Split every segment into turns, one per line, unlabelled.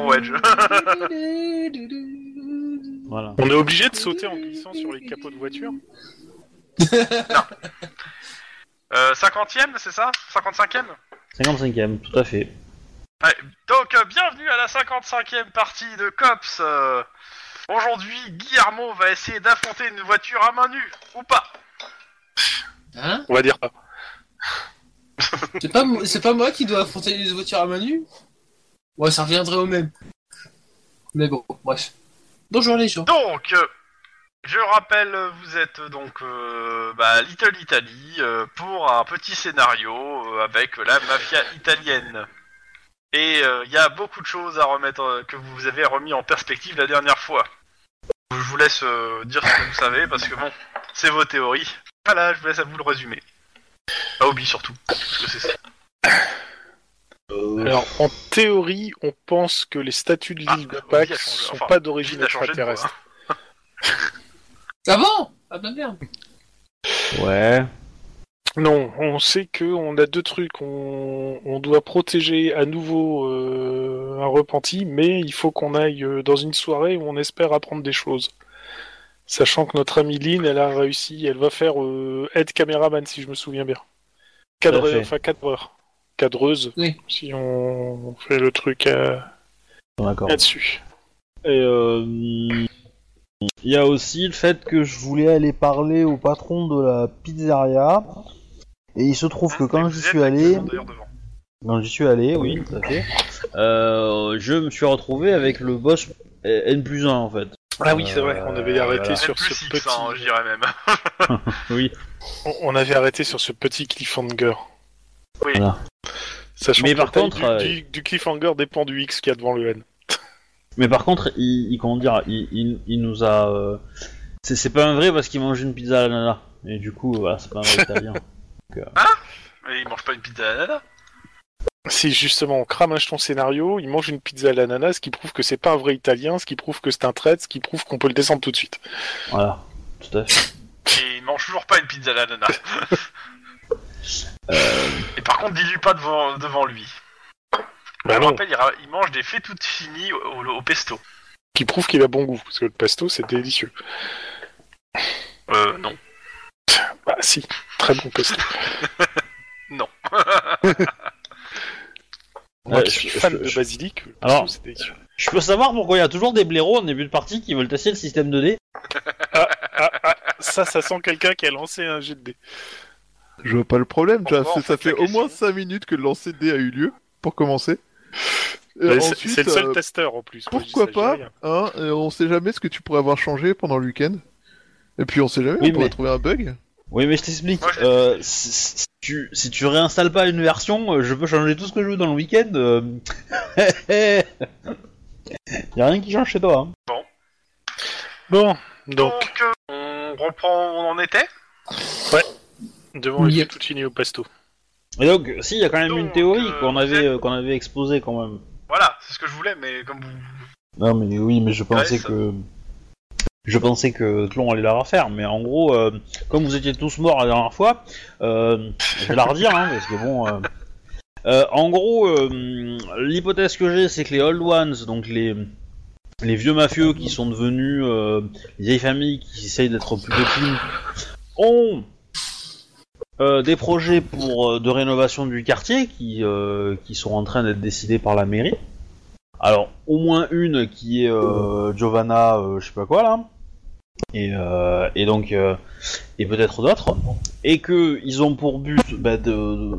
Wedge.
Voilà.
On est obligé de sauter en glissant sur les capots de voiture
Euh, 50e, c'est ça 55e
55ème, tout à fait.
Donc, euh, bienvenue à la 55e partie de Cops. euh. Aujourd'hui, Guillermo va essayer d'affronter une voiture à main nue, ou pas.
Hein
On va dire pas.
C'est pas, mo- c'est pas moi qui dois affronter les voitures à main nue Ouais, ça reviendrait au même. Mais bon, bref. Bonjour les gens.
Donc, euh, je rappelle, vous êtes donc euh, bah, Little Italy euh, pour un petit scénario euh, avec la mafia italienne. Et euh, il y a beaucoup de choses à remettre euh, que vous avez remis en perspective la dernière fois. Je vous laisse euh, dire ce que vous savez parce que bon, c'est vos théories. Voilà, je vous laisse à vous le résumer. Ah, Obi surtout, parce que c'est ça.
Alors, en théorie, on pense que les statues de l'île
Ah,
de Pâques
Obi a changé,
sont
enfin,
pas d'origine
Obi a changé de voix,
extraterrestre.
Ah bon Ah bah merde.
Ouais.
Non, on sait que on a deux trucs. On, on doit protéger à nouveau euh, un repenti, mais il faut qu'on aille euh, dans une soirée où on espère apprendre des choses. Sachant que notre amie Lynn, elle a réussi, elle va faire euh, aide caméraman si je me souviens bien. Cadre,
fait.
enfin cadreur, cadreuse.
Oui.
Si on, on fait le truc à-
Bon, D'accord.
là-dessus.
Et euh, il y a aussi le fait que je voulais aller parler au patron de la pizzeria. Et il se trouve que quand
Et
j'y
vous êtes
suis allé,
actuellement d'ailleurs devant.
quand j'y suis allé, oui, tout à fait, euh, je me suis retrouvé avec le boss euh, N plus 1 en fait.
Ah oui, c'est vrai. On avait
Euh,
arrêté
voilà.
sur
Plus
ce
six,
petit.
hein, je dirais même.
Oui.
on- on avait arrêté sur ce petit cliffhanger.
Oui.
Voilà.
Sachant
Mais
que la
par
taille
contre,
du,
euh,
du- du cliffhanger dépend du X qu'il y a devant le N.
Mais par contre, il, il- comment dire, il, il- il nous a. euh, C'est, c'est pas un vrai parce qu'il mange une pizza à la nana. Et du coup, voilà, c'est pas un vrai italien.
Mais il mange pas une pizza à la nana.
Si justement on cramage ton scénario, il mange une pizza à l'ananas, ce qui prouve que c'est pas un vrai italien, ce qui prouve que c'est un traître, ce qui prouve qu'on peut le descendre tout de suite.
Voilà, tout à fait.
Et il mange toujours pas une pizza à l'ananas.
Euh.
Et par contre, dis-lui pas devant, devant lui.
Bah
Je
non.
rappelle, il, ra- il mange des fettuccini au, au, au pesto.
Qui prouve qu'il a bon goût, parce que le pasto c'est délicieux.
Euh, non.
Bah si, très bon pasto.
Non.
Moi
Ouais,
qui
je-
suis
Euh, je-
fan de
je-
basilic, le
Alors-
pesto, c'est délicieux.
Je peux savoir pourquoi il y a toujours des blaireaux en début de partie qui veulent tester le système 2D
Ah, ah, ça, ça sent quelqu'un qui a lancé un jet de dés.
Je vois pas le problème, tu vois,
Encore,
c'est- ça
c'est
fait
la
au moins
question.
5 minutes que le lancer de dés a eu lieu, pour commencer. Et
Bah, c'est-
ensuite,
c'est le seul
euh,
testeur en plus. Moi, je dis
pourquoi
ça, je dis
pas
rien.
hein, et On sait jamais ce que tu pourrais avoir changé pendant le week-end. Et puis on sait jamais,
Oui,
on pourrait
mais-
trouver un bug.
Oui, mais je t'explique.
Moi, je
euh, si, si tu, si tu réinstalles pas une version, euh, je peux changer tout ce que je veux dans le week-end. euh. y a rien qui change chez toi. hein.
Bon, donc.
Donc, euh, on reprend où on en était
devant les
Yep.
fettuccine au pesto.
Et donc, si, il y a quand même une
Donc,
théorie
euh,
qu'on avait,
vous êtes-
euh, qu'on avait exposée quand même.
Voilà, c'est ce que je voulais, mais comme vous.
Non, mais oui, mais je pensais
Ouais, ça-
que. Je pensais que Tlon allait la refaire, mais en gros, euh, comme vous étiez tous morts la dernière fois, euh, je vais la redire, hein, parce que bon. euh, euh, en gros, euh, l'hypothèse que j'ai, c'est que les Old Ones, donc les, les vieux mafieux qui sont devenus euh, les vieilles familles qui essayent d'être plutôt clean, ont euh, des projets pour euh, de rénovation du quartier qui, euh, qui sont en train d'être décidés par la mairie. Alors, au moins une qui est euh, Giovanna, euh, je sais pas quoi là. Et, euh, et donc, euh, et peut-être d'autres. Et que ils ont pour but bah, de- de-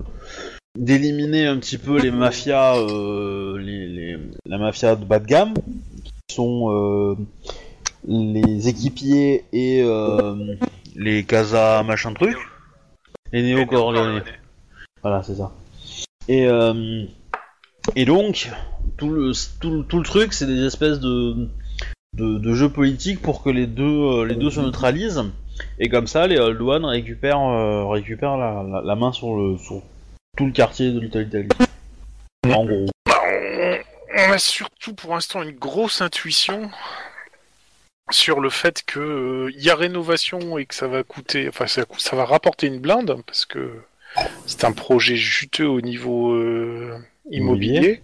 d'éliminer un petit peu les mafias, euh, les, les- la mafia de bas de gamme, qui sont euh, les équipiers et euh, les casas machin truc. Les néo-coordonnés. Voilà, c'est ça. Et, euh, et donc, tout le, tout, le- tout le truc, c'est des espèces de, de, de jeux politiques pour que les deux, euh, les deux se neutralisent. Et comme ça, les Old One récupèrent, euh, récupèrent la, la- la main sur, le, sur tout le quartier de l'Italie. En gros.
Bah, on, on a surtout pour l'instant une grosse intuition sur le fait que euh, il y a rénovation et que ça va coûter, enfin ça, cou- ça va rapporter une blinde parce que c'est un projet juteux au niveau euh, immobilier.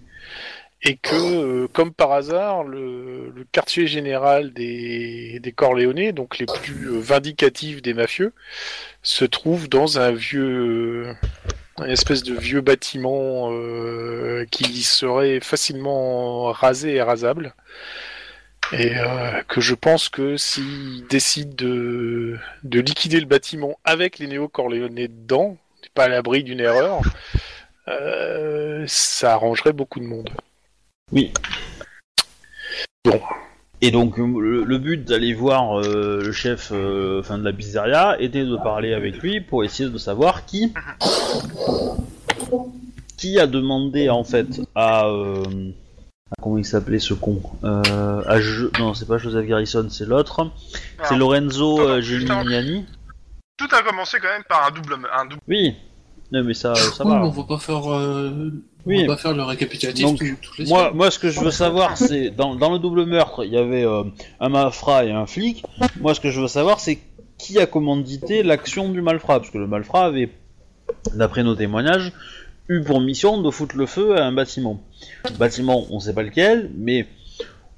et que, euh, comme par hasard, le, le quartier général des, des Corléonais, donc les plus euh, vindicatifs des mafieux, se trouve dans un vieux, euh, un espèce de vieux bâtiment euh, qui serait facilement rasé et rasable. Et euh, que je pense que s'ils décident de, de liquider le bâtiment avec les néo-corléonais dedans, t'es pas à l'abri d'une erreur, euh, ça arrangerait beaucoup de monde.
Oui.
Bon.
Et donc euh, le, le but d'aller voir euh, le chef euh, enfin, de la pizzeria était de parler avec lui pour essayer de savoir qui qui a demandé en fait à, euh, à- comment il s'appelait ce con Euh, à Je- non c'est pas Joseph Garrison c'est l'autre c'est
Ah.
Lorenzo
Pardon,
euh,
putain.
Geminiani
Tout a commencé quand même par un double, un double
oui non mais ça ça
Oui,
va hein.
mais on va pas faire, euh,
oui
on va pas faire le récapitulatif
Donc,
tout- toutes les
Moi,
semaines.
moi, ce que je veux savoir, c'est dans, dans le double meurtre, il y avait euh, un malfrat et un flic. Moi, ce que je veux savoir, c'est qui a commandité l'action du malfrat, parce que le malfrat avait, d'après nos témoignages, eu pour mission de foutre le feu à un bâtiment. Bâtiment, on sait pas lequel, mais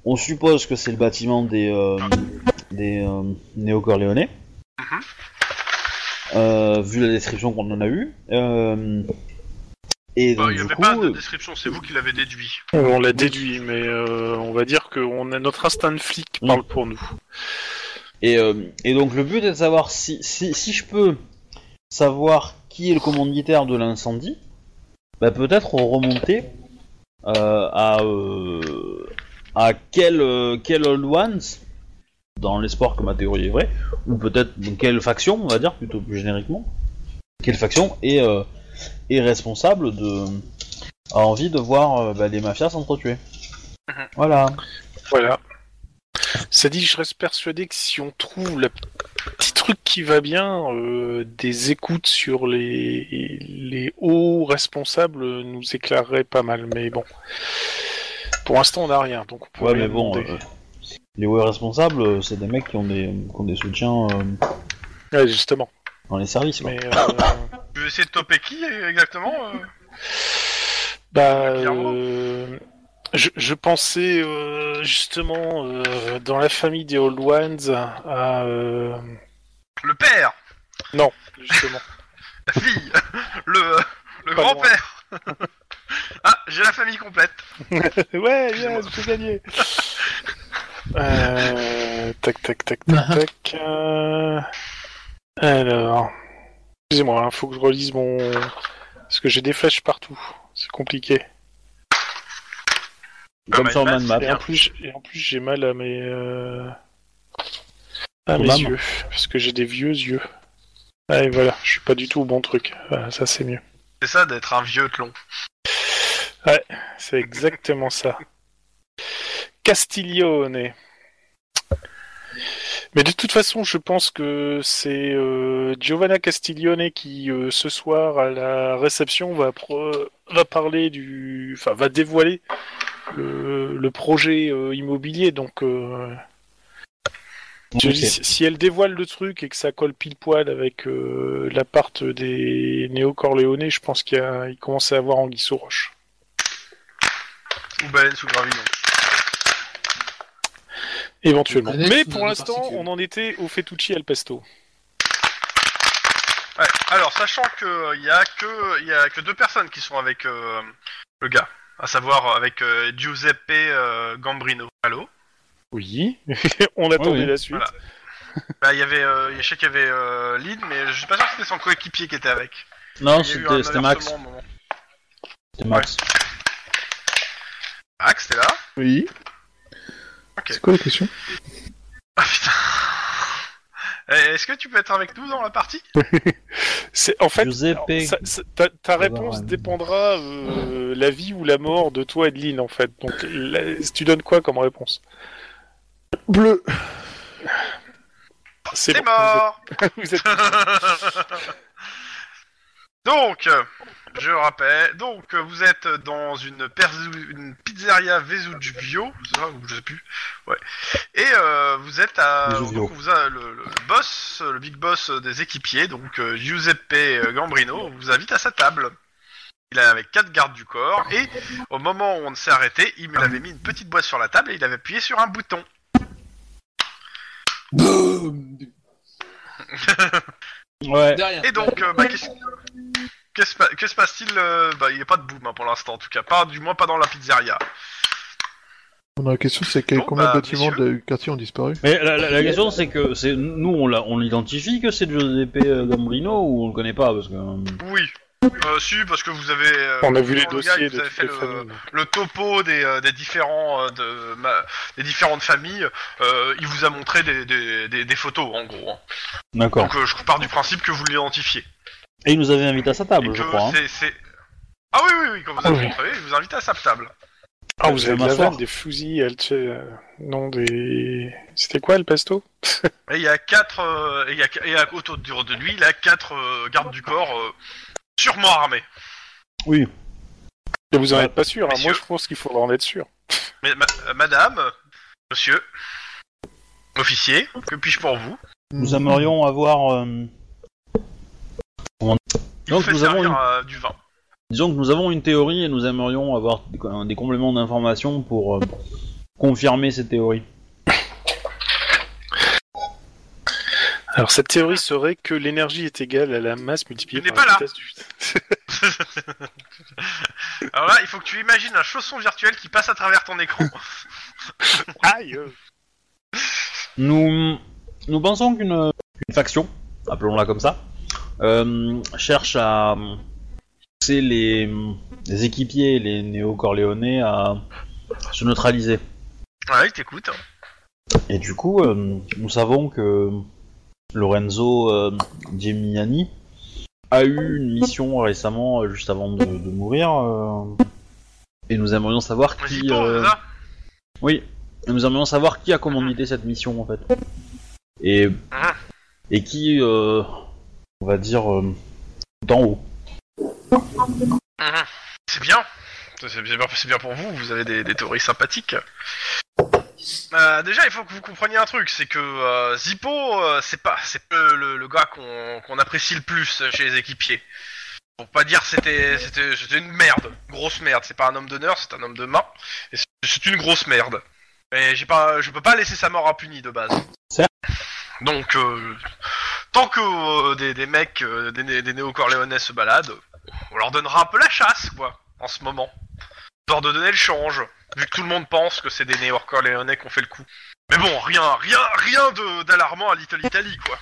on suppose que c'est le bâtiment des euh, des euh, néo-corléonais. Uh-huh. Euh, vu la description qu'on en a eue. Euh, et
Bah,
donc,
il n'y
du
avait
coup,
pas de
euh,
description, c'est vous qui l'avez déduit.
On l'a déduit, mais euh, on va dire que on a notre instinct de flic parle pour nous.
Et, euh, et donc le but est de savoir si, si, si je peux savoir qui est le commanditaire de l'incendie, bah peut-être remonter euh, à, euh, à quel, euh, quel Old Ones, dans l'espoir que ma théorie est vraie, ou peut-être dans quelle faction, on va dire plutôt plus génériquement, quelle faction est, euh, est responsable de... a envie de voir euh, bah, les mafias s'entretuer. Voilà.
Voilà. Ça dit, je reste persuadé que si on trouve le petit truc qui va bien, euh, des écoutes sur les, les hauts responsables nous éclaireraient pas mal. Mais bon, pour l'instant, on n'a rien, donc on peut
Ouais,
rien
mais bon,
demander.
euh, les hauts responsables, euh, c'est des mecs qui ont des, qui ont des soutiens euh,
Ouais, justement.
dans les services. quoi.
Mais euh,
Tu veux essayer de toper qui euh, exactement euh
Bah,
Clairement.
euh, je, je pensais euh, justement euh, dans la famille des Old Ones à euh,
Le père,
justement.
la fille, le, euh, le
Pas loin.
grand-père. ah, j'ai la famille complète.
ouais, yes, j'ai gagné. Euh, tac, tac, tac, tac, tac. euh, Alors, excusez-moi, il faut que je relise mon parce que j'ai des flèches partout. C'est compliqué.
Comme
bah,
ça, on
bah,
man map.
Et en plus, et en plus j'ai mal à mes, euh, à
Aux
mes
lames.
yeux, parce que j'ai des vieux yeux. Ah, et voilà, je suis pas du tout au bon truc. Voilà, ça c'est mieux.
C'est ça d'être un vieux tlon.
C'est exactement ça. Castiglione. Mais de toute façon, je pense que c'est euh, Giovanna Castiglione qui, euh, ce soir, à la réception, va, pro- va parler du... Enfin, va dévoiler le, le projet euh, immobilier. Donc, euh,
Ah,
Je dis, si- si elle dévoile le truc et que ça colle pile poil avec euh, l'appart des néo-corléonais, je pense qu'il y a- il commence à avoir Anguille sous roche.
Ou baleine sous gravillon.
Éventuellement.
Annexe
Mais
ou
pour
une
l'instant,
particule
on en était au fettucci al pesto.
Ouais, alors, sachant que il y a que il y a que deux personnes qui sont avec euh, le gars, à savoir avec euh, Giuseppe euh, Gambrino. Allô
Oui. on attendait
oui.
la suite.
Voilà. Bah, il y avait, euh, je sais qu'il y avait euh, Lynn, mais je suis pas sûr que c'était son coéquipier qui était avec.
Non,
Il y a eu un
c'était c'était Max.
inversement à un moment.
C'était Max.
Max, t'es là
Oui.
Ok.
C'est quoi la question
Ah putain Eh, Est-ce que tu peux être avec nous dans la partie
C'est en fait.
Giuseppe.
alors, ça- ça- ta, ta réponse
voir, ouais.
dépendra euh, la vie ou la mort de toi et de Lynn en fait. Donc la- tu donnes quoi comme réponse
Bleu.
C'est
C'est Euh,
bon,
mort
vous êtes- vous êtes-
Donc, euh, je rappelle, donc euh, vous êtes dans une, perzu- une pizzeria Vesuvio, c'est ça, ou je sais plus, ouais. Et euh, vous êtes à,
Vesuvio.
donc, vous a- le, le boss, le big boss des équipiers, donc euh, Giuseppe Gambrino, vous invite à sa table. Il avait avec quatre gardes du corps et au moment où on s'est arrêté, il me l'avait mis une petite boîte sur la table et il avait appuyé sur un bouton.
Boum
Ouais.
Derrière.
Et donc, euh, bah, qu'est-ce que se pa- que se passe-t-il euh, Bah, il n'y a pas de boom hein, pour l'instant, en tout cas, pas, du moins pas dans la pizzeria.
Bon, la question, c'est que
Bon,
combien
bah,
de bâtiments du quartier ont disparu
Mais la, la- la question c'est que c'est nous on, l'a- on identifie que c'est Giuseppe euh, Gambrino ou on le connaît pas parce que euh,
Oui. Euh, si, parce que vous avez. euh,
On a vu les
le gars,
dossiers
vous
de
avez
toutes
fait
les
le,
familles.
le topo des, euh, des différents euh, de, ma- des différentes familles. euh, il vous a montré des, des, des- des photos, en gros. hein.
d'accord.
Donc, euh, je pars du principe que vous l'identifiez.
Et il nous avait invité à sa
Et
bah,
table,
que
je crois. hein.
c'est- c'est- Ah oui, oui, oui, quand vous
Ah
avez
oui.
montré, je vous invite à sa table.
Ah, vous
Je vais
avez de la
m'asseoir.
vanne, des fusils, elle, tu sais, euh, non, des... C'était quoi, le pesto
Et il y a quatre. euh, et, il y a- et à, autour de lui, il y a quatre euh, gardes du corps euh, sûrement armés.
Oui.
Et vous en
Ouais.
êtes pas sûr, hein. moi
Messieurs.
je pense qu'il faudra en être sûr.
Mais, ma- euh, madame, euh, monsieur, officier, que puis-je pour vous
Nous aimerions avoir. euh,
Il
Donc,
vous fait
nous avons
servir
une-
euh, du vin.
Disons que nous avons une théorie et nous aimerions avoir des- des compléments d'informations pour euh, confirmer cette théorie.
Alors cette théorie serait que l'énergie est égale à la masse multipliée
Il n'est
par la
pas là.
vitesse du...
Alors là, il faut que tu imagines un chausson virtuel qui passe à travers ton écran.
Aïe euh.
Nous, nous pensons qu'une qu'une faction, appelons-la comme ça, euh, cherche à euh, pousser les, les équipiers, les néo-corléonais à se neutraliser.
ouais, il t'écoute.
Et du coup, euh, nous savons que Lorenzo euh, Gemiani a eu une mission récemment, euh, juste avant de, de mourir, euh, et nous aimerions savoir
Vas-y,
qui...
pour,
euh,
ça.
Oui, nous aimerions savoir qui a commandité cette mission en fait. Et,
Ah.
et qui, euh, on va dire, euh, d'en haut.
Mhm. C'est bien. C'est c'est bien, c'est bien pour vous, vous avez des, des théories sympathiques. Euh, déjà, il faut que vous compreniez un truc, c'est que euh, Zippo, euh, c'est pas, c'est pas le, le gars qu'on qu'on apprécie le plus chez les équipiers. Pour pas dire c'était c'était c'était une merde, grosse merde. C'est pas un homme d'honneur, c'est un homme de main, et c'est- c'est une grosse merde. Et j'ai pas, je peux pas laisser sa mort impunie de base.
Certes.
Donc, euh, tant que euh, des, des mecs, euh, des, né- des néo-corléonais se baladent, on leur donnera un peu la chasse, quoi, en ce moment. Peur de donner le change, vu que tout le monde pense que c'est des néo-corléonais qui ont fait le coup. Mais bon, rien, rien, rien de- d'alarmant à Little Italy, quoi.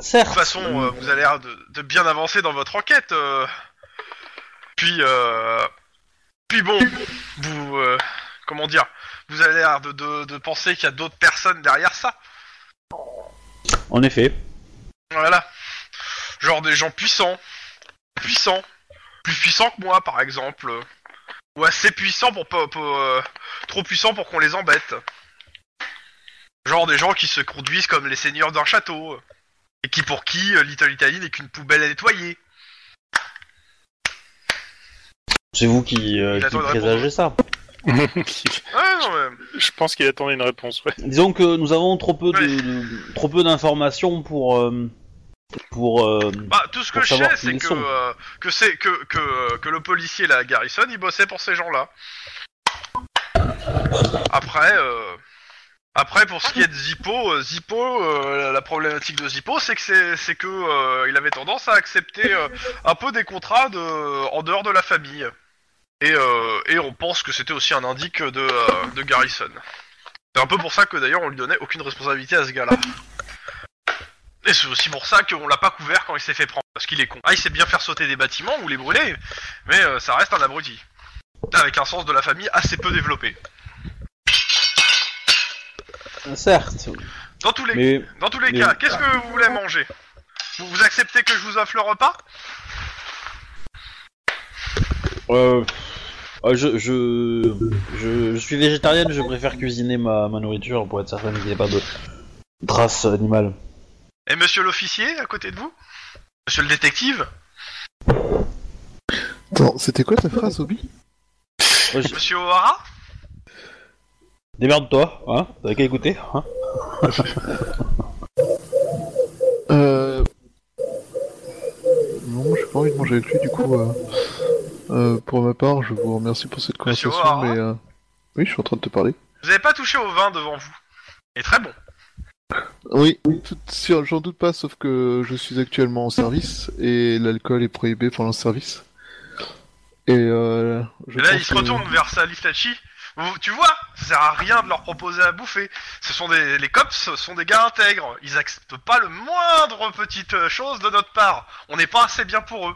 Certes.
De toute façon, euh, vous avez l'air de, de bien avancer dans votre enquête. euh. Puis, euh, puis bon, vous, euh, comment dire, vous avez l'air de, de- de penser qu'il y a d'autres personnes derrière ça.
En effet.
Voilà. Genre des gens puissants. Puissants. Plus puissants que moi, par exemple. Ou assez puissants pour pas... pour, euh, trop puissants pour qu'on les embête. Genre des gens qui se conduisent comme les seigneurs d'un château. Et qui, pour qui, euh, Little Italy n'est qu'une poubelle à nettoyer.
C'est vous qui, euh,
Il
qui
attend une
présagez ça.
Ah non, mais...
Je pense qu'il attendait une réponse, ouais.
Disons que nous avons trop peu de,
Oui.
de- trop peu d'informations pour euh, pour euh,
Bah, tout ce que
Pour
je
savoir
sais,
qui
c'est
ils
que,
sont.
euh, que c'est que, euh, que, que le policier, la Garrison, il bossait pour ces gens-là. Après, euh, après, pour ce qui est de Zippo, euh, Zippo, euh, la- la problématique de Zippo, c'est que c'est, c'est que euh, il avait tendance à accepter euh, un peu des contrats de, en dehors de la famille. Et, euh, et on pense que c'était aussi un indique de, euh, de Garrison. C'est un peu pour ça que d'ailleurs on lui donnait aucune responsabilité à ce gars-là. Et c'est aussi pour ça qu'on l'a pas couvert quand il s'est fait prendre, parce qu'il est con. Ah, il sait bien faire sauter des bâtiments ou les brûler, mais euh, ça reste un abruti. Avec un sens de la famille assez peu développé. Bah.
certes.
Dans tous les,
Mais
dans tous les
mais-
cas, qu'est-ce que vous voulez manger vous, vous acceptez que je vous offre le repas
euh, euh, je, je, je je suis végétarienne, je préfère cuisiner ma, ma nourriture pour être certaine qu'il n'y ait pas de traces animales.
Et monsieur l'officier, à côté de vous Monsieur le détective
Attends, c'était quoi ta phrase, Obi
Bah,
Ouais, je-
Monsieur O'Hara
Démerde-toi, hein T'as qu'à écouter, hein
Euh... Non, j'ai pas envie de manger avec lui, du coup... Euh... Euh, pour ma part, je vous remercie pour cette
Monsieur
conversation,
O'Hara
mais... euh, Oui, je suis en train de te parler.
Vous n'avez pas touché au vin devant vous. Et très bon.
Oui, tout- sur- j'en doute pas, sauf que je suis actuellement en service, et l'alcool est prohibé pendant le service. Et, euh, je
et là,
pense
ils se
que-
retournent vers Saliflachi. Vous- Tu vois, ça sert à rien de leur proposer à bouffer. Ce sont des les cops, ce sont des gars intègres. Ils acceptent pas le moindre petite euh, chose de notre part. On n'est pas assez bien pour eux.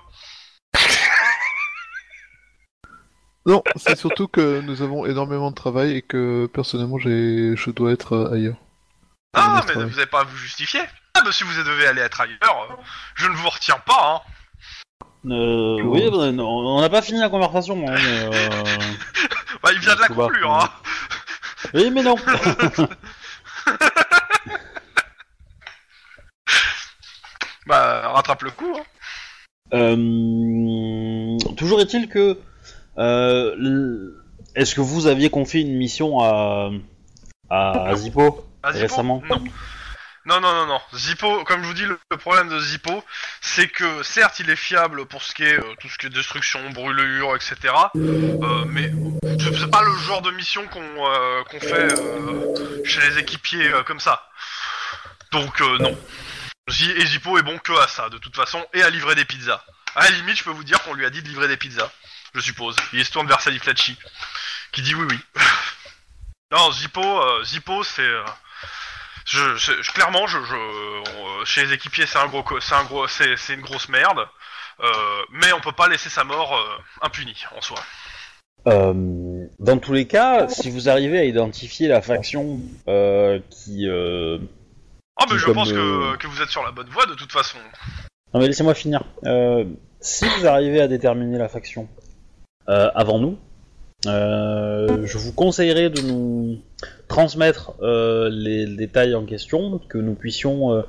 Non, c'est surtout que nous avons énormément de travail et que personnellement j'ai, je dois être euh, ailleurs. Dans
Ah,
notre
mais
travail.
vous n'avez pas à vous justifier. Ah, bah si vous devez aller être ailleurs, euh, je ne vous retiens pas. Hein.
Euh, oui, ben, on on n'a pas fini la conversation. hein, mais, euh,
Bah, il vient de la
Je vois.
conclure. Hein.
Oui, mais non.
Bah, rattrape le coup. hein.
Euh, toujours est-il que euh, l- est-ce que vous aviez confié une mission à à, à Zippo
Ah, Zippo
Récemment.
Non. Non, non, non, non. Zippo, comme je vous dis, le le problème de Zippo, c'est que certes, il est fiable pour ce qui est euh, tout ce qui est destruction, brûlure, etc. euh, mais c'est c'est pas le genre de mission qu'on euh, qu'on fait euh, chez les équipiers euh, comme ça. Donc, euh, non. Zi- et Zippo est bon que à ça, de toute façon, et à livrer des pizzas. À la limite, je peux vous dire qu'on lui a dit de livrer des pizzas, je suppose. Il se tourne vers Saliflacci, qui dit oui, oui. non, Zippo, euh, Zippo c'est. euh, je, je- je- clairement, je, je- on- euh, chez les équipiers, c'est un gros, co- c'est un gros, c'est, c'est une grosse merde. Euh, mais on peut pas laisser sa mort euh, impunie en soi.
Euh, dans tous les cas, si vous arrivez à identifier la faction euh, qui euh,
Ah mais
Tout
je
comme,
pense que,
euh,
que vous êtes sur la bonne voie de toute façon.
Non mais laissez-moi finir. Euh, si vous arrivez à déterminer la faction euh, avant nous, euh, je vous conseillerais de nous transmettre euh, les détails en question, que nous puissions euh,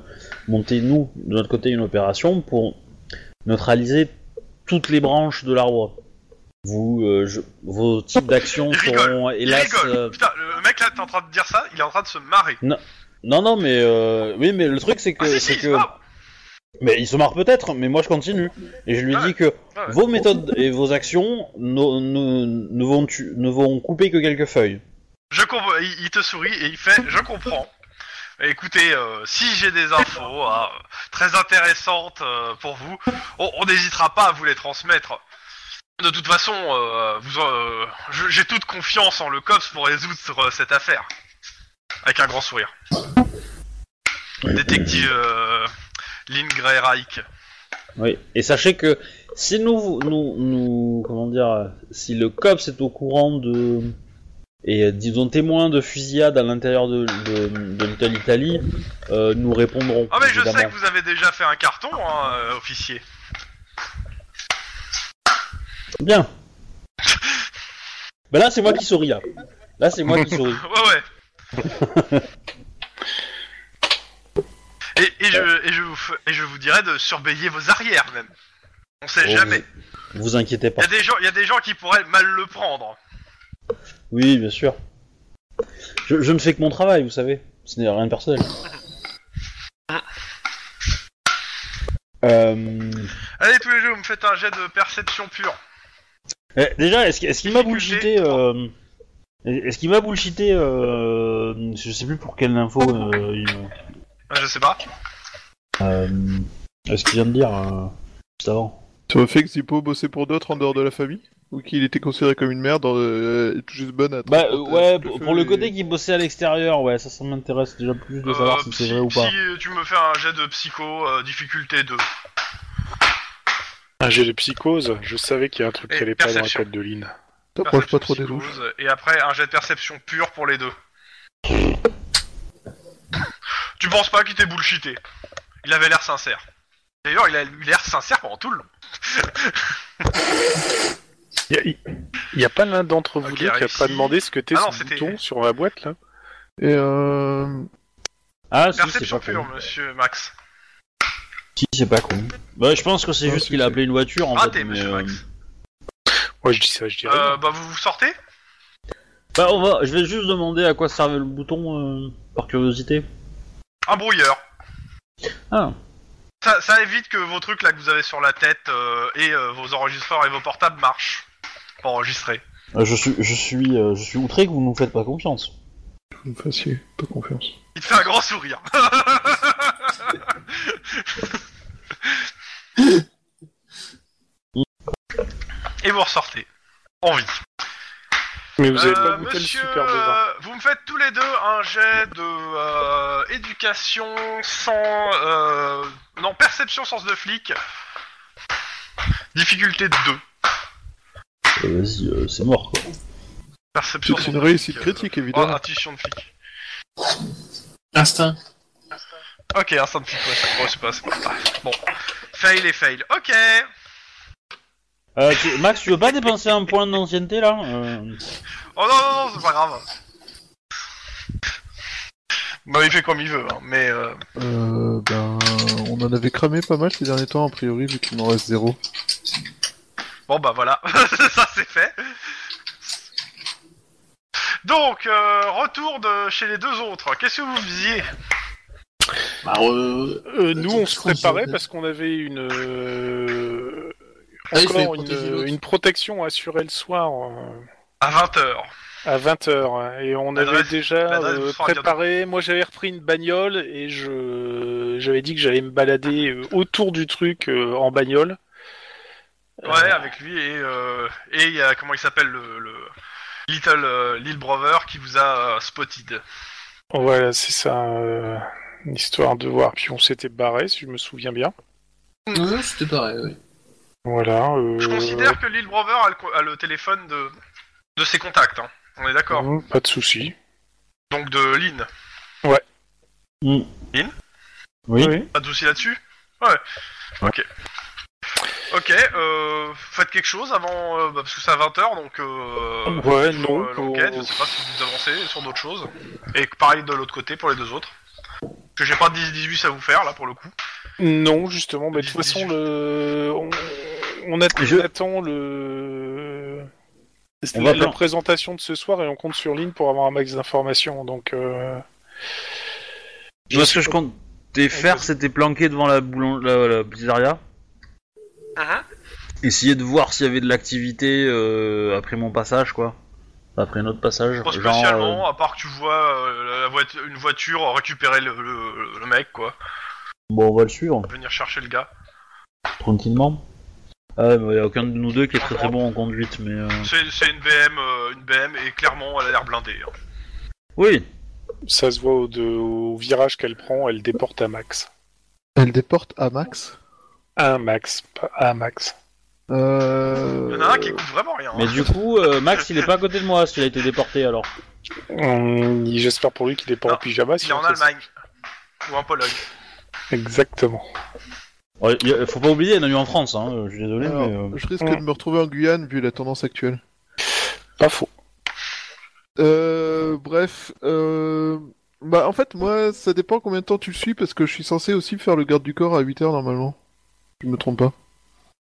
monter nous de notre côté une opération pour neutraliser toutes les branches de l'arbre. Vous, euh, je- vos types d'actions
Il rigole.
seront
Il
hélas.
rigole.
euh,
Putain, le mec là, t'es en train de dire ça, il est en train de se marrer.
Non non mais euh, oui mais le truc c'est que
Ah, si, si,
c'est
il se
que
marre.
mais il se marre peut-être mais moi je continue et je lui
Ouais.
dis que
Ouais, ouais.
Vos méthodes et vos actions ne, ne- ne vont, tu- ne vont couper que quelques feuilles.
Je comprends. Il, il te sourit et il fait. Je comprends. Écoutez, euh, si j'ai des infos hein, très intéressantes euh, pour vous, on on n'hésitera pas à vous les transmettre. De toute façon, euh, vous, euh, je- j'ai toute confiance en le COPS pour résoudre euh, cette affaire. Avec un grand sourire. Détective euh, Lynn Grey Reich.
Oui. Et sachez que si nous, nous, nous- comment dire, euh, si le COPS est au courant de et euh, disons témoin de fusillade à l'intérieur de, de, de Little Italy, euh, nous répondrons.
Ah mais je
évidemment.
sais que vous avez déjà fait un carton, hein, euh, officier.
Bien. ben là, c'est moi qui souris là. Là, c'est moi qui souris.
Ouais, ouais. et, et je, et, je vous, f- et je vous dirais de surveiller vos arrières, même. On sait
Oh,
jamais.
Vous, vous inquiétez
Il
pas.
y, a des gens, y a des gens qui pourraient mal le prendre.
Oui, bien sûr. Je, je ne fais que mon travail, vous savez. Ce n'est rien de personnel. Euh,
Allez, tous les deux, vous me faites un jet de perception pure.
eh, déjà, est-ce est qu'il m'a
Difficulté.
bullshité euh, Est-ce qu'il m'a bullshité euh, Je sais plus pour quelle info. euh, il m'a-
Ah, Je sais pas.
euh, est-ce qu'il vient de dire euh, juste avant
Sur le fait que Zippo bossait pour d'autres en dehors de la famille Ou qu'il était considéré comme une merde euh, et tout juste bonne à
Bah
transporter
ouais,
un petit
pour,
feu
le
et-
côté qui bossait à l'extérieur, ouais, ça, ça m'intéresse déjà plus de savoir
Euh,
si c'est
psy-
vrai ou pas.
psy, tu me fais un jet de psycho, euh, difficulté 2.
Ah, j'ai des psychoses, je savais qu'il y a un truc
Et
qui allait pas dans la
perception.
tête de Lynn.
T'approches pas trop des
Perception
douches.
psychose, Et après, un jet de perception pure pour les deux. tu penses pas qu'il t'ait bullshité Il avait l'air sincère. D'ailleurs, il a eu l'air sincère pendant tout le long.
Il n'y a, pas l'un d'entre vous
Ok,
deux qui a
réussi.
pas demandé ce que t'es
Ah non,
ce
c'était-
bouton sur la boîte là
Et euh...
Ah, si, c'est
Perception
pas con.
pure, monsieur Max.
Si, c'est pas con. Bah, je pense que c'est
Ah,
juste
si,
qu'il a
c'est-
appelé une voiture en
Raté,
fait. mais,
monsieur
euh,
Max.
Ouais, je dis ça, je dis rien.
Euh, bah, vous vous sortez
Bah, on va, je vais juste demander à quoi servait le bouton, euh, par curiosité.
Un brouilleur.
Ah.
ça, ça évite que vos trucs là que vous avez sur la tête euh, et euh, vos enregistreurs et vos portables marchent pour enregistrer.
Euh, Je suis, je suis, euh, je suis outré que vous ne nous faites pas confiance.
Vous me fassiez pas confiance.
Il te fait un grand sourire. et vous ressortez. En vie.
Mais vous avez pas
Euh,
goûté
monsieur,
le superbe vin.
euh, vous me faites tous les deux un jet de euh, éducation sans. euh, non, perception sens de flic. Difficulté 2.
Euh, Vas-y, euh, c'est mort. Quoi.
Perception
C'est
sens
une
de
réussite
flic, euh,
critique,
oh,
Ah.
évidemment.
intuition de flic.
Instinct.
Ok, instant de flic, ouais, ça correspond pas, c'est pas grave. Bon. Fail et fail. Ok.
Euh, tu- Max, tu veux pas dépenser un point d'ancienneté là Euh,
Oh non, non, non, c'est pas grave. Bah, il fait comme il veut, hein, mais. euh,
Euh, ben, on en avait cramé pas mal ces derniers temps, a priori, vu qu'il en reste zéro.
Bon bah voilà, ça c'est fait. Donc, euh, retour de chez les deux autres. Qu'est-ce que vous faisiez
Bah,
Euh, nous, on se
Attends,
préparait
je-
parce qu'on avait une euh,
Ah, il fallait
encore une,
protéger l'autre.
une protection assurée le soir euh,
À 20h.
à 20h et on avait
L'adresse-
déjà
l'adresse
euh,
vous sera
préparé. Moi, j'avais repris une bagnole et je j'avais dit que j'allais me balader euh, autour du truc euh, en bagnole.
Ouais, avec lui et euh, et il y a comment il s'appelle le, le Little euh, Lil Brother qui vous a euh, spotted.
Voilà, c'est ça. euh, une histoire de voir. Puis on s'était barré, si je me souviens bien.
Ouais, c'était pareil, oui.
Voilà. euh,
Je considère que Lil Brother a le, co- a le téléphone de de ses contacts. hein. On est d'accord.
Mmh, Pas de souci.
Donc de Lynn.
Oui.
Pas de souci là-dessus. Ouais. Ok. Ok. Euh, faites quelque chose avant euh, bah, parce que c'est à 20h donc. Euh,
Ouais,
sur,
non.
euh,
pour-
l'enquête, je sais pas si vous avancez sur d'autres choses. Et que pareil de l'autre côté pour les deux autres. Parce que j'ai pas 10-18 à vous faire là pour le coup.
Non, justement, bah, de
18.
toute façon, le... on, on att-
Je-
on attend le...
On
la,
va
la
plan-
présentation de ce soir et on compte sur Lynn pour avoir un max d'informations. Donc, euh,
Moi, ce que je comptais faire, c'était planquer devant la, boulang- la, la pizzeria, essayer de voir s'il y avait de l'activité euh, après mon passage, quoi. Après notre passage.
Pas
genre, euh,
spécialement, à part que tu vois euh, la voiture, une voiture récupérer le, le- le mec quoi.
euh, bon, on va le suivre
Venir chercher le gars.
tranquillement. Ah, mais y a aucun de nous deux qui est très très bon en conduite, mais. euh,
C'est c'est une BM, euh, une BM et clairement elle a l'air blindée. hein.
Oui.
ça se voit au, de- au virage qu'elle prend, elle déporte à max.
Elle déporte à Max.
À un max, pas à un max.
Euh...
Il y en a un qui écoute vraiment rien. hein.
Mais du coup, euh, Max, il est pas à côté de moi, parce qu'il a été déporté alors.
Hum, J'espère pour lui qu'il est pas
Non,
en pyjama.
Il est
sinon
en
ça-
Allemagne. Ou en Pologne.
Exactement.
Ouais, y a- faut pas oublier, il y en a eu en France, hein, euh, je suis désolé,
alors,
mais. euh,
Je risque
Mm.
de me retrouver en Guyane vu la tendance actuelle.
Pas faux.
Euh, bref, euh... bah en fait moi ça dépend combien de temps tu le suis parce que je suis censé aussi faire le garde du corps à 8h normalement. Je me trompe pas.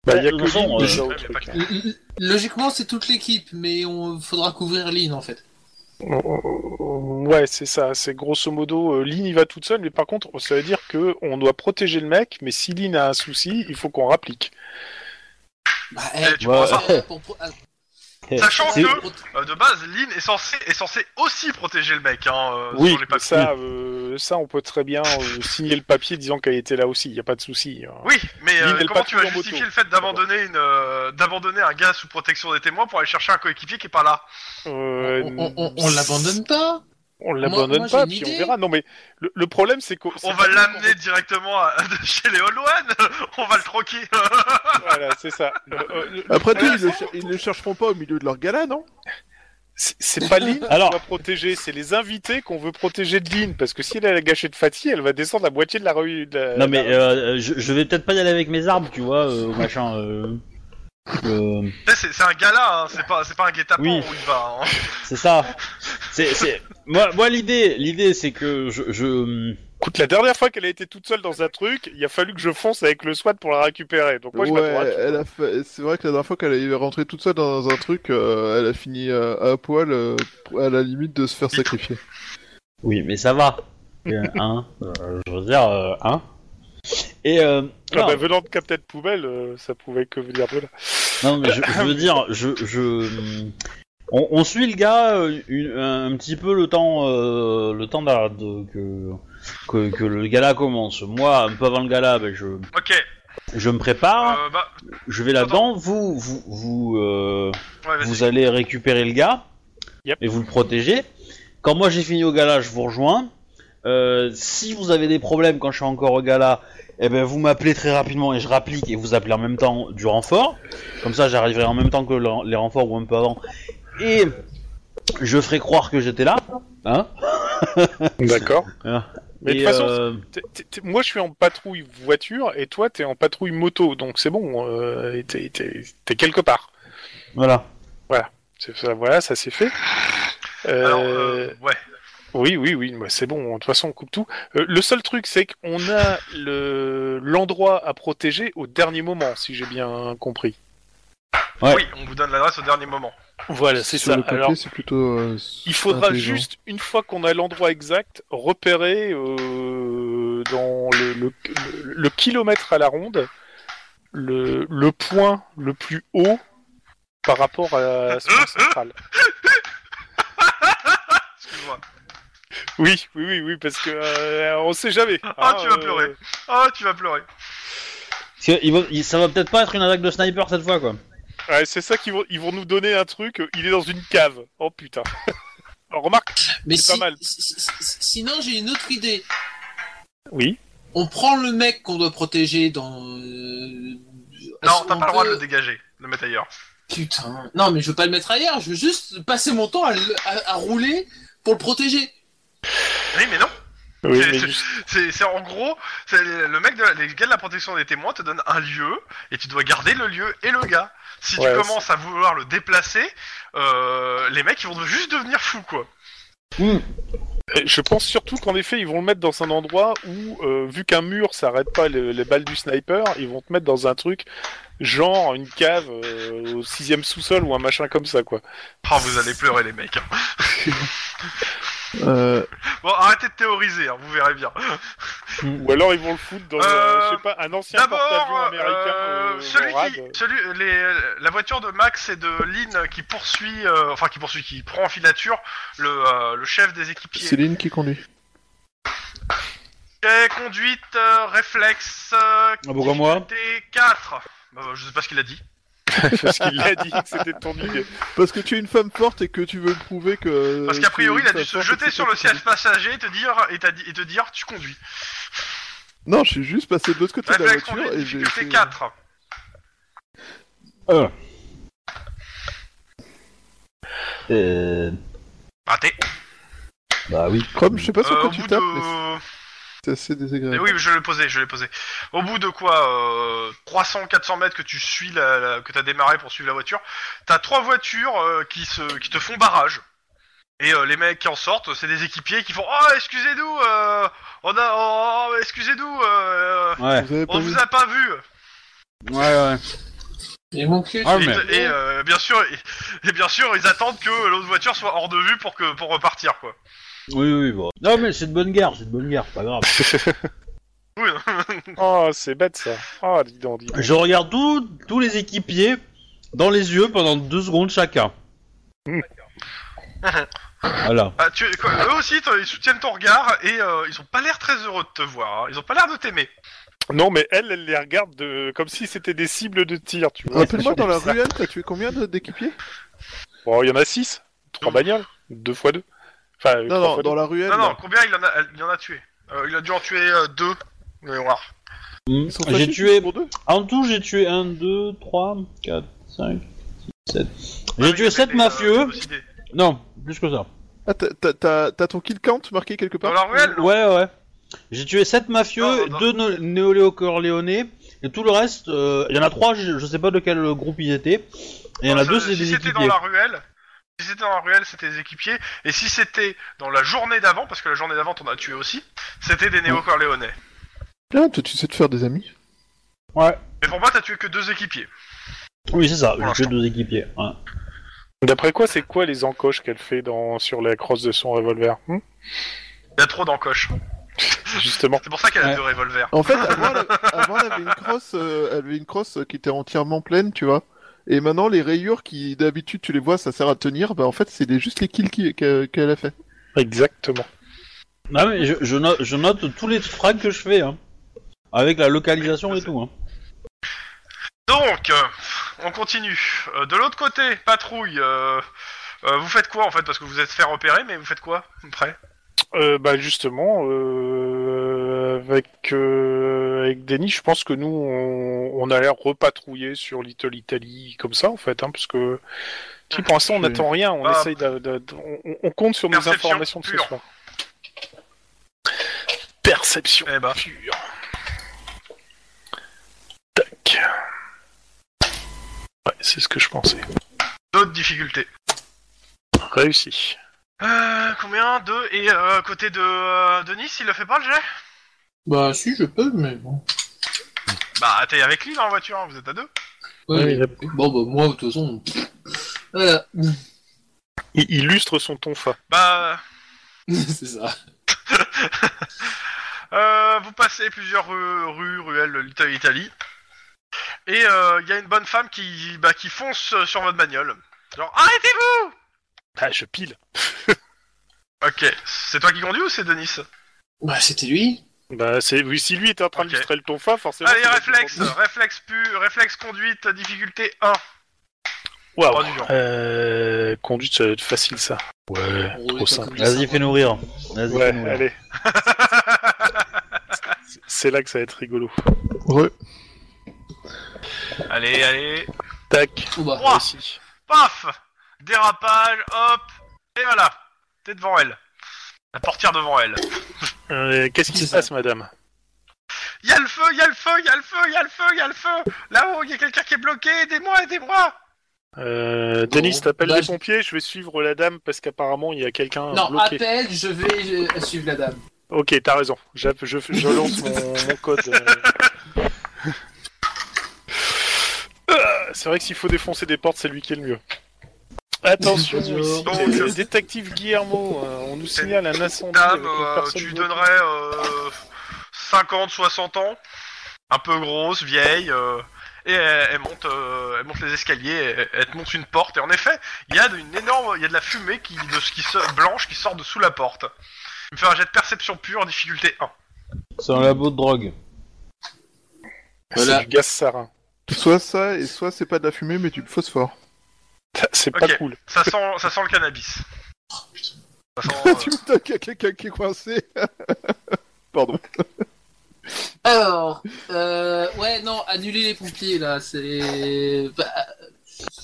Bah, il y a
de
que
toute façon,
Lynn
euh,
déjà au
ouais, mais
truc.
L- l- Logiquement, c'est toute l'équipe, mais on faudra couvrir Lynn en fait.
Oh, Ouais, c'est ça. C'est grosso modo, euh, Lynn y va toute seule, mais par contre, ça veut dire que on doit protéger le mec, mais si Lynn a un souci, il faut qu'on rapplique.
Bah,
Eh, tu
Ouais.
prends ça.
euh, pour- pour- ah,
Sachant
c'est-
que-
pour-
Euh, de base, Lynn est censé, est censé aussi protéger le mec. Hein, euh,
Oui,
sur les
mais
papiers.
ça, euh, ça, on peut très bien euh, signer le papier disant qu'elle était là aussi. Il n'y a pas de souci. hein.
Oui, mais euh,
Lynn, elle
comment
part
tu vas
toujours en
justifier
moto.
le fait d'abandonner une, euh, d'abandonner un gars sous protection des témoins pour aller chercher un coéquipier qui est pas là
Euh,
on on- on- on l'abandonne pas
On
Moi-
l'abandonne
moi,
pas,
j'ai une
puis on
idée.
verra. Non, mais le, le problème, c'est qu'on.
On
c'est
va
pas nous
l'amener directement à- chez les All One On va le troquer
qu'on- Voilà, c'est ça. Euh, euh, le-
Après tout, ils, le cher- ils ne chercheront pas au milieu de leur gala, non
c'est- c'est pas Lynn qu'on
Alors-
va protéger, c'est les invités qu'on veut protéger de Lynn, parce que si elle a la gâchette Fatih, elle va descendre la moitié de la rue. de la-
Non mais
la-
euh, je, je vais peut-être pas y aller avec mes armes, tu vois, euh, au machin. euh, euh,
Tu sais, C'est c'est un gars là, hein, c'est pas, c'est pas un guet-apens
Oui.
où il va. hein.
c'est ça. C'est, c'est... Moi, moi l'idée, l'idée, c'est que je, je...
Écoute, la dernière fois qu'elle a été toute seule dans un truc, il a fallu que je fonce avec le SWAT pour la récupérer. Donc moi, je
Ouais,
m'attends à tout.
elle a fait- c'est vrai que la dernière fois qu'elle est rentrée toute seule dans un truc, euh, elle a fini euh, à poil euh, à la limite de se faire sacrifier.
Oui, mais ça va. Euh, Hein euh, Je veux dire, euh, hein Et euh,
Ah
non,
bah, venant de Captain Poubelle, euh, ça pouvait que venir de là.
non, mais je, je veux dire, je, je- on, on suit le gars euh, une- un petit peu le temps, euh, le temps d'a- de- que, que que le gala commence. Moi, un peu avant le gala, ben, je
Ok,
je me
Ah.
prépare,
euh, bah,
je vais là-dedans. Vous vous vous euh,
ouais, vas-y.
vous allez récupérer le gars
Yep.
et vous le protégez. Quand moi j'ai fini au gala, je vous rejoins. Euh, si vous avez des problèmes quand je suis encore au gala, eh ben vous m'appelez très rapidement et je rapplique et vous appelez en même temps du renfort. Comme ça, j'arriverai en même temps que le- les renforts ou un peu avant. Et je ferai croire que j'étais là. Hein
D'accord.
Ah.
Mais de
Et,
toute façon,
euh,
t'es- t'es- t'es- moi je suis en patrouille voiture et toi t'es en patrouille moto, donc c'est bon, euh, et t'es- t'es t'es quelque part.
voilà.
C'est Ça, voilà, ça s'est fait. Euh,
Alors, euh, ouais.
Oui, oui, oui, moi, c'est bon, de toute façon on coupe tout. Euh, le seul truc c'est qu'on a le- l'endroit à protéger au dernier moment, si j'ai bien compris.
Ouais.
Oui, on vous donne l'adresse au dernier moment.
Voilà, c'est
Sur
ça.
le papier,
Alors,
c'est plutôt. euh, s-
Il faudra
intelligent.
juste, une fois qu'on a l'endroit exact, repérer euh, dans le, le- le- le kilomètre à la ronde le, le point le plus haut par rapport à ce
Euh,
point central.
Excuse-moi.
Oui, oui, oui, oui, parce que euh, on sait jamais.
Ah, tu vas
euh,
pleurer. Oh, tu vas pleurer.
Parce que il va- il- ça va peut-être pas être une attaque de sniper cette fois, quoi.
ouais, c'est ça qu'ils vont, ils vont nous donner un truc. euh, Il est dans une cave. Oh putain. Alors, remarque.
Mais
C'est
si,
pas mal.
si- si- si- sinon, j'ai une autre idée.
Oui.
On prend le mec qu'on doit protéger dans. euh,
Non,
on
t'as pas le droit de
peut-
le dégager, de le mettre ailleurs.
Putain. Non, mais je veux pas le mettre ailleurs. Je veux juste passer mon temps à, le- à- à rouler pour le protéger.
Oui, mais non.
Oui,
C'est-
mais
c'est-
juste-
C'est c'est en gros, c'est le le mec de la, les gars de la protection des témoins te donne un lieu et tu dois garder le lieu et le gars. Si
Ouais,
tu commences à vouloir le déplacer, euh, les mecs ils vont juste devenir fous quoi.
Je pense surtout qu'en effet, ils vont le mettre dans un endroit où, euh, vu qu'un mur, ça arrête pas le- les balles du sniper, ils vont te mettre dans un truc, genre une cave euh, au sixième sous-sol ou un machin comme ça, quoi.
Ah, vous allez pleurer les mecs. hein.
Euh,
Bon, arrêtez de théoriser, hein, vous verrez bien.
Ou alors ils vont le foutre dans, euh, je sais pas, un ancien porte-avions
D'abord,
américain.
euh,
euh,
celui
Morad.
qui, celui, les, la voiture de Max et de Lynn qui poursuit, euh, enfin qui poursuit, qui prend en filature le, euh, le chef des équipiers.
Céline qui conduit.
Et conduite, euh, réflexe, euh,
Ah, pourquoi moi
difficulté 4. Bah, je sais pas ce qu'il a dit.
Parce qu'il a dit que c'était ton idée.
Parce que tu es une femme forte et que tu veux prouver que.
Parce qu'a
tu es
priori,
une
il a
femme
dû se
forte et
jeter
que
sur
tu
le
peux
siège passager et te dire, et, t'a dit- et te dire tu conduis.
prouver. Non, je suis juste passé de l'autre côté de la
Réflexe,
voiture
conduite,
et j'ai.
difficulté
fait-
4.
Euh,
Raté.
bah oui.
Chrome, je sais pas sur
Euh,
quoi
au
tu
bout
tapes,
de-
mais c'est assez
Eh
désagréable.
oui, je l'ai posé, je l'ai posé. Au bout de quoi, euh, 300-400 mètres que tu suis, la, la- que t'as démarré pour suivre la voiture, t'as trois voitures euh, qui se, qui te font barrage. Et euh, les mecs qui en sortent, c'est des équipiers qui font oh excusez-nous, euh, on a, oh, oh, excusez-nous, euh,
Ouais.
Vous avez pas
on
vu
vous a pas vu.
Ouais, ouais.
Et mon cul.
Ah,
Et,
mais-
et, euh, bien sûr, et, et bien sûr, ils attendent que l'autre voiture soit hors de vue pour que pour repartir quoi.
Oui, oui, bon. Non, mais c'est de bonne guerre, c'est de bonne guerre, pas grave.
Oui,
Oh, c'est bête ça. Oh, dis donc, dis donc.
Je regarde tous- tous les équipiers dans les yeux pendant deux secondes chacun. voilà.
Ah, tu- quoi, eux aussi, t- ils soutiennent ton regard et euh, ils ont pas l'air très heureux de te voir. hein. Ils ont pas l'air de t'aimer.
Non, mais elle, elle les regarde de... comme si c'était des cibles de tir, tu vois.
Rappelle-moi, Ah, dans la ruelle, t'as tué combien de- d'équipiers
Bon, il y en a six. Trois
Mm.
bagnoles. Deux fois deux. Enfin,
Non,
trois
non,
fois
dans la ruelle.
Non, non,
là.
combien il en a, il en a tué Euh, Il a dû en tuer euh, deux. Mais voir.
Hmm.
Ils sont
J'ai
fâchés
tué.
pour deux.
En tout, j'ai tué 1, 2, 3, 4, 5, 6, 7.
Ah,
J'ai
mais il y
tué 7
avait des,
mafieux.
euh, des idées.
Non, plus que ça.
Ah, t'as- t'as- t'as t'as ton kill count marqué quelque
Dans
part
la ruelle non.
Ouais, ouais. J'ai tué 7 mafieux,
Non, non,
2 néoléo-corléonais, et tout le reste, euh, il y en a 3, je, je sais pas de quel groupe ils étaient, et il y en a
Ça,
2, c'est
Euh, si
des
c'était
équipiers.
dans la ruelle, si c'était dans la ruelle, c'était des équipiers. Et si c'était dans la journée d'avant, parce que la journée d'avant, t'en as tué aussi, c'était
Oh.
des néo-corléonais.
Bien, Ah, toi, tu sais te faire des amis.
Ouais.
Mais pour moi, t'as tué que deux équipiers.
Oui, c'est ça,
Pour
j'ai tué
l'instant.
2 équipiers. ouais.
D'après quoi, c'est quoi les encoches qu'elle fait dans... sur la crosse de son revolver hmm
Il y a trop d'encoches.
justement.
C'est pour ça qu'elle a
Ouais.
deux revolvers.
En fait, avant, elle, avant, elle avait une crosse, euh, elle avait une crosse qui était entièrement pleine, tu vois. Et maintenant, les rayures qui d'habitude tu les vois, ça sert à tenir. Bah en fait, c'est les- juste les kills qui- que- qu'elle a fait.
Exactement.
Non, mais Ah je, je, note, je note tous les frags que je fais, hein. Avec la localisation et tout, hein.
Donc, euh, on continue. Euh, de l'autre côté, patrouille. euh, euh, vous faites quoi en fait Parce que vous êtes fait repérer, mais vous faites quoi après
Euh, bah justement, euh, avec, euh, avec Denis, je pense que nous, on, on a l'air repatrouillé sur Little Italy comme ça, en fait, hein, parce que qui, pour l'instant, on
Oui.
n'attend rien, on
Ah.
essaye d'a- d'a- d'a- on, on compte sur nos
Perception
informations de ce
pure.
soir. Perception
Eh ben,
pure. Tac. Ouais, c'est ce que je pensais.
d'autres difficultés.
Réussi.
Euh, combien Deux Et euh, côté de euh, Denis, il le fait pas le jet
Bah si, je peux, mais bon.
Bah, t'es avec lui dans la voiture, hein, vous êtes à deux.
Ouais,
Oui, il a-
Bon, bah moi, de toute façon... Voilà.
Il illustre son tonfa.
Bah,
c'est ça.
Euh, vous passez plusieurs ru- rues, ruelles de l'Italie. Italie. Et euh, il y a une bonne femme qui, bah, qui fonce euh, sur votre bagnole. Genre, arrêtez-vous
Ah, je pile.
Ok, c'est toi qui conduis ou c'est Denis
Bah c'était lui.
Bah, c'est... Oui, si lui était en train
Ok.
d'illustrer le tonfa, forcément.
Allez,
c'est-
réflexe Réflexe pu, réflexe conduite, difficulté 1.
Waouh.
Pas du genre.
Euh, conduite, ça va être facile ça. Ouais,
On est
trop
pas
simple.
comme les
Vas-y,
cinq.
fais-nous rire. Vas-y,
Ouais,
fais-nous rire.
allez. C'est- C'est là que ça va être rigolo.
Ouais.
Allez, allez.
Tac.
Oh, bah,
Trois.
Réussi.
Paf Dérapage, hop Et voilà T'es devant elle. La portière devant elle.
Euh, Qu'est-ce qui
C'est
se
ça.
passe, madame
Y a le feu, y a le feu, y a le feu, y a le feu, y a le feu Là-haut, y a quelqu'un qui est bloqué, aidez-moi, aidez-moi
euh, Denis, t'appelles
là,
les
je-
pompiers, je vais suivre la dame parce qu'apparemment il y a quelqu'un
Non,
Oh, bloqué.
appelle, je vais je- suivre la dame.
Ok, t'as raison. J'app- Je, je lance mon, mon code. euh. Euh, C'est vrai que s'il faut défoncer des portes, c'est lui qui est le mieux. Attention,
Bonjour.
ici,
Donc,
le
euh,
détective Guillermo, euh, on nous signale un incendie. avec
Dame,
une
euh,
personne
tu lui
bloquée.
donnerais euh, 50, 60 ans, un peu grosse, vieille, euh, et elle, elle monte, euh, elle monte les escaliers, elle, elle te monte une porte, et en effet, il y a de- une énorme, il y a de la fumée qui, de ce qui se- blanche qui sort de sous la porte. Il me fait un jet de perception pure, difficulté 1.
C'est un labo de drogue.
C'est
Voilà.
du gaz sarin.
Soit ça, et soit c'est pas de la fumée, mais du phosphore.
C'est
Ok.
pas cool.
Ça sent, ça sent le cannabis. Ça sent, euh,
tu m'étonnes qu'il y a quelqu'un qui est coincé. Pardon.
Alors, euh, ouais, non, annuler les pompiers, là, c'est... Bah,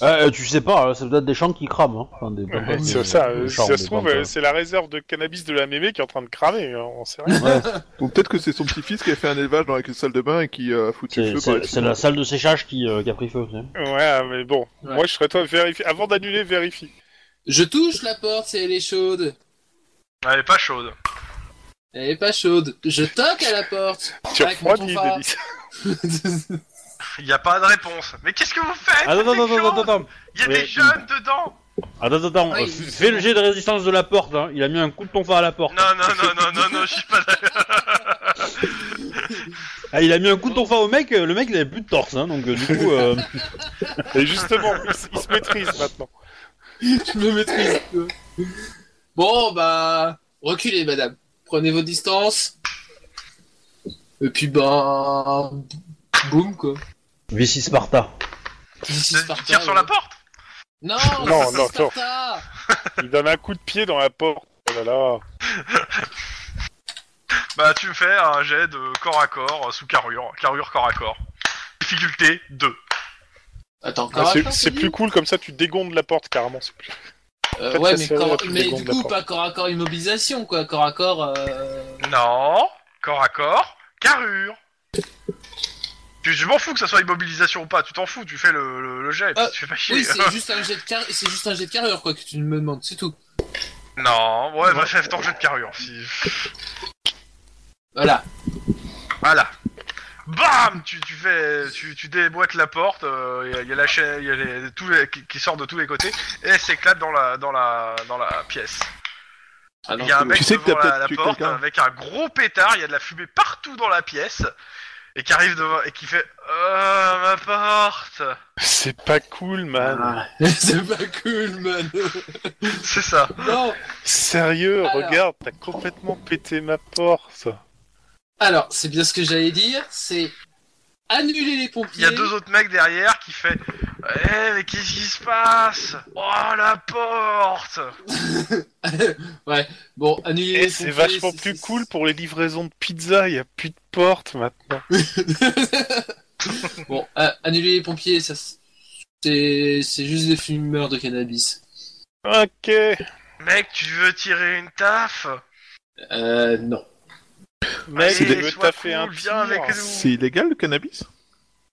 Ah, euh, tu sais pas, hein, c'est peut-être des chambres qui crament. Hein. Enfin, des-
Ouais,
des-
c'est ça.
des
euh, si
chambres,
ça se
des hein.
trouve,
plantes,
euh, c'est la réserve de cannabis de la mémé qui est en train de cramer. hein, On sait rien.
ouais. Ouais,
Ou peut-être que c'est son petit-fils qui a fait un élevage dans la salle de bain et qui euh, a foutu
c'est-
le feu.
C'est
par
c'est la salle de séchage qui, euh, qui a pris feu. tu sais.
ouais, mais bon.
Ouais.
Moi, je serais toi. Vérifie. Avant d'annuler, vérifie.
je touche la porte si elle est chaude.
euh, elle est pas chaude.
Elle est pas chaude. Je toque à la porte.
Tu
Avec mon
refroidis,
tonfa.
Denis.
Il n'y a pas de réponse. Mais qu'est-ce que vous faites
Ah,
Attends,
C'est
attends,
chaud
attends, attends.
Il y a
Ouais.
des jeunes dedans
Attends, attends, attends.
Ah,
Oui.
euh, f- Fais le jet de résistance de la porte. Hein. Il a mis un coup de tonfa à la porte.
Non, non, non, non, non, non, je suis pas d'accord.
Ah, il a mis un coup de tonfa au mec. euh, Le mec, il avait plus de torse. Hein, donc euh, du coup, euh,
Et justement, il s- il se maîtrise maintenant.
je me maîtrise. quoi. Bon, bah, reculez, madame. Prenez vos distances. Et puis, ben, boum, quoi.
Vici Sparta.
Ici,
Tu
Sparta,
tires sur la
ouais.
porte
Non,
Non,
non,
non,
non, Sparta.
Il donne un coup de pied dans la porte. Oh là là.
Bah tu me fais un jet de corps à corps euh, sous carrure, carrure corps à corps. Difficulté 2.
Attends,
Ah,
corps à
c'est-
corps,
c'est
t'as
plus
dit
cool comme ça, tu dégondes la porte carrément. c'est plus-
Euh,
Peut-être
ouais,
la
mais,
serrure,
corps-
tu
mais
dégondes
du
la
coup,
porte.
pas corps à corps immobilisation, quoi. Corps à corps. euh,
Non, corps à corps, carrure. Tu, je m'en fous que ça soit immobilisation ou pas, tu t'en fous, tu fais le, le, le jet et puis
Ah,
tu fais pas chier.
Oui, c'est juste un jet de car... c'est juste un jet de carrure, quoi, que tu me demandes, c'est tout.
non, ouais, bref, fais ton jet de carrure. Si...
Voilà.
Voilà. Bam tu, tu fais, tu, tu déboîtes la porte, il y a la chaîne, y a les, tous les- qui, qui sort de tous les côtés et elle s'éclate dans la, dans la, dans la pièce.
Ah non,
Il y a un
c'est
mec
Tu sais que t'as
devant la,
peut-être
la
tué
porte
quelqu'un.
avec un gros pétard, il y a de la fumée partout dans la pièce, et qui arrive devant et qui fait euh, ma porte.
C'est pas cool, man.
bon. C'est pas cool, man.
C'est ça.
non.
Sérieux,
Alors.
regarde, t'as complètement pété ma porte.
Alors, c'est bien ce que j'allais dire, c'est annuler les
Il
pompiers.
y a deux autres mecs derrière qui fait Eh mais qu'est-ce qui se passe Oh la porte
ouais. Bon, annuler
Et
les
Eh, c'est
pompiers,
vachement
c'est-
plus
c'est-
cool pour les livraisons de pizza, y a plus de porte maintenant.
bon, euh, annuler les pompiers, ça s- c'est c'est juste des fumeurs de cannabis.
Ok.
Mec, tu veux tirer une taf
Euh, non.
Mec,
c'est
je
des-
veux
sois
taper
cool,
un
viens
tir.
avec nous.
C'est illégal le cannabis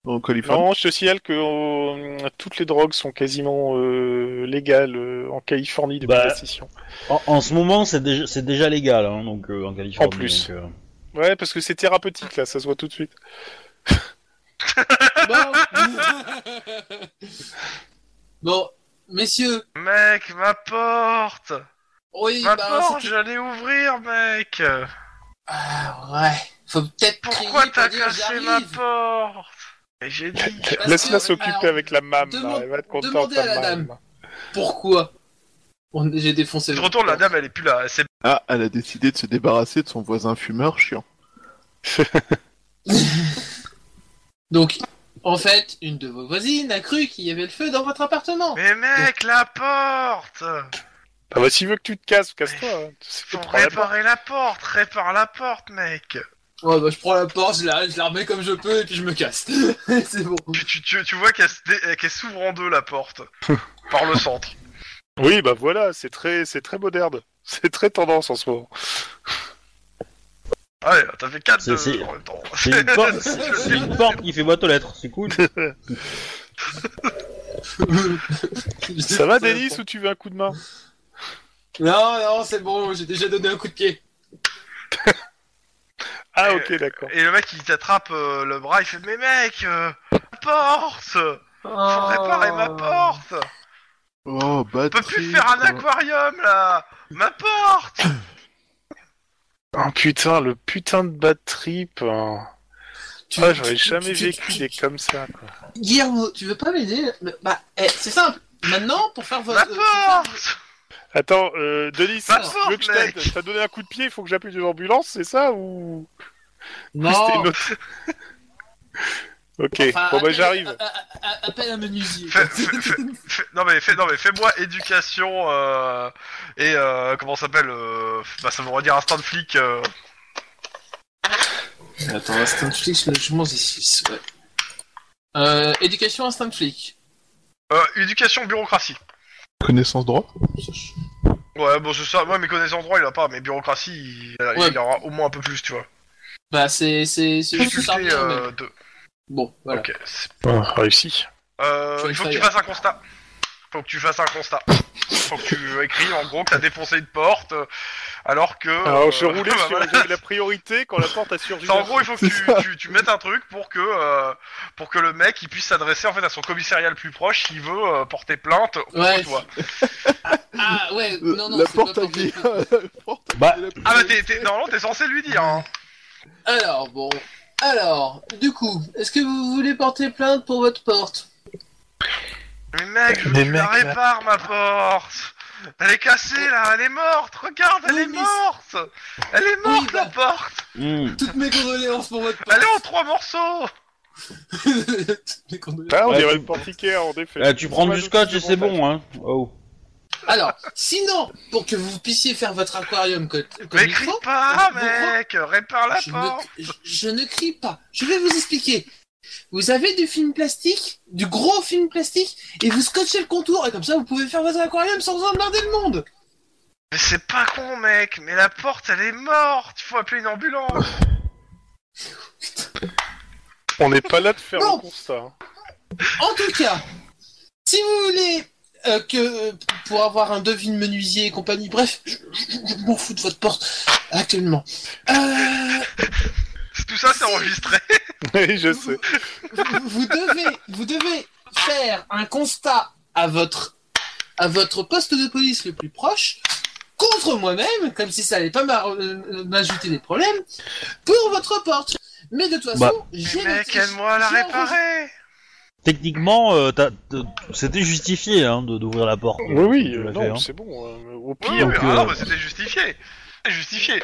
En Californie
Non, je te signale que euh, toutes les drogues sont quasiment euh, légales euh, en Californie depuis
Bah.
la session.
En, en ce moment, c'est déjà, c'est déjà légal, hein, donc euh, en Californie.
En plus.
donc, euh,
Ouais, parce que c'est thérapeutique là, ça se voit tout de suite.
Bon. bon, messieurs,
Mec, ma porte
oui,
Ma
bah,
porte,
c'était-
j'allais ouvrir, mec
Ah, ouais. Faut peut-être
Pourquoi
crier
t'as
pour dire
cassé
j'arrive.
ma porte Et j'ai dit
Parce
Laisse-la
que-
s'occuper
alors,
avec la mam, là,
demande-
elle va être contente.
demandez à la
mam.
Pourquoi On- J'ai défoncé.
Je
le-
retourne, la dame, elle est plus là. C'est
Ah, elle a décidé de se débarrasser de son voisin fumeur chiant.
Donc, en fait, une de vos voisines a cru qu'il y avait le feu dans votre appartement.
Mais mec, la porte
Ah bah s'il veut que tu te casses, casse-toi. hein. C'est
Faut
pas par la porte.
réparer la porte Répare la porte, mec
Ouais, bah je prends la porte, je la, je la remets comme je peux et puis je me casse. c'est bon.
Tu, tu, tu, tu vois qu'elle se dé- euh, qu'elle s'ouvre en deux, la porte. par le centre.
Oui, bah voilà, c'est très, c'est très moderne. C'est très tendance en ce moment.
Ah ouais, t'as fait 4
C'est- c'est-
de... en même temps.
C'est une, porte- c'est- c'est une porte qui fait boîte aux lettres, c'est cool.
Ça va, Denis, ou tu veux un coup de main
Non, non, c'est bon, j'ai déjà donné un coup de pied.
Ah
Euh,
ok, d'accord.
Et le mec, il t'attrape euh, le bras, il fait Mais mec, euh, la porte Faut
Oh.
réparer ma porte On
Oh, bah
peut plus faire un aquarium, là Ma porte
Oh putain, le putain de bad trip. hein.
Tu-
Ah, j'aurais
tu-
jamais
tu-
vécu
tu-
des comme ça. Quoi.
Guillermo, tu veux pas m'aider Bah, eh, c'est simple. Maintenant, pour faire votre.
Ma porte
Attends, euh, Denis,
Ma
tu
force,
veux que je t'aide
mec
T'as donné un coup de pied, il faut que j'appuie sur l'ambulance, c'est ça ou C'était
non.
une autre- Ok,
Enfin,
bon bah
appelle-
j'arrive.
a- a- a- Appelle un menuisier.
Fais- fais- Fais- Non mais fais, non mais fais-moi éducation euh, et euh, comment ça s'appelle euh, bah ça voudrait dire instant de flic euh,
Attends, instinct flic, logement des 6. Ouais. Euh, éducation instinct flic.
euh, éducation bureaucratie.
Connaissance droit
Ouais bon c'est ça. Moi mes connaissances droit il a pas mais bureaucratie il, il
Ouais.
y aura au moins un peu plus tu vois.
Bah, c'est. C'est. C'est. ça
Difficulté
revient au même.
euh, deux.
Bon, voilà.
Ok. c'est-
Ah, réussi.
Euh,
Je vais
il faut que
le
tu
faire.
fasses un constat. Faut que tu fasses un constat. Faut que tu écris en gros que t'as défoncé une porte euh, alors que.
Alors Ah, je
euh,
roulais
bah,
sur
voilà.
j'avais la priorité quand la porte a surgi.
Ça, en gros, il faut que tu, tu, tu mettes un truc pour que euh, pour que le mec il puisse s'adresser en fait à son commissariat le plus proche s'il veut euh, porter plainte contre
Ouais.
toi.
Ah, ouais, non, non.
Euh, La
c'est
porte
pas
à
pour-
vie
Bah,
Ah bah t'es, t'es- normalement t'es censé lui dire. Hein.
Alors, bon. Alors, du coup, est-ce que vous voulez porter plainte pour votre porte
Mais mec, je veux
Mais
que tu la
mec, là-
répare ma porte. Elle est cassée là, elle est morte. Regarde, elle
Oui,
est
mais c'est-
morte. Elle est morte
Oui,
la
bah-
porte.
hmm.
Toutes mes condoléances pour votre porte.
Elle est en trois morceaux.
Toutes mes condoléances.
Ah, on
Ouais,
dirait
tu-
le portiquaire en effet.
Là, Ah, Bah, tu prends
Ouais,
du
je-
scotch
je
et c'est
montage.
bon, hein. Oh.
Bah.
Alors, sinon, pour que vous puissiez faire votre aquarium co- comme
Mais
il
crie
faut,
pas,
vous- vous-
mec. Répare la
je,
porte.
ne, je- je ne crie pas. Je vais vous expliquer. Vous avez du film plastique, du gros film plastique, et vous scotchez le contour, et comme ça vous pouvez faire votre aquarium sans emmerder le monde.
Mais c'est pas con, mec. Mais la porte, elle est morte. Il faut appeler une ambulance.
On n'est pas là de faire
Non.
le constat. hein.
En tout cas, si vous voulez euh, que euh, pour avoir un devis de menuisier et compagnie, bref, je, je- je m'en fous de votre porte actuellement. Euh,
Tout ça, c'est enregistré.
Oui, je sais.
vous, vous devez, vous devez faire un constat à votre, à votre poste de police le plus proche contre moi-même, comme si ça allait pas m'a- euh, m'ajouter des problèmes, pour votre porte. Mais de toute façon,
Bah.
j'ai
Mais
noté-
aide-moi à la
j'ai enregistré-
réparer
Techniquement, euh, t'as- t'as- c'était justifié hein, de- d'ouvrir la porte.
Oui, oui,
Tu
euh,
l'as
non,
fait, hein.
c'est bon. euh, au
Oui,
pire,
oui,
Donc,
ah
euh,
non, mais c'était justifié C'était justifié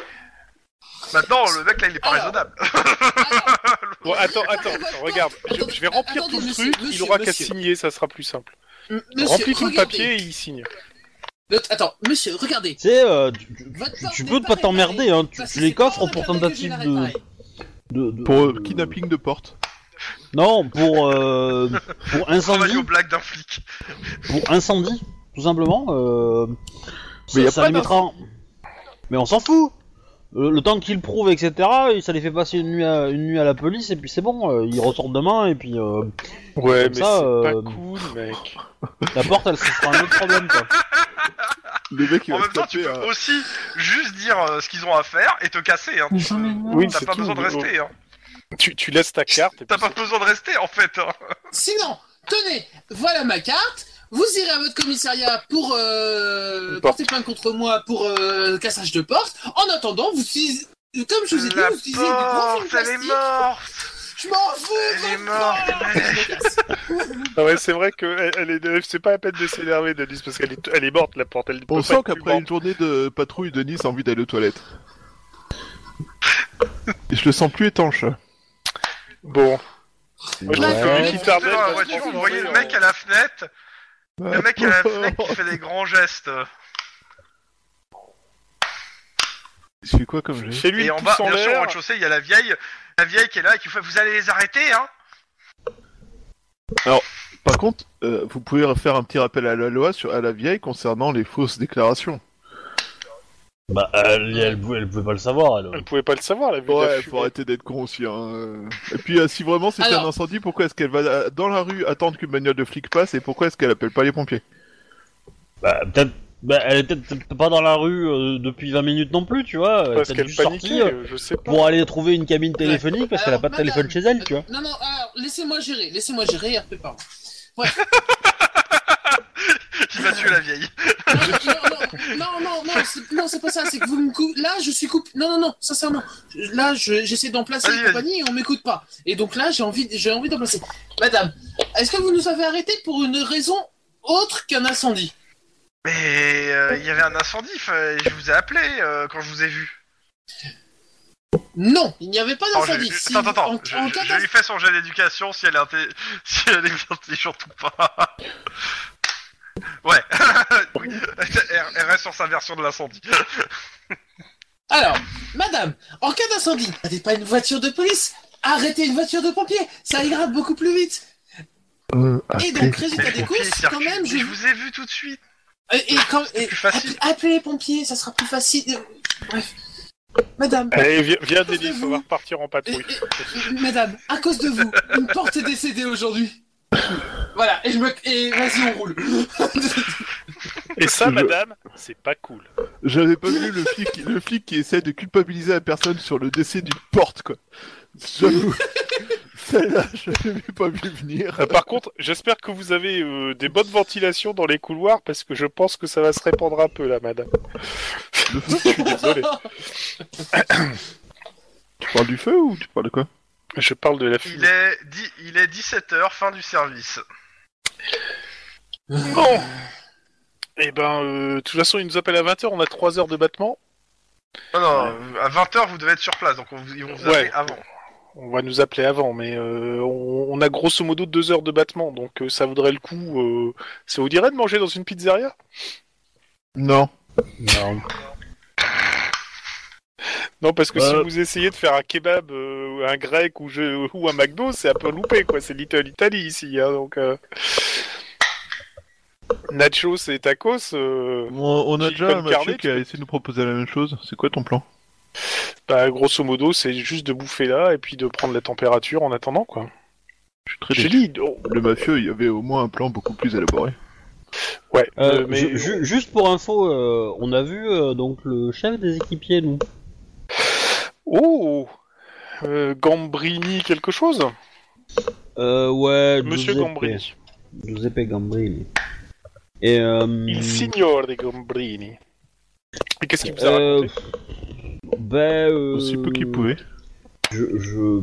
Maintenant, le mec là, il est pas
Alors.
raisonnable.
Alors,
Bon, attends, attends,
Attendez,
attends, regarde. Je, je vais remplir
attendez,
tout le
monsieur,
truc, il
monsieur,
aura qu'à
monsieur.
signer, ça sera plus simple.
m- monsieur,
Remplis tout le
regardez.
papier et il signe.
Note- Attends, monsieur, regardez.
Tu sais, euh, tu, tu-
Votre
tu-
porte
tu
n'est
peux
pas
pas t'emmerder, hein. tu,
Parce
tu
que
les
c'est pas
coffres
votre
pour
porte que je vais
tentative
la
de,
réparer.
de- de-
Pour euh,
de-
kidnapping de porte.
Non, pour, euh, pour
Travaille
incendie,
aux blagues d'un flic.
pour incendie, tout simplement. euh, ça,
Mais y a
ça
pas
les mettra en- Mais on s'en fout. Euh, Le, le temps qu'ils prouvent, etc., ça les fait passer une nuit à, une nuit à la police et puis c'est bon, euh, ils ressortent demain et puis euh,
Ouais,
Comme
mais
ça,
c'est
euh,
pas cool, mec.
la porte, elle, ce sera un autre problème. Quoi.
Le mec, il
En
va
même
se
temps, tu
taper
peux
Euh.
à-
aussi juste dire euh, ce qu'ils ont à faire et te casser. Hein.
Oui,
T'as
c'est
pas
tout,
besoin de
euh,
mais
rester. Hein.
bon. Oh, Tu, tu laisses ta carte et
T'as
puis
pas besoin de rester en fait. Hein.
Sinon, tenez, voilà ma carte. Vous irez à votre commissariat pour euh,
Une porte.
porter plainte contre moi pour euh, cassage de porte. En attendant, vous utilisez, comme je vous ai dit,
La
vous utilisez des gros films
porte, elle est
plastiques.
morte.
Je m'en fous.
Elle est
votre
morte,
porte.
mec.
Je me casse.
c'est- Ah ouais, c'est vrai que elle- elle est- c'est pas la peine de s'énerver, Denise, parce qu'elle est, elle est morte, la porte. Elle peut
On
pas
sent
être plus
qu'après une
morte.
tournée de patrouille, Denis a envie d'aller aux toilettes. Et je le sens plus étanche.
Bon. Moi, je trouve Ah, que hein.
Ouais.
lui qui tardait,
Dans
il
la
va se
voiture, vous
transformer
voyez le
en-
mec à la fenêtre. Le mec à la fenêtre qui fait des grands gestes.
Je fais quoi comme j'ai
Chez lui,
Et
il
en bas,
pousse en
bien sûr, au
l'air.
rez-de-chaussée, il y a la vieille, la vieille qui est là et qui fait Vous allez les arrêter, hein
Par contre, euh, vous pouvez refaire un petit rappel à la loi sur à la vieille concernant les fausses déclarations.
Bah, elle, elle, pouvait- elle pouvait pas le savoir. Elle,
Elle pouvait pas le savoir, la vue de la
Ouais,
fumée.
faut arrêter d'être con aussi. Hein. euh. Et puis, euh, si vraiment c'était
Alors-
un incendie, pourquoi est-ce qu'elle va euh, dans la rue attendre qu'une bagnole de flic passe et pourquoi est-ce qu'elle appelle pas les pompiers
Bah, peut-être. Bah, elle est peut-être pas dans la rue euh, depuis 20 minutes non plus, tu vois. Elle est
Parce
peut-être
qu'elle
juste
paniquait,
sortie, euh,
euh, je sais pas.
pour aller trouver une cabine téléphonique parce qu'elle a
Alors,
pas de téléphone chez
madame,
elle, tu vois.
Non, non, alors, laissez-moi gérer, laissez-moi gérer, RP, pardon.
Qui va tuer la vieille
Non, non, non, non, non, c'est- non, c'est pas ça, c'est que vous me coupez. Là, je suis coupé. Non, non, non, sincèrement. Là, je- j'essaie d'en placer
Vas-y,
une
vas-y.
compagnie et on m'écoute pas. Et donc là, j'ai envie, j'ai envie d'en placer. Madame, est-ce que vous nous avez arrêté pour une raison autre qu'un incendie
Mais euh, il y avait un incendie, fa- je vous ai appelé euh, quand je vous ai vu.
Non, il n'y avait pas
Attends, je-
d'incendie.
je-
Si-
attends, attends,
en-
je,
en
je-
cas
je lui fais son jet d'éducation si elle est, inté- si elle est intelligente ou pas. Ouais, Oui. Elle, elle reste sur sa version de l'incendie.
Ah, Alors, madame, en cas d'incendie, n'avez pas une voiture de police Arrêtez une voiture de pompier, ça ira beaucoup plus vite. Et donc, résultat des
pompiers,
courses,
ils
quand même,
circulent.
je,
je vous ai vu tout de suite.
Et, et quand, et-
plus facile.
appe- appelez les pompiers, ça sera plus facile. Euh, Bref. Madame,
Allez, viens, viens
Parce que
Denise, on
vous-
va repartir en
et-
patrouille.
et- madame, à cause de vous, une porte est décédée aujourd'hui. Voilà, et je me, et vas-y, on roule.
Et ça,
Je-
madame, c'est pas cool.
J'avais pas vu le flic, le flic qui essaie de culpabiliser la personne sur le décès d'une porte, quoi. J'avoue. Celle-là, je l'avais pas vu venir.
Euh, par contre, j'espère que vous avez euh, des bonnes ventilations dans les couloirs parce que je pense que ça va se répandre un peu là, madame. je suis désolé.
Tu parles du feu ou tu parles de quoi
Je parle de la
Il
fumée.
est, dix- il est 17h, fin du service.
Bon Eh ben, euh, de toute façon, il nous appelle à 20h, on a 3 heures de battement.
Non, non, Euh, à 20h, vous devez être sur place, donc on vous- ils vont vous appeler
Ouais.
avant.
On va nous appeler avant, mais euh, on, on a grosso modo 2 heures de battement, donc euh, ça vaudrait le coup. euh, Ça vous dirait de manger dans une pizzeria
Non.
Non, parce que
Euh.
si vous essayez de faire un kebab, euh, un grec ou, je- ou un McDo, c'est un peu loupé, quoi. C'est Little Italy ici, hein, donc... euh, Nachos et tacos... euh,
On, on a
S'il
déjà
peut me
un Mathieu
carner,
qui a essayé de nous proposer la même chose. C'est quoi ton plan
Bah, grosso modo, c'est juste de bouffer là et puis de prendre la température en attendant, quoi.
Je suis très
J'ai
déçu.
dit, oh,
Le mafieux, il y avait au moins un plan beaucoup plus élaboré.
ouais,
Euh,
euh, mais
ju- ju- juste pour info, euh, on a vu euh, donc le chef des équipiers, nous.
oh, euh, Gambrini quelque chose,
Euh, ouais,
Monsieur
Giuseppe.
Gambrini.
Giuseppe Gambrini. Et euh,
Il signore des Gambrini. Et qu'est-ce qu'il vous a
Euh,
raconté
Ben. euh,
Aussi peu qu'il pouvait.
Je, je.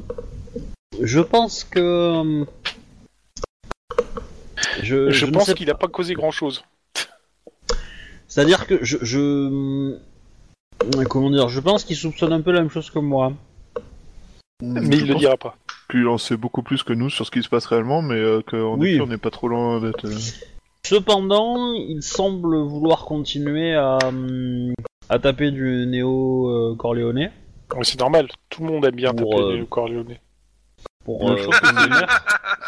je pense que. euh, Je,
Je
ne
pense
sais
qu'il n'a pas causé grand-chose.
C'est-à-dire que je, je. Comment dire Je pense qu'il soupçonne un peu la même chose que moi.
Mais il
Je
ne le
pense
dira pas.
qu'il en sait beaucoup plus que nous sur ce qui se passe réellement, mais euh, qu'en
Oui.
effet, on n'est pas trop loin d'être. euh,
Cependant, il semble vouloir continuer à, hum, à taper du euh, néo-corléonais.
Ouais, c'est normal, tout le monde aime bien
Pour,
taper
euh,
le Corleone.
Pour,
je
euh,
pense que c'est une-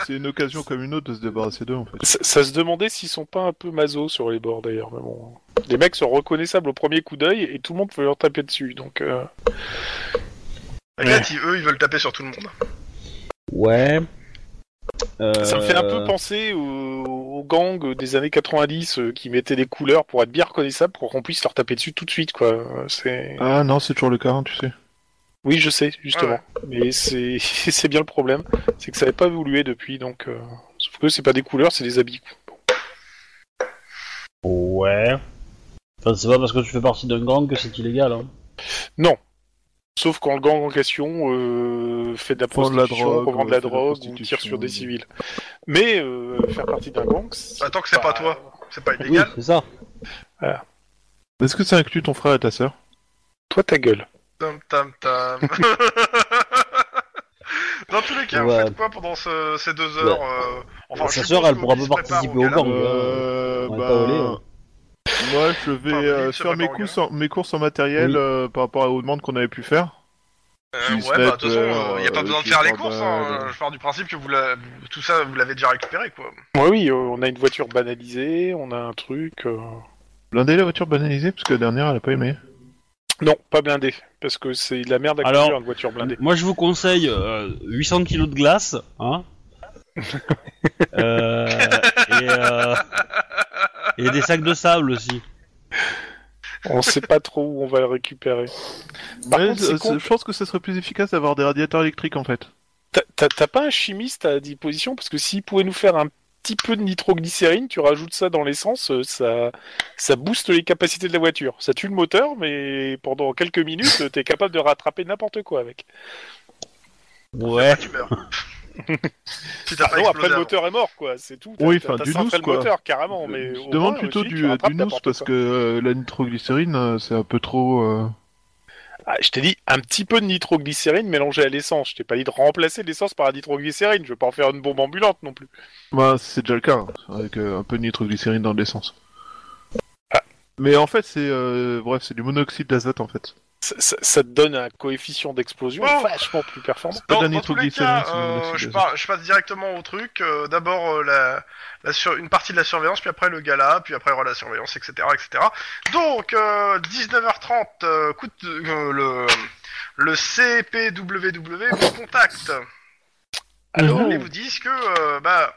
c'est une occasion comme une autre de se débarrasser d'eux en fait.
Ça, ça se demandait s'ils sont pas un peu maso sur les bords d'ailleurs, mais bon. Les mecs sont reconnaissables au premier coup d'œil et tout le monde peut leur taper dessus, donc euh,
Regarde, ils- eux, ils veulent taper sur tout le monde.
ouais.
ça me fait un peu
Euh,
penser aux, aux gangs des années 90 euh, qui mettaient des couleurs pour être bien reconnaissables pour qu'on puisse leur taper dessus tout de suite, quoi. Euh, C'est...
Ah non, c'est toujours le cas, hein, tu sais.
Oui, je sais, justement.
Ah
Mais c'est... c'est bien le problème, c'est que ça n'avait pas évolué depuis, donc... euh, Sauf que c'est pas des couleurs, c'est des habits. Bon.
Ouais. Enfin, c'est pas parce que tu fais partie d'un gang que c'est illégal. Hein.
Sauf quand le gang en question euh, fait de la
Vend de la
prostitution,
drogue,
revend de la
fait de la
drogue ou tire sur
prostitution.
des civils. Mais euh, faire partie d'un gang, c'est
Bah, tant que c'est pas toi, c'est pas
Oui,
illégal.
c'est ça.
Est-ce que ça inclut ton frère et ta sœur
Toi ta gueule.
Tam tam tam. Dans tous les cas,
Ouais.
vous faites quoi pendant ce- ces deux heures euh, enfin, je
Sa
suppose
sœur, elle
que
pourra
Obi
pas
se prépare
participer au
gala.
gang.
Euh,
on va
bah,
pas voler, hein.
Moi, je vais
Enfin,
euh,
Philippe se
faire mes,
prépare au
courses en, mes courses en matériel
Oui.
euh, par rapport aux demandes qu'on avait pu faire.
Euh,
Qui se
ouais, bah, de toute
mettent,
façon, il
euh,
n'y a pas besoin de
qui
faire les
se
courses.
promènent.
hein. Je pars du principe que vous la- tout ça, vous l'avez déjà récupéré, quoi.
euh. Ouais, oui, euh, on a une voiture banalisée, on a un truc. euh,
Blindez la voiture banalisée, parce que la dernière, elle a pas aimé.
Non, pas blindé, parce que c'est de la merde à
Alors-
conduire une voiture blindée.
Moi, je vous conseille euh, 800 kilos de glace, hein. Euh, et, euh, et des sacs de sable aussi.
On sait pas trop où on va la récupérer. Par
Mais,
contre, c'est
euh,
con,
je pense que ça serait plus efficace d'avoir des radiateurs électriques en fait.
t'as- t'as t'as pas un chimiste à disposition, parce que s'il pouvait nous faire un petit peu de nitroglycérine, tu rajoutes ça dans l'essence, euh, ça, ça booste les capacités de la voiture. Ça tue le moteur, mais pendant quelques minutes, euh, t'es capable de rattraper n'importe quoi avec.
Ouais.
Tu meurs. si t'as
Ah
pas
non,
explosé
après le
avant.
moteur est mort, quoi, c'est tout.
Oui,
T'as-
enfin,
t'as
du
cintré
nous,
le
quoi.
moteur, carrément, mais
Je
au
demande
moins,
plutôt
aussi, tu
du,
rattrapes
du nous
n'importe
parce
quoi.
que euh, la nitroglycérine euh, c'est un peu trop. euh,
Ah, je t'ai dit un petit peu de nitroglycérine mélangée à l'essence. Je t'ai pas dit de remplacer l'essence par la nitroglycérine. Je vais pas en faire une bombe ambulante non plus.
Bah, c'est déjà le cas, hein, avec euh, un peu de nitroglycérine dans de l'essence.
Ah.
Mais en fait, c'est euh, bref, c'est du monoxyde d'azote en fait.
Ça, ça- ça te donne un coefficient d'explosion
Bon.
vachement plus performant.
Pas
Dans,
de
dans tous les cas,
nitroglycérine, c'est
euh,
de l'oxyde
je,
d'azote.
pars- je passe directement au truc. euh, D'abord euh, la, la sur- une partie de la surveillance, puis après le gala, puis après euh, la surveillance, etc., etc. Donc euh, 19h30, euh, coup de- euh, le le CPWW vous contacte.
Allô
Ils vous disent que euh, bah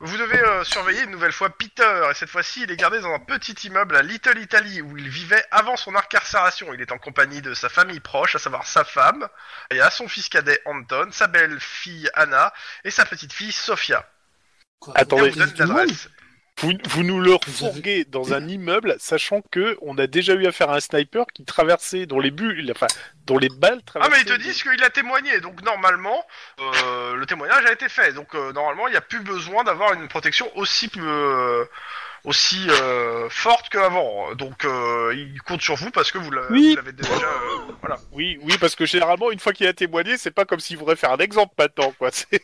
vous devez euh, surveiller une nouvelle fois Peter et cette fois-ci il est gardé dans un petit immeuble à Little Italy où il vivait avant son incarcération. Il est en compagnie de sa famille proche, à savoir sa femme, et à son fils cadet Anton, sa belle-fille Anna et sa petite-fille Sophia.
Quoi,
Et
Attendez.
on
regarde,
vous donne
tout le monde.
l'adresse.
Vous, vous nous le
Vous avez-
refourguez dans un immeuble, sachant que on a déjà eu affaire à un sniper qui traversait, dont les bulles, enfin, dont les balles
Ah
traversaient.
mais ils te disent qu'il a témoigné, donc normalement euh, le témoignage a été fait, donc euh, normalement il n'y a plus besoin d'avoir une protection aussi euh, aussi euh, forte qu'avant. Donc euh, il compte sur vous parce que vous l'a-
Oui.
vous l'avez déjà. euh, voilà.
Oui, oui, parce que généralement, une fois qu'il a témoigné, c'est pas comme s'il voudrait faire un exemple maintenant, quoi. C'est-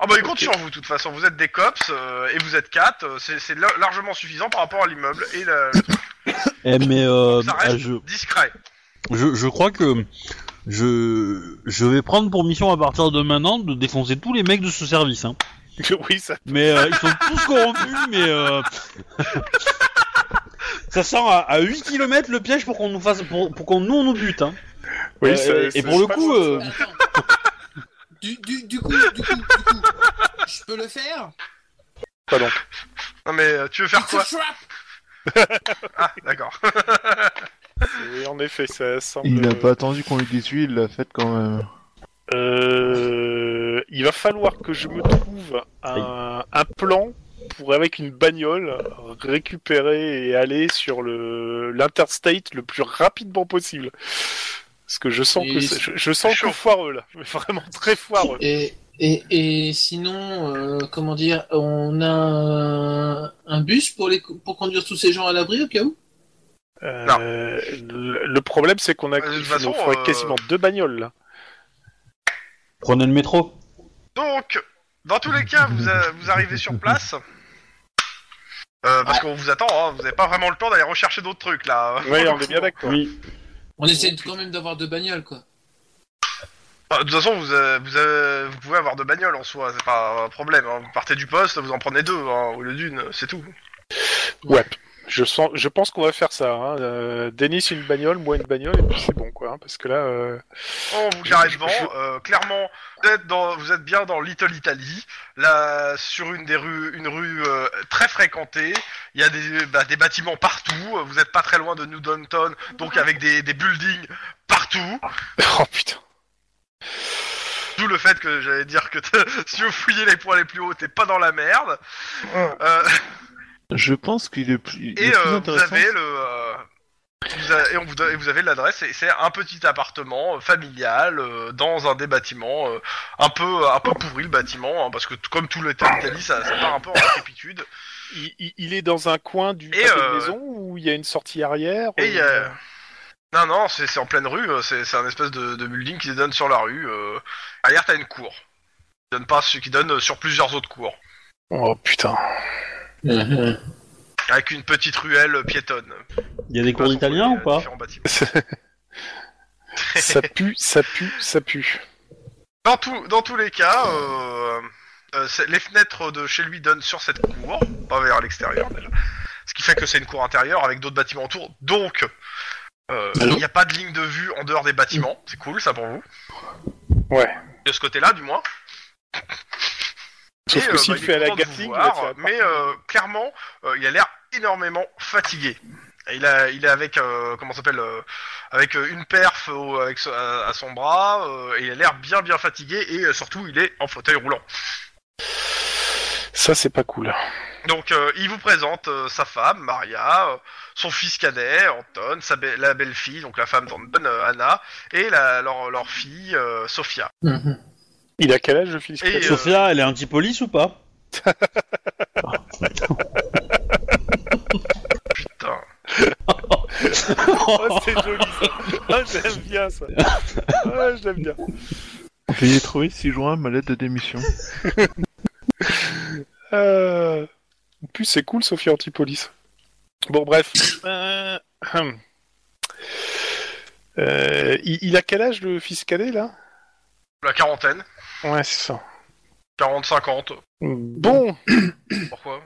Ah bah il compte sur vous de toute façon. Vous êtes des cops euh, et vous êtes 4 c'est c'est la- largement suffisant par rapport à l'immeuble et la- le truc
Eh, mais euh,
Ça
ah,
reste-
je,
discret.
je, je crois que je, je vais prendre pour mission à partir de maintenant de défoncer tous les mecs de ce service. Hein.
Oui, ça.
Mais euh, ils sont tous corrompus, mais euh... ça sent à, à 8 km le piège pour qu'on nous fasse pour, pour qu'on nous on nous bute. Hein.
Oui,
Euh,
ça-
et-
ça-
et pour le
c'est
coup,
pas-
euh,
Attends. du, du, du coup, du coup, du coup, je peux le faire
Quoi donc
Non mais euh, tu veux faire
It's
quoi
a trap
Ah d'accord.
Oui, en effet, ça semble.
Il
euh,
n'a pas attendu qu'on lui dise oui, il l'a fait quand même.
Euh, il va falloir que je me trouve un, un plan pour, avec une bagnole, récupérer et aller sur le l'interstate le plus rapidement possible. Parce que je sens
Et
que
c'est-
c'est- je, je sens que foireux là, mais vraiment très foireux.
Et, et, et sinon, euh, comment dire, on a un, un bus pour, les, pour conduire tous ces gens à l'abri au cas où
Euh, le le problème c'est qu'on a
De toute
il faut-
façon,
il faudrait
euh,
quasiment deux bagnoles là.
Prenez le métro.
Donc, dans tous les cas, vous, a- vous arrivez sur place. Euh, parce qu'on vous attend, hein, vous n'avez pas vraiment le temps d'aller rechercher d'autres trucs là.
Ouais, on est bien d'accord.
Oui.
On essaie de- quand même d'avoir deux bagnoles, quoi.
Bah, de toute façon, vous, euh, vous, euh, vous pouvez avoir deux bagnoles en soi, c'est pas un problème. hein. Vous partez du poste, vous en prenez deux hein, au lieu d'une, c'est tout.
Ouais. Je sens, je pense qu'on va faire ça. Hein. Euh, Denis une bagnole, moi une bagnole et puis c'est bon quoi. hein, parce que là. euh,
On vous carré
Je-
devant.
je-
euh, clairement, vous êtes, dans, vous êtes bien dans Little Italy, là, sur une des rues, une rue euh, très fréquentée. Il y a des, bah, des bâtiments partout. euh, Vous n'êtes pas très loin de New Downton, donc avec des, des buildings partout.
Oh putain.
D'où le fait que j'allais dire que t'as- si vous fouillez les points les plus hauts, t'es pas dans la merde. Euh,
Je pense qu'il est plus, il
et
est plus
euh, vous
intéressant.
avez le. euh, vous a- et, on vous do- et vous avez l'adresse, et c'est un petit appartement euh, familial euh, dans un des bâtiments, euh, un peu un peu pourri le bâtiment, hein, parce que t- comme tout l'État d'Italie, ça, ça part un peu en décrépitude.
Il, il- il est dans un coin du
Et,
pâté de
euh,
maison où il y a une sortie arrière.
Et
euh,
il y a- Non, non, c'est c'est en pleine rue, euh, c'est c'est un espèce de, de building qui donne sur la rue. Euh... Derrière, t'as une cour. Qui donne, pas, qui donne euh, sur plusieurs autres cours.
Oh putain.
Mhm,
Avec une petite ruelle euh, piétonne.
Il y a des cours d'italien ou pas
Différents bâtiments.
ça pue, ça pue, ça pue.
Dans, tout- dans tous les cas, euh, euh, c'est- les fenêtres de chez lui donnent sur cette cour, pas vers l'extérieur déjà. Ce qui fait que c'est une cour intérieure avec d'autres bâtiments autour. Donc, euh, il
Allô
n'y a pas de ligne de vue en dehors des bâtiments. C'est cool ça pour vous.
Ouais.
De ce côté-là, du moins.
Sauf
Et,
que
euh,
s'il
bah, il est
fait à la
content de vous
Gatling, il va
voir,
faire-
mais euh, clairement, euh, il a l'air énormément fatigué. Et Il, a, il est avec euh, comment ça s'appelle euh, avec euh, une perf au- avec so- à, à son bras euh, et il a l'air bien bien fatigué et euh, surtout il est en fauteuil roulant.
ça c'est pas cool.
Donc euh, il vous présente euh, sa femme Maria, euh, son fils cadet Anton, sa be- la belle-fille donc la femme d'Anton euh, Anna et la, leur, leur fille euh, Sophia.
Mhm.
Il a quel âge le fils
Et,
Cretton
euh,
Sophia, elle est anti-police ou pas
Putain.
Oh, c'est joli ça. Ah, j'aime bien ça. Ah, j'aime bien.
Veuillez trouver 6 juin ma lettre de démission.
Euh... En plus, c'est cool, Sophie Antipolis. Bon, bref. Euh, hum. Euh, il, il a quel âge le fils cadet là
La quarantaine,
Ouais, c'est ça.
40-50.
Bon,
Pourquoi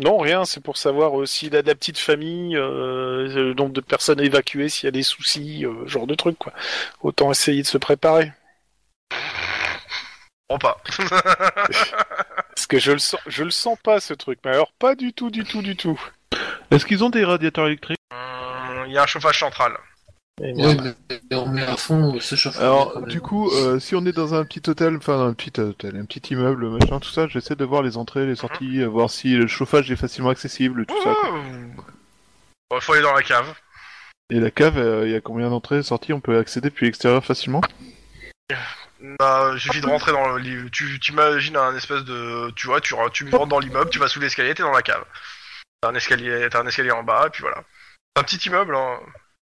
Non, rien, c'est pour savoir euh, s'il a de la petite famille, euh, le nombre de personnes évacuées, s'il y a des soucis, euh, genre de trucs, quoi. Autant essayer de se préparer.
Oh pas.
Parce que je le sens, je le sens pas, ce truc. Mais alors, pas du tout, du tout, du tout.
Est-ce qu'ils ont des radiateurs électriques
Hum, Il y a un chauffage central.
Et
Ouais,
merde.
mais on met à fond ce chauffeur.
Alors, du coup, euh, si on est dans un petit hôtel, enfin un petit hôtel, un petit immeuble, machin, tout ça, j'essaie de voir les entrées, les sorties, euh, voir si le chauffage est facilement accessible, tout ça. quoi.
Bon, faut aller dans la cave.
Et la cave, euh, il y a combien d'entrées, sorties On peut accéder depuis l'extérieur facilement
Bah, il suffit de rentrer dans le. li- Tu t'imagines un espèce de. Tu vois, tu, re- tu rentres dans l'immeuble, tu vas sous l'escalier, t'es dans la cave. T'as un escalier, t'as un escalier en bas, et puis voilà. C'est un petit immeuble. Hein.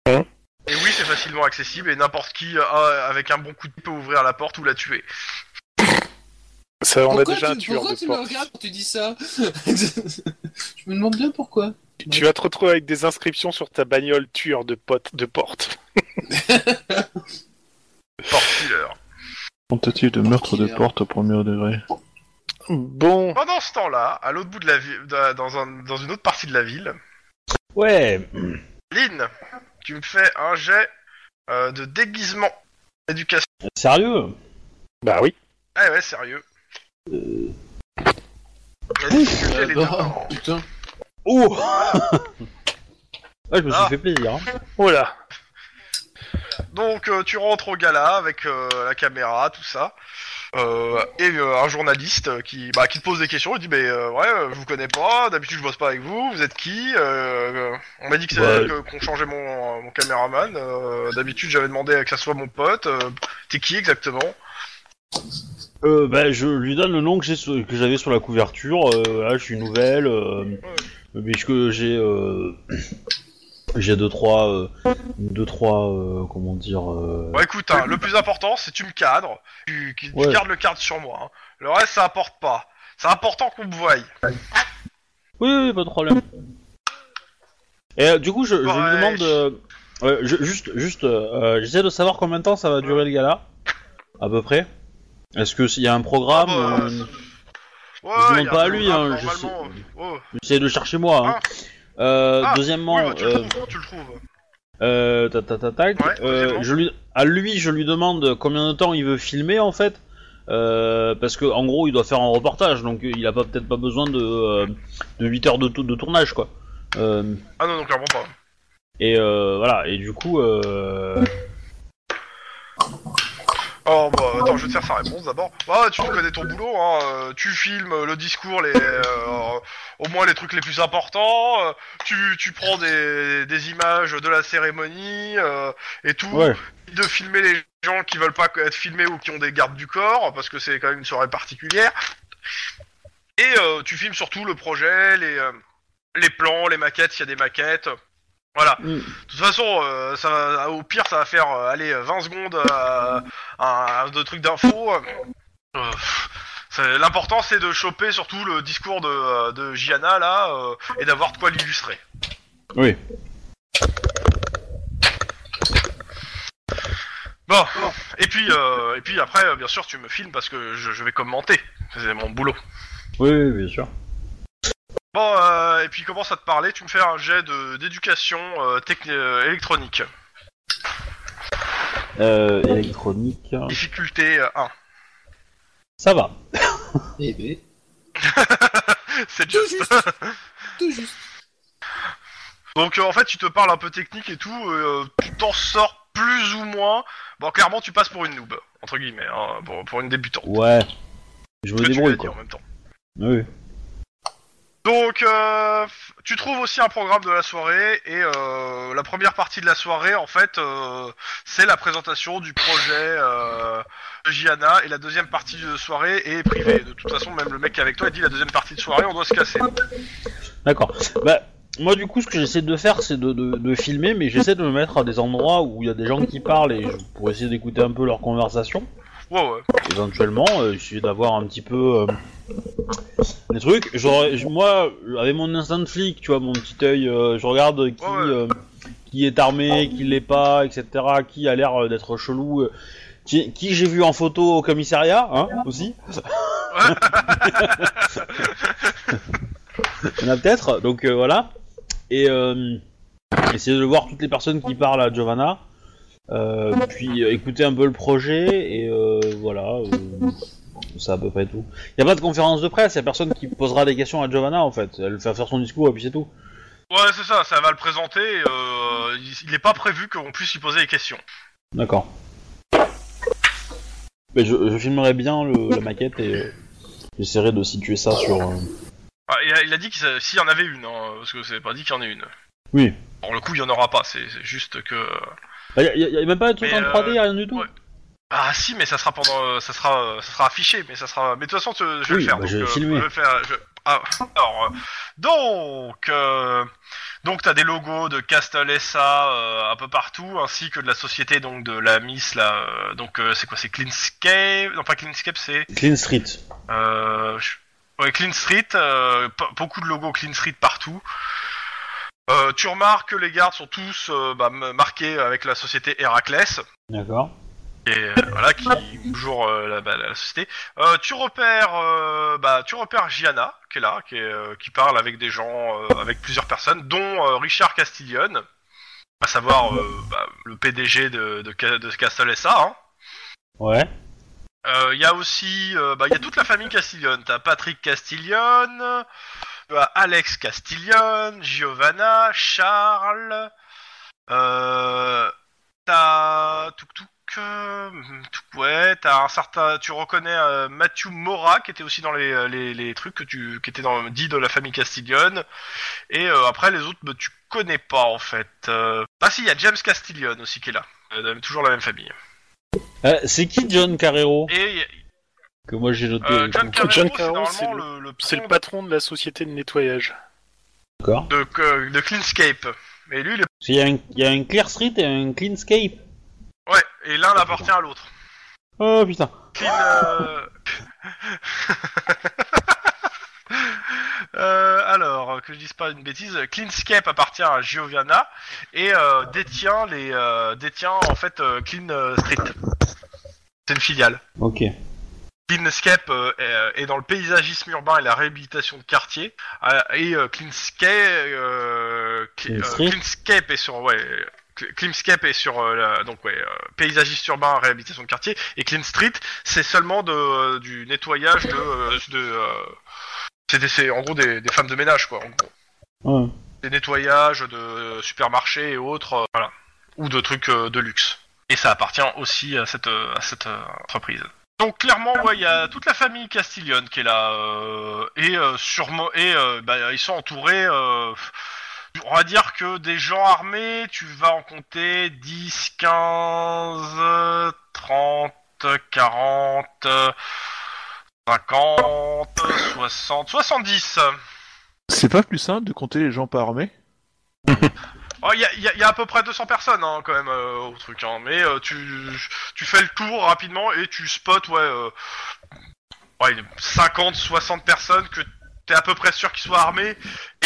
Hein
et oui, c'est facilement accessible et n'importe qui euh, avec un bon coup de pied peut ouvrir la porte ou la tuer.
Ça, on a
pourquoi
déjà un
tu,
tueur
pourquoi
de
tu me
porte.
regardes quand tu dis ça Je me demande bien pourquoi.
Tu- Tu vas te retrouver avec des inscriptions sur ta bagnole tueur de pote, de porte.
Porte killer.
Tentative de meurtre de
Killer.
porte au premier degré.
Bon,
Pendant ce temps-là, à l'autre bout de la ville, dans, un, dans une autre partie de la ville,
Ouais.
Lynn, tu me fais un jet euh, de déguisement éducation.
Sérieux
bah oui.
Ah ouais, sérieux. La difficulté, elle est de un.
Oh, putain.
Oh Ah, je me suis
Ah.
fait plaisir. hein.
Voilà.
Donc euh, tu rentres au gala avec euh, la caméra, tout ça. euh, et euh, un journaliste qui, bah, qui te pose des questions. Il dit, mais euh, ouais, euh, je vous connais pas, d'habitude je bosse pas avec vous, vous êtes qui Euh, euh, On m'a dit que c'est
Ouais.
que- qu'on changeait mon, mon caméraman, euh, d'habitude j'avais demandé que ça soit mon pote, euh, t'es qui exactement
Euh, bah, je lui donne le nom que j'ai sur- que j'avais sur la couverture. Euh, là, je suis nouvelle. Euh, puisque j'ai euh, j'ai deux trois euh, deux trois euh, comment dire. euh,
Bon écoute, hein, le plus important c'est tu me cadres, tu, qui- tu
Ouais.
gardes le cadre sur moi. hein. Le reste ça apporte pas. C'est important qu'on me voie.
Oui, oui, pas de problème. Et euh, du coup, je, je
Ouais.
lui demande euh, euh, je- juste juste euh, j'essaie de savoir combien de temps ça va durer le gala à peu près. Est-ce que s'il y a un programme
Ah bah,
euh,
Ouais,
Je demande
y a
pas à
un
lui,
programme,
hein, je
normalement, euh, oh.
J'essaie de chercher moi. Hein. Euh,
Ah,
deuxièmement,
Oui, bah, tu le
euh,
trouves, tu le trouves.
Euh, tac, tac, tac, tac.
Ouais,
Euh,
deuxièmement.
je lui, à lui, je lui demande combien de temps il veut filmer en fait, Euh, parce que en gros, il doit faire un reportage, donc il a pas peut-être pas besoin de, euh, de 8 heures de, tou- de tournage quoi. Euh,
Ah non, non, clairement pas.
et euh, voilà, et du coup, euh,
Oh bah attends, je vais te faire sa réponse d'abord. Bah tu connais ton boulot, hein. euh, tu filmes euh, le discours, les, euh, au moins les trucs les plus importants. euh, tu, tu prends des, des images de la cérémonie euh, et tout.
ouais,
De filmer les gens qui veulent pas être filmés ou qui ont des gardes du corps parce que c'est quand même une soirée particulière. Et euh, tu filmes surtout le projet, les, euh, les plans, les maquettes, s'il y a des maquettes. Voilà.
Mm.
De toute façon, euh, ça, va- au pire, ça va faire euh, aller 20 secondes euh, un- de trucs d'infos. Euh, c'est- L'important, c'est de choper surtout le discours de, euh, de Gianna là euh, et d'avoir de quoi l'illustrer.
oui.
Bon, et puis, euh, et puis après, euh, bien sûr, tu me filmes parce que je, je vais commenter. C'est mon boulot.
oui, oui, bien sûr.
Bon, euh, et puis commence à te parler. Tu me fais un jet de- d'éducation euh, techni- euh, électronique.
Euh, électronique,
Difficulté euh, 1.
ça va.
Eh ben,
C'est
tout
juste.
juste. tout juste.
Donc euh, en fait, tu te parles un peu technique et tout, euh, tu t'en sors plus ou moins. Bon, clairement, tu passes pour une noob, entre guillemets, hein, pour, pour une débutante.
Ouais, je me
Que tu l'as
débrouille
dit en
quoi.
même temps.
Oui.
Donc, euh, tu trouves aussi un programme de la soirée et euh, la première partie de la soirée, en fait, euh, c'est la présentation du projet euh, de Gianna et la deuxième partie de soirée est privée. De toute façon, même le mec qui est avec toi il dit la deuxième partie de soirée, on doit se casser.
D'accord. Bah, moi, du coup, ce que j'essaie de faire, c'est de, de- de filmer, mais j'essaie de me mettre à des endroits où il y a des gens qui parlent et je- pour essayer d'écouter un peu leur conversation.
Ouais, ouais.
Éventuellement, euh, essayer d'avoir un petit peu euh, des trucs. J'aurais- je- moi, avec mon instinct de flic, tu vois, mon petit œil, euh, je regarde qui,
Ouais, ouais.
euh, qui est armé, qui l'est pas, etc. Qui a l'air euh, d'être chelou. euh, qui, qui j'ai vu en photo au commissariat, hein, aussi. Il y en a peut-être, donc euh, voilà. Et euh, essayer de voir toutes les personnes qui parlent à Giovanna. Euh, puis euh, écouter un peu le projet, et euh, voilà. euh, c'est à peu près tout. Il a pas de conférence de presse, il a personne qui posera des questions à Giovanna en fait. Elle va faire son discours et puis c'est tout.
Ouais, c'est ça, ça va le présenter. euh, il- il n'est pas prévu qu'on puisse y poser des questions.
D'accord. Mais je, je filmerai bien le- la maquette et euh, j'essaierai de situer ça sur. euh,
Ah, il, a, il a dit que ça- s'il y en avait une, hein, parce que c'est pas dit qu'il y en ait une.
Oui.
Pour le coup, il y en aura pas, c'est c'est juste que.
Bah, y a- y a, y a même pas de truc
Mais,
en 3D,
euh,
rien du tout.
ouais. Ah si, mais ça sera pendant, euh, ça sera, euh, ça sera affiché, mais ça sera. Mais de toute façon, je, je vais
Oui,
le faire.
bah,
donc,
je vais
euh,
filmer.
je vais le faire. je- Ah, alors, euh, donc, euh, donc t'as des logos de Castle SA euh, un peu partout, ainsi que de la société donc de la Miss là. euh, donc euh, c'est quoi, c'est Cleanscape Non pas Cleanscape, c'est.
Clean Street.
Euh, je- ouais, Clean Street, euh, p- beaucoup de logos Clean Street partout. Euh, tu remarques que les gardes sont tous euh, bah, m- marqués avec la société Héraclès,
D'accord.
et euh, voilà qui est toujours euh, la, bah, la société. Euh, tu repères, euh, bah, tu repères Gianna qui est là, qui, est, euh, qui parle avec des gens, euh, avec plusieurs personnes, dont euh, Richard Castiglione, à savoir euh, bah, le PDG de, de, Ca- de Castle SA. Hein.
Ouais.
Euh, Il y a aussi, euh, bah, il y a toute la famille Castiglione. T'as Patrick Castiglione, t'as Alex Castiglione, Giovanna, Charles. Euh, t'as Touk Touk, euh, Touk- ouais, t'as un certain, tu reconnais euh, Mathieu Mora qui était aussi dans les, euh, les, les trucs que tu, qui était dans dit de la famille Castiglione. Et euh, après les autres, bah, tu connais pas en fait. Euh, Ah si, il y a James Castiglione aussi qui est là, Euh, toujours la même famille.
Euh, c'est qui John Carrero
Et
Que moi j'ai noté.
euh, John Carrero,
John
c'est
Carrero,
normalement
c'est
le, le
C'est le
patron
patron de la société de nettoyage.
D'accord.
de, de, de Cleanscape. Mais lui, il est...
Il y, a un- il y a un Clear Street et un Cleanscape.
ouais, et l'un appartient à l'autre.
Oh putain.
Clean. euh, euh, alors, que je dise pas une bêtise, Cleanscape appartient à Giovanna et euh, détient les euh, détient en fait euh, Clean euh, Street. C'est une filiale.
Ok.
Cleanscape euh, est, est dans le paysagisme urbain et la réhabilitation de quartier euh, et euh, Cleanscape euh, Cle-
Clean
euh,
Street.
Cleanscape est sur ouais Cle- Cleanscape est sur euh, la- donc ouais euh, paysagiste urbain réhabilitation de quartier et Clean Street c'est seulement de euh, du nettoyage de euh, de euh, c'est des- c'est en gros des, des femmes de ménage quoi en gros.
Ouais.
des nettoyages de euh, supermarchés et autres euh, voilà ou de trucs euh, de luxe et ça appartient aussi à cette euh, à cette euh, entreprise donc clairement, ouais, il y a toute la famille Castiglione qui est là, euh, et euh, sûrement, et euh, bah, ils sont entourés. euh, on va dire que des gens armés, tu vas en compter 10, 15, euh, 30, 40, euh, 50, 60, 70.
C'est pas plus simple de compter les gens pas armés
Oh, Il y, a, il y a- il y a à peu près 200 personnes hein, quand même euh, au truc, hein, mais euh, tu, tu fais le tour rapidement et tu spots ouais, euh, ouais, 50, 60 personnes que t'es à peu près sûr qu'ils soient armés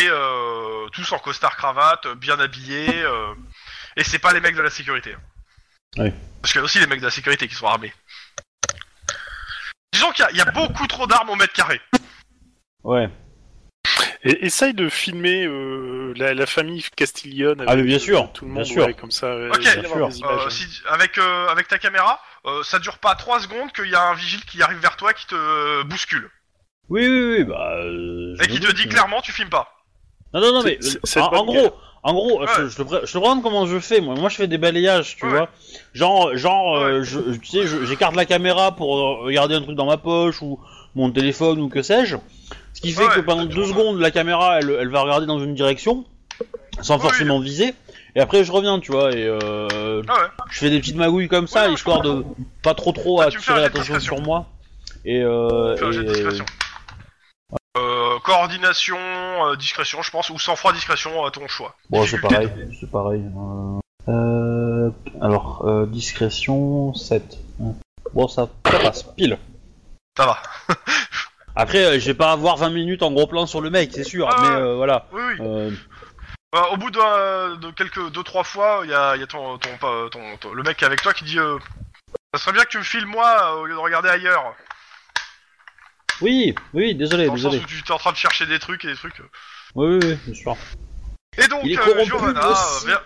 et euh, tous en costard cravate, bien habillés, euh, et c'est pas les mecs de la sécurité. hein.
Ouais.
Parce qu'il y a aussi les mecs de la sécurité qui sont armés. Disons qu'il y a- il y, a beaucoup trop d'armes au mètre carré.
Ouais.
Et essaye de filmer euh, la, la famille Castiglione.
Ah, mais bien
euh,
sûr,
Tout le
bien
monde,
sûr.
ouais, comme ça. euh,
Ok,
il va y
bien
sûr.
avoir des images,
Euh,
hein.
si- avec, euh, avec ta caméra, euh, ça dure pas 3 secondes qu'il y a un vigile qui arrive vers toi qui te euh, bouscule.
Oui, oui, oui. Bah. euh, je
Et qui
me
te
doute,
dit
mais-
clairement tu filmes pas.
Non, non, non, mais
C'est-
euh,
c'est-
en,
c'est
en
pas
gros, en gros, je-
Ouais.
je, te pré- je te présente comment je fais. Moi, moi, je fais des balayages, tu
Ouais.
vois. Genre, genre, euh, je, je- tu sais, je- j'écarte la caméra pour euh, regarder un truc dans ma poche ou mon téléphone ou que sais-je. Ce qui fait
Ouais,
que pendant deux secondes, la caméra, elle, elle va regarder dans une direction, sans
Oui.
forcément viser. Et après, je reviens, tu vois, et euh,
Ah ouais.
je fais des petites magouilles comme ça,
Ouais,
histoire de pas trop trop
Ah, tu me fais un
attirer
jet de
l'attention
discrétion.
sur moi. Et, euh,
Fais un jet de
et-
discrétion. Euh, coordination, euh, discrétion, je pense, ou sang-froid, discrétion, à ton choix.
Bon, c'est
Difficulté
pareil, c'est pareil. Euh, euh, alors, euh, discrétion 7. Bon, ça, ça passe, pile.
Ça va.
Après, euh, je vais pas avoir 20 minutes en gros plan sur le mec, c'est sûr,
Ah.
mais euh, voilà.
Oui, oui.
Euh,
Euh, au bout d'un- de quelques deux trois fois, il y a, il y a ton, ton, pa- ton- ton- le mec avec toi qui dit euh, ça serait bien que tu me filmes moi euh, au lieu de regarder ailleurs.
Oui, oui, désolé,
Dans le sens
Eh, désolé.
où tu es en train de chercher des trucs et des trucs. euh.
Oui, oui, oui, bien sûr.
Et donc,
Il est
euh,
corrompu,
Giovanna
aussi.
euh,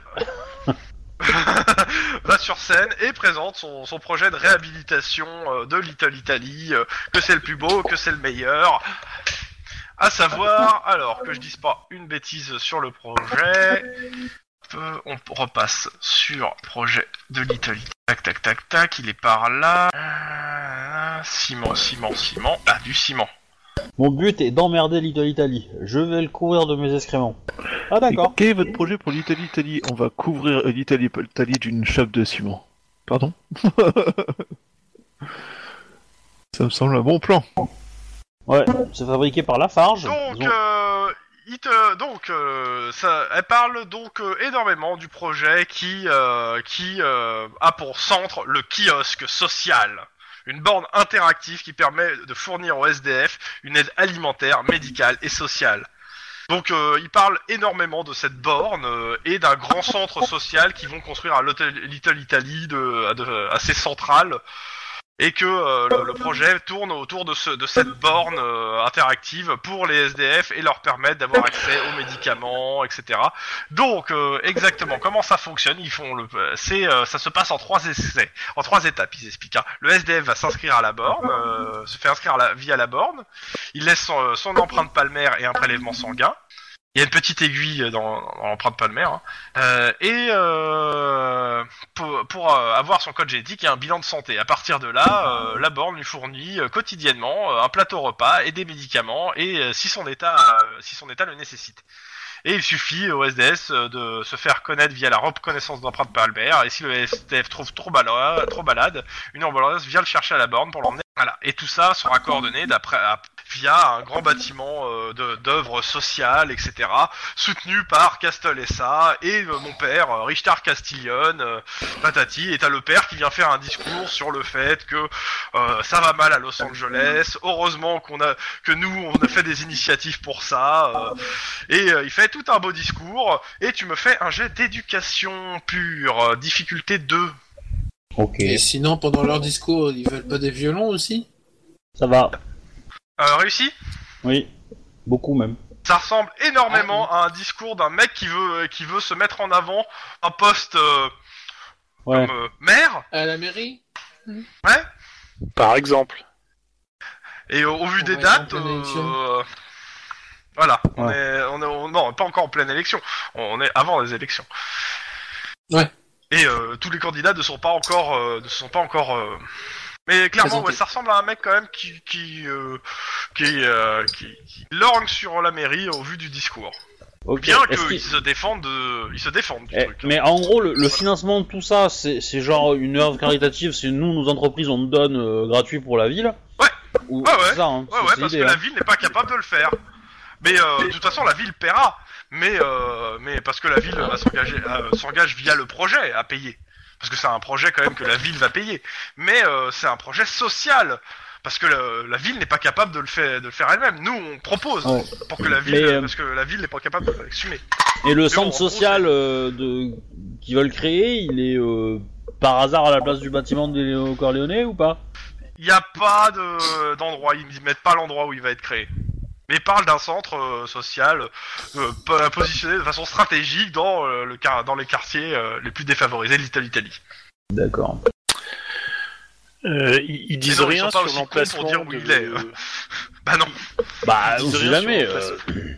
vient- va sur scène et présente son, son projet de réhabilitation euh, de Little Italy, euh, que c'est le plus beau, que c'est le meilleur. À savoir, alors que je dise pas une bêtise sur le projet, euh, on repasse sur projet de Little Italy. Tac, tac, tac, tac, il est par là. Euh, ciment, ciment, ciment. Ah, du ciment.
Mon but est d'emmerder Little Italy. Je vais le couvrir de mes excréments. Ah, d'accord.
Et Quel est votre projet pour l'Italie Italie On va couvrir l'Italie l'Italie d'une chape de ciment. Pardon Ça me semble un bon plan.
Ouais, c'est fabriqué par Lafarge.
Donc,
Ils ont-
euh, il te- donc euh, ça, elle parle donc euh, énormément du projet qui, euh, qui euh, a pour centre le kiosque social. Une borne interactive qui permet de fournir aux SDF une aide alimentaire, médicale et sociale. Donc euh, il parle énormément de cette borne euh, et d'un grand centre social qu'ils vont construire à l'hôtel Little Italy, de, à de- assez centrale, et que euh, le, le projet tourne autour de, ce, de cette borne euh, interactive pour les SDF et leur permettre d'avoir accès aux médicaments, etc. Donc euh, exactement comment ça fonctionne, ils font le, c'est euh, ça se passe en trois essais, en trois étapes, ils expliquent. hein. Le SDF va s'inscrire à la borne, euh, se fait inscrire à la, via la borne, il laisse son, euh, son empreinte palmaire et un prélèvement sanguin. Il y a une petite aiguille dans, dans l'empreinte palmaire. hein. Euh, et euh, pour- euh, pour euh, avoir son code génétique et un bilan de santé. À partir de là, euh, la borne lui fournit euh, quotidiennement euh, un plateau repas et des médicaments et euh, si son état euh, si son état le nécessite. Et il suffit au SDS euh, de se faire connaître via la reconnaissance d'empreinte par Albert et si le STF trouve trop, bala- trop balade, une ambulance vient le chercher à la borne pour l'emmener. Voilà. Et tout ça sera coordonné d'après à- via un grand bâtiment euh, de- d'œuvres sociales, etc soutenu par Castel SA et euh, mon père, euh, Richard Castillon, euh, patati, et t'as le père qui vient faire un discours sur le fait que euh, ça va mal à Los Angeles, heureusement qu'on a que nous on a fait des initiatives pour ça, euh, et euh, il fait tout un beau discours, et tu me fais un jet d'éducation pure, euh, difficulté 2.
Ok,
Et sinon, pendant leur discours, ils veulent pas des violons aussi
ça va.
Euh, réussi
Oui, beaucoup même.
Ça ressemble énormément à un discours d'un mec qui veut qui veut se mettre en avant un poste euh,
Ouais.
comme euh, maire
À la mairie
Par exemple.
Et au, au vu
On
des
est en
dates,
pleine
euh,
élection.
euh, voilà, on,
Ouais.
est, on est, on- non, pas encore en pleine élection, on est avant les élections.
Ouais.
Et euh, tous les candidats ne sont pas encore, euh, ne sont pas encore. euh, Mais clairement,
Présentés.
ouais, ça ressemble à un mec quand même qui, qui, euh, qui, euh, qui, qui lorgne sur la mairie au vu du discours.
Ok,
Bien
est-ce qu'il-
qu'ils se défendent, de- ils se défendent du
Eh,
truc. hein.
mais en gros, le, le financement de tout ça, c'est c'est genre une œuvre caritative, c'est nous, nos entreprises, on donne euh, gratuit pour la ville.
Ouais.
Ou,
Ouais, ouais.
c'est ça, hein,
Ouais,
c'est-
ouais,
c'est
parce
l'idée,
que la
hein.
ville n'est pas capable de le faire. Mais euh, de toute façon, la ville paiera. Mais, euh, mais parce que la ville va s'engager, euh, s'engage via le projet à payer. Parce que c'est un projet quand même que la ville va payer. Mais euh, c'est un projet social. Parce que le- la ville n'est pas capable de le faire, de le faire elle-même. Nous, on propose
Ouais.
pour que la ville,
Mais, euh,
parce que la ville n'est pas capable de l'exhumer.
hein. Et le
Mais
centre
bon, en gros,
social
c'est-
euh, de... qu'ils veulent créer, il est euh, par hasard à la place du bâtiment de Léo Corleone ou pas
Il n'y a pas de, d'endroit. Ils mettent pas l'endroit où il va être créé. Mais ils parlent d'un centre euh, social euh, po- positionné de façon stratégique dans, euh, le, quar- dans les quartiers euh, les plus défavorisés de l'Italie.
D'accord.
Euh, ils, ils disent
non, ils
rien
sont pas
sur
aussi cons pour
l'emplacement.
dire où
de-
il est. Bah non,
Bah,
Ils
on
disent
sait
rien
jamais.
sur
euh,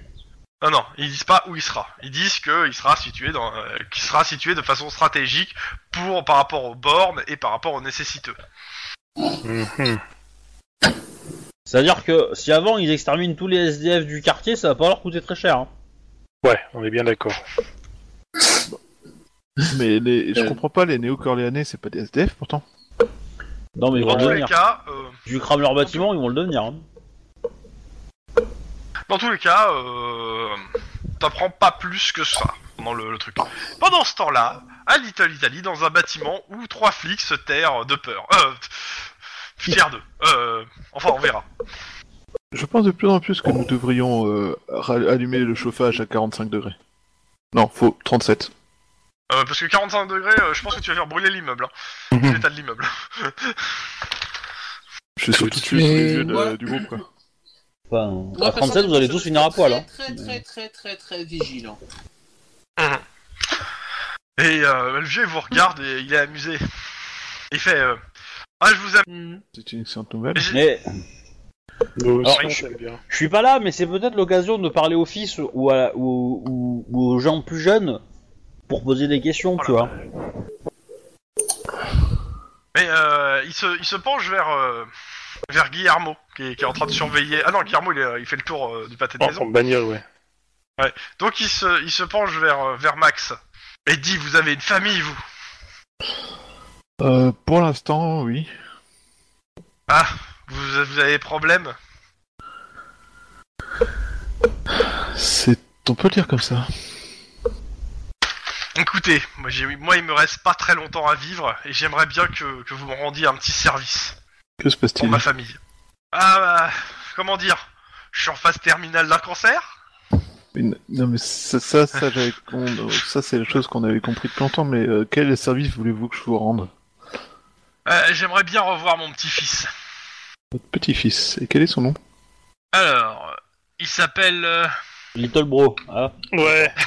non, non, ils disent pas où il sera. Ils disent qu'il sera situé dans, euh, qu'il sera situé de façon stratégique pour par rapport aux bornes et par rapport aux nécessiteux.
Mhm.
C'est-à-dire que si avant ils exterminent tous les SDF du quartier, ça va pas leur coûter très cher. hein.
Ouais, on est bien d'accord.
Mais les- je
Euh.
comprends pas, les néo-corléanais, c'est pas des SDF pourtant.
Non, mais ils vont
Dans
le
tous les
devenir.
cas, euh,
Tu crames leur bâtiment, ils vont le devenir. hein.
Dans tous les cas, euh, t'apprends pas plus que ça pendant le, le truc. Pendant ce temps-là, à Little Italy, dans un bâtiment où trois flics se terrent de peur. Euh, fiers d'eux. Euh, enfin, on verra.
Je pense de plus en plus que nous devrions euh, ra- allumer le chauffage à 45 degrés. Non, faut 37.
Euh, parce que 45 degrés, euh, je pense que tu vas faire brûler l'immeuble. Hein. L'état de l'immeuble.
Je suis tout de suite
Mais
les vieux de-
moi-
du groupe quoi.
Enfin,
Moi,
à
personne
37,
ne
vous allez
fait
tous
ça.
finir à poil. Hein.
Très, très, très, très, très, très vigilant.
Et euh, le vieux, il vous regarde et il est amusé. Il fait euh, Ah, je vous aime.
C'est une excellente nouvelle.
Mais j'ai-
Mais
Nous
Alors,
aussi, on
je-
s'aime bien.
je suis pas là, mais c'est peut-être l'occasion de parler aux fils ou, à- ou- ou- ou aux gens plus jeunes pour poser des questions, tu vois.
Mais euh, il, se, il se penche vers, euh, vers Guillermo, qui est, qui est en train de surveiller. Ah non, Guillermo, il, est, euh, il fait le tour euh, du pâté de
Ah,
En,
maison.
en bagnole, ouais.
Donc il se, il se penche vers, euh, vers Max et dit Vous avez une famille, vous
Euh, pour l'instant, oui.
Ah, vous, vous avez des problèmes
C'est. On peut le dire comme ça.
Écoutez, moi, j'ai, moi il me reste pas très longtemps à vivre et j'aimerais bien que, que vous me rendiez un petit service
Que se
pour
passe-t-il
ma famille. Ah, bah, comment dire Je suis en phase terminale d'un cancer
Une- Non mais ça, ça, ça, j'avais con- euh, ça, c'est la chose qu'on avait compris depuis longtemps, mais euh, quel service voulez-vous que je vous rende
Euh, J'aimerais bien revoir mon petit-fils.
Votre petit-fils, et quel est son nom
Alors, euh, il s'appelle. euh,
Little bro. hein.
Ouais.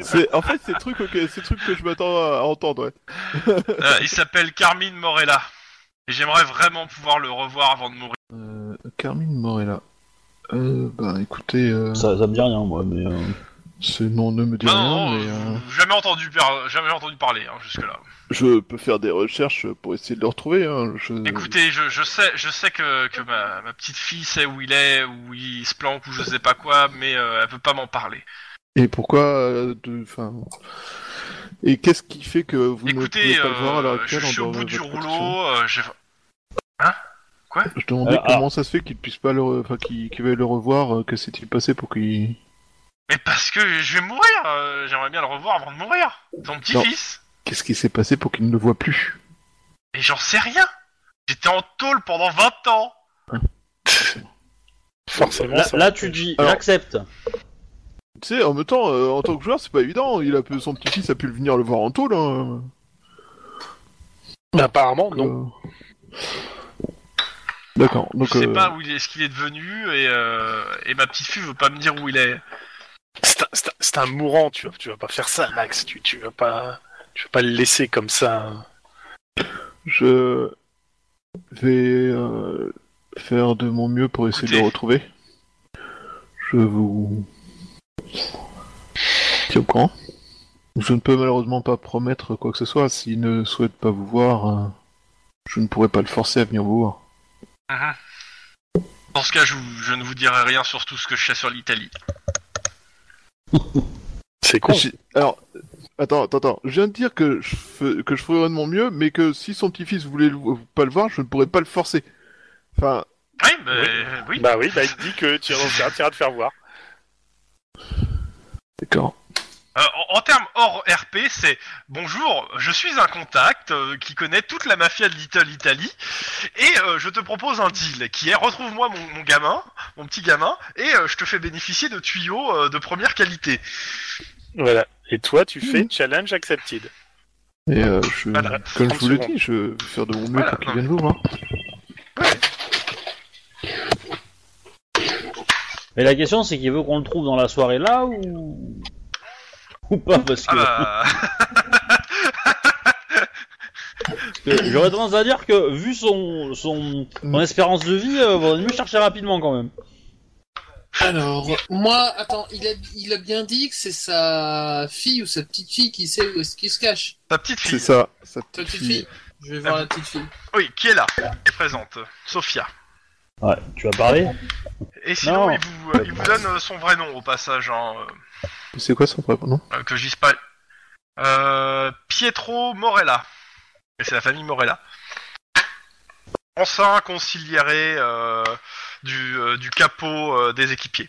C'est En fait, c'est le truc, auquel- c'est le truc que je m'attends à à entendre, ouais.
euh, il s'appelle Carmine Morella. Et j'aimerais vraiment pouvoir le revoir avant de mourir.
Euh, Carmine Morella. Euh, bah écoutez, euh,
Ça, ça me dit rien, moi, mais. euh,
Ce nom ne me dit
Non,
rien,
Ah non,
mais
non,
euh,
jamais entendu, par- jamais entendu parler hein, jusque-là.
je peux faire des recherches pour essayer de le retrouver. Hein. Je-
Écoutez, je, je sais, je sais que, que ma, ma petite fille sait où il est, où il se planque, ou je sais pas quoi, mais euh, elle peut pas m'en parler.
Et pourquoi euh, de... enfin... Et qu'est-ce qui fait que vous ne
Écoutez,
pouvez pas le voir à l'heure
euh, je
actuelle en
suis au
dehors
bout
de
du
votre action
rouleau. euh, j'ai-
Je demandais
Euh,
comment ça se fait qu'il puisse pas le, re- enfin, qu'il qu'il veuille le revoir. euh, Que s'est-il passé pour qu'il
Mais parce que je vais mourir. euh, J'aimerais bien le revoir avant de mourir. Son
Non.
petit-fils.
Qu'est-ce qui s'est passé pour qu'il ne le voit plus
Et j'en sais rien. J'étais en tôle pendant 20 ans.
Forcément,
Là,
ça
là,
va
tu
être-
dis,
Alors-
j'accepte.
Tu sais, en même temps, euh, en tant que joueur, c'est pas évident. Il a pu... son petit-fils a pu le venir le voir en tôle. Hein.
Apparemment, non.
Euh, D'accord. Donc
je sais
euh,
pas où il est, ce qu'il est devenu, et, euh, et ma petite fille veut pas me dire où il est.
C'est un, c'est un- c'est un mourant, tu vas, tu vas pas faire ça, Max. Tu, tu vas pas, tu vas pas le laisser comme ça.
je vais euh, faire de mon mieux pour essayer de
Écoutez.
le retrouver. Je vous tiens au courant. Je ne peux malheureusement pas promettre quoi que ce soit. S'il ne souhaite pas vous voir, euh, je ne pourrai pas le forcer à venir vous voir.
Dans ce cas, je, vous- je ne vous dirai rien sur tout ce que je sais sur l'Italie.
C'est con.
J'ai- Alors, attends, attends, attends. Je viens de dire que je, fais- que je ferai de mon mieux, mais que si son petit-fils voulait le- pas le voir, je ne pourrais pas le forcer. Enfin,
Oui, bah, oui.
Bah oui, bah il te dit que tu iras tu iras te faire voir.
d'accord.
Euh, en, en termes hors RP, c'est bonjour, je suis un contact euh, qui connaît toute la mafia de Little Italy et euh, je te propose un deal qui est retrouve-moi mon, mon gamin, mon petit gamin, et euh, je te fais bénéficier de tuyaux euh, de première qualité.
Voilà. Et toi, tu fais challenge accepted.
Et euh, je-
Voilà.
comme je vous l'ai
30
dit, je vais faire de mon mieux
Voilà.
pour qu'il vienne vous voir.
Mais la question, c'est qu'il veut qu'on le trouve dans la soirée là ou ou pas parce que,
Ah bah,
parce que j'aurais tendance à dire que vu son son, son espérance de vie, euh, vaudrait mieux chercher rapidement quand même.
Alors, moi, attends, il a, il a bien dit que c'est sa fille ou sa petite fille qui sait où est-ce qu'il se cache.
ta petite
C'est
fille.
ça,
Sa
sa petite
petite
fille.
fille Je vais voir la petite fille.
Oui, qui est là, qui est présente, Sophia.
Ouais, tu vas parler.
Et sinon,
Non.
il vous, euh, il vous donne euh, son vrai nom au passage, hein,
C'est quoi son vrai nom
euh, euh, que je dise pas. Euh, Pietro Morella. Et c'est la famille Morella. Ancien conciliéré euh, du, euh, du capot euh, des équipiers.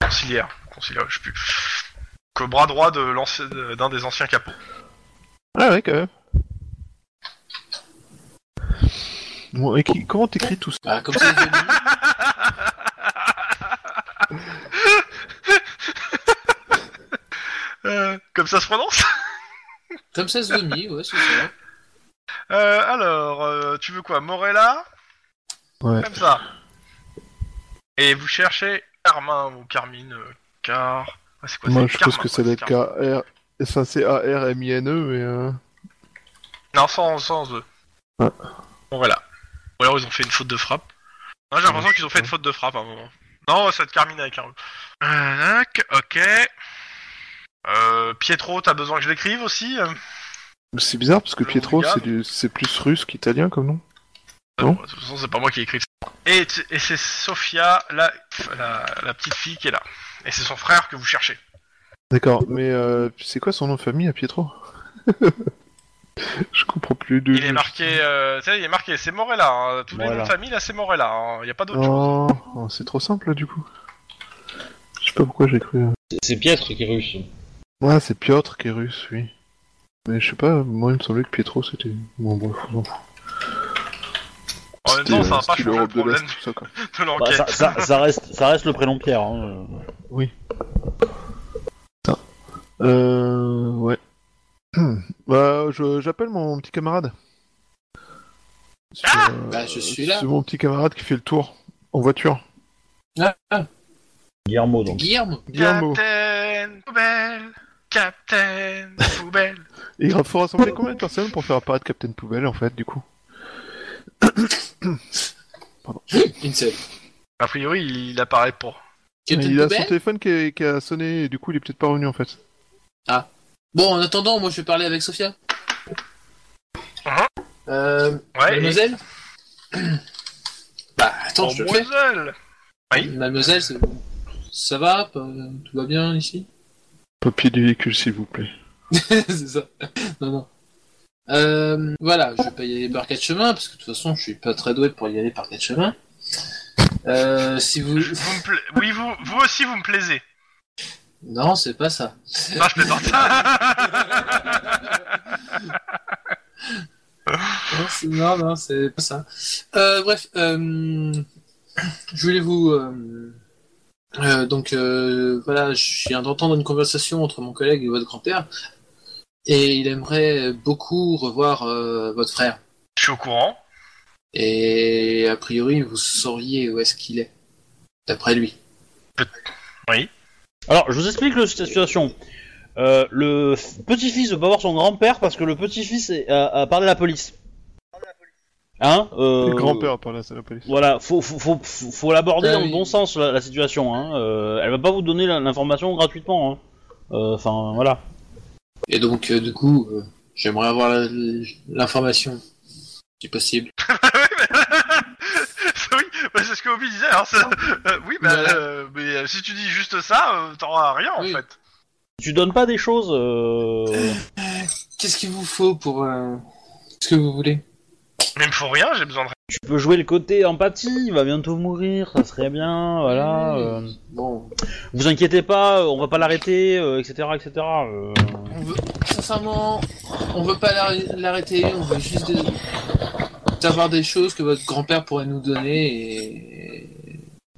Concilière, concilière, je sais plus. Que bras droit de l'ancien- d'un des anciens capots.
Ah ouais, quand même. Bon, et qui- comment t'écris tout ça
Bah, comme ça, je dis.
Euh, comme ça se prononce
Comme ça se vomit, ouais, c'est ça.
Euh, alors, euh, tu veux quoi Morella
Ouais.
Comme ça. Et vous cherchez Carmin ou Carmine euh, Car... Ah, c'est quoi,
Moi,
c'est
je
Carmin,
pense que
ouais,
ça doit
c'est
être
Carmin.
K-R... Enfin, c'est A-R-M-I-N-E, mais... Euh...
Non, sans, sans eux.
Ouais.
Bon, voilà. Ou alors ils ont fait une faute de frappe. Non, j'ai l'impression qu'ils ont fait une faute de frappe à un moment. Non, ça va être Carmine avec un E. Euh, tac, ok. Euh, Pietro, t'as besoin que je l'écrive aussi euh
C'est bizarre, parce que
Le
Pietro,
Bulgare.
c'est du... c'est plus russe qu'italien comme nom.
Euh,
Non.
De toute façon, c'est pas moi qui ai écrit. ça. Et, t- et c'est Sophia, la, la, la petite fille qui est là. Et c'est son frère que vous cherchez.
D'accord, mais euh, c'est quoi son nom de famille à Pietro Je comprends plus de...
Il est marqué, euh, tu sais, il est marqué, c'est Morella. hein. Tous les
Morella.
noms de famille, là, c'est Morella. hein. Il n'y a pas d'autre chose.
Oh, oh, c'est trop simple, là, du coup. Je sais pas pourquoi j'ai cru... euh.
C'est Piètre qui est russe.
Ouais, c'est Piotr qui est russe, oui. Mais je sais pas, moi, il me semblait que Pietro, c'était... Bon, bref, on s'en fout.
En même
C'était,
temps, ça
euh,
va pas
c'était
changer le
l'Europe de l'Est,
problème
tout ça, quoi.
de
Bah,
l'enquête.
ça, ça- ça reste ça reste le prénom Pierre. hein.
Euh... Ouais. bah, je- j'appelle mon petit camarade. C'est, euh,
Bah, je suis là.
C'est mon petit camarade qui fait le tour, en voiture.
Ah, ah,
Guillermo donc.
Guillermo.
Guillermo.
Captain Poubelle. Captain Poubelle.
Et il faut rassembler combien de personnes pour faire apparaître Captain Poubelle, en fait, du coup
Une seule.
A priori, il apparaît pour.
Captain
Il a son
Poubelle
téléphone qui a, qui a sonné et du coup il est peut-être pas revenu en fait.
Bon, en attendant, moi je vais parler avec Sophia.
Hein
Euh,
Ouais, et-
mademoiselle Bah, attends, je te le fais.
Mademoiselle Oui.
Mademoiselle, c'est- ça va pas- Tout va bien ici
Papier du véhicule s'il vous plaît.
C'est ça. Non, non. Euh, voilà, je vais pas y aller par quatre chemins, parce que de toute façon, je suis pas très doué pour y aller par quatre chemins. Euh, si vous...
Je- vous me pla- Oui, vous, vous aussi, vous me plaisez.
Non, c'est pas ça.
Non, je plaisante.
Non, c'est- Non, non, c'est pas ça. Euh, bref, euh, je voulais vous. euh, euh, donc, euh, voilà, je viens d'entendre une conversation entre mon collègue et votre grand-père, et il aimerait beaucoup revoir euh, votre frère.
je suis au courant.
Et a priori, vous sauriez où est-ce qu'il est, d'après lui.
Alors, je vous explique le- la situation. Euh, le f- petit-fils veut pas voir son grand-père parce que le petit-fils est- a, a parlé à la police. Hein euh,
Le grand-père par là, c'est la police.
Voilà, faut, faut, faut, faut faut l'aborder
Ah
dans
oui.
le bon sens, la, la situation. Hein. Euh, elle va pas vous donner la- l'information gratuitement. hein. Euh, Enfin, voilà.
Et donc, euh, du coup, euh, j'aimerais avoir la- l'information, si possible.
oui, bah, c'est ce que Obi disait. Alors, ça- euh, oui, bah,
Voilà.
euh, mais euh, si tu dis juste ça, euh, t'auras rien en
Oui.
fait.
Tu donnes pas des choses... euh,
Qu'est-ce qu'il vous faut pour. euh, ce que vous voulez
Mais il me faut rien, j'ai besoin de
tu peux jouer le côté empathie, il va bientôt mourir, ça serait bien, voilà.
Ah Oui.
euh,
Bon,
vous inquiétez pas, on va pas l'arrêter, euh, etc. etc. euh.
On veut, sincèrement, on veut pas l'arr- l'arrêter, on veut juste des- savoir des choses que votre grand-père pourrait nous donner et.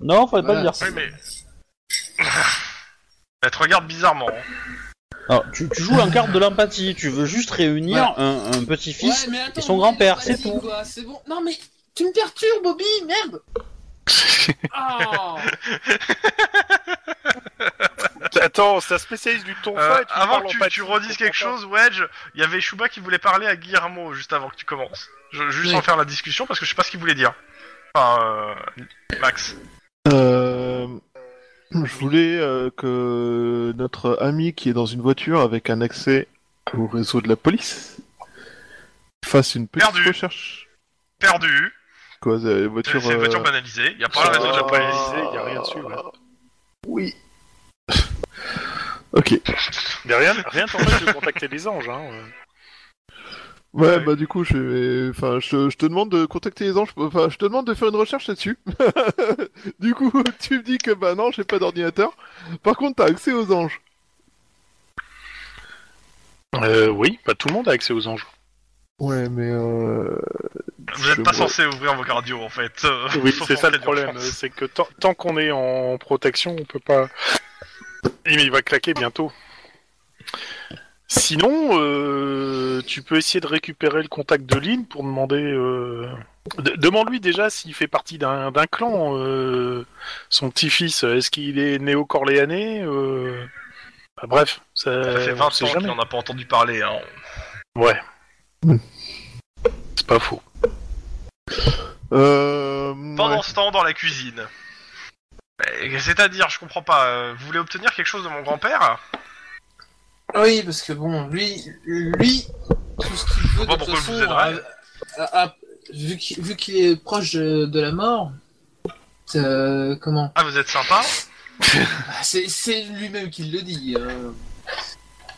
Non, fallait pas
Voilà.
le dire.
Oui, mais. Elle te regarde bizarrement. hein.
Alors, tu, tu joues un carte de l'empathie, tu veux juste réunir un, un petit-fils.
mais attends,
et son
vous
grand-père,
voulez
c'est
pas
tout.
quoi, C'est bon. Non mais tu me perturbes, Bobby, merde.
Ah.
Oh.
Attends, c'est un spécialiste du ton
Euh,
fat, tu
avant
parles
que tu,
empathie,
tu redises
comprends
quelque
pas.
chose, Wedge, il y avait Shuba qui voulait parler à Guillermo juste avant que tu commences. Je- juste
Oui.
sans faire la discussion parce que je sais pas ce qu'il voulait dire. Enfin, euh, Max.
Euh, je voulais euh, que notre ami qui est dans une voiture avec un accès au réseau de la police fasse une petite
Perdu.
recherche.
Perdu.
Quoi, euh,
C'est
voiture,
c'est une voiture
euh, Ah.
banalisée. Il y a pas le réseau
euh,
de la police.
Il y a rien dessus, ouais.
Oui. ok.
Mais rien rien t'empêche de contacter les anges. Hein.
Ouais,
Ouais.
bah du coup, je, vais- enfin, je, je te demande de contacter les anges. Enfin, je te demande de faire une recherche là-dessus. du coup, tu me dis que bah non, j'ai pas d'ordinateur. Par contre, t'as accès aux anges.
Euh, oui, pas tout le monde a accès aux anges.
Ouais, mais euh...
Vous
je-
êtes pas censé ouvrir vos cardio en fait. euh,
Oui,
sauf
c'est
en
ça
cas
le problème,
d'urgence.
c'est que tant, tant qu'on est en protection, on peut pas. Et mais il va claquer bientôt. Sinon, euh, tu peux essayer de récupérer le contact de Lynn pour demander. euh, de- Demande-lui déjà s'il fait partie d'un d'un clan, euh, son petit-fils. Est-ce qu'il est néo-corléanais euh, bah, Bref, ça,
Ça fait 20
on sait
ans
jamais.
qu'on n'en a pas entendu parler. Hein.
Ouais.
Mm.
C'est pas faux.
euh...
Pendant
ouais.
ce temps, dans la cuisine. Euh, C'est-à-dire, je comprends pas. euh, Vous voulez obtenir quelque chose de mon grand-père
Oui, parce que bon, lui, lui, tout ce qu'il veut,
pas
de toute
pourquoi je vous
façon,
aiderais.
euh, a- a- vu qu'il vu qu'il est proche de, de la mort, euh, comment
Ah, vous êtes sympa
Ah, C'est- C'est lui-même qui le dit. euh.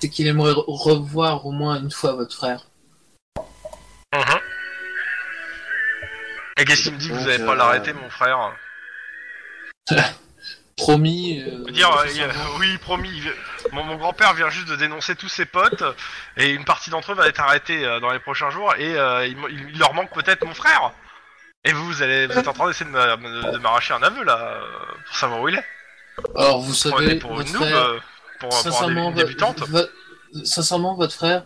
C'est qu'il aimerait re- revoir au moins une fois votre frère.
Mhm. Et qu'est-ce qu'il me dit que vous
Donc,
n'allez pas
euh,
l'arrêter, mon frère
Promis. euh,
Je veux dire,
de
euh,
toute
il-
façon,
euh, oui, promis. il- Mon, mon grand-père vient juste de dénoncer tous ses potes et une partie d'entre eux va être arrêtée euh, dans les prochains jours et euh, il, m- il leur manque peut-être mon frère. Et vous, vous, allez, vous êtes en train d'essayer de m'a- de de m'arracher un aveu là euh, pour savoir où il est.
Alors vous
Pour,
savez,
pour
votre
une noob,
frère,
euh, pour, pour un dé-
sincèrement,
une
vo-
débutante.
vo- sincèrement, votre frère,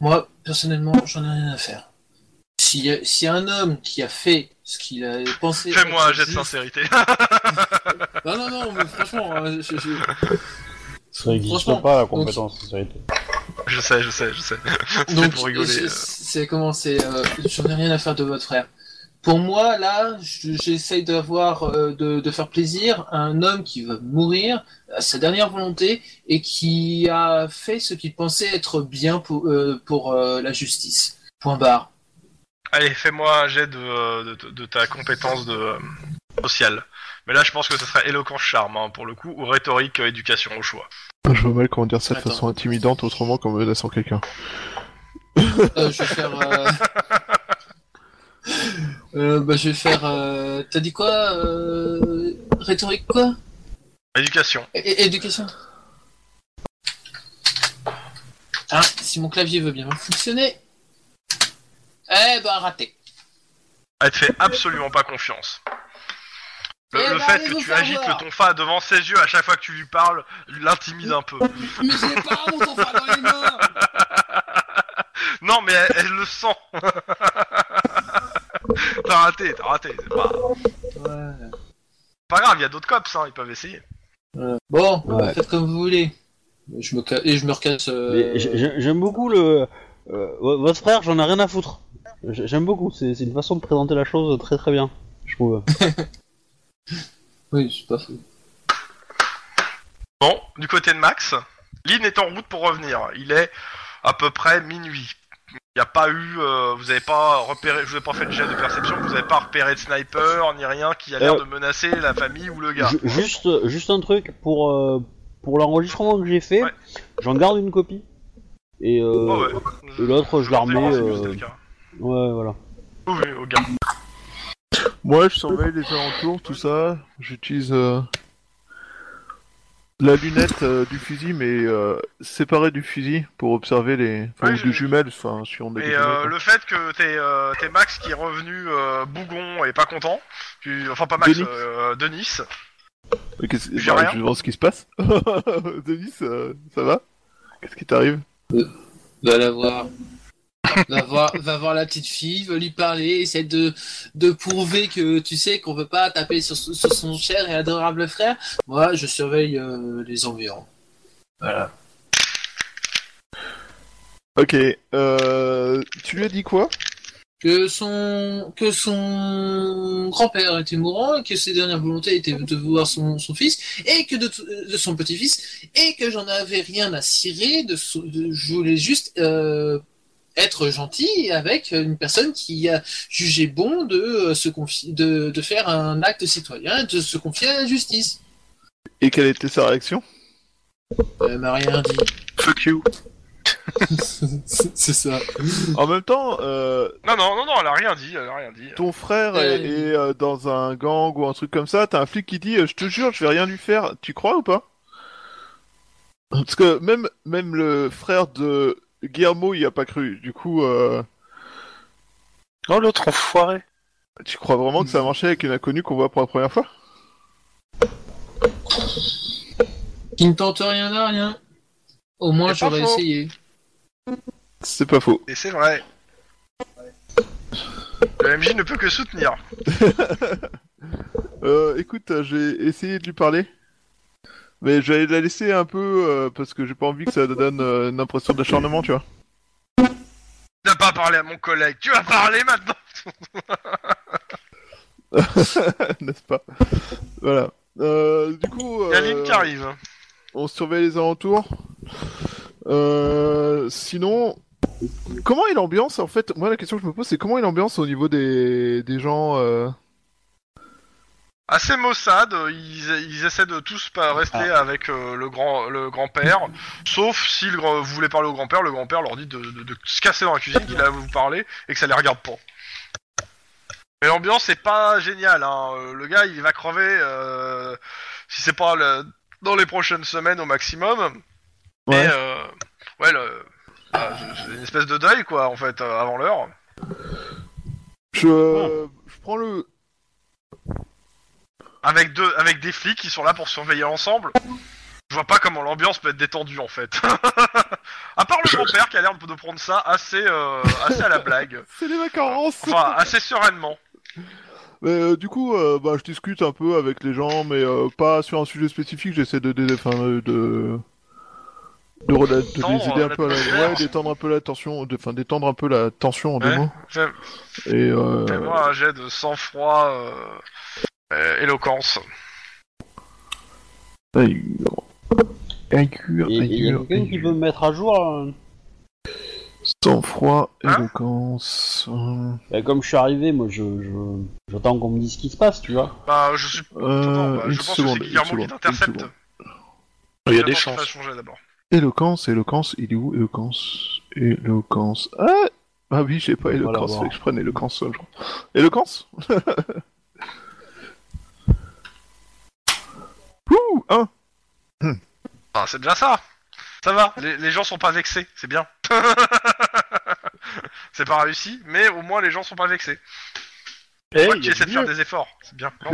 moi personnellement, j'en ai rien à faire. S'il y, a- s'il y a un homme qui a fait ce qu'il a pensé,
Fais-moi un
être
jet de
juste-
sincérité.
Non non non, mais franchement, hein, je- je-
Ça
n'existe
n'existe
Franchement,
pas, la
compétence,
compétence, sincérité.
je sais, je sais, je sais. C'était
Donc,
pour rigoler.
je-
euh.
c'est comment c'est. euh, J'en ai rien à faire de votre frère. Pour moi, là, je- j'essaye d'avoir, euh, de, de faire plaisir à un homme qui va mourir, à sa dernière volonté, et qui a fait ce qu'il pensait être bien pour, euh, pour euh, la justice. Point barre.
Allez, fais-moi un jet de, euh, de, de ta compétence de euh, sociale. Mais là, je pense que ce serait éloquence charme, hein, pour le coup, ou rhétorique euh, éducation au choix.
Je vois mal comment dire ça de
Attends.
façon intimidante, autrement qu'en menaçant quelqu'un.
Euh, je vais faire. euh, euh, bah, je vais faire. euh, T'as dit quoi euh, Rhétorique quoi
Éducation.
É- é- Éducation Hein Si mon clavier veut bien fonctionner. Eh ben, raté.
Elle te fait absolument pas confiance. Le,
Eh
le
ben,
fait
allez
que
vous
tu
faire
agites
voir.
ton fa devant ses yeux à chaque fois que tu lui parles l'intimide un peu.
Mais je l'ai pas, mon tonfa dans les mains
Non, mais elle, elle le sent. t'as raté, t'as raté. C'est pas,
Ouais.
pas grave, il y a d'autres cops, hein, ils peuvent essayer.
Euh, Bon,
Ouais.
faites comme vous voulez. Je me ca- Et je me recasse. euh,
Mais j'ai- j'ai- J'aime beaucoup le. euh, vo- votre frère, j'en ai rien à foutre. J'ai- J'aime beaucoup, c'est c'est une façon de présenter la chose très très bien, je trouve.
Oui, c'est pas fou.
Bon, du côté de Max, Lynn est en route pour revenir. Il est à peu près minuit. Il n'y a pas eu, euh, vous avez pas repéré, je vous ai pas fait le jet de perception, vous avez pas repéré de sniper ni rien qui a l'air
Euh.
de menacer la famille ou le gars.
Ju- juste, juste un truc pour, euh, pour l'enregistrement que j'ai fait,
Ouais.
j'en garde une copie. Et, euh,
Oh, ouais.
et l'autre, je la remets.
C'est juste
euh, bah,
le cas.
Ouais, voilà.
Oui, oui, au gars.
Moi, je surveille les alentours, tout ça. J'utilise euh, la lunette euh, du fusil, mais euh, séparée du fusil pour observer les. Enfin,
Ouais,
ou
je-
du jumel, enfin, si on a des
Et
jumelles,
euh,
quoi.
le fait que t'es euh, t'es Max qui est revenu euh, bougon et pas content, tu- enfin pas Max,
Denis.
euh, Denis,
Mais qu'est-ce-
j'ai
bah,
rien.
je vais voir ce qui se passe. Denis, euh, ça va Qu'est-ce qui t'arrive
Va la voir. Va voir, va voir la petite fille, va lui parler, essaie de, de prouver que tu sais qu'on veut pas taper sur, sur son cher et adorable frère. Moi, je surveille euh, les environs. Voilà.
Ok, euh, tu lui as dit quoi
Que son, que son grand-père était mourant, et que ses dernières volontés étaient de voir son, son fils, et que de, tout- de son petit-fils, et que j'en avais rien à cirer, de, sou- de- je voulais juste euh, être gentil avec une personne qui a jugé bon de, euh, se confier, de, de faire un acte citoyen, de se confier à la justice.
Et quelle était sa réaction
Elle m'a rien dit.
Fuck you.
C'est ça.
En même temps, euh,
Non, non, non, non, elle a rien dit, elle a rien dit.
ton frère est,
Euh.
est, euh, dans un gang ou un truc comme ça, t'as un flic qui dit euh, Je te jure, je vais rien lui faire. Tu crois ou pas Parce que même, même le frère de Guillermo, il a pas cru. Du coup, euh,
Oh, l'autre enfoiré.
tu crois vraiment que ça a marché avec une inconnue qu'on voit pour la première fois
Qui ne tente rien à rien. Au moins,
C'est pas
j'aurais
faux.
essayé.
C'est pas faux.
Et c'est vrai. Le MJ ne peut que soutenir.
Euh, écoute, euh, j'ai essayé de lui parler. Mais j'allais la laisser un peu euh, parce que j'ai pas envie que ça donne euh, une impression d'acharnement, tu vois.
Tu n'as pas parlé à mon collègue, tu vas parler maintenant
N'est-ce pas Voilà. Euh, du coup,
Il y a Lynn
euh,
qui arrive.
on surveille les alentours. Euh, sinon, comment est l'ambiance en fait Moi, la question que je me pose, c'est comment est l'ambiance au niveau des, des gens euh,
Assez maussade, euh, ils, ils essaient de tous pas rester
Ah.
avec euh, le grand le grand-père, sauf si le grand- vous voulez parler au grand-père, le grand-père leur dit de, de- de se casser dans la cuisine, qu'il a à vous parler et que ça les regarde pas. Mais l'ambiance est pas géniale, hein. Euh, le gars il va crever euh, si c'est pas le- dans les prochaines semaines au maximum.
Ouais.
Et, euh, ouais, le- ah, c'est- c'est une espèce de deuil quoi en fait euh, avant l'heure.
je, je prends le.
avec deux, avec des flics qui sont là pour surveiller l'ensemble. Je vois pas comment l'ambiance peut être détendue en fait. à part le grand-père qui a l'air de de prendre ça assez, euh, assez à la blague,
C'est les vacances
enfin assez sereinement.
Mais, euh, du coup, euh, bah, je discute un peu avec les gens, mais euh, pas sur un sujet spécifique. J'essaie de, dé- enfin, euh, de, de, rela- de
Tendre
les aider un peu à la...
l'atmosphère.
ouais, d'étendre un peu la tension, de- enfin d'étendre un peu la tension en deux
Ouais.
mots.
Fais-
Et euh,
Fais-moi un jet de sang-froid, euh, euh, éloquence.
aigure, aigure,
Et il y a
aigure,
quelqu'un qui peut me mettre à jour euh,
sang froid,
Hein
éloquence. euh,
bah, Comme je suis arrivé, moi, je, je- j'attends qu'on me dise ce qui se passe, tu vois.
Bah, je suis.
euh,
Attends, bah,
une
je pense
seconde,
que c'est
une
Guillermo
seconde,
qui
une
t'intercepte.
seconde.
Il y a
Attends,
des
je te
chances.
fais changer d'abord.
Éloquence, éloquence, il est où éloquence, éloquence. Ah, ah oui, j'ai pas
Voilà,
éloquence,
voir.
fait que je prenne éloquence, seul, je crois. Éloquence. Ouh, un.
Ah, c'est déjà ça. Ça va, les, les gens sont pas vexés, c'est bien. c'est pas réussi, mais au moins les gens sont pas vexés.
Eh,
Moi
il y
qui
a
essaie de
du
faire
mieux.
des efforts, c'est bien. Non.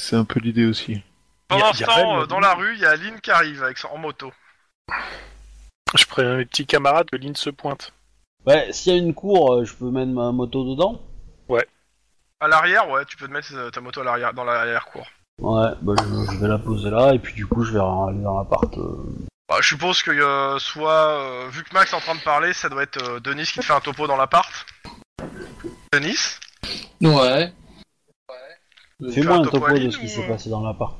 C'est un peu l'idée aussi.
Pendant
Il y
ce
a- il y a Ren,
temps,
là,
euh, dans la rue, il y a Lynn qui arrive avec son- en moto.
Je préviens mes petits camarades que Lynn se pointe.
Ouais, Ben, s'il y a une cour, euh, je peux mettre ma moto dedans.
À l'arrière, ouais, tu peux te mettre euh, ta moto à l'arrière, dans l'arrière-cour.
Ouais, bah, je, je vais la poser là, et puis du coup, je vais aller dans l'appart. euh.
Bah, je suppose que euh, soit, euh, vu que Max est en train de parler, ça doit être euh, Denis qui te fait un topo dans l'appart. Denis
Ouais.
Fais-moi
un
un
topo à
topo de
Lille
ce
ou,
qui s'est
euh,
passé dans l'appart.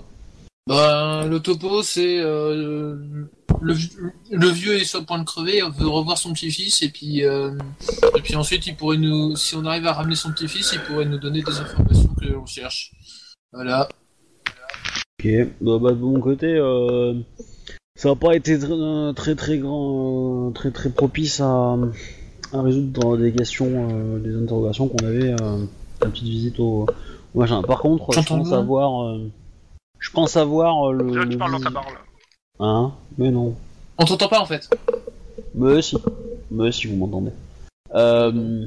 Ben, le topo, c'est euh, le, le vieux est sur le point de crever, on veut revoir son petit-fils et puis euh, et puis ensuite il pourrait nous, si on arrive à ramener son petit-fils, il pourrait nous donner des informations que l'on cherche. Voilà.
Ok, bah, bah, de mon côté, euh, ça n'a pas été tr- euh, très très grand, euh, très très propice à, à résoudre des questions, euh, des interrogations qu'on avait, euh, la petite visite au, au machin. Par contre, je
J'entends
pense
bien.
avoir, euh, je pense avoir euh, le.
Là, tu
le
parles dans ta
visi-
barre, là.
Hein Mais non.
On t'entend pas en fait.
Mais si. Mais si vous m'entendez. Euh,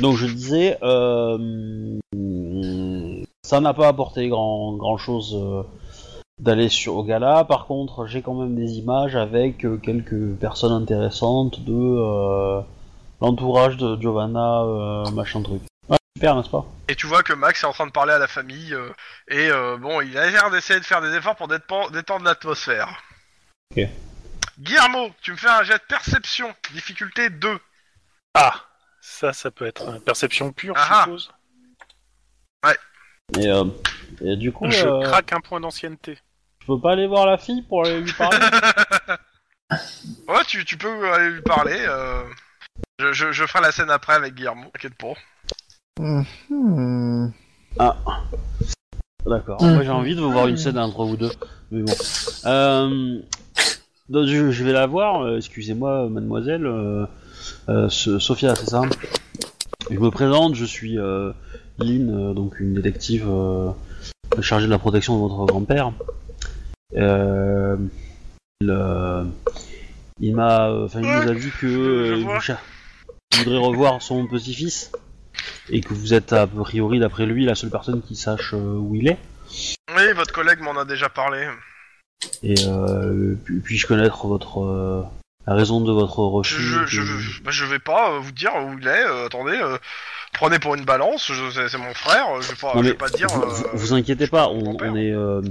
donc je disais, euh, ça n'a pas apporté grand, grand chose euh, d'aller sur au gala. Par contre, j'ai quand même des images avec euh, quelques personnes intéressantes de euh, l'entourage de Giovanna, euh, machin truc. Ouais, super, n'est-ce pas
Et tu vois que Max est en train de parler à la famille, euh, et euh, bon, il a l'air d'essayer de faire des efforts pour détend- détendre l'atmosphère.
Ok.
Guillermo, tu me fais un jet de perception, difficulté 2.
Ah, ça, ça peut être une perception pure,
Ah ah.
je suppose.
et, euh, et du coup,
Je
euh,
craque un point d'ancienneté.
je peux pas aller voir la fille pour aller lui parler
Ouais, tu, tu peux aller lui parler. euh, Je, je- je ferai la scène après avec Guillermo, t'inquiète pas.
Hmm.
D'accord. Moi j'ai envie de vous voir une scène entre vous deux. Mais bon. Euh, donc, je, je vais la voir. euh, Excusez-moi, mademoiselle. euh, euh, ce- Sophia, c'est ça Je me présente. Je suis euh, Lynn, euh, donc une détective euh, chargée de la protection de votre grand-père. Euh, il euh, il m'a. euh, Enfin, il nous a dit que.
Je
euh,
vois.
vous cher- il voudrait revoir son petit-fils. Et que vous êtes a priori, d'après lui, la seule personne qui sache euh, où il est.
Oui, votre collègue m'en a déjà parlé.
Et euh, pu- puis-je connaître votre euh, la raison de votre
Je,
refus
je,
de-
je, bah, je vais pas euh, vous dire où il est, euh, attendez, euh, prenez pour une balance, je- c'est c'est mon frère, euh, je vais pas,
Non,
je
mais
vais pas dire...
vous,
euh,
vous- vous inquiétez pas, on,
grand-père.
on est euh,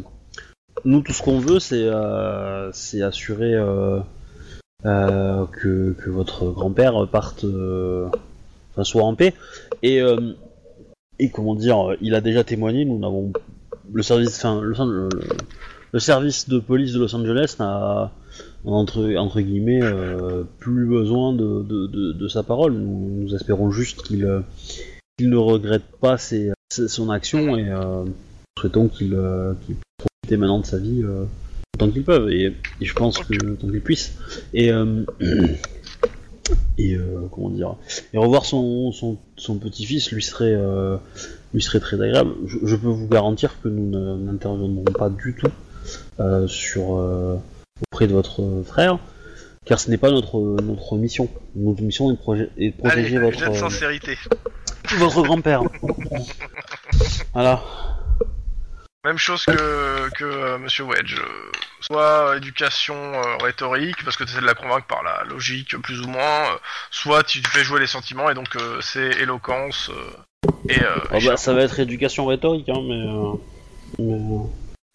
nous tout ce qu'on veut c'est euh, c'est assurer euh, euh, que, que votre grand-père parte euh, enfin soit en paix et euh, et comment dire, il a déjà témoigné, nous n'avons le service enfin le, le- le service de police de Los Angeles n'a entre, entre guillemets, euh, plus besoin de, de, de, de sa parole. Nous, nous espérons juste qu'il euh, qu'il ne regrette pas ses, ses- son action et euh, nous souhaitons qu'il euh, qu'il puisse profiter maintenant de sa vie euh, tant qu'il peut et, et je pense que tant qu'il puisse. Et, euh, et euh, comment dire Et revoir son, son, son petit-fils lui serait euh, lui serait très agréable. Je, je peux vous garantir que nous ne- n'interviendrons pas du tout euh, sur euh, auprès de votre frère, car ce n'est pas notre notre mission. Notre mission est de, proje- est de protéger
allez,
votre
jet de
euh,
sincérité.
votre grand-père. voilà.
Même chose que, que euh, Monsieur Wedge. euh, Soit euh, éducation euh, rhétorique, parce que tu essaies de la convaincre par la logique, plus ou moins. euh, soit tu te fais jouer les sentiments, et donc euh, c'est éloquence. euh, et, euh,
Ah
et
bah, ça va être éducation rhétorique, hein, mais. euh, mais,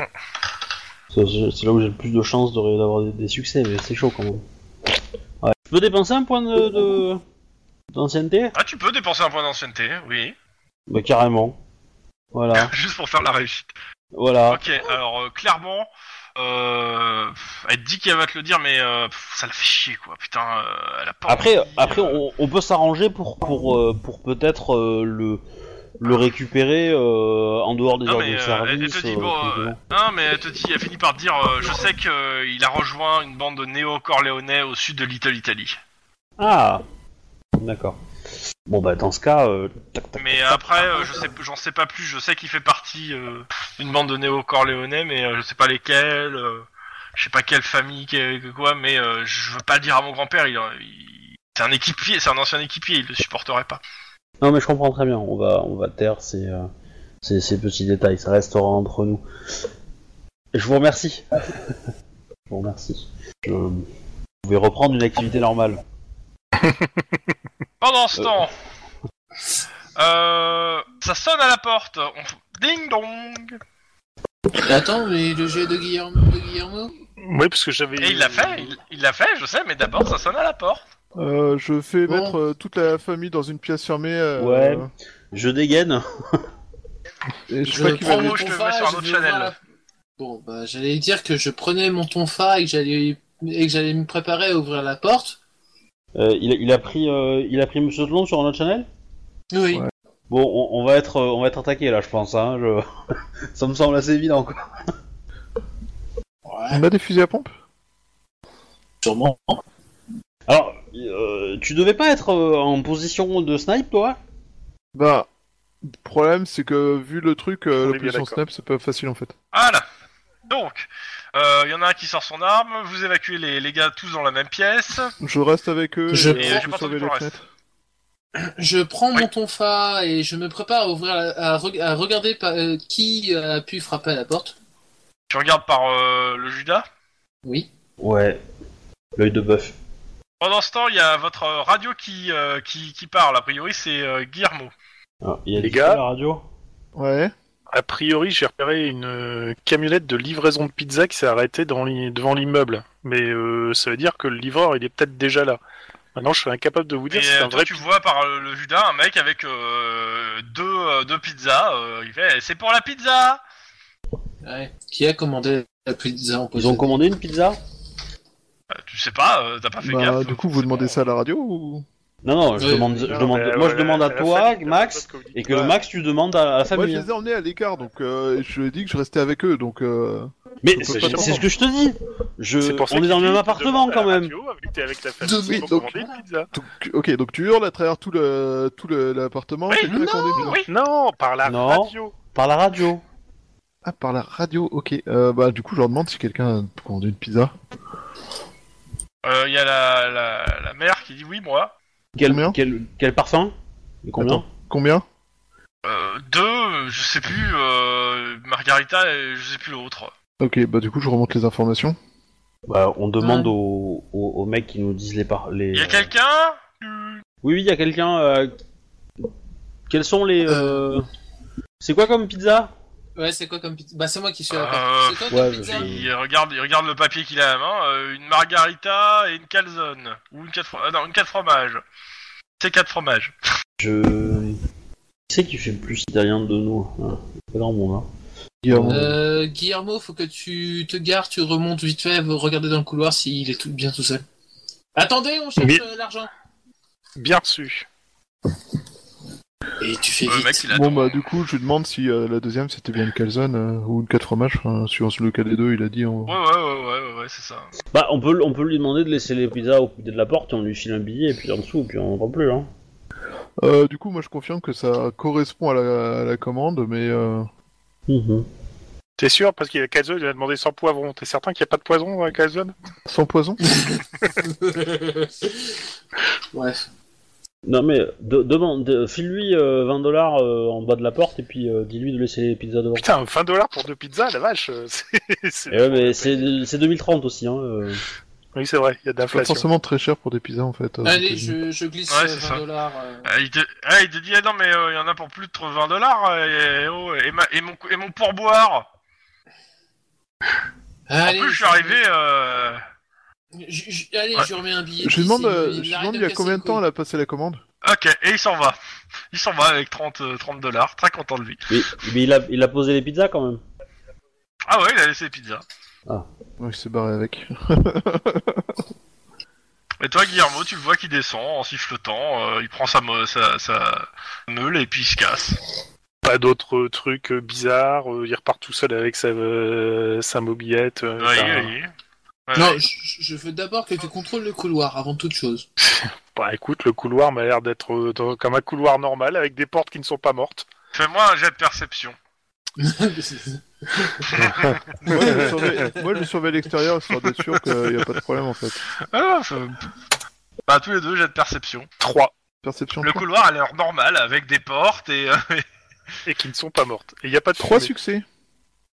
euh, Ça, C'est c'est là où j'ai le plus de chances de- d'avoir des, des succès, mais c'est chaud quand même. Ouais. Je peux dépenser un point de- de d'ancienneté
Ah, tu peux dépenser un point d'ancienneté, oui.
Bah carrément. Voilà,
Juste pour faire la réussite.
voilà.
Ok, alors euh, clairement, euh, pff, elle te dit qu'elle va te le dire, mais euh, pff, ça la fait chier quoi. Putain, euh, elle a pas.
Après,
envie,
après,
euh,
on, on peut s'arranger pour pour euh, pour peut-être euh, le le récupérer euh, en dehors des
Non
heures
mais
de
euh,
service.
elle, elle te dit
euh,
bon, euh,
tranquillement.
non mais elle te dit, elle finit par te dire, euh, je sais qu'il a rejoint une bande de néo-corléonais au sud de Little Italy.
Ah, d'accord. Bon bah dans ce cas, euh, tac, tac,
Mais après, euh, je sais, j'en sais pas plus. Je sais qu'il fait partie euh, d'une bande de néo-corléonais, mais euh, je sais pas lesquels, euh, je sais pas quelle famille, quelle- quoi. Mais euh, je veux pas le dire à mon grand-père. Il, euh, il- c'est un équipier, c'est un ancien équipier. Il le supporterait pas.
Non, mais je comprends très bien. On va, on va taire ces, euh, ces, ces petits détails. Ça restera entre nous. Je vous remercie. je vous remercie. Je... Vous pouvez reprendre une activité normale.
Pendant ce
Euh.
temps, euh, ça sonne à la porte. On f- Ding dong.
Attends, mais le jet de Guillermo, de Guillermo
Oui, parce que j'avais.
Et il l'a fait. Il il l'a fait, je sais. Mais d'abord, ça sonne à la porte.
Euh, je fais
Bon.
mettre euh, toute la famille dans une pièce fermée. euh,
Ouais. Je dégaine.
Et je sais pas qui va
prends
les-
mon- je te
tonfa,
mets sur un autre
vais voir
channel.
la- Bon, bah, j'allais dire que je prenais mon tonfa et que j'allais et que j'allais me préparer à ouvrir la porte.
Euh, il, a, il a pris, euh, il a pris Monsieur Tlon sur notre channel.
Oui.
Ouais.
Bon, on, on va être, euh, on va être attaqué là, je pense. Hein, je... Ça me semble assez évident. Quoi.
Ouais,
On a des fusils à pompe
sûrement.
Alors, euh, tu devais pas être euh, en position de snipe, toi
Bah, le problème c'est que vu le truc, euh,
On est
la
bien
position
d'accord.
snap c'est pas facile en fait.
Voilà. Donc, euh, il y en a un qui sort son arme. Vous évacuez les, les gars tous dans la même pièce. euh,
Je reste avec eux.
Je
et
prends-
je
J'ai
pas
peux
entendu pour
sauver les
le reste.
fenêtres.
Je prends
Oui.
mon tonfa et je me prépare à ouvrir, la- à, reg- à regarder pa- euh, qui a pu frapper à la porte.
Tu regardes par euh, le Judas.
Oui.
Ouais. L'œil de bœuf.
Pendant ce temps, il y a votre euh, radio qui, euh, qui, qui parle. A priori, c'est euh, Guillermo.
Ah, il y a
Les
dit
gars.
ça à la radio.
Ouais.
A priori, j'ai repéré une euh, camionnette de livraison de pizza qui s'est arrêtée dans l'i- devant l'immeuble. Mais euh, ça veut dire que le livreur, il est peut-être déjà là. Maintenant, je suis incapable de vous
Et
dire si c'est
euh,
un
toi,
vrai.
tu vois par euh, le Judas un mec avec euh, deux, euh, deux pizzas. euh, il fait C'est pour la pizza
Ouais. Qui a commandé la pizza en
Ils ont
poison
commandé une pizza
Euh, Tu sais pas, euh, t'as pas fait
Bah,
gaffe.
du coup, vous demandez ça à la radio ou
Non, non, je
Oui,
demande,
oui,
je
Non,
demande,
mais,
moi je
euh,
demande à
la
toi,
famille,
Max,
t'as pas de Covid.
et que le
Ouais.
Max tu demandes à, à la
Moi,
famille.
je les ai emmenés à l'écart, donc euh, je lui ai dit que je restais avec eux, donc. Euh...
mais
peux
c'est
pas te
c'est ce que je te dis. Je,
C'est pour ça
euh, on est
qu'il
dans le
dit
même
de
appartement
demander à
quand
la
même.
radio, avec- t'es avec la famille,
Oui,
pour
donc-
commander une pizza.
donc, ok, donc tu hurles à travers tout le tout le- l'appartement.
Oui,
c'est toi qu'on dévie.
Oui.
Non, par la
Non.
radio.
Par la radio.
Ah, par la radio. Ok. Euh, bah, du coup, je leur demande si quelqu'un a commandé une pizza.
Euh, Il y a la, la, la mère qui dit Oui, moi.
Quel,
Combien
quel, quel parfum Et Combien
Attends. Combien
Euh, deux, euh, je sais plus, euh, Margarita et je sais plus l'autre.
Ok, bah du coup, je remonte les informations.
Bah, On demande
Ouais.
aux, aux, aux mecs qui nous disent les par les.
Il
euh,
y a quelqu'un
Oui, oui, il y a quelqu'un. euh, Quels sont les. euh, C'est quoi comme pizza
Ouais, c'est quoi comme pizza Bah, c'est moi qui suis à la
Euh,
porte. C'est quoi
ouais,
comme pizza
je-
Il euh, regarde, il regarde le papier qu'il a à la main, euh, une margarita et une calzone. Ou une 4 non, une quatre fromages. C'est quatre fromages.
Je. Qui c'est qui fait le plus italien de nous hein Pas grand monde. Hein.
Guillermo.
Euh, Guillermo, faut que tu te gares, tu remontes vite fait, regardez dans le couloir s'il est tout, bien tout seul. Attendez, on cherche
Oui.
euh, l'argent.
Bien reçu.
Et tu fais
Euh,
vite.
le mec, il attend.
Bon bah du coup je lui demande si euh, la deuxième c'était bien une calzone euh, ou une 4 fromages, enfin, suivant lequel des deux il a dit en...
Ouais, ouais, ouais, ouais, ouais, ouais, c'est ça.
Bah, on peut, on peut lui demander de laisser les pizzas au côté de la porte, on lui file un billet, et puis en dessous, puis on n'en prend plus. Hein.
Euh, du coup moi je confirme que ça correspond à la, à la commande mais euh,
Mhm.
T'es sûr Parce qu'il y a calzone, il a demandé sans poivron. T'es certain qu'il n'y a pas de poison dans la calzone
sans poison
Bref.
Non, mais de, demande, de- file-lui euh, 20 dollars en bas de la porte, et puis euh, dis-lui de laisser les pizzas devant.
Putain, 20 dollars pour deux pizzas, la vache. euh, c'est- c'est-
Et Eh ouais, mais c'est c'est 2030 aussi. Hein, euh.
Oui, c'est vrai, il y a de
C'est pas
l'inflation.
forcément très cher pour des pizzas en fait. euh,
Allez,
c'est-
je, je glisse
Ouais,
euh,
c'est
20
ça.
dollars. euh.
Ah, il, te... ah, il te dit, ah, non, mais euh, il y en a pour plus de euh, 20 dollars. Et, oh, et, ma- et mon... et mon pourboire
En
Allez,
plus, je suis arrivé. euh,
je- je- allez,
Ouais.
je remets un billet.
Je
puis
demande,
c'est-
euh,
il
je
arrête
demande il
de
y a
casser
combien de
les couilles.
temps elle a passé la commande
Ok, et il s'en va. Il s'en va avec 30 euh, 30 dollars. Très content de lui.
Mais, mais il, a, il a posé les pizzas quand même.
Ah ouais, il a laissé les pizzas.
Ouais, il s'est barré avec.
Et toi, Guillermo, tu le vois qui descend en sifflotant. euh, il prend sa, mo- sa, sa meule et puis il se casse.
Pas d'autres euh, trucs euh, bizarres. euh, il repart tout seul avec sa, euh, sa mobilette. euh,
Ouais,
ben,
ouais, ouais. Ouais,
Non,
ouais.
je, je veux d'abord que tu contrôles le couloir avant toute chose.
Bah écoute, le couloir m'a l'air d'être euh, dans- comme un couloir normal avec des portes qui ne sont pas mortes.
Fais-moi un jet de perception.
Moi, je le surveille- moi, je le surveille l'extérieur, histoire d'être sûr qu'il n'y a pas de problème en fait.
Ah, ça- bah, tous les deux, jet de perception.
3.
Perception.
Le couloir a l'air normal avec des portes et euh,
Et qui ne sont pas mortes. Et il n'y a pas de
3
fumée.
succès.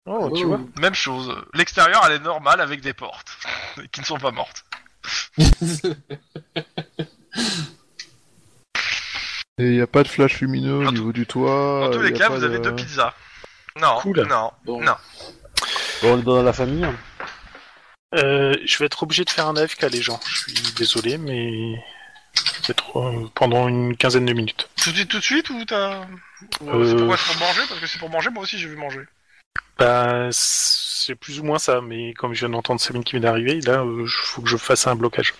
Oh, tu
Oh.
vois.
même chose. L'extérieur, elle est normale avec des portes qui ne sont pas mortes.
Et il n'y a pas de flash lumineux
Dans
au
tous-
niveau du toit.
Dans tous
euh,
les
y a
cas,
pas
vous
de-
avez deux pizzas. Non,
Cool.
non.
Bon.
Non.
Bon, on est dans la famille. hein.
Euh, je vais être obligé de faire un AFK, les gens. Je suis désolé, mais. Peut-être euh, pendant une quinzaine de minutes.
Tout de suite, tout de suite ou t'as. ou, euh,
Euh,
C'est pourquoi c'est pour manger Parce que c'est pour manger, moi aussi j'ai vu manger.
Bah, c'est plus ou moins ça, mais comme je viens d'entendre Sabine qui vient d'arriver, là, il faut que je fasse un blocage.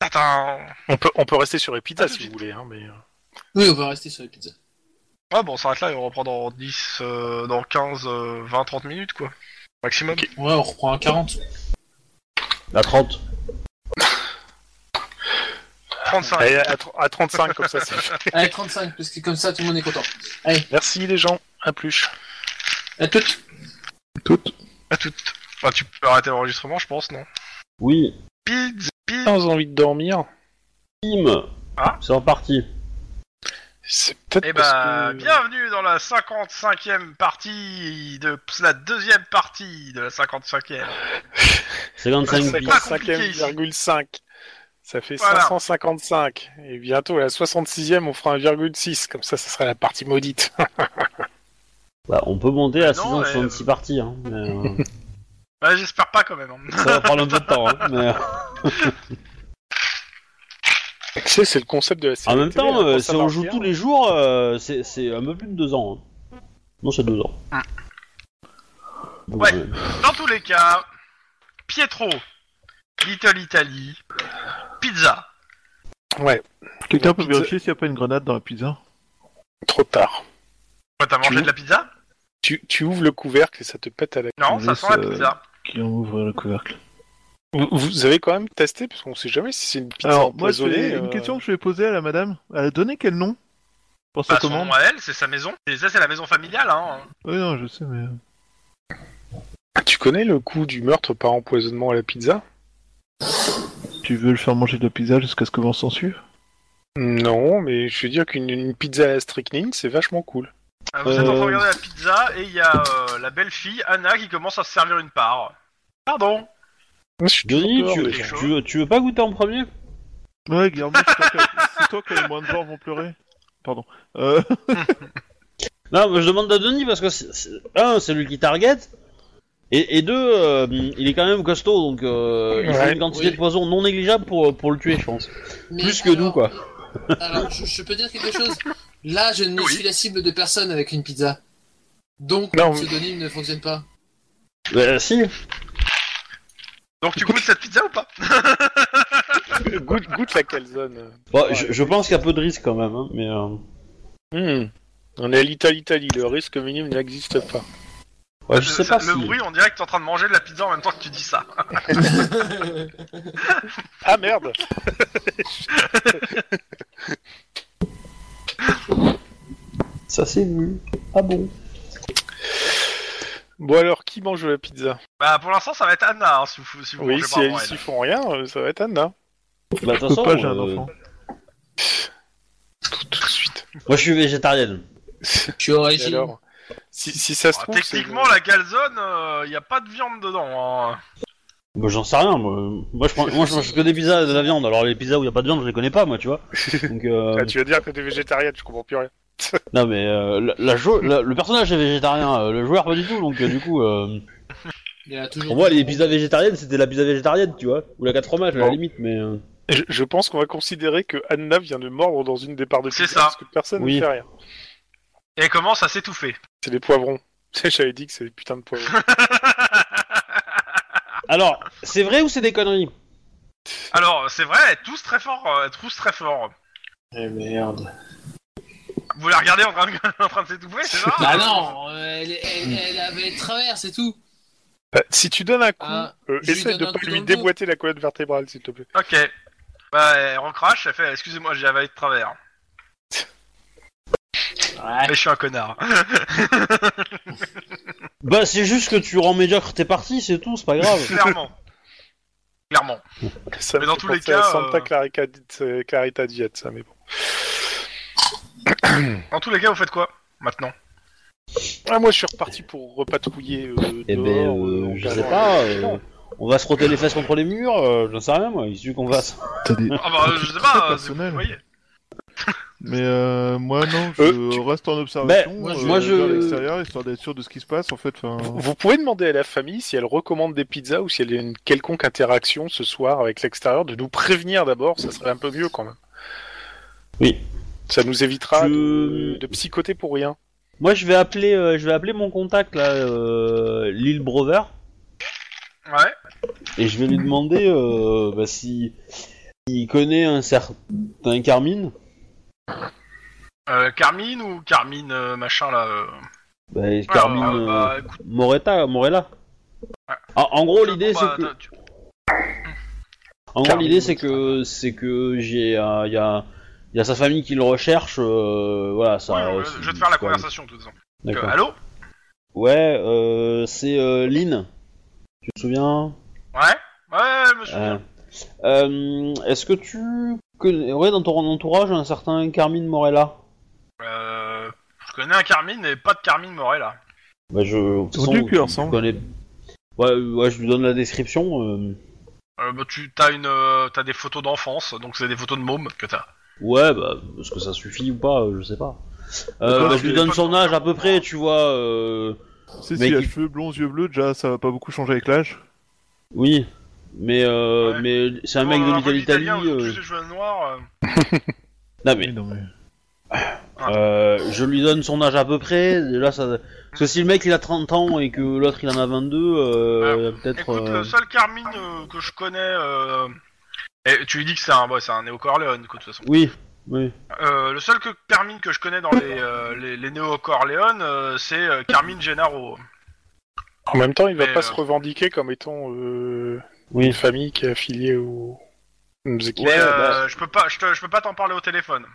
Attends.
On peut, on peut rester sur les pizzas
Ah, tout de
si vous voulez, hein, mais. euh,
oui, on va rester sur les pizzas.
Ah bon, on s'arrête là et on reprend dans 10, euh, dans 15, euh, 20, 30 minutes quoi. Maximum.
Ouais, on reprend un 40.
La 30.
35.
allez, à, tr- à 35, comme ça, c'est fait.
Allez, 35, parce que comme ça, tout le monde est content.
Merci, les gens. À plus.
À toutes.
Toutes.
À toutes. Bah, tu peux arrêter l'enregistrement, je pense, non
Oui.
Pizza, pizza.
J'ai envie de dormir.
Tim.
Ah.
C'est reparti.
C'est peut-être
Eh
parce
bah,
que-
bienvenue dans la 55e partie de la deuxième partie de la 55e.
C'est 25
C'est
pizzas.
pas compliqué ici.
5,5. Ça fait
Voilà.
555. Et bientôt, à la 66e, on fera 1,6. Comme ça, ça sera la partie maudite.
Bah, on peut monter
Ah
à
non,
666 parties. Hein, mais, euh,
Bah, j'espère pas quand même. hein.
ça va prendre un peu de temps. hein, mais, euh,
Tu sais, c'est le concept de la série.
en même
télé,
temps,
hein,
euh,
quand
si
ça
on
va
joue
revenir.
tous les jours, euh, c'est c'est un peu plus de deux ans. hein. Non, c'est deux ans. Donc,
Ah. Ouais.
euh,
Dans tous les cas, Pietro, Little Italy, pizza.
Ouais,
Quelqu'un peut
Pizza.
vérifier s'il n'y a pas une grenade dans la pizza
Ah.
trop tard.
Ouais, t'as mangé
Tu-
de la pizza
Tu, tu ouvres le couvercle et ça te pète à la
Non,
Je
ça
laisse,
sent la
euh,
pizza.
qui en ouvre le couvercle.
Vous, vous avez quand même testé, parce qu'on sait jamais si c'est une pizza
Alors, moi,
empoisonnée.
j'ai une
euh,
question que je vais poser à la madame. Elle a donné quel nom pour sa
Bah, son
commande
nom à elle, c'est sa maison. Et ça, c'est la maison familiale, hein.
Oui, non, je sais, mais. euh.
Ah, Tu connais le coup du meurtre par empoisonnement à la pizza
Tu veux le faire manger de la pizza jusqu'à ce que l'on s'en suive
Non, mais je veux dire qu'une une pizza à la strychnine, c'est vachement cool.
Euh, Vous êtes en train
Euh.
de regarder la pizza et il y a euh, la belle-fille, Anna, qui commence à se servir une part. Pardon
Je suis
Denis,
toujours
tu, tu-
peur, mais-
tu veux, tu veux pas goûter en premier
Ouais, Guillermo, c'est toi que- c'est toi que les moins de gens vont pleurer. Pardon. Euh,
Non, mais je demande à Denis parce que, c'est- c'est- un, c'est lui qui target, et, et deux, euh, il est quand même costaud, donc euh, il faut
Ouais.
une quantité
Oui.
de poison non négligeable pour, pour le tuer, je pense.
Mais
Plus que
alors-
nous, quoi.
Alors, je, je peux dire quelque chose Là, je ne
Oui.
suis la cible de personne avec une pizza. Donc,
Non,
mon pseudonyme ne fonctionne pas.
Bah, si.
Donc tu goûtes cette pizza ou pas
goûte, goûte la calzone.
Bon, Bah, je, je pense qu'il y a peu de risque quand même, hein, mais. euh,
Hmm. On est à l'Italie-Italie, le risque minime n'existe pas.
Ouais, je sais
Ça-
pas
Le
si.
bruit, on dirait que t'es en train de manger de la pizza en même temps que tu dis ça.
Ah merde
Ça, c'est nul. Ah bon
Bon alors, qui mange la pizza
Bah pour l'instant, ça va être Anna, hein, si vous, si vous
Oui,
mangez
si
pas
elles
avant
s'y
elle.
font rien, euh, ça va être Anna.
Bah, de toute
je peux
façon,
pas, j'ai un
euh,
enfant.
Tout, tout de suite.
moi je suis végétarienne.
Je suis
Et
origine.
alors si, si ça se
Ah,
trouve... c'est-
techniquement, la calzone, il n'y a pas de viande dedans. hein.
Bah, j'en sais rien, moi. Moi je, prends, moi je mange que des pizzas et de la viande, alors les pizzas où il y a pas de viande, je les connais pas, moi, tu vois. Donc, euh,
Ah, tu vas dire que t'es végétarienne, je comprends plus rien.
Non mais euh, la, la jo- la- le personnage est végétarien, euh, le joueur pas du tout, donc euh, du coup. euh,
Il y a toujours.
Pour moi, les pizzas végétariennes, c'était la pizza végétarienne, tu vois. Ou la 4 fromages, à la
Bon.
limite, mais. euh,
Je, je pense qu'on va considérer que Anna vient de mordre dans une des parts de
C'est
pizza
ça.
parce que personne
Oui.
ne fait rien.
Et elle commence à s'étouffer.
C'est les poivrons. J'avais dit que c'est les putains de poivrons.
Alors, c'est vrai ou c'est des conneries
Alors, c'est vrai, elle tousse très fort, euh, elle tousse très fort.
Eh merde.
Vous la regardez en train de, en train de s'étouffer, c'est ça
Bah non, euh, elle, elle, elle avait de travers, c'est tout.
Bah, si tu donnes un coup,
Ah,
euh,
je lui
essaie
donne
de
un
pas
coup dans
lui
le dos.
déboîter la colonne vertébrale, s'il te plaît.
Ok. Bah, elle recrache, elle fait Excusez-moi, j'ai avalé de travers.
Ouais.
Mais je suis un connard.
Bah, c'est juste que tu rends médiocre tes parties, c'est tout, c'est pas
Oh,
grave.
Clairement. Clairement.
Ça
Mais
me
dans
fait
tous les
penser à
cas,
Santa
euh,
Clarita, euh, Clarita Diet, ça, mais bon.
Dans tous les cas, vous faites quoi maintenant
Ah, moi, je suis reparti pour repatrouiller. Euh,
Eh ben,
dehors,
euh,
euh,
je sais
regardant
pas,
les-
euh, on va se roter les fesses contre les murs, euh, j'en sais rien moi, il suffit qu'on fasse.
T'as des...
Ah bah, je sais pas,
Très
euh, c'est- vous
personnel.
voyez.
Mais euh, moi non, je
Euh,
reste en observation.
moi, je-
euh,
Ben, moi, je-
vers l'extérieur, histoire d'être sûr de ce qui se passe en fait. Enfin,
Vous pouvez demander à la famille si elle recommande des pizzas ou si elle a une quelconque interaction ce soir avec l'extérieur, de nous prévenir d'abord, ça serait un peu mieux quand même.
Oui.
Ça nous évitera
Je-
de, de psychoter pour rien.
Moi je vais appeler, euh, je vais appeler mon contact là, euh, Lil Brover,
Ouais.
et je vais lui demander euh, bah, si il connaît un certain Carmine.
Euh, Carmine ou Carmine euh, machin là euh.
Bah, Carmine
Alors, euh,
euh,
bah, écoute,
Moretta, Morella. En, en gros Oh, l'idée
bon,
c'est
bah,
que.
attends, tu-
En gros,
Carmine
l'idée c'est que c'est que j'ai euh, il y a il y a sa famille qui le recherche euh, voilà ça.
Ouais, ouais,
euh,
je vais
c'est-
te faire la
c'est pas-
conversation de toute façon.
D'accord.
Euh, allô
Ouais, euh, c'est euh, Lynn. Tu te souviens
Ouais Ouais, monsieur.
Euh, euh, Est-ce que tu connais ouais, dans ton entourage un certain Carmine Morella
Euh, je connais un Carmine et pas de Carmine Morella.
Bah je. de toute
Ils ont
façon,
du cul
tu-
ensemble.
tu connais- Ouais, euh, ouais, je lui donne la description. euh.
Euh, bah, tu as une, euh, t'as des photos d'enfance, donc c'est des photos de môme que t'as.
Ouais, bah, est-ce que ça suffit ou pas euh, Je sais pas. Euh,
D'accord,
bah, je lui
mais-
donne son âge à peu près, tu vois. euh,
si
mec,
si, a
il-
cheveux blonds, yeux bleus, déjà ça va pas beaucoup changer avec l'âge.
Oui, mais euh,
Ouais.
mais c'est un mec
Bon,
de
peu
l'Italie.
italien,
euh,
Plus de cheveux noirs. euh.
Non mais
Oui, non, mais...
Ah.
Euh, je lui donne son âge à peu près. Là, ça... Parce que si le mec il a 30 ans et que l'autre il en a 22, euh, peut-être.
Ah, Écoute,
euh,
le seul Carmine euh, que je connais, euh, et tu lui dis que c'est un, ouais, c'est un néo-corléone, quoi, de toute façon.
Oui, oui.
Euh, le seul que, Carmine que je connais dans les, euh, les, les néo-corléones, euh, c'est euh, Carmine Gennaro.
En même temps, il va
Mais,
pas
euh,
se revendiquer comme étant euh,
Oui.
une famille qui est affiliée au... aux équipes.
Mais
Ouais,
euh, je peux pas, je, te- je peux pas t'en parler au téléphone.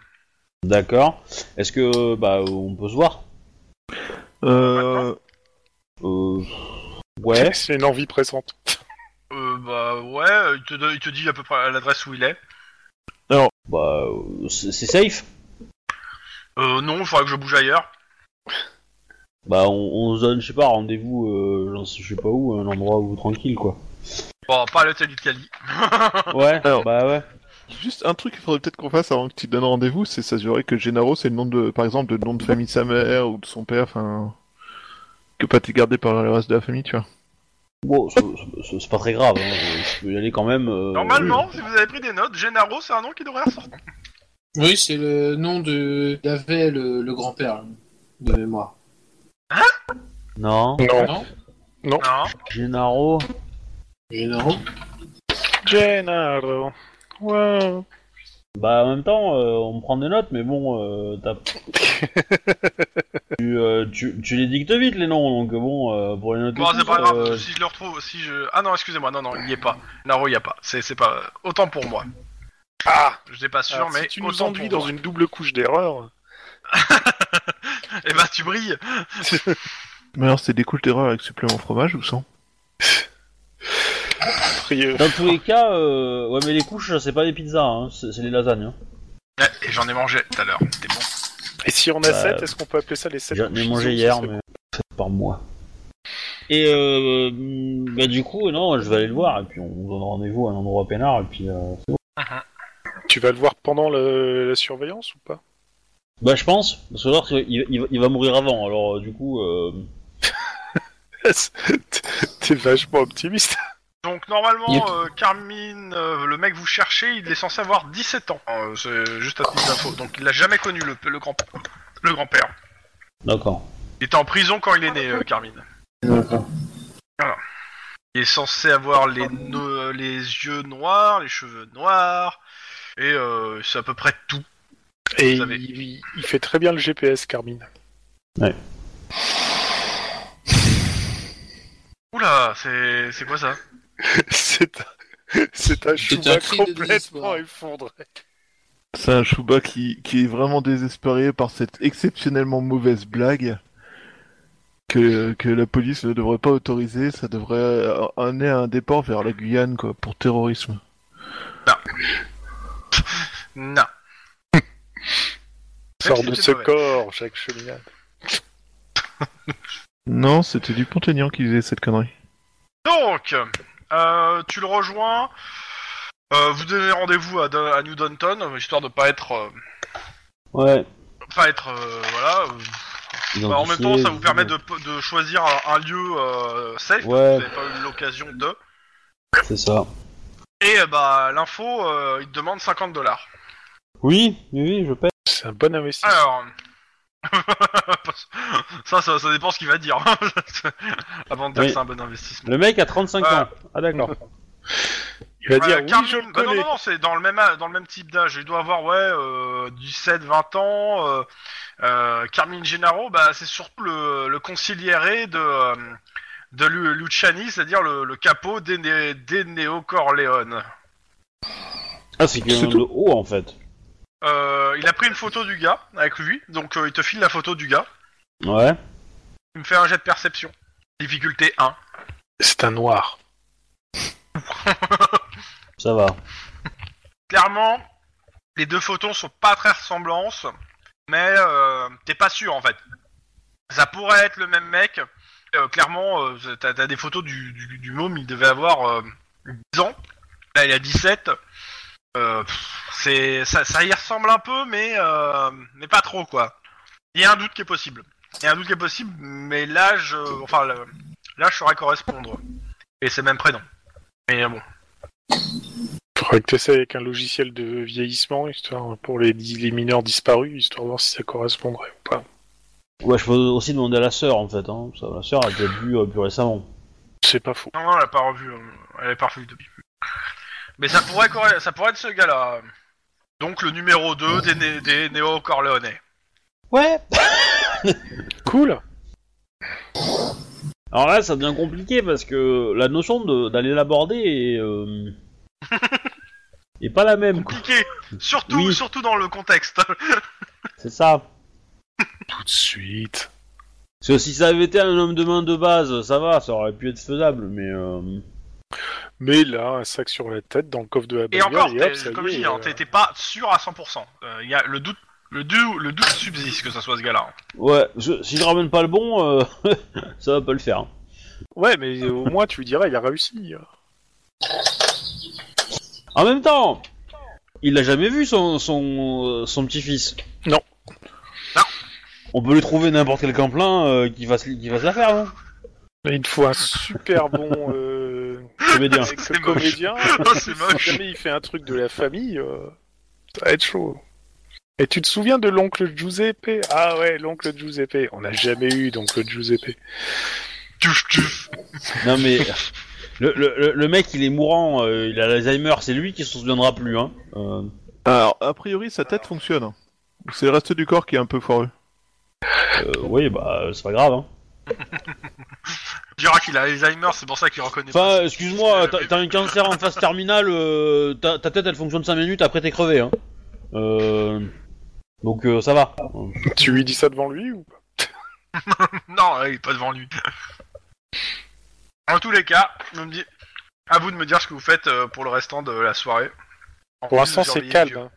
D'accord. Est-ce que bah on peut se voir
Euh,
euh... Ouais.
C'est une envie pressante.
Euh, bah ouais, euh, il te, do- il te dit à peu près à l'adresse où il est.
Bah euh, c'est c'est safe.
Euh, non, il faudrait que je bouge ailleurs.
Bah on, on se donne, je sais pas, rendez-vous, euh, j'en sais- je sais pas où, un endroit où tranquille quoi.
Bon, pas à l'hôtel d'Italie.
Euh,
Ouais.
Alors-
Bah ouais.
Juste un truc qu'il faudrait peut-être qu'on fasse avant que tu te donnes rendez-vous, c'est s'assurer que Gennaro c'est le nom de, par exemple, le nom de famille de sa mère ou de son père, enfin, que pas t'es gardé par le reste de la famille, tu vois.
Bon, c'est- c'est c'est pas très grave. Hein. Je peux y aller quand même. euh,
Normalement, si vous avez pris des notes, Gennaro, c'est un nom qui devrait ressortir.
Oui, c'est le nom de d'avait le, le grand-père là, de mémoire.
Non.
Non.
Non
Non.
Gennaro.
Gennaro
Gennaro. Wow.
Bah en même temps, euh, on prend des notes, mais bon, euh, t'as- tu, euh, tu, tu les dictes vite les noms, donc bon, euh, pour les noter.
Bon, c'est
tous,
pas grave,
euh,
si je le retrouve, si je... Ah non, excusez-moi, non, non, il y est pas. Naro, il y a pas. C'est c'est pas... Autant pour moi.
Ah
Je n'ai pas sûr,
Alors,
mais...
Si tu nous
autant
enduis
pour
dans
moi.
une double couche d'erreur...
Eh ben, tu brilles
Mais alors, c'est des couches d'erreur avec supplément fromage ou sans
prieux.
Dans tous les cas, euh, ouais, mais les couches, c'est pas des pizzas, hein, c'est c'est les lasagnes. Hein.
Ouais, Et j'en ai mangé tout à l'heure, c'était bon.
Et si on a
Bah,
7, est-ce qu'on peut appeler ça les 7
J'en ai mangé hier, mais faites par moi. Et euh, bah du coup, non, je vais aller le voir et puis on donne rendez-vous à un endroit peinard et puis. euh, c'est bon.
Tu vas le voir pendant le- la surveillance ou pas
Bah je pense, parce que l'autre, il, il- il va mourir avant, alors euh, du coup. euh,
T'es vachement optimiste.
Donc
Il y
normalement, euh, Carmine, euh, le mec que vous cherchez, il est censé avoir 17 ans. Euh, c'est juste à titre d'info. Donc il l'a jamais connu le, le grand le grand-père.
D'accord.
Il était en prison quand il est né, euh, Carmine.
D'accord.
Il est censé avoir les no- les yeux noirs, les cheveux noirs, et euh, c'est à peu près tout.
Et
Vous avez-
il, il fait très bien le GPS, Carmine.
Oula, c'est c'est quoi ça
C'est un- c'est un
C'est
Chouba
un cri de
complètement
désespoir.
effondré.
C'est un Chouba qui, qui est vraiment désespéré par cette exceptionnellement mauvaise blague que, que la police ne devrait pas autoriser. Ça devrait euh, amener à un départ vers la Guyane, quoi, pour terrorisme.
Non.
Sors
Même
de
si t'es
ce
mauvais.
corps, Jacques Cheminade.
Non, c'était du Pontaignan qui faisait cette connerie.
Donc, euh, tu le rejoins. euh, vous donnez rendez-vous à, Dun- à New Downton, histoire de pas être, euh,
Ouais.
pas être, euh, voilà. euh, Bah, en même temps, ça vous permet de, de choisir un, un lieu euh, safe,
Ouais.
vous n'avez pas eu l'occasion de.
C'est ça.
Et euh, bah, l'info, euh, il te demande 50 dollars.
Oui, oui, oui, je paie.
C'est un bon investissement.
Alors. ça, ça, ça dépend ce qu'il va dire. Avant de dire
Oui.
que c'est un bon investissement.
Le mec a 35
Ah.
ans. Ah d'accord.
Il va dire
Euh,
oui,
Carmine-
je le
bah non,
connais.
non, non, c'est dans le même a- dans le même type d'âge. Il doit avoir ouais euh, 17, 20 ans. Euh, euh, Carmine Gennaro, bah c'est surtout le, le conciliéré de euh, de Lu- Luciani, c'est-à-dire le, le capot des, né- des néo-corléones.
Ah c'est que
C'est
le haut en fait.
Euh, il a pris une photo du gars avec lui, donc euh, il te file la photo du gars.
Ouais.
Il me fait un jet de perception. Difficulté 1.
C'est un noir.
Ça va.
Clairement, les deux photos sont pas très ressemblantes, mais euh, t'es pas sûr en fait. Ça pourrait être le même mec. Euh, clairement, euh, t'as t'as des photos du, du, du môme, il devait avoir euh, 10 ans. Là, il a 17. Euh, pff, c'est ça, ça y ressemble un peu, mais euh, mais pas trop quoi. Il y a un doute qui est possible. Il y a un doute qui est possible, mais l'âge, euh, enfin le- l'âge saurait correspondre. Et c'est même prénom. Mais bon.
Faudrait que t'essaies avec un logiciel de vieillissement, histoire pour les, les mineurs disparus, histoire de voir si ça correspondrait ou pas.
Ouais, je peux aussi demander à la sœur en fait. Hein. Ça, la sœur a peut-être vu euh, plus récemment.
C'est pas faux.
Non, non, elle l'a pas revu. euh, Elle est pas revue depuis. Mais ça pourrait, corré- ça pourrait être ce gars-là. Donc le numéro 2 des, né- des néo-corléonais.
Ouais.
Cool
Alors là, ça devient compliqué parce que la notion de- d'aller l'aborder est, euh, est pas la même. quoi.
Compliqué surtout,
Oui.
surtout dans le contexte.
C'est ça.
Tout de suite.
Parce que si ça avait été un homme de main de base, ça va, ça aurait pu être faisable, mais euh,
Mais là, un sac sur la tête dans le coffre de la
Et
bagnole,
encore,
et hop,
t'es-
ça
comme
y
je
est,
dis, hein,
euh,
t'es t'es pas sûr à 100%. Euh, Il y a le doute, le, dou- le doute subsiste que ça soit ce gars-là. hein.
ouais, je- si je ramène pas le bon, euh, ça va pas le faire. hein.
Ouais, mais au moins tu lui diras, il a réussi.
En même temps, il l'a jamais vu son son, euh, son petit-fils.
Non.
Non.
On peut lui trouver n'importe quel camplin euh, qui va se qui va se la faire, hein. non
Mais il te faut un super bon euh,
Je vais dire.
ex-
C'est moche.
comédien.
Oh, c'est
si
moche.
jamais il fait un truc de la famille, euh, ça va être chaud. Et tu te souviens de l'oncle Giuseppe Ah ouais, l'oncle Giuseppe. On n'a jamais eu d'oncle Giuseppe.
Tuf, tuf.
Non mais le, le, le- le mec, il est mourant, euh, il a l'Alzheimer, c'est lui qui se souviendra plus, hein. Euh,
Alors, a priori, sa tête fonctionne. hein. C'est le reste du corps qui est un peu foireux.
euh, oui, bah c'est pas grave. Hein.
Il dira qu'il a Alzheimer, c'est pour ça qu'il reconnaît pas.
Enfin, excuse-moi, t'as- t'as un cancer en phase terminale, euh, ta, ta tête elle fonctionne 5 minutes après t'es crevé, hein. Euh, donc euh, ça va.
Tu lui dis ça devant lui ou pas
Non, euh, il est pas devant lui. en tous les cas, je me dis, à vous de me dire ce que vous faites euh, pour le restant de la soirée. En
Pour
plus de
l'instant, c'est
surveiller
calme.
Dieu.
hein.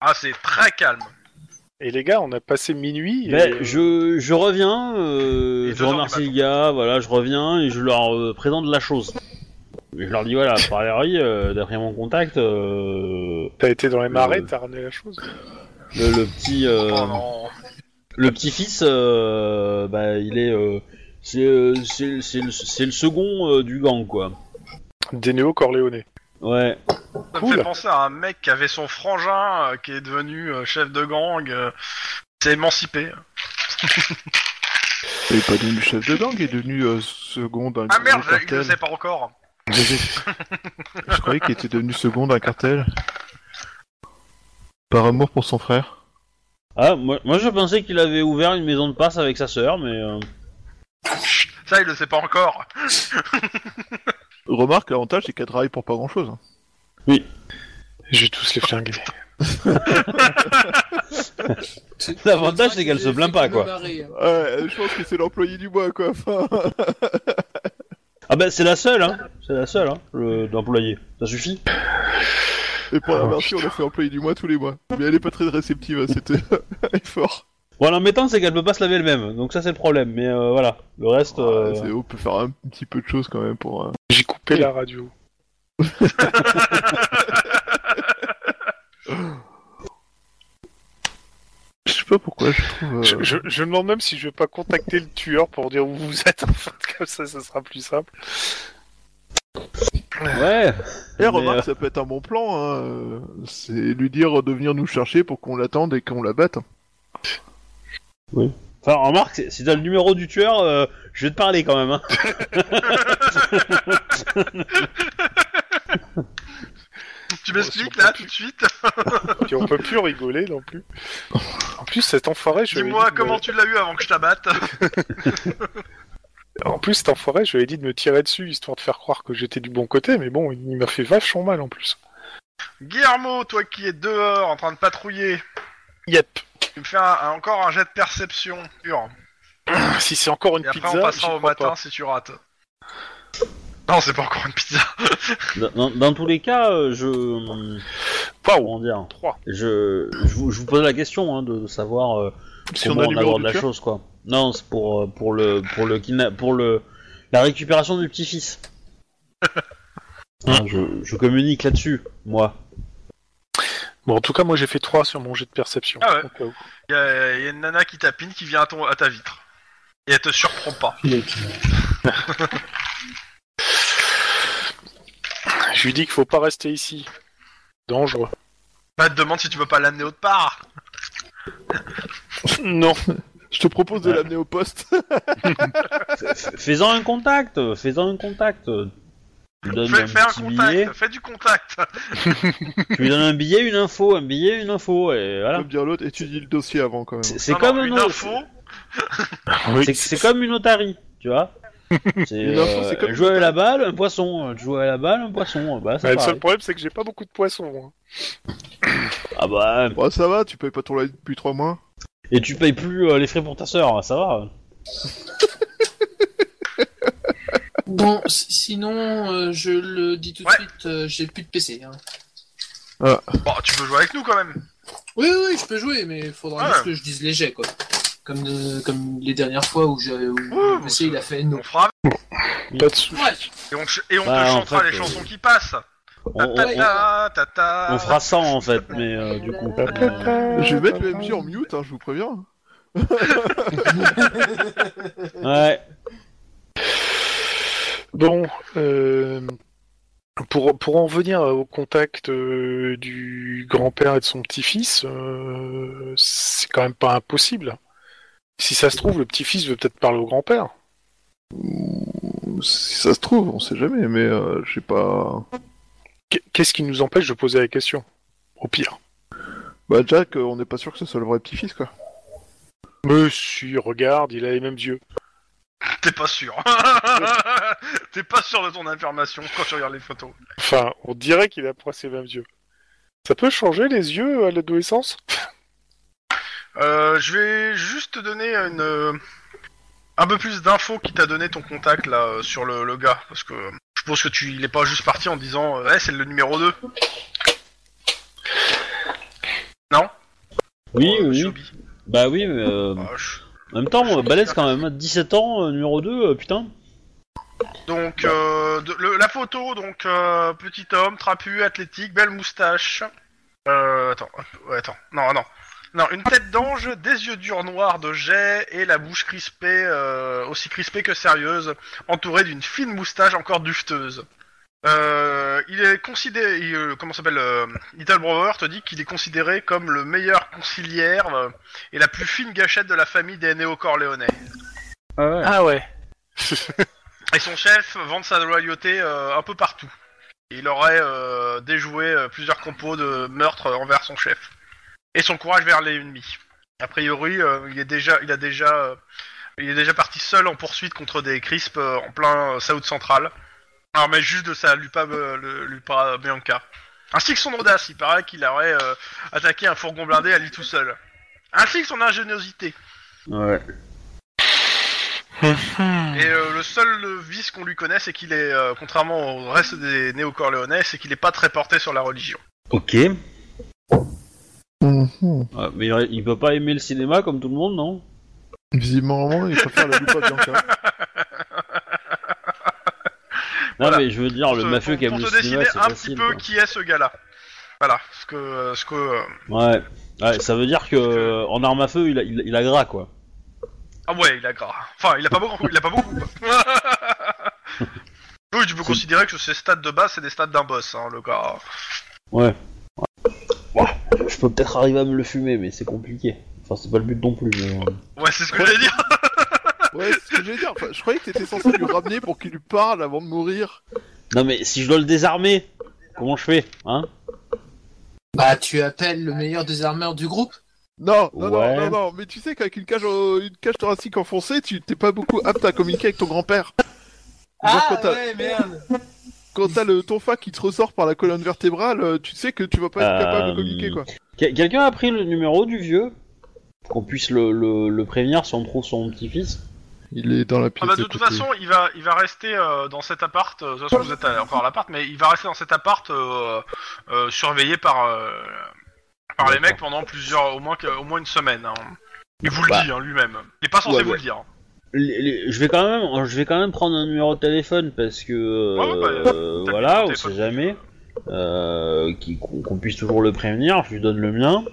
Ah, c'est très calme.
Et les gars, on a passé minuit. et,
Mais
euh,
Ben, je, je reviens, euh,
Et
je
deux heures du
remercie
matin.
les gars, voilà, je reviens et je leur euh, présente la chose. Et Je leur dis voilà, par euh, d'après mon contact, euh,
T'as été dans les marais,
Euh.
t'as ramené la chose.
le, le petit euh,
Oh non.
le petit fils, bah il est euh, c'est euh, c'est- c'est le, c'est le second euh, du gang, quoi.
Des néo-corléonais.
Ouais.
Ça me
Cool.
fait penser à un mec qui avait son frangin, euh, qui est devenu euh, chef de gang, euh, s'est émancipé.
Il est pas devenu chef de gang, il est devenu euh, second d'un
Ah merde,
gros
il le
cartel.
sait pas encore.
Je croyais qu'il était devenu second d'un cartel. Par amour pour son frère.
Ah, moi, moi je pensais qu'il avait ouvert une maison de passe avec sa sœur, mais. euh,
Ça, il le sait pas encore.
Remarque, l'avantage, c'est qu'elle travaille pour pas grand-chose.
Je vais tous les flinguer.
L'avantage, c'est qu'elle se plaint pas, quoi.
Ouais, euh, je pense que c'est l'employé du mois, quoi. Enfin,
Ah, bah c'est la seule, hein. C'est la seule, hein, le- d'employé. Ça suffit.
Et pour la
Oh,
merci, on l'a fait employé du mois tous les mois. Mais elle est pas très réceptive à cet effort.
Bon, l'embêtant, c'est qu'elle peut pas se laver elle-même, donc ça c'est le problème, mais euh, voilà. Le reste. euh,
Ouais, c'est- on peut faire un petit peu de choses quand même pour. euh,
J'ai coupé la radio.
Je sais pas pourquoi, je trouve. euh,
Je, je, je me demande même si je vais pas contacter le tueur pour dire où vous êtes. En fait, comme ça, ça sera plus simple.
Ouais.
Eh,
Mais,
remarque,
euh,
ça peut être un bon plan. hein, euh, C'est lui dire de venir nous chercher pour qu'on l'attende et qu'on la batte.
Enfin, remarque, c'est- si t'as le numéro du tueur, euh, je vais te parler quand même. Hein.
Tu
Bon,
m'expliques
si on peut
là
plus.
tout de suite
Puis on peut plus rigoler non plus. En plus, cet enfoiré, je lui ai
Dis-moi
dit de me-
comment tu l'as eu avant que je t'abatte.
En plus, cet enfoiré, je lui ai dit de me tirer dessus histoire de faire croire que j'étais du bon côté, mais bon, il m'a fait vachement mal en plus.
Guillermo, toi qui es dehors en train de patrouiller,
Yep.
tu me fais un- un- encore un jet de perception pur.
Si c'est encore une
Et après
pizza,
on
j'y
passera au
crois
matin
pas.
si tu rates. Non, c'est pas encore une pizza.
Dans, dans- dans tous les cas, euh, je.
Waouh,
Comment dire
Trois.
Je, je, vous, je vous pose la question hein, de, de savoir euh,
Si on
comment
a le
on,
numéro
aborde
du
la
tueur.
chose, quoi. Non, c'est pour, euh, pour le pour le kidna- pour le la récupération du petit-fils. Hein, je, je communique là-dessus, moi.
Bon, en tout cas, moi j'ai fait 3 sur mon jet de perception. euh,
Ah ouais.
Au cas où.
Il y, a y a une nana qui tapine qui vient à, ton, à ta vitre. Et elle te surprend pas.
Je lui dis qu'il faut pas rester ici. Dangereux.
Bah, elle te demande si tu peux pas l'amener autre part.
Non.
Je te propose de
Ouais.
l'amener au poste.
F- Fais-en un contact, euh, fais-en un contact. euh. Tu lui donnes
Fais,
un
fais un
petit
contact,
billet,
fais du contact.
tu lui donnes un billet, une info, un billet, une info, et voilà.
Comme dire l'autre, étudie le dossier avant quand même.
C'est c'est
Euh, Non,
comme
non,
un
une
autre-
info.
C'est- C'est comme une otarie, tu vois. C'est
Une info,
euh,
c'est comme
un
une
joueur à la balle, un poisson. Un joueur à la balle, un poisson. euh, Bah,
Bah,
ça
le seul
pareil.
problème, c'est que j'ai pas beaucoup de poissons. hein.
ah bah,
Bon, ça va, tu payes pas ton loyer depuis 3 mois.
et tu payes plus euh, les frais pour ta sœur, ça va.
Bon, si- sinon, euh, je le dis tout de
Ouais.
suite, euh, j'ai plus de PC. hein.
Bon, Bah, tu peux jouer avec nous quand même.
Oui, oui, je peux jouer, mais il faudra
Ouais.
juste que je dise léger, quoi. Comme, euh, comme les dernières fois où, j'ai- où
bon,
le PC il a fait non.
On fera
hein. Pas de sou-
Oh. Ouais,
et on, ch- et on
Bah,
te
en
chantera
fait,
les
euh,
chansons qui passent.
On, on- on-
Ta ta ta.
on fera 100 en fait, mais euh, du coup. euh,
Je vais mettre le MJ en mute, hein, je vous préviens.
ouais.
Bon, euh, pour, pour en venir au contact euh, du grand-père et de son petit-fils, euh, c'est quand même pas impossible. Si ça se trouve, le petit-fils veut peut-être parler au grand-père.
Si ça se trouve, on sait jamais, mais euh, je sais pas.
Qu- Qu'est-ce qui nous empêche de poser la question Au pire.
Bah, Jack, euh, on n'est pas sûr que ce soit le vrai petit-fils, quoi.
Monsieur, regarde, il a les mêmes yeux.
T'es pas sûr. T'es pas sûr de ton information quand tu regardes les photos.
Enfin, on dirait qu'il a pas ses mêmes yeux. Ça peut changer les yeux à l'adolescence
Euh, je vais juste te donner une, euh, un peu plus d'infos qui t'a donné ton contact là euh, sur le, le gars parce que euh, je pense que tu il est pas juste parti en disant euh, Eh, c'est le numéro 2
Oui,
Euh,
oui.
sur Bi.
Bah oui, mais euh,
Ah, je-
en même temps, euh, balèze quand même. hein. 17 ans, euh, numéro 2, euh, putain.
Donc euh, de- le- la photo donc euh, petit homme trapu athlétique belle moustache. Euh, attends hop, ouais, attends non non Non, une tête d'ange, des yeux durs noirs de jet et la bouche crispée, euh, aussi crispée que sérieuse, entourée d'une fine moustache encore dufteuse. Euh, il est considéré, il, euh, comment s'appelle, euh, Little Brewer te dit qu'il est considéré comme le meilleur conciliaire euh, et la plus fine gâchette de la famille des néo-corléonais.
Ah ouais.
Ah ouais.
Et son chef vante sa loyauté euh, un peu partout. Il aurait euh, déjoué euh, plusieurs compos de meurtre envers son chef. Et son courage vers l'ennemi. A priori, euh, il est déjà, il a déjà, euh, il est déjà parti seul en poursuite contre des crisps euh, en plein euh, South Central. Alors, mais juste de sa lupa, euh, le- lupa Bianca. Ainsi que son audace, il paraît qu'il aurait euh, attaqué un fourgon blindé à lui tout seul. Ainsi que son ingéniosité.
Ouais.
Et euh, le seul euh, vice qu'on lui connaît, c'est qu'il est, euh, contrairement au reste des néo-corléonais, c'est qu'il est pas très porté sur la religion.
Ok. Ouais, mais il- il peut pas aimer le cinéma comme tout le monde, non
Visiblement, il préfère la lupa Bianca.
Non,
Voilà.
mais je veux dire, le
Pour se-
mafieux
pour-
qui aime
pour
le
se décider
cinéma, c'est
un petit
facile.
peu
quoi.
qui est ce gars-là. Voilà, ce que, euh, ce que. euh,
Ouais. ouais, ça veut dire que euh, en arme à feu, il a, il a- il a gras, quoi.
Ah ouais, il a gras. Enfin, il a pas beaucoup. Il a pas beaucoup. quoi. oui, tu peux considérer que ces stades de base, c'est des stades d'un boss, hein, le gars.
Je peux peut-être arriver à me le fumer, mais c'est compliqué. Enfin, c'est pas le but non plus. mais, euh,
Ouais, c'est ce que j'allais dire.
Ouais, c'est ce que j'allais dire. Enfin, je croyais que t'étais censé lui ramener pour qu'il lui parle avant de mourir.
Non, mais si je dois le désarmer, comment je fais Hein
Bah, tu appelles le meilleur des armeurs du groupe
Non, non,
Ouais.
non, non, non. Mais tu sais qu'avec une cage, euh, une cage thoracique enfoncée, tu t'es pas beaucoup apte à communiquer avec ton grand-père.
Ah,
Genre, quand t'as-
Ah, ouais, merde
quand t'as le tonfa qui te ressort par la colonne vertébrale, euh, tu sais que tu vas pas être capable
Euh,
de communiquer quoi.
Quel- Quelqu'un a pris le numéro du vieux Qu'on puisse le, le- le prévenir si on trouve son petit-fils
Il est dans la
Ah
pièce.
bah, de toute façon, il va, il va rester euh, dans cet appart. euh, De toute façon, vous êtes à- encore à l'appart, mais il va rester dans cet appart euh, euh, surveillé par euh, par les mecs pendant plusieurs, au moins que- au moins une semaine. hein. Il vous le
Bah.
dit hein, lui-même. Il est pas censé
Ouais,
vous
ouais.
le dire. hein.
Les- les- je vais quand même, je vais quand même prendre un numéro de téléphone parce que euh,
Ouais, ouais, bah,
euh,
t'as
voilà,
le
on
téléphone.
sait jamais euh, qui- qu'on qu'on puisse toujours le prévenir. Je lui donne le mien,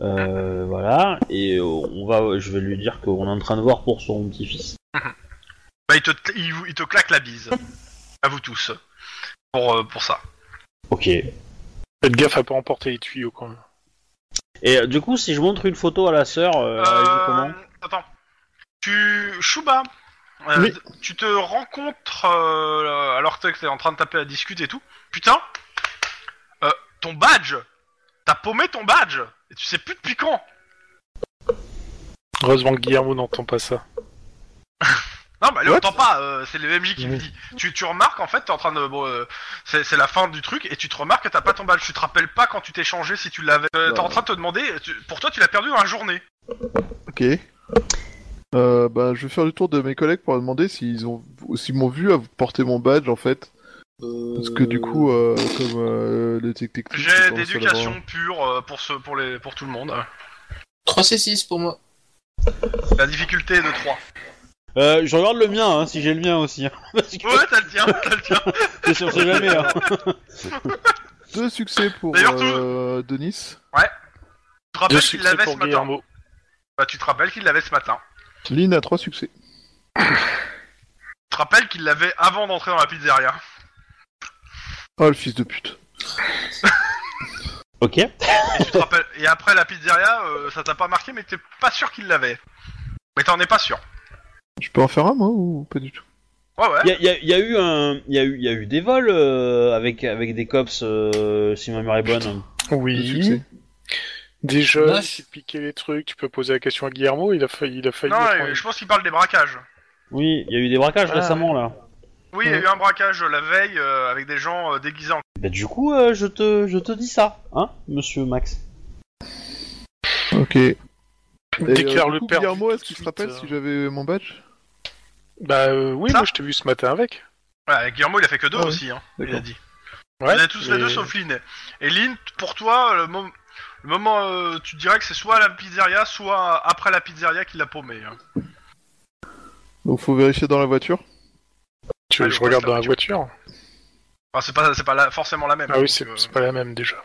Euh, voilà, et on va, je vais lui dire qu'on est en train de voir pour son petit-fils.
Bah, il te, il, vous- il te claque la bise. À vous tous. Pour, euh, pour ça.
Ok. Et
Faites gaffe à pas emporter les tuyaux quand même.
euh, du coup, si je montre une photo à la sœur, euh, elle dit
Euh,
comment
attends. Tu. Chouba euh,
Oui.
Tu te rencontres euh, alors que t'es en train de taper à discuter et tout. Putain euh, Ton badge T'as paumé ton badge Et tu sais plus depuis quand
Heureusement que Guillermo n'entend pas ça.
Non, mais elle
What
entend pas, euh, c'est les MJ qui le
Oui.
dit. Tu, tu remarques en fait, t'es en train de. Bon, euh, c'est c'est la fin du truc et tu te remarques que t'as pas ton badge. Tu te rappelles pas quand tu t'es changé si tu l'avais. Euh, T'es en train de te demander, tu- pour toi tu l'as perdu dans la journée.
Ok. Euh, bah, je vais faire le tour de mes collègues pour leur demander s'ils ont, s'ils m'ont vu à porter mon badge en fait. Parce que du coup, euh, comme euh, le tic tic.
J'ai d'éducation pure euh, pour, ce, pour, les, pour tout le monde.
3C6 pour moi.
La difficulté est de 3.
Euh, Je regarde le mien, hein, si j'ai le mien aussi. Parce que
Ouais, t'as le tien, t'as le tien.
on sait jamais. hein.
Deux succès pour
D'ailleurs, tout-
euh, Denis.
Tu te
Deux
rappelles qu'il
succès
l'avait ce
pour
matin.
Guillermo.
Bah, tu te rappelles qu'il l'avait ce matin.
Lynn a trois succès.
Tu te rappelles qu'il l'avait avant d'entrer dans la pizzeria.
Oh le fils de pute.
Ok.
Et tu te rappelles. Et après la pizzeria, euh, ça t'a pas marqué, mais t'es pas sûr qu'il l'avait. Mais t'en es pas sûr.
Je peux en faire un moi ou pas du tout
Ouais, ouais.
Il y a, y a- y a eu un, y a eu, y a eu des vols euh, avec avec des cops, euh, si ma mémoire est bonne.
Deux
Oui.
succès.
Des jeunes,
Neuf.
piquer les trucs, tu peux poser la question à Guillermo, il a failli, il a failli
Non,
les
euh,
prendre.
je pense qu'il parle des braquages.
Oui, il y a eu des braquages
Ah,
récemment là.
Oui, il y a eu un braquage euh, la veille euh, avec des gens euh, déguisés en.
Bah du coup, euh, je te, je te dis ça, hein, Monsieur Max.
Ok. Et,
Déclare
euh, du
le
coup,
perdu
Guillermo,
tout
est-ce qu'il
de
se
suite,
rappelle
euh.
si j'avais mon badge
Bah euh, oui,
Ça
moi je t'ai vu ce matin avec.
Ouais, Guillermo, il a fait que deux
Ah oui.
aussi, hein. Il a
D'accord.
dit.
Ouais,
On est tous les
mais-
deux sauf Lynn. Et Lynn, pour toi, euh, le, mom- le moment, euh, tu dirais que c'est soit à la pizzeria, soit après la pizzeria qu'il l'a paumé. hein.
Donc faut vérifier dans la voiture.
Tu veux
Ah,
que
je
je
reste
regarde
dans
dans
la
la voiture
Enfin, c'est pas, c'est pas la- forcément la même.
Ah oui,
donc,
c'est
euh,
c'est pas la même déjà.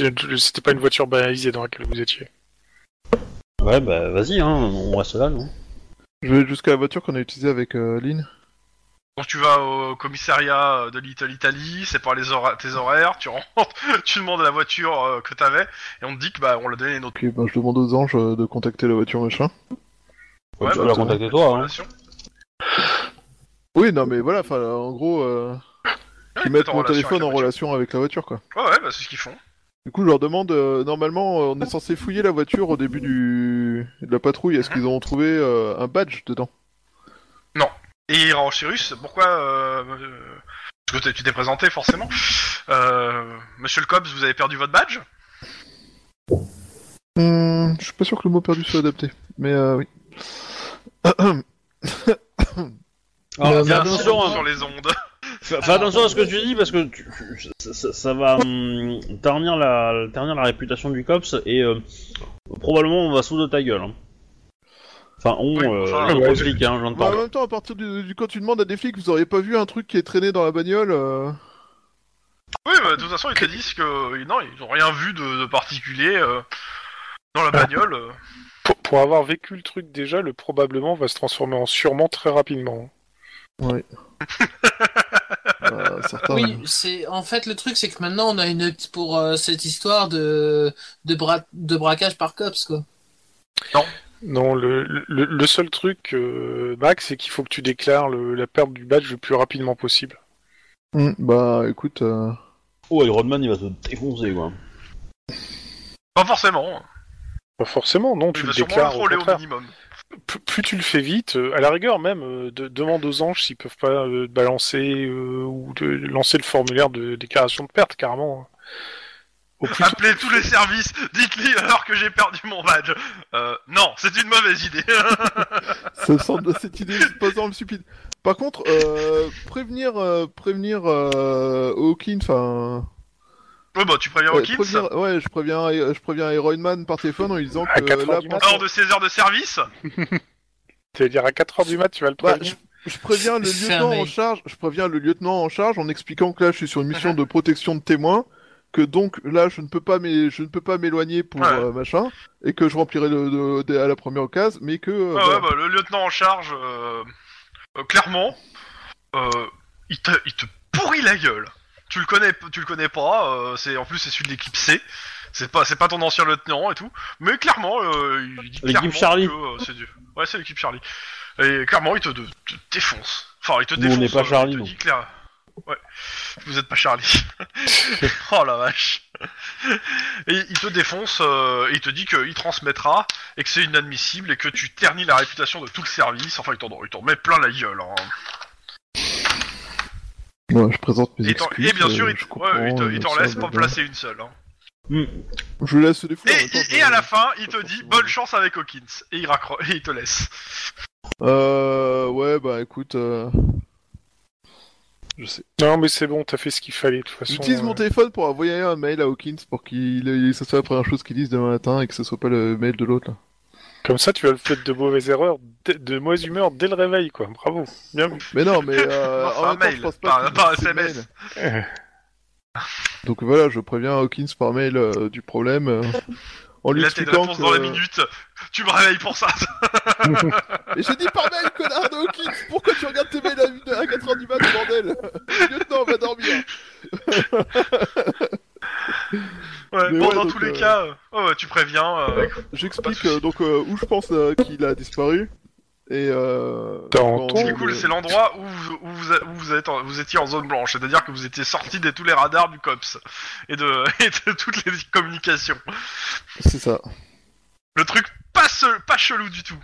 C'était pas une voiture banalisée dans laquelle vous étiez.
Ouais, bah vas-y, hein, on reste là, non
Je vais jusqu'à la voiture qu'on a utilisée avec euh, Lynn.
Donc tu vas au commissariat euh, de Little Italy, c'est par les hora- tes horaires, tu rentres, tu demandes la voiture euh, que t'avais, et on te dit que bah on l'a donné à une autre
Ok, ben je demande aux anges euh, de contacter la voiture machin.
Bah,
Ouais,
Tu
bah,
vas la
c'est
contacter toi, hein.
relation.
Oui, non mais voilà, enfin en gros, euh,
Ah,
Ouais,
ils mettent
t'es
mon
relation
téléphone en
avec la
relation avec la voiture quoi.
voiture. Ouais, ouais, bah c'est ce qu'ils font.
Du coup, je leur demande, euh, normalement, euh, on est censé fouiller la voiture au début du... de la patrouille. Est-ce qu'ils ont trouvé euh, un badge dedans
Et Ranchirus, pourquoi euh, euh, Parce que t'es- tu t'es présenté forcément. Euh, Monsieur le Cops, vous avez perdu votre badge
Hum, Je suis pas sûr que le mot perdu soit adapté, mais euh, oui.
Bah,
Alors, fais
Il y a un
attention,
silence
hein.
sur les ondes.
Fais fais attention à ce que tu dis parce que tu- tu- ça, ça- ça va hum, ternir la, ternir la réputation du cops et euh, probablement on va sous de ta gueule. hein. Enfin, on,
Oui, Ah,
euh,
enfin,
les
ouais,
autres flics, hein,
Bah,
j'entends.
en même temps, à partir du, du- quand tu demandes à des flics, vous auriez pas vu un truc qui est traîné dans la bagnole euh,
Oui, mais de toute façon, ils te disent que euh, non, ils ont rien vu de, de particulier euh, dans la bagnole. euh.
Pour, pour avoir vécu le truc déjà, le probablement va se transformer en sûrement très rapidement.
euh, certains-
Oui, c'est en fait le truc, c'est que maintenant on a une pour euh, cette histoire de de, bra- de braquage par cops quoi.
Non, le, le, le seul truc, euh, Max, c'est qu'il faut que tu déclares le- la perte du badge le plus rapidement possible.
Hum, bah écoute, euh,
Oh, Iron Man, il va se défoncer, quoi.
Pas forcément.
Pas Bah, forcément, non, tu
Il
le
va sûrement le
déclares. au
troller au
contraire.
minimum.
P- plus tu le fais vite, euh, à la rigueur même, euh, de- demande aux anges s'ils peuvent pas euh, te balancer euh, ou de, lancer le formulaire de déclaration de perte carrément. hein. Au plus tôt.
Appelez tous les services, dites-lui alors que j'ai perdu mon badge. Euh, non, c'est une mauvaise idée.
ça me semble cette idée pas semble stupide. Par contre, euh, prévenir, euh, prévenir euh, Hawkins, enfin,
ouais, bah tu préviens
ouais,
Hawkins.
prévenir- ouais, je préviens, je préviens Iron Man par téléphone en lui disant
À
que
4 heures
là,
du
pour-
matin.
Hors de ses heures de service,
C'est-à-dire à 4h du mat, tu vas le
Bah,
prévenir.
je, je préviens le
C'est
lieutenant
un
en
mec.
charge. Je préviens le lieutenant en charge en expliquant que là, je suis sur une mission de protection de témoins, que donc là, je ne peux pas, m'é- je ne peux pas m'éloigner pour
Ouais.
euh, machin, et que je remplirai le, le- dès- à la première occasion, mais que euh,
Ah ouais,
voilà.
bah, le lieutenant en charge, euh, euh, clairement, euh, il, te, il te pourrit la gueule. Tu le connais, tu le connais pas. euh, c'est en plus c'est celui de l'équipe C. C'est pas, c'est pas ton ancien lieutenant et tout. Mais clairement, euh, il dit
L'équipe
clairement
Charlie.
que, euh, c'est du- Ouais, c'est l'équipe Charlie. Et clairement, il te, de- te défonce. Enfin, il te
Nous, on
défonce.
n'est pas
euh,
Charlie,
il te
nous.
dit clair- Ouais, vous êtes pas Charlie. oh la vache. Et il te défonce. euh, et il te dit qu'il transmettra et que c'est inadmissible et que tu ternis la réputation de tout le service. Enfin, il t'en il t'en met plein la gueule. hein.
Moi, je présente mes
Et, t'en-
excuses.
et bien sûr,
euh,
il
je
te-
comprends,
ouais, il te- il
euh,
t'en
ça,
laisse pas
blablabla.
placer une seule. hein.
Je laisse se défouler. en
Et,
même temps,
et-
je-
et à la fin, il te
pas
dit
forcément.
bonne chance avec Hawkins et il, raccro- et il te laisse.
Euh, ouais, bah écoute, euh, je sais.
Non, mais c'est bon, t'as fait ce qu'il fallait de toute façon.
J'utilise mon
euh,
téléphone pour envoyer un mail à Hawkins pour qu'il il- ça soit la première chose qu'ils disent demain matin et que ce soit pas le mail de l'autre. là.
Comme ça, tu vas le faire de mauvaises erreurs, de, de mauvaise humeur dès le réveil, quoi. Bravo. Bien vu.
Mais non, mais euh,
Enfin,
en même temps,
mail,
je pense
pas-
pas. qu'il
pas
dise ses
SMS.
mails. Donc voilà, je préviens Hawkins par mail euh, du problème euh, en lui
Là, t'as une
expliquant
réponse
que-
dans la minute. Tu me réveilles pour ça.
Et j'ai dit par mail, connard de Hawkins, pourquoi tu regardes tes mails à, une- à 4h du mat, bordel Le lieutenant va dormir.
Ouais,
Mais
bon,
ouais,
dans
donc,
tous les
euh,
cas, euh, oh, ouais, tu préviens. euh, Pas de
J'explique
soucis.
euh, donc euh, où je pense euh, qu'il a disparu et euh,
Dans ton-
Ce qui est cool, c'est l'endroit où, vous, où, vous, où vous êtes en- vous étiez en zone blanche, c'est-à-dire que vous étiez sorti de tous les radars du COPS et de, et de toutes les communications.
c'est ça.
Le truc pas, seul- pas chelou du tout.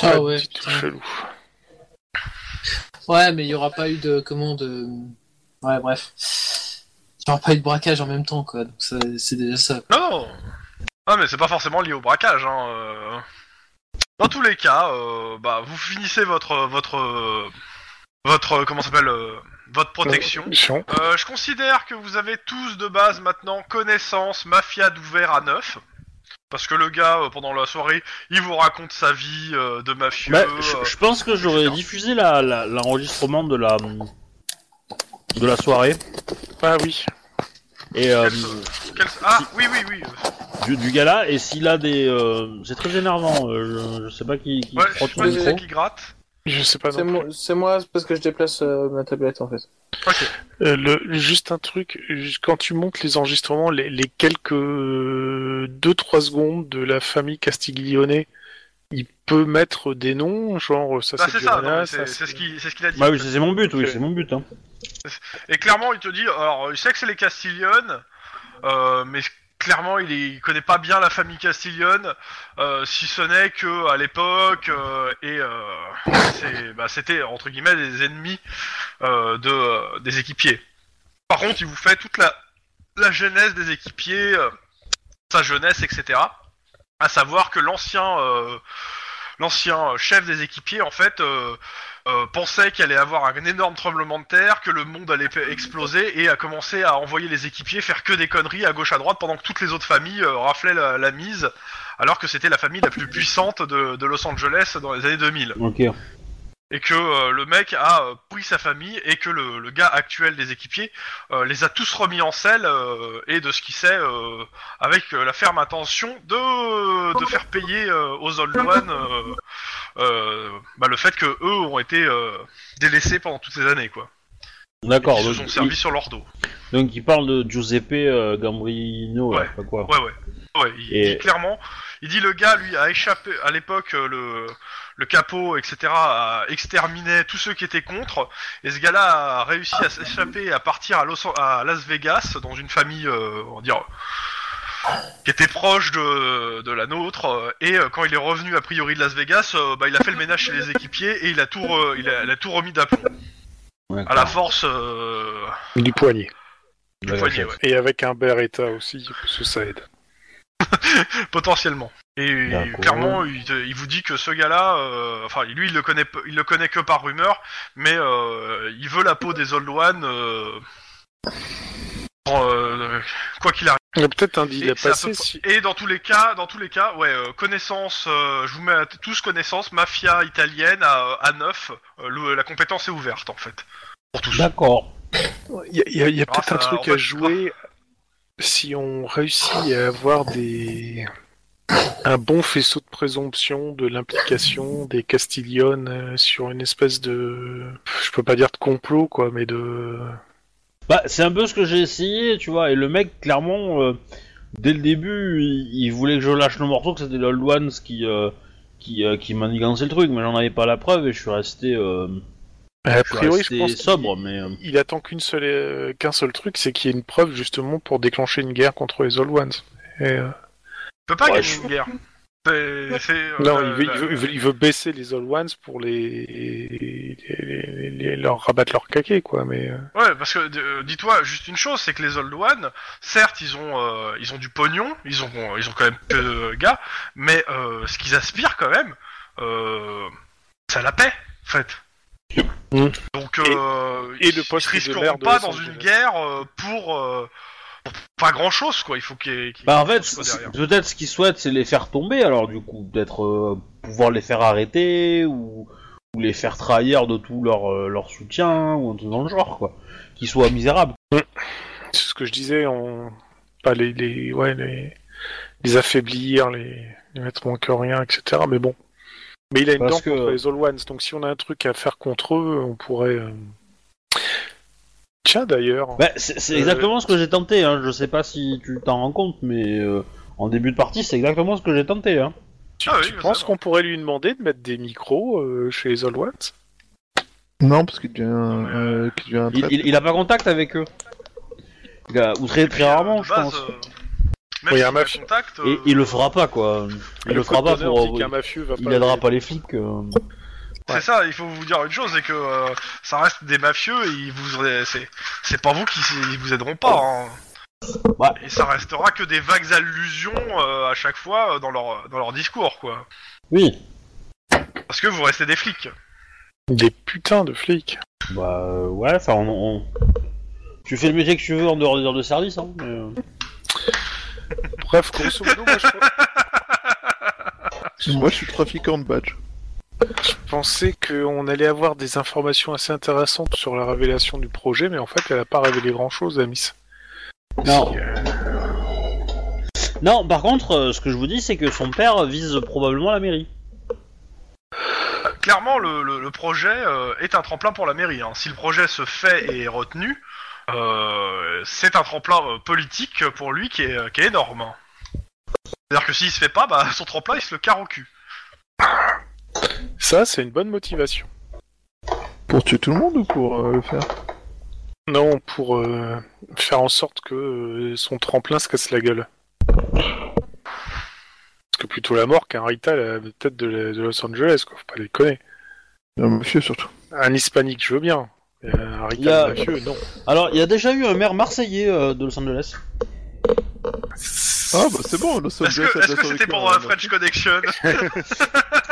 Ah ouais.
Petit tout
putain.
chelou.
Ouais, mais il y aura pas eu de comment de ouais bref. Il y aura pas eu de braquage en même temps quoi, donc ça- c'est déjà ça. quoi.
Non, non. Ah, mais c'est pas forcément lié au braquage. Hein. euh. Dans tous les cas, euh, bah, vous finissez votre votre euh, votre euh, comment ça s'appelle euh, votre protection.
Chiant.
Euh, je considère que vous avez tous de base maintenant connaissance mafia d'ouvert à neuf. Parce que le gars, euh, pendant la soirée, il vous raconte sa vie euh, de mafieux.
Bah, je,
euh,
je pense que j'aurais diffusé la- la- l'enregistrement de la hum, de la soirée.
Ah oui.
Et euh,
Quel- Ah, oui, oui, oui. euh.
du, du gala, et s'il a des. euh, c'est très énervant, euh, je, je sais pas qui, qui
Ouais, je
frotte
sais
son
pas si
micro.
c'est qui gratte.
Je sais pas
C'est
non plus.
moi, c'est moi, c'est parce que je déplace euh, ma tablette en fait.
Euh, le, juste un truc, ju- quand tu montes les enregistrements, les, les quelques 2-3 secondes de la famille Castiglione, il peut mettre des noms, genre ça
Bah,
c'est
c'est ça, non,
Giovanna,
mais c'est
ça,
c'est ce qu'il c'est ce qu'il a dit.
Bah oui, c'est c'est mon but, oui,
Ok.
c'est mon but. Hein.
Et clairement, il te dit, alors, il sait que c'est les Castillonnes, euh, mais clairement, il, est- il connaît pas bien la famille Castillonne, euh, si ce n'est que à l'époque, euh, et euh, c'est- bah, c'était entre guillemets des ennemis euh, de euh, des équipiers. Par contre, il vous fait toute la la jeunesse des équipiers, euh, sa jeunesse, etc. À savoir que l'ancien euh, l'ancien chef des équipiers, en fait. euh, euh, pensait qu'il allait avoir un énorme tremblement de terre, que le monde allait pe- exploser et a commencé à envoyer les équipiers faire que des conneries à gauche à droite pendant que toutes les autres familles euh, raflaient la, la mise, alors que c'était la famille la plus puissante de, de Los Angeles dans les années 2000.
Ok.
Et que euh, le mec a euh, pris sa famille et que le, le gars actuel des équipiers euh, les a tous remis en selle euh, et de ce qu'il sait euh, avec euh, la ferme intention de, de faire payer euh, aux Old One euh, euh, bah, le fait que eux ont été euh, délaissés pendant toutes ces années quoi.
D'accord,
Ils se
donc,
sont servis
il-
sur leur dos.
donc il parle de Giuseppe euh, Gambrino,
Ouais.
je sais pas quoi.
Ouais ouais. Ouais, il
Et-
dit clairement, il dit le gars lui a échappé à l'époque euh, le le capot etc a exterminé tous ceux qui étaient contre et ce gars-là a réussi à s'échapper et à partir à, Los, à Las Vegas dans une famille euh, on va dire qui était proche de, de la nôtre euh, et euh, quand il est revenu a priori de Las Vegas euh, bah, il a fait le ménage chez les équipiers et il a tout re- il, a, il a tout remis d'aplomb à la force euh,
Du poignet.
Bah,
du poignet ouais.
Et avec un Beretta aussi, parce que ça aide.
potentiellement. Et
D'accord.
clairement, il, te- il vous dit que ce gars-là, euh, enfin lui, il le connaît, p- il le connaît que par rumeur, mais euh, il veut la peau des Old One, euh, en, euh, quoi qu'il arrive.
Il y a peut-être un deal
Et
à
c'est à
passer.
peu
si-
Et dans tous les cas, dans tous les cas, ouais, euh, connaissance, euh, je vous mets à t- tous connaissance, mafia italienne à, à 9, euh, le- la compétence est ouverte en fait. Pour
Bah,
tous.
D'accord.
Il y a- il y a, il y a
Ah,
peut-être un
ça,
truc
on va-
à jouer si on réussit à avoir des un bon faisceau de présomption de l'implication des Castillonnes euh, sur une espèce de je peux pas dire de complot quoi mais de
Bah, c'est un peu ce que j'ai essayé, tu vois, et le mec, clairement, euh, dès le début, il, il voulait que je lâche le morceau, que c'était le Old Ones qui, euh, qui, euh, qui manigançait le truc, mais j'en avais pas la preuve et je suis resté, euh,
a
je suis
priori je
resté
pense
sobre, mais... euh,
qu'il- il attend qu'une seule euh, qu'un seul truc c'est qu'il y ait une preuve justement pour déclencher une guerre contre les All Ones Et, euh,
Il peut pas
Ouais,
gagner
bah, je-
une guerre. C'est- c'est, euh,
non
la-
il, veut,
la-
il, veut, il veut- il veut baisser les All Ones pour les, les- les- les- leur rabattre leur caquet quoi mais euh,
Ouais, parce que euh, dis-toi juste une chose, c'est que les Old One, certes, ils ont euh, ils ont du pognon, ils ont bon, ils ont quand même peu de gars, mais euh, ce qu'ils aspirent quand même, euh, c'est à la paix, en fait.
Mmh.
Mm.
Donc euh,
et
ils-
le poste
ils
de
risqueront
maire de
pas
Los
dans
Angeles.
une guerre euh, pour, euh, pour pas grand chose quoi. Il faut qu'il y ait- qu'il y ait
Bah en fait,
quelque chose
c'est-
derrière.
peut-être ce qu'ils souhaitent, c'est les faire tomber, alors du coup, peut-être euh, pouvoir les faire arrêter, ou, ou les faire trahir de tout leur, euh, leur soutien, ou un truc dans le genre, quoi. Qu'ils soient misérables.
C'est ce que je disais, on... pas les, les, ouais, les... les affaiblir, les... les mettre moins que rien, etc. Mais bon. Mais il a une
Parce
dent
que-
contre les All Ones, donc si on a un truc à faire contre eux, on pourrait. euh, Tiens d'ailleurs,
Bah, c'est c'est
Euh,
exactement ce que j'ai tenté, hein. je sais pas si tu t'en rends compte, mais euh, en début de partie, c'est exactement ce que j'ai tenté. Hein.
tu,
Ah oui,
tu
bah ça
penses
va.
qu'on pourrait lui demander de mettre des micros euh, chez les All Ones
Non, parce qu'il devient, euh, qu'il devient un
Il,
traître.
il, il a pas contact avec eux. Il a- Ou très
Et puis,
très
euh,
rarement,
de
je
base,
pense.
euh, même
Oui,
s'il
un
a
mafieux.
contact,
Et
euh,
il le fera pas, quoi. Il le
coup de
fera pas
bonheur
pour...
dit qu'un mafieux va
Il
pas
aidera
les-
pas les flics. euh.
C'est
Ouais.
ça, il faut vous dire une chose, c'est que euh, ça reste des mafieux et ils vous c'est c'est pas vous qui ils vous aideront pas. hein.
Ouais.
Et ça restera que des vagues allusions euh, à chaque fois euh, dans leur dans leur discours quoi.
Oui.
Parce que vous restez des flics.
Des putains de flics.
Bah euh, ouais, enfin on, on- Tu fais le métier que tu veux en dehors des heures de service, hein. mais, euh,
Bref, grosso modo, moi, je...
Moi, je suis trafiquant de badge.
Je pensais qu'on allait avoir des informations assez intéressantes sur la révélation du projet, mais en fait, elle n'a pas révélé grand-chose, Amis.
Non.
Non, par contre, euh, ce que je vous dis, c'est que son père vise probablement la mairie.
Clairement, le, le- le projet euh, est un tremplin pour la mairie. hein. Si le projet se fait et est retenu, euh, c'est un tremplin euh, politique pour lui qui est, euh, qui est énorme. hein. C'est-à-dire que s'il se fait pas, bah, son tremplin, il se le carre au cul.
Ça, c'est une bonne motivation.
Pour tuer tout le monde ou pour euh, le faire
Non, pour euh, faire en sorte que euh, son tremplin se casse la gueule. Parce que plutôt la mort qu'un Rita à la tête de, la- de Los Angeles, quoi. Faut pas déconner.
Un mafieux surtout.
Un hispanique, je veux bien. Mais Un
Il y a-
Rita mafieux, non.
Alors, il y a déjà eu un maire marseillais euh, de Los Angeles.
Ah bah c'est bon, le
Est-ce que est-ce que c'était pour euh, French Connection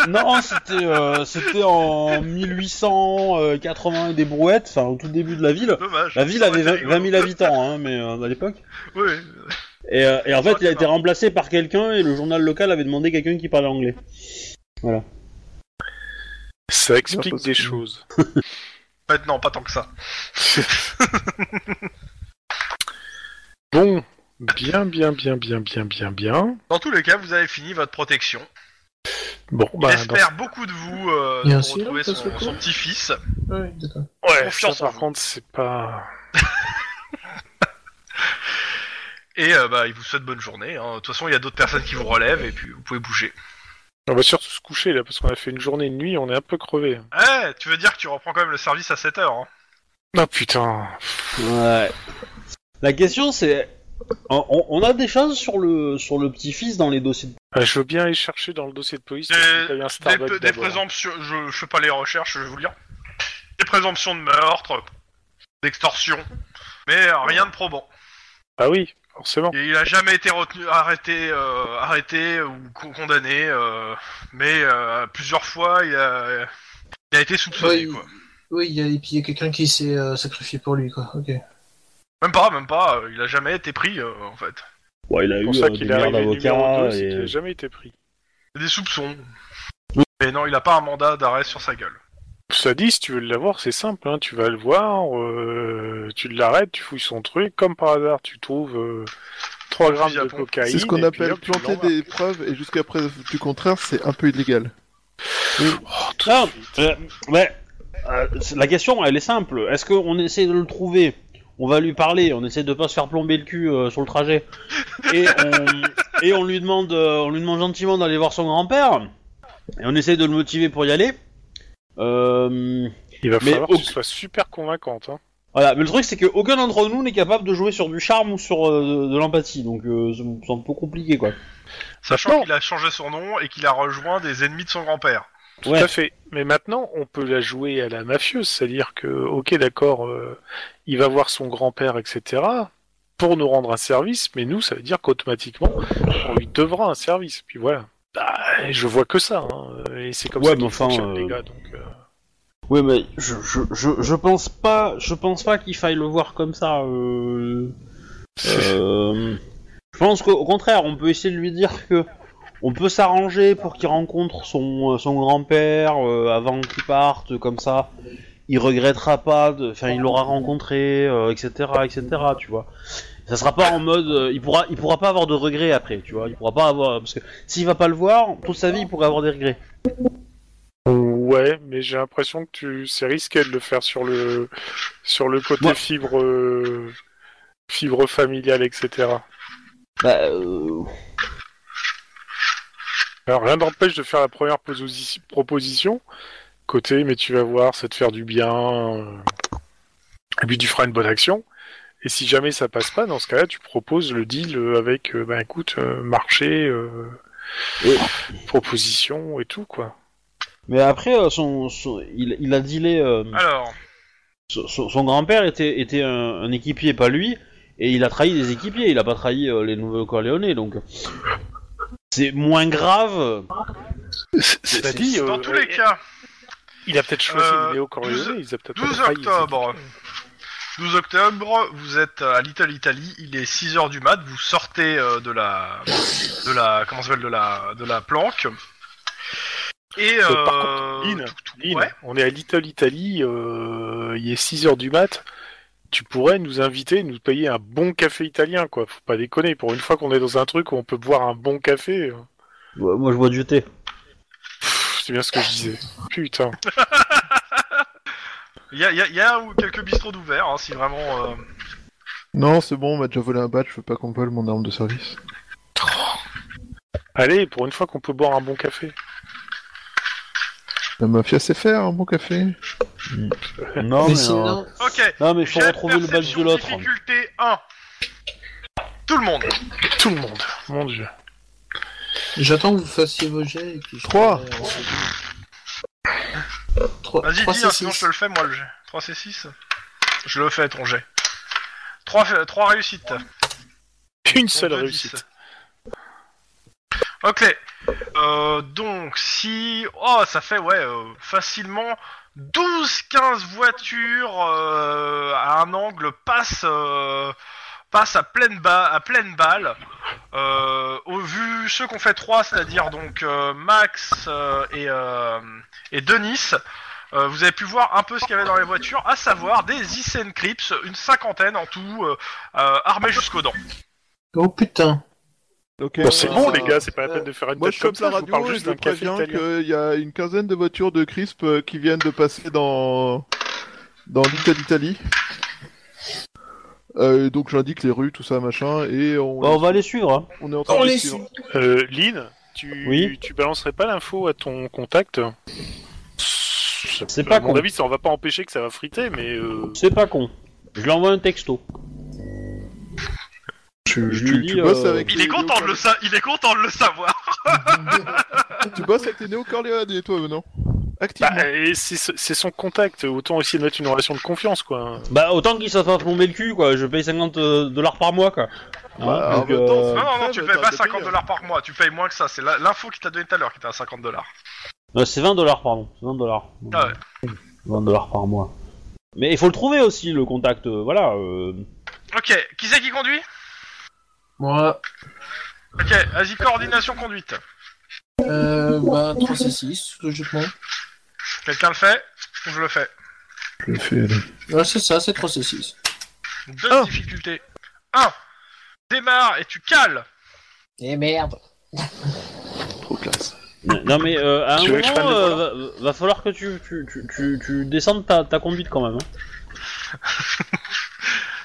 non, c'était euh, c'était en 1880 et des brouettes, enfin au tout début de la ville.
Dommage.
La ville
Ça aurait
avait
été
20
rigolo.
20 000 habitants, hein, mais euh, à l'époque.
Oui.
Et, euh, et en fait,
Ouais,
il a
c'est
été remplacé par quelqu'un et le journal local avait demandé quelqu'un qui parlait anglais.
Ça explique
parce
des
que-
choses.
Maintenant, pas tant que ça.
Bon, bien, bien, bien, bien, bien, bien, bien.
Dans tous les cas, vous avez fini votre protection.
Bon, bah, dans-
J'espère beaucoup de vous euh,
Il y a un
pour retrouver
silence,
son,
parce que-
son petit-fils.
Ouais, d'accord.
ouais, ça,
confiance en
par
vous.
contre, c'est pas.
Et euh, bah, il vous souhaite bonne journée. hein. De toute façon, il y a d'autres personnes qui vous relèvent et puis vous pouvez bouger.
On va surtout se coucher là, parce qu'on a fait une journée et une nuit, on est un peu crevé.
Eh, tu veux dire que tu reprends quand même le service à 7 heures hein.
Ah putain.
Ouais. La question c'est, on, on- on a des choses sur le sur le petit-fils dans les dossiers. de-
Ah, Je veux bien aller chercher dans le dossier de police.
Des-
parce que t'as eu un
Des,
Starbucks
des
d'abord.
présomptions, je, je fais pas les recherches, je vais vous lire. Des présomptions de meurtre, d'extorsion, mais euh, rien de probant.
Ah oui, forcément.
Et il a jamais été retenu, arrêté, euh, arrêté ou con- condamné, euh, mais euh, plusieurs fois il a, il a été soupçonné.
Oui.
Quoi.
Oui, il y a, et puis il y a quelqu'un qui s'est euh, sacrifié pour lui, quoi. Ok.
Même pas, même pas. euh, Il a jamais été pris euh, en fait.
Ouais, il a
C'est
eu
pour ça
euh, des
qu'il est
milliards
arrivé numéro
d'avocats.
2, c'est qu'il
et- euh,
a jamais été pris.
C'est des soupçons. Mais non, il a pas un mandat d'arrêt sur sa gueule.
Ça dit, si tu veux l'avoir, c'est simple, hein, tu vas le voir, euh, tu l'arrêtes, tu fouilles son truc, comme par hasard, tu trouves euh, 3
Un
grammes
fusil à
de
pompe.
cocaïne.
C'est ce
et
qu'on
puis,
appelle
hop, tu
planter
l'envoies.
des preuves et jusqu'à preuve du contraire, c'est un peu illégal.
Oh, tout de
Ah,
suite.
euh, ouais. Euh, c'est- la question, elle est simple. Est-ce qu'on essaie de le trouver On va lui parler. On essaie de pas se faire plomber le cul euh, sur le trajet. Et on, et on lui demande, euh, on lui demande gentiment d'aller voir son grand-père. Et on essaie de le motiver pour y aller. Euh,
Il va
Mais
falloir
au-
que tu sois super convaincante. Hein.
voilà. Mais le truc, c'est qu'aucun d'entre nous n'est capable de jouer sur du charme ou sur euh, de, de l'empathie. Donc, euh, ça me semble un peu compliqué, quoi.
Sachant qu'il a changé son nom et qu'il a rejoint des ennemis de son grand-père.
Tout
Ouais.
à fait. Mais maintenant, on peut la jouer à la mafieuse, c'est-à-dire que, ok, d'accord, euh, il va voir son grand-père, etc., pour nous rendre un service, mais nous, ça veut dire qu'automatiquement, on lui devra un service. Puis voilà. Bah, je vois que ça, hein, et c'est comme
Ouais,
ça
mais
qu'ils
enfin,
fonctionnent, les
euh,
gars. Donc, euh,
Oui, mais je, je, je, je pense pas, je pense pas qu'il faille le voir comme ça. Euh... Euh, Je pense qu'au contraire, on peut essayer de lui dire que on peut s'arranger pour qu'il rencontre son, euh, son grand-père euh, avant qu'il parte, comme ça. Il regrettera pas, de- enfin il l'aura rencontré, euh, etc., etc. Tu vois. Ça sera pas en mode, euh, il pourra, il pourra pas avoir de regrets après, tu vois. Il pourra pas avoir parce que s'il va pas le voir, toute sa vie il pourrait avoir des regrets.
Ouais, mais j'ai l'impression que tu... c'est risqué de le faire sur le, sur le côté
Moi-
fibre, euh, fibre familiale, etc.
Bah, euh,
Alors rien n'empêche de faire la première posi- proposition, côté mais tu vas voir, ça te faire du bien, euh, et puis tu feras une bonne action. Et si jamais ça passe pas, dans ce cas-là, tu proposes le deal euh, avec, euh, ben écoute, euh, marché, euh,
Oui.
proposition et tout quoi.
Mais après, euh, son, son- il, il a dealé. euh,
Alors,
son son grand-père était, était un, un équipier, pas lui, et il a trahi des équipiers, il a pas trahi euh, les nouveaux Corléonais, donc. C'est moins grave.
Cela dit,
dans
euh,
tous les
euh,
cas,
il a peut-être choisi
euh,
les néo-coréens, ils ont peut-être pas
12
trahi, ils ont-
octobre. 12 octobre, vous êtes euh, à Little Italy, il est 6 heures du mat, vous sortez euh, de la de la comment ça s'appelle de la de la planque. Et
Euh, par
euh,
Lynn,
tout- tout-
Lynn,
ouais.
on est à Little Italy, euh, il est 6h du mat. tu pourrais nous inviter, nous payer un bon café italien, quoi. Faut pas déconner. Pour une fois qu'on est dans un truc où on peut boire un bon café, euh,
Ouais, Moi, je bois du thé.
pff, c'est bien ce que je disais. Putain.
Il y a, il y a- il y a ou- quelques bistrots d'ouvert, hein, si vraiment. euh,
Non, c'est bon, on m'a déjà volé un badge, je veux pas qu'on vole mon arme de service.
Allez, pour une fois qu'on peut boire un bon café.
La mafia sait faire un bon café.
Non, mais,
mais
euh,
sinon,
Ok.
non, mais faut
Jet
retrouver le badge de
perception,
l'autre.
Difficulté 1. Tout le monde.
Tout le monde. Mon dieu.
j'attends que vous fassiez vos jets. Et que je... euh,
Trois.
3.
Vas-y, dis, hein, sinon je te le fais, moi, le jet. 3 C6. Je le fais, ton jet. 3, réussites.
Une seule
Donc, deux
réussite.
10. Ok. Euh, donc, si. Oh, ça fait, ouais, euh, facilement 12-15 voitures euh, à un angle passent, euh, passent à, pleine ba- à pleine balle. Euh, au vu, ceux qu'on fait 3, c'est-à-dire donc euh, Max euh, et, euh, et Denis. euh, vous avez pu voir un peu ce qu'il y avait dans les voitures, à savoir des Isen Clips, une cinquantaine en tout, euh, euh, armés jusqu'aux dents.
Oh putain.
Ok.
Bon, c'est
Euh,
bon, les gars, c'est pas la peine de faire une
Moi,
tête
je
comme
chope
ça.
la
Je vous parle
radio et
juste
je
d'un café
préviens
italien.
qu'il y a une quinzaine de voitures de Crisp euh, qui viennent de passer dans, dans l'État d'Italie. Euh, donc j'indique les rues, tout ça, machin, et on,
Bah, on va les suivre. Hein.
on est en train de les suivre.
Euh, Lynn, tu,
Oui.
tu balancerais pas l'info à ton contact
C'est pas
À Euh, mon
con.
avis, ça on va pas empêcher que ça va friter, mais euh,
C'est pas con. Je lui envoie un texto.
Tu,
Je
tu-
lui
tu
dis,
bosses
euh,
avec
Il
les
est content de le
néo-corléanais.
sa- il est content de le savoir.
Tu bosses avec les néo-corléanais, toi, maintenant Activement.
bah, et c'est ce- c'est son contact. Autant essayer de mettre une relation de confiance, quoi.
Bah, autant qu'il se fasse plomber le cul, quoi. Je paye 50 dollars par mois, quoi. Hein,
Bah,
donc,
en même temps,
Non,
euh,
non, non,
Ouais,
tu
bah,
payes
t'as
pas
des
50
payeurs.
dollars par mois, tu payes moins que ça. C'est la- l'info qui t'a donné tout à l'heure qui était à 50 dollars.
euh, c'est 20 dollars, pardon. C'est 20 dollars.
Ah ouais.
20 dollars par mois. Mais il faut le trouver aussi, le contact. euh, voilà. euh.
Ok, qui c'est qui conduit
Moi,
Ok, vas-y, coordination conduite.
euh, bah, 3 c'est 6, logiquement.
Quelqu'un le fait Je le fais.
Je fais-
Ouais, c'est ça, c'est 3 c'est 6.
Deux
Ah.
difficultés. 1. Démarre et tu cales.
Eh merde.
Trop classe.
Non, mais euh, à un
Tu veux que je
moment,
prenne le
euh, va, va falloir que tu, tu, tu, tu, tu descendes ta, ta conduite quand même. hein.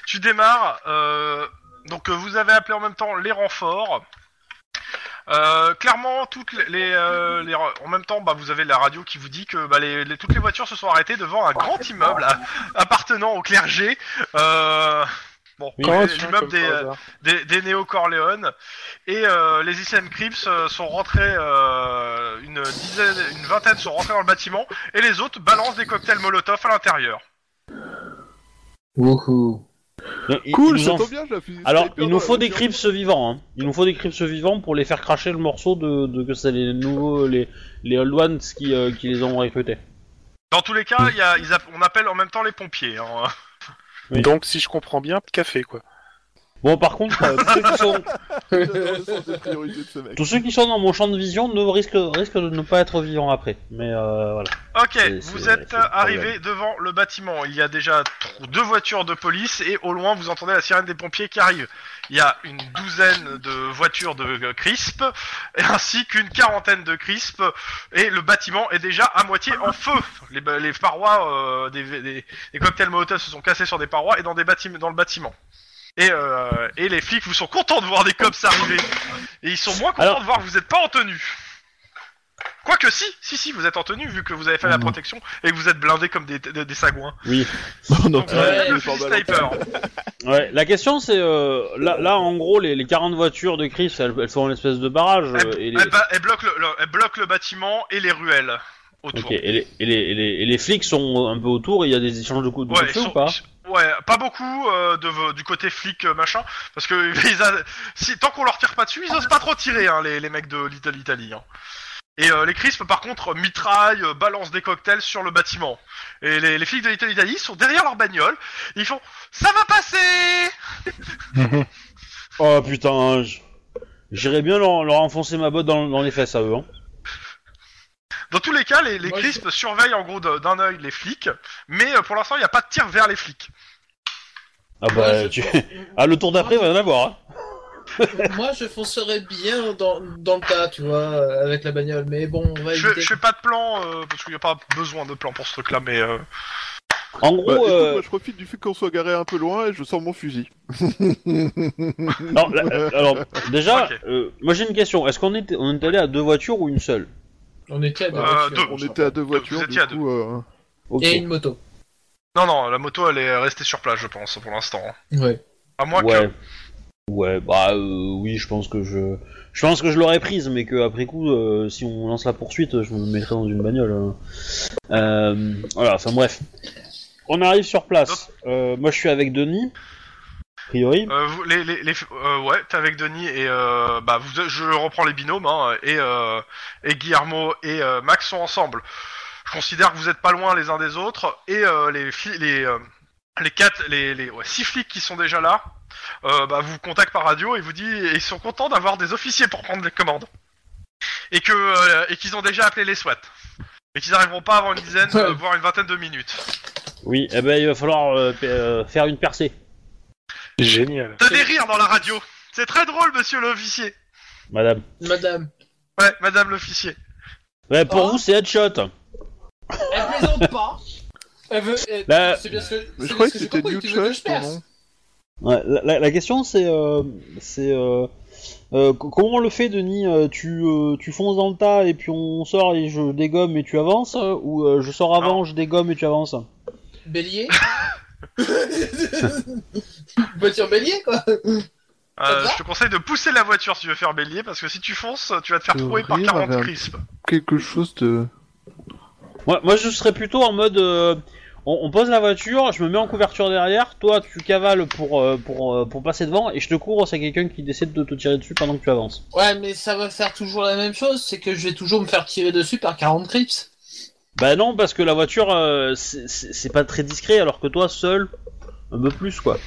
Tu démarres. euh, donc euh, vous avez appelé en même temps les renforts. Euh, clairement, toutes les, les, euh, les re- en même temps, bah, vous avez la radio qui vous dit que bah, les, les- toutes les voitures se sont arrêtées devant un grand immeuble à- appartenant au clergé. Euh, bon, euh,
Oui.
Comment tu-
l'immeuble
comme
des,
par
euh,
hasard.
des, des néo-corléones. Et euh, les Islam Crips euh, sont rentrés, euh, une, dizaine, une vingtaine sont rentrés dans le bâtiment, et les autres balancent des cocktails Molotov à l'intérieur.
Wouhou.
Donc, il-
Cool,
il nous
ça
en-
tombe bien, j'ai la fusée
Alors,
sniper
il
euh, dans
nous
la
faut des
voiture.
crips vivants. Hein. Il nous faut des crips vivants pour les faire cracher le morceau de, de que c'est les nouveaux, les, les old ones qui, euh, qui les ont recrutés.
Dans tous les cas, il y a, ils app- on appelle en même temps les pompiers. hein.
Oui.
Donc, si je comprends bien, café, quoi.
Bon, par contre, euh, tous, ceux qui sont,
J'adore le sens des priorités de ce mec.
tous ceux qui sont dans mon champ de vision ne risquent, risquent de ne pas être vivants après. Mais euh, voilà.
Ok,
C'est-
vous
c'est-
êtes
c'est le problème.
arrivé devant le bâtiment. Il y a déjà tr- deux voitures de police et au loin vous entendez la sirène des pompiers qui arrive. Il y a une douzaine de voitures de euh, crisp et ainsi qu'une quarantaine de crisp et le bâtiment est déjà à moitié en feu. Les, ba- les parois euh, des, des- des cocktails Molotov se sont cassés sur des parois et dans des bâtiments dans le bâtiment. Et, euh, et les flics vous sont contents de voir des cops arriver et ils sont moins contents
Alors-
de voir que vous n'êtes pas en tenue. Quoique si, si, si, vous êtes en tenue vu que vous avez fait
Mm.
la protection et que vous êtes blindés comme des, des, des sagouins.
Oui.
Non, non,
Donc, vous avez
Ouais,
même le
il est
fusil
pas mal.
sniper.
Ouais, la question c'est euh, là, là en gros les, les 40 voitures de Chris elles, elles font une espèce de barrage euh, et, les,
Elle, ba- elle bloque le, le- elle bloque le bâtiment et les ruelles autour.
ok, et, les, et, les, et les- et les flics sont un peu autour et il y a des échanges de coups de
Ouais,
feu
ils
ou
sont-
pas
ils- ouais, pas beaucoup euh, de, du côté flic euh, machin, parce que ils a- si, tant qu'on leur tire pas dessus, ils osent pas trop tirer, hein, les, les mecs de l'Italie. l'Italie, hein. Et euh, les crisps, par contre, mitraillent, euh, balancent des cocktails sur le bâtiment. Et les, les flics de l'Italie l'Italie sont derrière leur bagnole, et ils font « Ça va passer
Oh putain, je- j'irais bien leur, leur enfoncer ma botte dans, dans les fesses à eux. Hein. !»
Dans tous les cas, les, les
Moi,
crisps surveillent en gros de- d'un œil les flics, mais euh, pour l'instant, il n'y a pas de tir vers les flics.
Ah bah, tu... ah, le tour d'après va en avoir. Hein.
Moi, je foncerais bien dans, dans le tas, tu vois, euh, avec la bagnole. Mais bon, on va
Je,
éviter.
je fais pas de plan, euh, parce qu'il n'y a pas besoin de plan pour ce truc-là, mais... euh,
En
Bah,
gros,
écoute,
euh,
moi, je profite du fait qu'on soit garé un peu loin et je sors mon fusil.
non, là, euh, alors déjà,
Ok.
euh, moi j'ai une question. Est-ce qu'on est, on est allé à deux voitures ou une seule
On était à deux.
Euh,
voitures,
deux,
on
Bah, on
s'en
était à deux voitures,
étiez
du
à
coup... euh,
Ok.
Et une moto.
Non, non, la moto, elle est restée sur place, je pense, pour l'instant.
Ouais.
À moins
ouais.
que...
Ouais, bah euh, oui, je pense que je, je pense que je l'aurais prise, mais que après coup, euh, si on lance la poursuite, je me mettrai dans une bagnole. hein. Euh, voilà, enfin bref. On arrive sur place. Euh, moi, je suis avec Denis. A priori.
Euh, vous- les, les, les- euh, ouais, t'es avec Denis et euh, bah vous, je reprends les binômes hein, et euh, et Guillermo et euh, Max sont ensemble. Je considère que vous êtes pas loin les uns des autres et euh, les fli- les euh, les quatre les les ouais, six flics qui sont déjà là. euh, bah, vous contactent par radio et vous dit et ils sont contents d'avoir des officiers pour prendre les commandes et que euh, et qu'ils ont déjà appelé les SWAT et qu'ils arriveront pas avant une dizaine euh, voire une vingtaine de minutes.
Oui. Eh ben, il va falloir euh, pe- euh, faire une percée.
Génial.
T'as des rires dans la radio, c'est très drôle monsieur l'officier.
Madame.
Madame.
Ouais, madame l'officier.
Ouais, pour
Oh.
vous, c'est headshot.
Elle plaisante pas. Elle veut. elle-
La-
C'est bien ce que.
Mais
c'est
je croyais
ce
que
j'ai
c'était
compris,
New
tu veux que je
Church, ton
perce.
nom.
Ouais, la, la- la question, c'est, euh, c'est euh, euh, co- comment on le fait, Denis Euh, Tu, euh, tu fonces dans le tas et puis on sort et je dégomme et tu avances, euh, ou euh, je sors avant, je dégomme et tu avances.
Bélier. Voiture bélier, quoi.
Euh,
Ça va
je te conseille de pousser la voiture si tu veux faire bélier, parce que si tu fonces, tu vas te faire
Le
trouver par
rire
40
avait un-
crisps.
Quelque chose de...
Ouais, moi, je serais plutôt en mode, euh, on, on pose la voiture, je me mets en couverture derrière, toi, tu cavales pour, euh, pour, euh, pour passer devant et je te cours c'est quelqu'un qui décide de te tirer dessus pendant que tu avances.
Ouais, mais ça va faire toujours la même chose, c'est que je vais toujours me faire tirer dessus par 40 crips.
Bah non, parce que la voiture, euh, c'est- c'est c'est pas très discret, alors que toi, seul, un peu plus, quoi.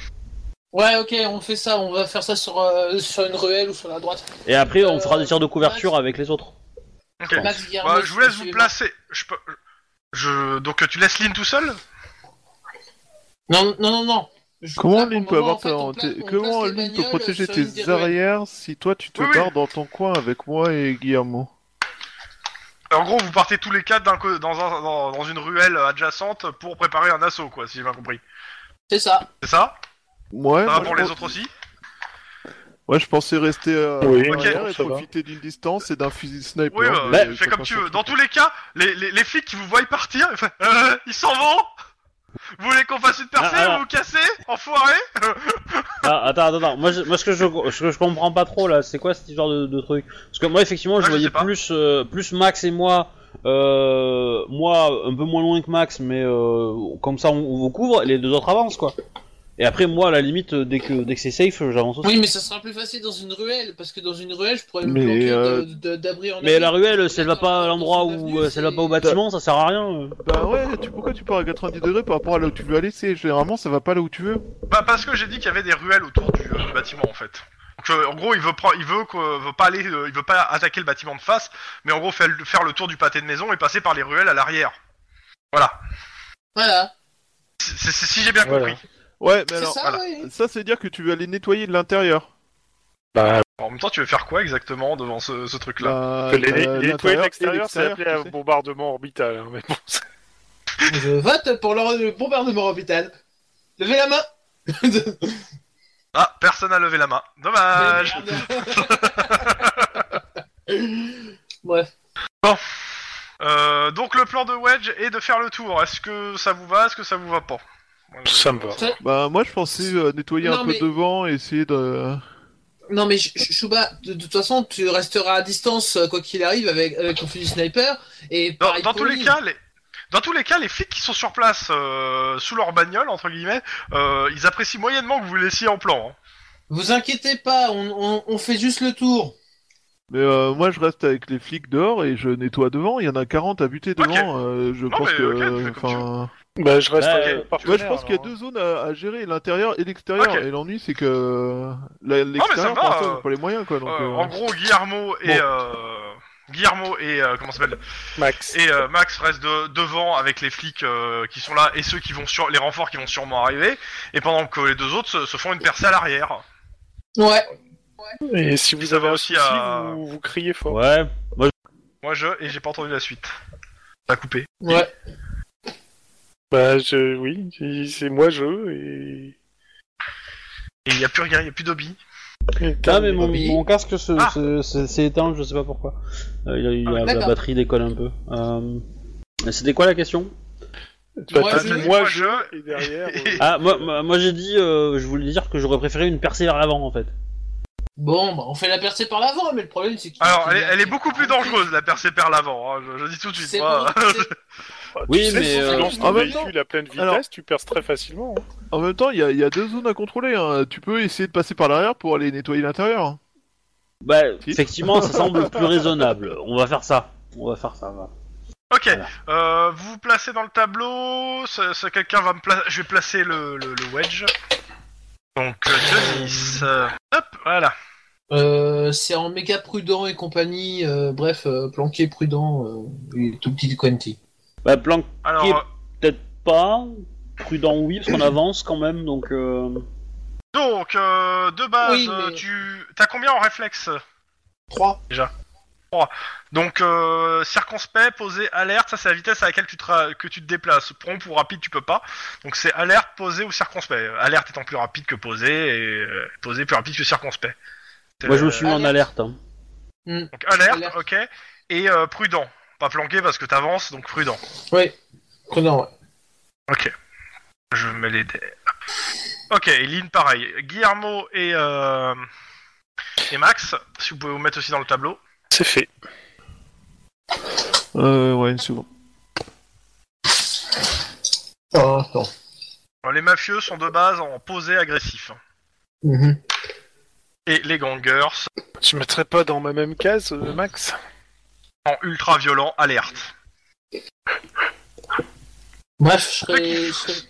Ouais, ok, on fait ça, on va faire ça sur, euh, sur une ruelle ou sur la droite.
Et après, on
Euh,
fera des tirs de couverture avec les autres.
Ok.
Max Guillermo,
Bah, je vous laisse vous
suivez-moi.
placer. Je peux... je... Donc tu laisses Lynn tout seul
Non, non, non, non. Je-
Comment
là,
Lynn
pour
peut
le moment,
avoir ta-
en fait, on pla-
tes-
on
Comment
place les
Lynn peut
bagnoles
protéger
sur une des
tes
ruelles.
arrières si toi tu te
Oui, oui.
barres dans ton coin avec moi et Guillermo
En gros, vous partez tous les quatre d'un co- dans, un- dans- dans une ruelle adjacente pour préparer un assaut, quoi, si j'ai bien compris.
C'est ça.
C'est ça
Ouais,
Ça
moi,
va
je
pour les
pense-
autres aussi
Ouais, je pensais rester euh,
Oui,
en
ok,
arrière et
ça va.
profiter d'une distance et d'un fusil sniper.
Oui,
hein,
bah,
mais
fais
ça
comme
passe
tu
pas.
veux. Dans tous les cas, les, les- les flics qui vous voient partir, ils, font, Euh, ils s'en vont Vous voulez qu'on fasse une percée
Ah, alors.
Vous vous cassez Enfoiré
Ah, attends, attends, attends. Moi, je- moi, ce, que je, ce que je comprends pas trop là, c'est quoi cette histoire de, de truc Parce que moi, effectivement,
Ah,
je
je
voyais
sais pas.
plus, euh, plus Max et moi, euh, moi un peu moins loin que Max, mais euh, comme ça, on, on vous couvre, et les deux autres avancent quoi. Et après, moi, à la limite, euh, dès que, dès que c'est safe, euh, j'avance aussi.
Oui, mais ça sera plus facile dans une ruelle, parce que dans une ruelle, je pourrais me
Mais,
planquer de-
euh,
de- d'abri en
Mais
abri.
la ruelle, si elle va pas à l'endroit
Dans une
où,
avenue,
euh, si elle va
c'est-
pas au bâtiment, ça sert à rien. euh.
Bah ouais, tu, pourquoi tu pars à 90 degrés par rapport à là où tu veux aller C'est généralement ça va pas là où tu veux.
Bah parce que j'ai dit qu'il y avait des ruelles autour du, euh, du bâtiment en fait. Donc, euh, en gros, il veut prendre, il veut, que- veut pas aller, euh, il veut pas attaquer le bâtiment de face, mais en gros faire, le- faire le tour du pâté de maison et passer par les ruelles à l'arrière. Voilà.
Voilà.
C'est- c'est- c'est- si j'ai bien
Voilà.
compris.
Ouais,
C'est
mais alors
ça,
voilà.
oui.
ça c'est dire que tu veux aller nettoyer de l'intérieur.
Bah,
En même temps, tu veux faire quoi exactement devant ce, ce truc-là
Bah,
les, les,
euh,
les toilettes
l'intérieur et
extérieures, c'est
l'extérieur,
appelé
tu
à
sais.
bombardement orbital. hein, mais bon, c'est-
Je vote pour le le bombardement orbital. Levez la main
Ah, personne n'a levé la main. Dommage.
Bref.
Euh, donc le plan de Wedge est de faire le tour. Est-ce que ça vous va Est-ce que ça vous va pas Moi, je-
ça me va.
Bah moi je pensais euh, nettoyer
Non,
un peu
mais-
devant et essayer de.
Non mais Ch- Ch- Chouba, de, de toute façon, tu resteras à distance euh, quoi qu'il arrive avec, avec ton fusil sniper et
Dans,
pareil
dans
pour
tous les
lui.
cas, les... Dans tous les cas, les flics qui sont sur place euh, sous leur bagnole, entre guillemets, euh, ils apprécient moyennement que vous les laissiez en plan. hein.
Vous inquiétez pas, on, on- on fait juste le tour.
Mais euh, moi je reste avec les flics dehors et je nettoie devant. Il y en a 40 à buter devant. euh, je
Non,
pense
mais
que.
ok, tu fais comme tu veux.
enfin,
Bah, je reste.
Bah,
avec
euh,
le
tu vois, je
partenaire,
pense qu'il y a
alors, hein.
deux zones à, à gérer, l'intérieur et l'extérieur.
Ok.
Et l'ennui c'est que euh, la-
ça
l'extérieur
va,
pour l'instant, ils
euh,
ont pas les moyens quoi. Donc,
Euh,
euh,
En gros, Guillermo et
Bon.
euh, Guillermo et euh, comment ça s'appelle
hein. Max.
et euh, Max reste de- devant avec les flics euh, qui sont là et ceux qui vont sur les renforts qui vont sûrement arriver et pendant que les deux autres se, se font une percée à l'arrière.
Ouais.
Et si vous avez un
aussi
souci,
à-
vous, vous criez fort.
Ouais.
Moi je et j'ai pas entendu la suite. Ça a coupé.
Ouais.
Bah je, oui, c'est- c'est moi je et.
Et il y a plus rien, il y a plus d'obi.
Ah, mais mon,
Bobby.
mon casque se-
Ah.
se- se- s'est éteint, je sais pas pourquoi. Euh, il a- il a-
Ah,
la
d'accord.
batterie décolle un peu. Euh, C'était quoi la question
Bah,
Moi,
t'as
je-
dit
Euh, Moi,
moi je
je-
et derrière. euh,
Et-
Ah, moi, moi, moi, j'ai dit, euh, je voulais dire que j'aurais préféré une percée vers l'avant en fait.
Bon, bah, on fait la percée par l'avant, mais le problème, c'est qu'il.
Alors
qu'il
elle est,
y a-
elle est beaucoup plus dangereuse la percée par l'avant. hein, je, je dis tout de
C'est
suite. moi.
bon, c'est-
bah,
Oui,
tu sais,
mais,
si
euh,
tu lances
en
ton
même
véhicule à pleine vitesse,
Alors-
tu perces très facilement. hein.
En même temps, il y, a- il y a deux zones à contrôler. hein. Tu peux essayer de passer par l'arrière pour aller nettoyer l'intérieur.
Bah,
Si.
effectivement, ça semble plus raisonnable. On va faire ça. On va faire ça. va.
Ok,
Voilà.
euh, vous vous placez dans le tableau, ça- ça- quelqu'un va me placer, je vais placer le, le- le wedge. Donc euh, Denis, euh, hop, voilà.
Euh, c'est en méga prudent et compagnie. euh, bref, euh, planqué prudent, euh, et tout petit Quenty.
Bah, planqué
Alors,
Qui est-
euh,
peut-être pas. Prudent, oui, parce qu'on avance quand même, donc. euh,
donc, euh, de base,
Oui, mais-
euh, tu t'as combien en réflexe
3.
Donc, euh, circonspect, posé, alerte, ça c'est la vitesse à laquelle tu te, ra- que tu te déplaces. Prompt ou rapide, tu peux pas. Donc c'est alerte, posé ou circonspect. Euh, Alerte étant plus rapide que posé, et euh, posé plus rapide que circonspect. C'est
Moi, je
le-
me suis mis en alerte. hein.
Donc alerte,
Alerte.
ok. Et euh, prudent. Pas planqué parce que t'avances, donc prudent.
Ouais. Prudent, ouais.
Je mets les dés. Ok, et Lynn pareil. Guillermo et, euh, et Max, si vous pouvez vous mettre aussi dans le tableau.
C'est fait.
Euh, ouais, une seconde.
Ah, attends.
Alors, les mafieux sont de base en posé agressif.
Mhm.
Et les gangers
Tu mettrais pas dans ma même case, euh, Max
en ultra violent alerte.
Bref, je serais,
Ok.
je serais-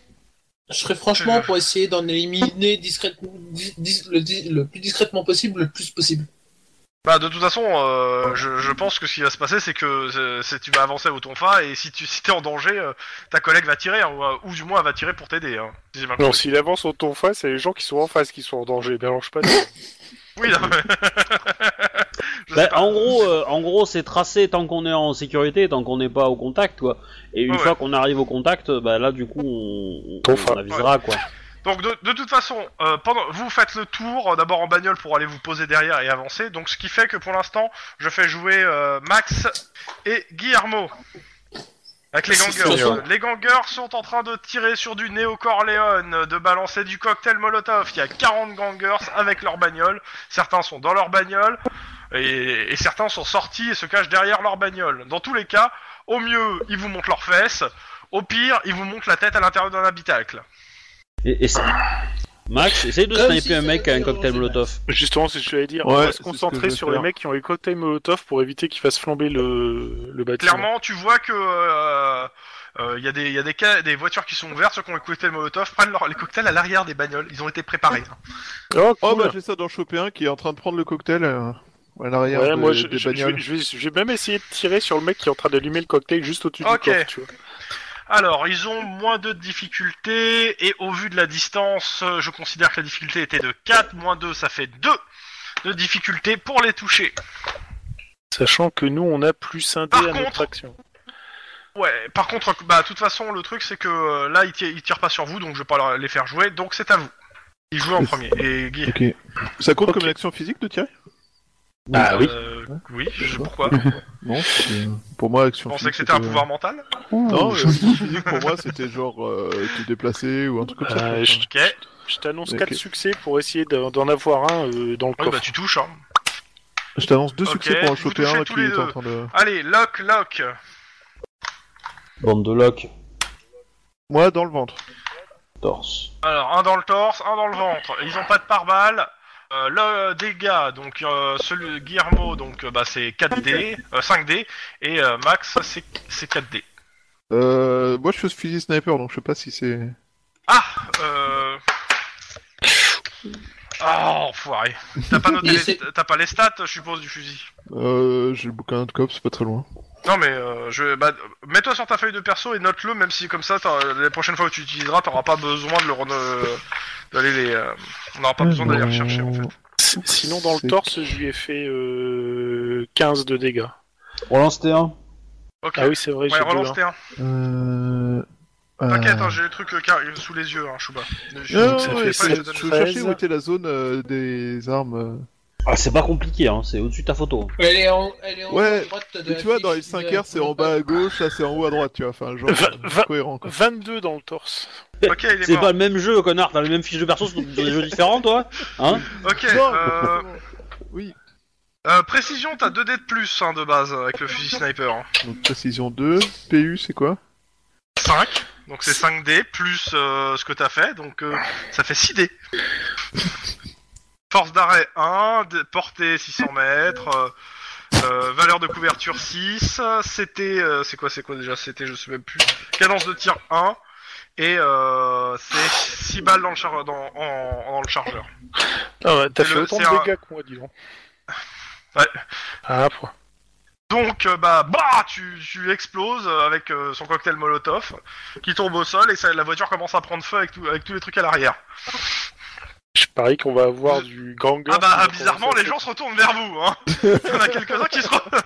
je serais franchement pour essayer d'en éliminer discrètement, dis- dis- le, dis- le plus discrètement possible, le plus possible.
Bah de toute façon, euh, je, je pense que ce qui va se passer, c'est que euh, c'est- tu vas avancer au tonfa et si tu si t'es en danger, euh, ta collègue va tirer hein, ou, euh, ou du moins elle va tirer pour t'aider. hein, si j'ai bien
Non,
compris.
s'il avance au ton face, c'est les gens qui sont en face qui sont en danger. Mélange pas. les-
Oui. non, mais- Je
Bah,
sais pas.
en gros, euh, en gros, c'est tracé tant qu'on est en sécurité, tant qu'on n'est pas au contact, quoi. Et une
Ouais,
fois qu'on arrive au contact, bah là, du coup, on, on,
Ton fa-
on avisera, quoi.
Donc de, de toute façon, euh, pendant, vous faites le tour euh, d'abord en bagnole pour aller vous poser derrière et avancer. Donc ce qui fait que pour l'instant, je fais jouer euh, Max et Guillermo avec les
C'est
gangers.
sûr.
Les gangers sont en train de tirer sur du Neo Corleone, de balancer du cocktail Molotov. Il y a 40 gangers avec leur bagnole. Certains sont dans leur bagnole et, et certains sont sortis et se cachent derrière leur bagnole. Dans tous les cas, au mieux, ils vous montent leurs fesses. Au pire, ils vous montent la tête à l'intérieur d'un habitacle.
Et, et c'est- Max, essaye de
Comme
sniper
si
un
ça
mec
avait
à un
été
cocktail
rangé,
Molotov.
Justement, c'est ce que je voulais dire. on va
Ouais, c'est ce
se
que
concentrer
je vais
sur
faire.
les mecs qui ont les cocktails Molotov pour éviter qu'ils fassent flamber le, le bâtiment.
Clairement, tu vois que euh, euh, y a, des, y a des, ca- des voitures qui sont ouvertes, ceux qui ont les cocktails Molotov prennent leur- les cocktails à l'arrière des bagnoles. Ils ont été préparés. hein.
Oh,
Oh,
cool.
bah, j'essaie d'en choper un qui est en train de prendre le cocktail euh, à l'arrière
Ouais,
de-
moi, je,
des
je- je
bagnoles.
vais, je vais- je vais même essayer de tirer sur le mec qui est en train d'allumer le cocktail juste au-dessus
Ok.
du corps, tu vois.
Alors, ils ont moins de difficultés, et au vu de la distance, euh, je considère que la difficulté était de 4, moins 2, ça fait 2 de difficulté pour les toucher.
Sachant que nous, on a plus un dé
Par
à
contre-
notre action.
Ouais, par contre, bah, de toute façon, le truc, c'est que euh, là, ils, ti- ils tirent pas sur vous, donc je vais pas leur- les faire jouer, donc c'est à vous. Ils jouent en premier. Et Guy,
Ok. Ça compte
Ok.
comme une action physique de tirer
Bah
euh, oui, je sais pourquoi.
Non. euh, c'était- Pour moi,
Je
action
pensais
physique. euh,
que c'était un pouvoir mental.
Non,
Ouh,
euh, action physique pour moi, c'était genre euh, te déplacer ou un truc comme ça.
Euh,
je
je
pense.
Ok.
je t'annonce
Ok.
4 succès pour essayer d'en d'en avoir un euh, dans le
Oui,
coffre.
bah, tu touches, hein.
Je t'avance deux
ok,
succès pour en
vous
choper
touchez
un
tous
qui
les
est en
deux.
train de.
Allez, lock, lock.
Bande de loc,
Moi, dans le ventre.
torse.
Alors, un dans le torse, un dans le ventre. Ils ont pas de pare-balles. Euh, le dégât, donc euh, celui Guillermo, donc euh, bah, c'est 4D, euh, 5D, et euh, Max, c'est c'est 4D.
Euh, moi, je suis fusil sniper, donc je sais pas si c'est.
euh, Ah euh... Oh, enfoiré. T'as pas, noté
Il
les-
essaie-
t'as pas les stats, je suppose, du fusil.
Euh, j'ai le bouquin de cop, c'est pas très loin.
Non, mais euh, je, bah, mets-toi sur ta feuille de perso et note-le, même si comme ça, t'as- les prochaines fois où tu l'utiliseras, t'auras pas besoin de le rene- euh, d'aller les, euh, on n'aura pas besoin
bah,
d'aller les rechercher en fait.
Sinon, dans le
Euh, C'est-
torse, je lui ai fait euh, 15 de dégâts.
Relance T1.
Ok.
Ah oui, c'est
ouais,
vrai, j'ai
relance
deux, hein.
T1.
Euh...
T'inquiète,
euh,
hein, j'ai le truc euh, car- sous les yeux, hein, Chouba. Je-
Non,
je-
non,
je-
ouais,
je- je- je-
c'est-
je-
je cherchais
13.
où était la zone euh, des armes. euh.
Ah, c'est pas compliqué, hein, c'est au-dessus de ta photo.
Elle est en, elle est en haut
Ouais,
à droite de la
Mais tu vois,
fiche euh,
dans les
de-
5 heures, c'est en bas à gauche, là c'est en haut à droite, tu vois. Enfin, genre,
Va-
euh,
va-
cohérent quoi.
22 dans le torse.
Ok, il est,
C'est
mort.
pas le même jeu, connard, t'as les mêmes fiches de perso sur sur des jeux différents, toi Hein
Ok.
Non,
euh,
Oui,
euh, précision, t'as 2 dés de plus hein, de base euh, avec le fusil sniper. hein.
donc précision 2, PU c'est quoi
5. Donc c'est 5 dés plus euh, ce que t'as fait, donc euh, ça fait 6 dés. Force d'arrêt 1, dé- portée 600 mètres, euh, euh, valeur de couverture 6, c'était... euh, c'est quoi, c'est quoi déjà C'était, je sais même plus. Cadence de tir 1, et euh, c'est 6 balles dans le, char- dans, en- en- dans le chargeur.
Ah ouais, T'as
C'est
fait
le-
autant
c'est un-
de dégâts que moi, dis donc.
Ouais.
Ah, point.
Donc, euh, bah, bah, tu, tu exploses euh, avec euh, son cocktail Molotov, qui tombe au sol, et ça, la voiture commence à prendre feu avec, tout- avec tous les trucs à l'arrière.
Je parie qu'on va avoir du gang.
Ah bah bizarrement les gens se retournent vers vous hein. Il y en a quelques-uns qui se retournent.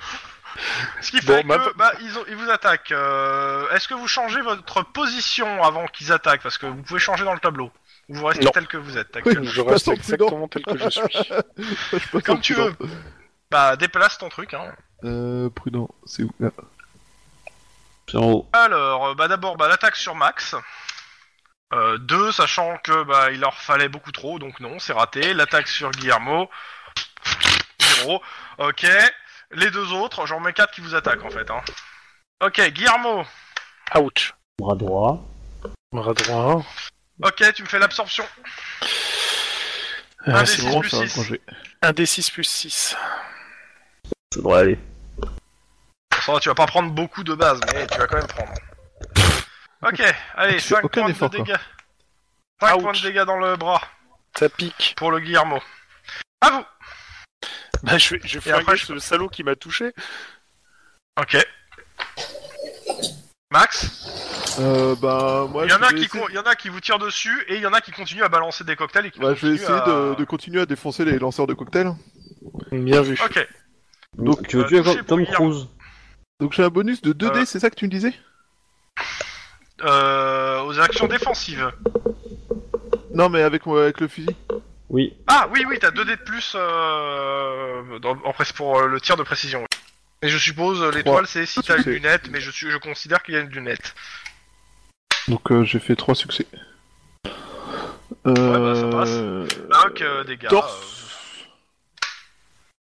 Ce qui fait
Bon, ma-
que bah, ils, ont- ils vous attaquent. Euh, Est-ce que vous changez votre position avant qu'ils attaquent Parce que vous pouvez changer dans le tableau. Ou vous restez
Non.
tel que vous êtes.
Oui,
actuellement.
Je reste
Passons plus
exactement tel que je suis.
Je sais pas
Comme
trop
tu
prudent.
Bah déplace ton truc. Hein.
Euh, prudent, c'est où là
C'est en haut.
Alors euh, bah d'abord bah, l'attaque sur Max. Euh, deux sachant que bah il leur fallait beaucoup trop donc non c'est raté. L'attaque sur Guillermo. Zéro. Ok. Les deux autres j'en mets quatre qui vous attaquent en fait. Hein. Ok Guillermo.
Ouch.
Bras droit.
Bras droit.
Ok, tu me fais l'absorption.
Euh,
Un
c'est
des
bon.
Bon, ça va
six.
manger.
1 des 6 plus 6.
Ça devrait aller.
Ça va, tu vas pas prendre beaucoup de base, mais tu vas quand même prendre. Ok, allez,
Tu fais
5
aucun
points
effort,
de
quoi.
dégâts. 5
Ouch.
points de dégâts dans le bras
Ça pique.
pour le Guillermo. À vous
Bah, je vais, je vais
Et après,
flinguer ce salaud qui m'a touché.
Ok. Max,
Euh, bah, moi
il y, en
je
a
vais
qui
essayer-
con- il y en a qui vous tirent dessus et il y en a qui continuent à balancer des cocktails. Et qui
Bah, je vais
continuent
essayer
à-
de, de continuer à défoncer les lanceurs de cocktails.
Bien vu.
Ok,
Donc, tu veux
euh,
tuer
touché
comme Tom
pour
Cruise
Donc j'ai un bonus de 2D,
Euh.
c'est ça que tu me disais
euh, aux actions défensives.
Non, mais avec, mon- avec le fusil.
Oui.
Ah oui, oui, t'as 2 dés de plus euh, dans- en presse pour euh, le tir de précision. oui. Et je suppose euh, l'étoile c'est si t'as une
Succès.
lunette, mais je, suis, je considère qu'il y a une lunette.
Donc euh, j'ai fait 3 succès.
bah, ça passe. Bah,
Euh,
5 dégâts.
torse.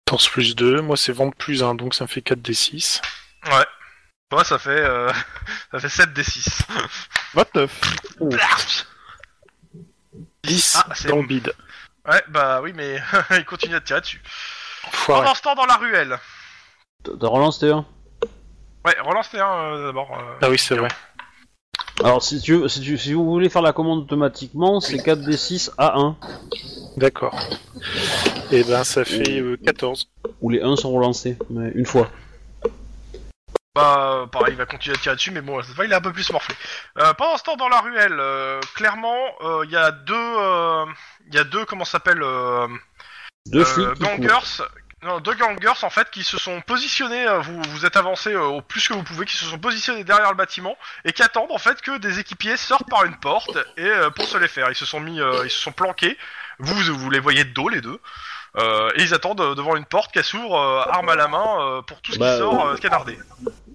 Torse euh, plus 2. Moi, c'est vente plus 1, donc ça me fait 4 des 6.
euh, ouais, ça fait, euh, ça fait 7 des 6.
29.
10
Ah, c'est
dans
bon.
le bide.
Ouais, bah oui, mais il continue à te tirer dessus.
Enfoiré.
Pendant ce temps, dans la ruelle.
T'as hein. t'as relance T1.
Ouais, relance tes un euh, d'abord. euh.
Ah oui, c'est vrai.
Alors, si, tu veux- si, tu- si vous voulez faire la commande automatiquement, c'est 4d6 à 1,
D'accord. Et ben, ça fait euh, 14.
où les 1 sont relancés, mais une fois.
Bah, euh, pareil, il va continuer à tirer dessus, mais bon, cette fois, il est un peu plus morflé. Euh, pendant ce temps, dans la ruelle, euh, clairement, euh, il y a deux... euh, Il y a deux, comment ça s'appelle euh,
Deux
Euh,
flics qui courent.
gangers, non, deux gangers en fait qui se sont positionnés, euh, vous, vous êtes avancés euh, au plus que vous pouvez, qui se sont positionnés derrière le bâtiment et qui attendent en fait que des équipiers sortent par une porte et euh, pour se les faire. Ils se sont mis, euh, ils se sont planqués. Vous, vous les voyez de dos les deux. Euh, et ils attendent euh, devant une porte qui s'ouvre, euh, arme à la main, euh, pour tout ce
Bah,
qui sort
euh,
euh, canardé.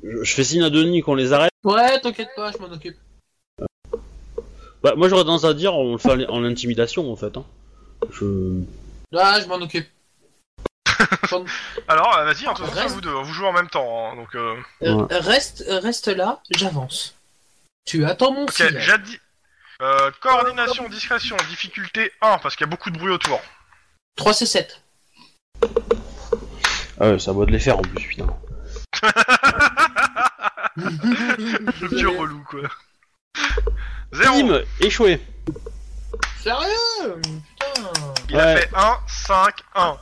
Je, je fais signe à Denis qu'on les arrête.
Ouais, t'inquiète pas, je m'en occupe.
Bah, moi j'aurais tendance à dire on le fait en, en intimidation en fait. Hein. Je...
Ah, je m'en occupe. J'en-
Alors, euh, vas-y, hein, de toute façon,
Reste.
vous deux, vous jouez en même temps. hein, donc, euh,
Euh, Reste, reste là, j'avance. Tu attends mon
ok,
signal.
j'ai dit- euh, coordination, discrétion, difficulté 1, parce qu'il y a beaucoup de bruit autour.
3 C7.
Ah ouais, ça va de les faire en plus, putain.
Le petit relou, quoi. Zéro.
Bim Échoué
Sérieux Putain
Il a
Ouais.
fait 1, 5, 1.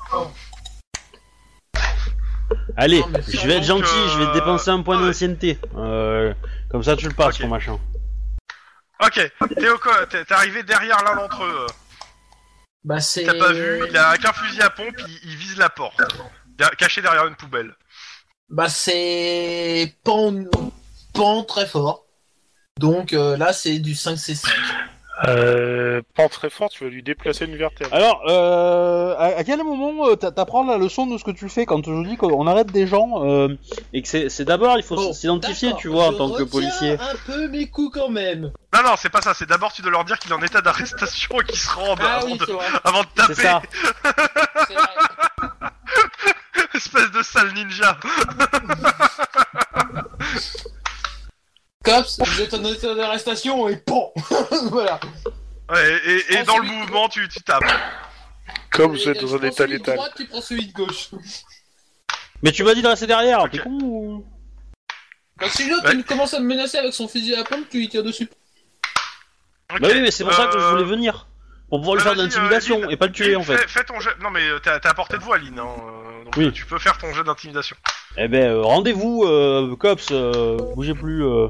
Allez,
Non, mais
je vais être
donc,
gentil, je vais te
euh,
dépenser un point
ouais.
d'ancienneté. Euh, comme ça, tu le passes,
Ok.
ton machin.
Ok, t'es au co- t'es t'es arrivé derrière l'un d'entre eux. euh.
Bah, c'est.
T'as pas vu, il a avec un fusil à pompe, il, il vise la porte. Der- Caché derrière une poubelle.
Bah, c'est. Pan... Pan très fort. Donc euh, là, c'est du 5C5.
Euh, pas très fort, tu vas lui déplacer une vertèbre.
Alors, euh, à, à quel moment euh, t'a- t'apprends la leçon de ce que tu fais quand je dis qu'on arrête des gens euh, et que c'est c'est d'abord, il faut
Bon,
s'identifier,
d'accord,
tu vois, en
je
tant que
retiens
policier.
un peu mes coups quand même.
Non, non, c'est pas ça, c'est d'abord tu dois leur dire qu'il est en état d'arrestation et qu'il se rend bah,
Ah
avant,
oui,
de,
c'est vrai.
avant de
C'est
taper,
ça.
c'est vrai.
espèce de sale ninja.
Cops, vous êtes en état d'arrestation et pan Voilà.
Ouais, et et- et
Ah,
dans le
celui-
mouvement, tu, tu tapes.
Comme vous
Et
êtes dans un
tu prends
état
celui de
létal.
droite, Tu prends celui de gauche.
Mais tu m'as dit de rester derrière,
Ok.
t'es con ou...
Quand celui là
Ouais.
tu commences à me menacer avec son fusil à pompe, tu lui tires dessus.
Ok,
Bah oui, mais c'est pour ça que je
euh,
voulais venir. Pour pouvoir lui
bah
faire de
vas-y, euh,
l'intimidation
Lynn,
et pas le tuer,
Lynn,
en fait.
Fais, fais ton jet. Non, mais euh, t'as t'as à portée de voix, Lynn. hein, euh, Donc
Oui.
euh, tu peux faire ton jet d'intimidation.
Eh ben, euh, rendez-vous, euh, cops, euh, bougez plus, euh,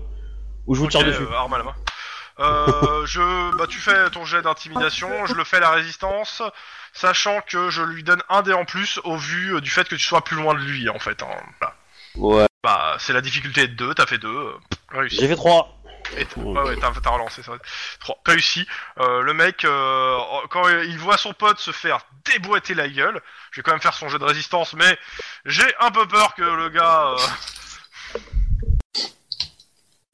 ou je vous
Ok,
tire dessus.
euh, arme à la main. Euh, je, bah, tu fais ton jet d'intimidation, je le fais à la résistance, sachant que je lui donne un dé en plus au vu euh, du fait que tu sois plus loin de lui en fait. hein. Bah,
Ouais.
bah, c'est la difficulté de 2, t'as fait 2, réussi.
J'ai fait 3.
Et t- ouais, ouais, t'as, t'as relancé ça. Trois. Réussi. Euh, le mec, euh, quand il voit son pote se faire déboîter la gueule, je vais quand même faire son jeu de résistance, mais j'ai un peu peur que le gars. euh,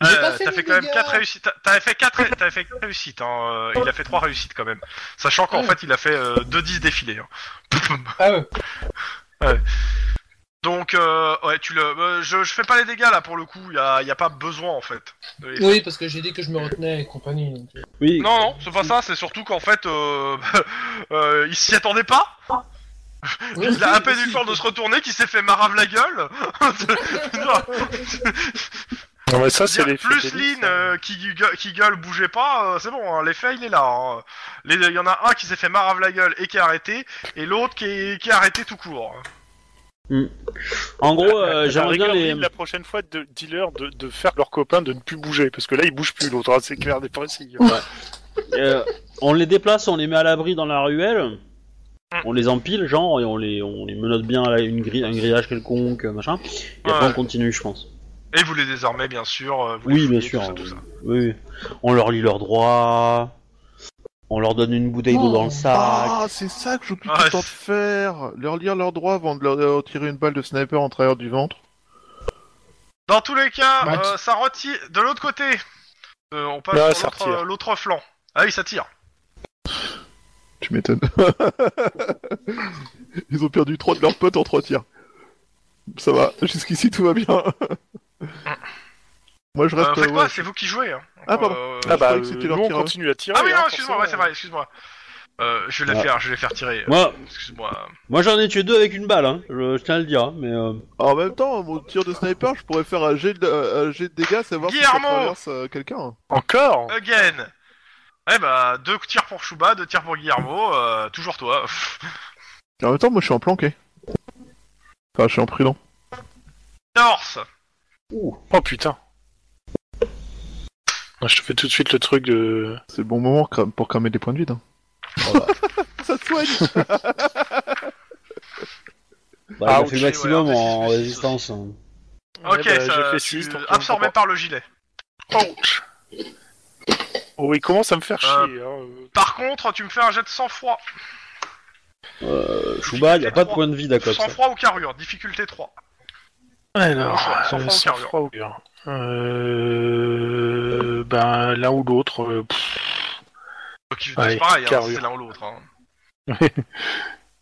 J'ai
euh,
pas fait
t'as
les
fait quand même
dégâts.
4 réussites. T'as- T'avais fait 4 t'avais fait quatre réussites. Hein. euh, Il a fait 3 réussites quand même. Sachant qu'en
Ouais.
fait, il a fait 2-10 défilés. hein.
Ah ouais.
Donc, euh, ouais, tu le. euh, je, je fais pas les dégâts là pour le coup. Y a, y a pas besoin en fait. de les faire.
Oui, parce que j'ai dit que je me retenais et compagnie. donc, euh.
Oui.
Non, non, c'est pas ça, c'est surtout qu'en fait, euh, euh, il s'y attendait pas. Il a à peine eu le temps de se retourner qu'il s'est fait marave la gueule.
Non, mais ça, c'est les
Plus Lynn
hein.
euh, qui, gueule- qui gueule, bougeait pas, euh, c'est bon, hein, l'effet il est là. hein. Les- Il y en a un qui s'est fait marave la gueule et qui est arrêté, et l'autre qui est, qui est arrêté tout court.
En gros, euh,
J'aimerais
j'aimerais bien les...
la prochaine fois, de dealer, de, de faire leur copain de ne plus bouger, parce que là, ils bougent plus, l'autre, hein, c'est clair des précis.
Euh, on les déplace, on les met à l'abri dans la ruelle, on les empile, genre, et on les, on les menotte bien à la- une grille, un grillage quelconque, euh, machin, et après
Ouais.
on continue, je pense.
Et vous les désarmez, bien sûr. euh, vous les
Oui, bien
fouillez,
sûr.
tout ça, tout
euh,
ça.
Oui, oui. On leur lit leurs droits, on leur donne une bouteille d'eau dans le sac.
Ah, c'est ça que je peux
Ah,
tout le temps de
c'est-
faire Leur lire leurs droits avant de leur leur tirer une balle de sniper en travers du ventre.
Dans tous les cas,
Bah,
euh, ça retire. De l'autre côté, Euh, on passe
Ouais,
sur
ça
l'autre-
retire.
l'autre flanc. Ah oui, ça tire.
Tu m'étonnes. Ils ont perdu trois de leurs potes en trois tirs. Ça va, jusqu'ici tout va bien. Moi je
Ah. Euh,
reste.
faites
euh,
quoi
ouais.
C'est vous qui jouez. hein.
Ah, pardon.
Euh,
Ah
Ah, je
bah,
croyais
euh,
que c'était leur
nous, on
tireur.
continue à tirer.
Ah oui,
hein,
non, excuse-moi,
forcément.
ouais, c'est vrai, excuse-moi. Euh, je vais la
Ouais.
faire, je vais les faire tirer. euh,
Moi,
Excuse-moi.
moi j'en ai tué deux avec une balle, hein. je, je tiens à le dire, hein, mais... euh,
En même temps, mon tir de sniper, je pourrais faire un jet de, euh, un jet de dégâts, savoir si
Guillermo
ça traverse euh, quelqu'un.
Encore
Again Eh bah, deux tirs pour Chouba, deux tirs pour Guillermo, euh, toujours toi.
Et En même temps, moi je suis en planqué. Enfin, je suis en prudent.
Torse
Oh putain. Ah, Je te fais tout de suite le truc de...
C'est le bon moment cra- pour cramer des points de vide. hein. ça te soigne
bah,
Ah,
on
ok,
fait
ouais,
le maximum
un des six
en
plus six
résistance. hein.
Ok,
Ouais, bah,
ça,
j'ai fait
tu-
6.
absorbé par le gilet.
Ouch. Oh, il commence à me faire
Ah.
Euh,
chier. hein, euh.
Par contre, tu me fais un jet de sang-froid.
Euh, Chouba, il a pas de point de vie d'accord.
Sang-froid ou carrure, difficulté 3.
Alors,
Sans- sans
euh,
froid ou
sans
carrure.
froid ou carrure. Euh, ben, l'un ou l'autre. euh, pff,
Ok, c'est
Ouais,
pareil, hein,
carrure.
c'est l'un ou l'autre. hein.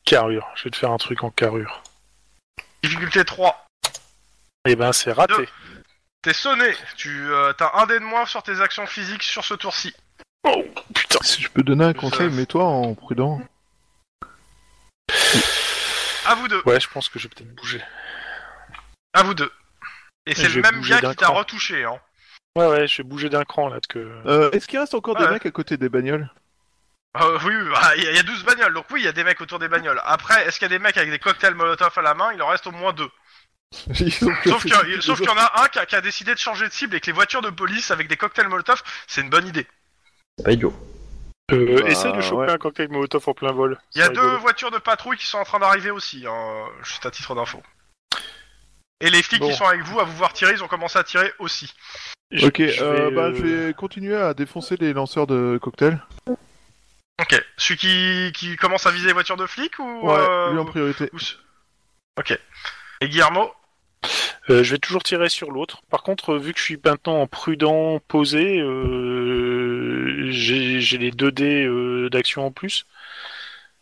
carrure. Je vais te faire un truc en carrure.
Difficulté 3.
Eh ben, c'est raté.
Deux. T'es sonné, tu euh, t'as un dé de moins sur tes actions physiques sur ce tour-ci.
Oh, putain.
Si je peux donner un
Ça-
conseil, mets-toi en prudent.
À vous deux,
Ouais, je pense que je vais peut-être bouger.
à vous deux. Et c'est
Je
le
vais
même
bouger
gars
d'un
qui t'a
cran.
retouché, hein.
Ouais, ouais, je vais bouger d'un cran, là, parce que...
Euh, Est-ce qu'il reste encore des
Ouais.
mecs à côté des bagnoles
Euh, oui, oui, bah, il y, a- il y a 12 bagnoles, donc oui, il y a des mecs autour des bagnoles. Après, est-ce qu'il y a des mecs avec des cocktails Molotov à la main Il en reste au moins deux.
Ils
Sauf
ont cassé
qu'il
tous
sauf
les
qu'il y en a un qui a, qui a décidé de changer de cible et que les voitures de police avec des cocktails Molotov, c'est une bonne idée.
C'est pas idiot.
Euh,
Bah,
essaie de choper
ouais.
un cocktail Molotov en plein vol.
Il y a
C'est
deux
rigolo.
voitures de patrouille qui sont en train d'arriver aussi, hein, juste à titre d'info. Et les flics
Bon.
qui sont avec vous à vous voir tirer, ils ont commencé à tirer aussi.
Je-
Ok,
je vais,
euh, bah,
euh,
je vais continuer à défoncer les lanceurs de cocktails.
Ok. Celui qui, qui commence à viser les voitures de flics ou...
Ouais,
euh,
lui en priorité.
ou ce- Ok. Et Guillermo
euh, je vais toujours tirer sur l'autre. Par contre, euh, vu que je suis maintenant en prudent, posé, euh, j'ai j'ai les 2 dés euh, d'action en plus.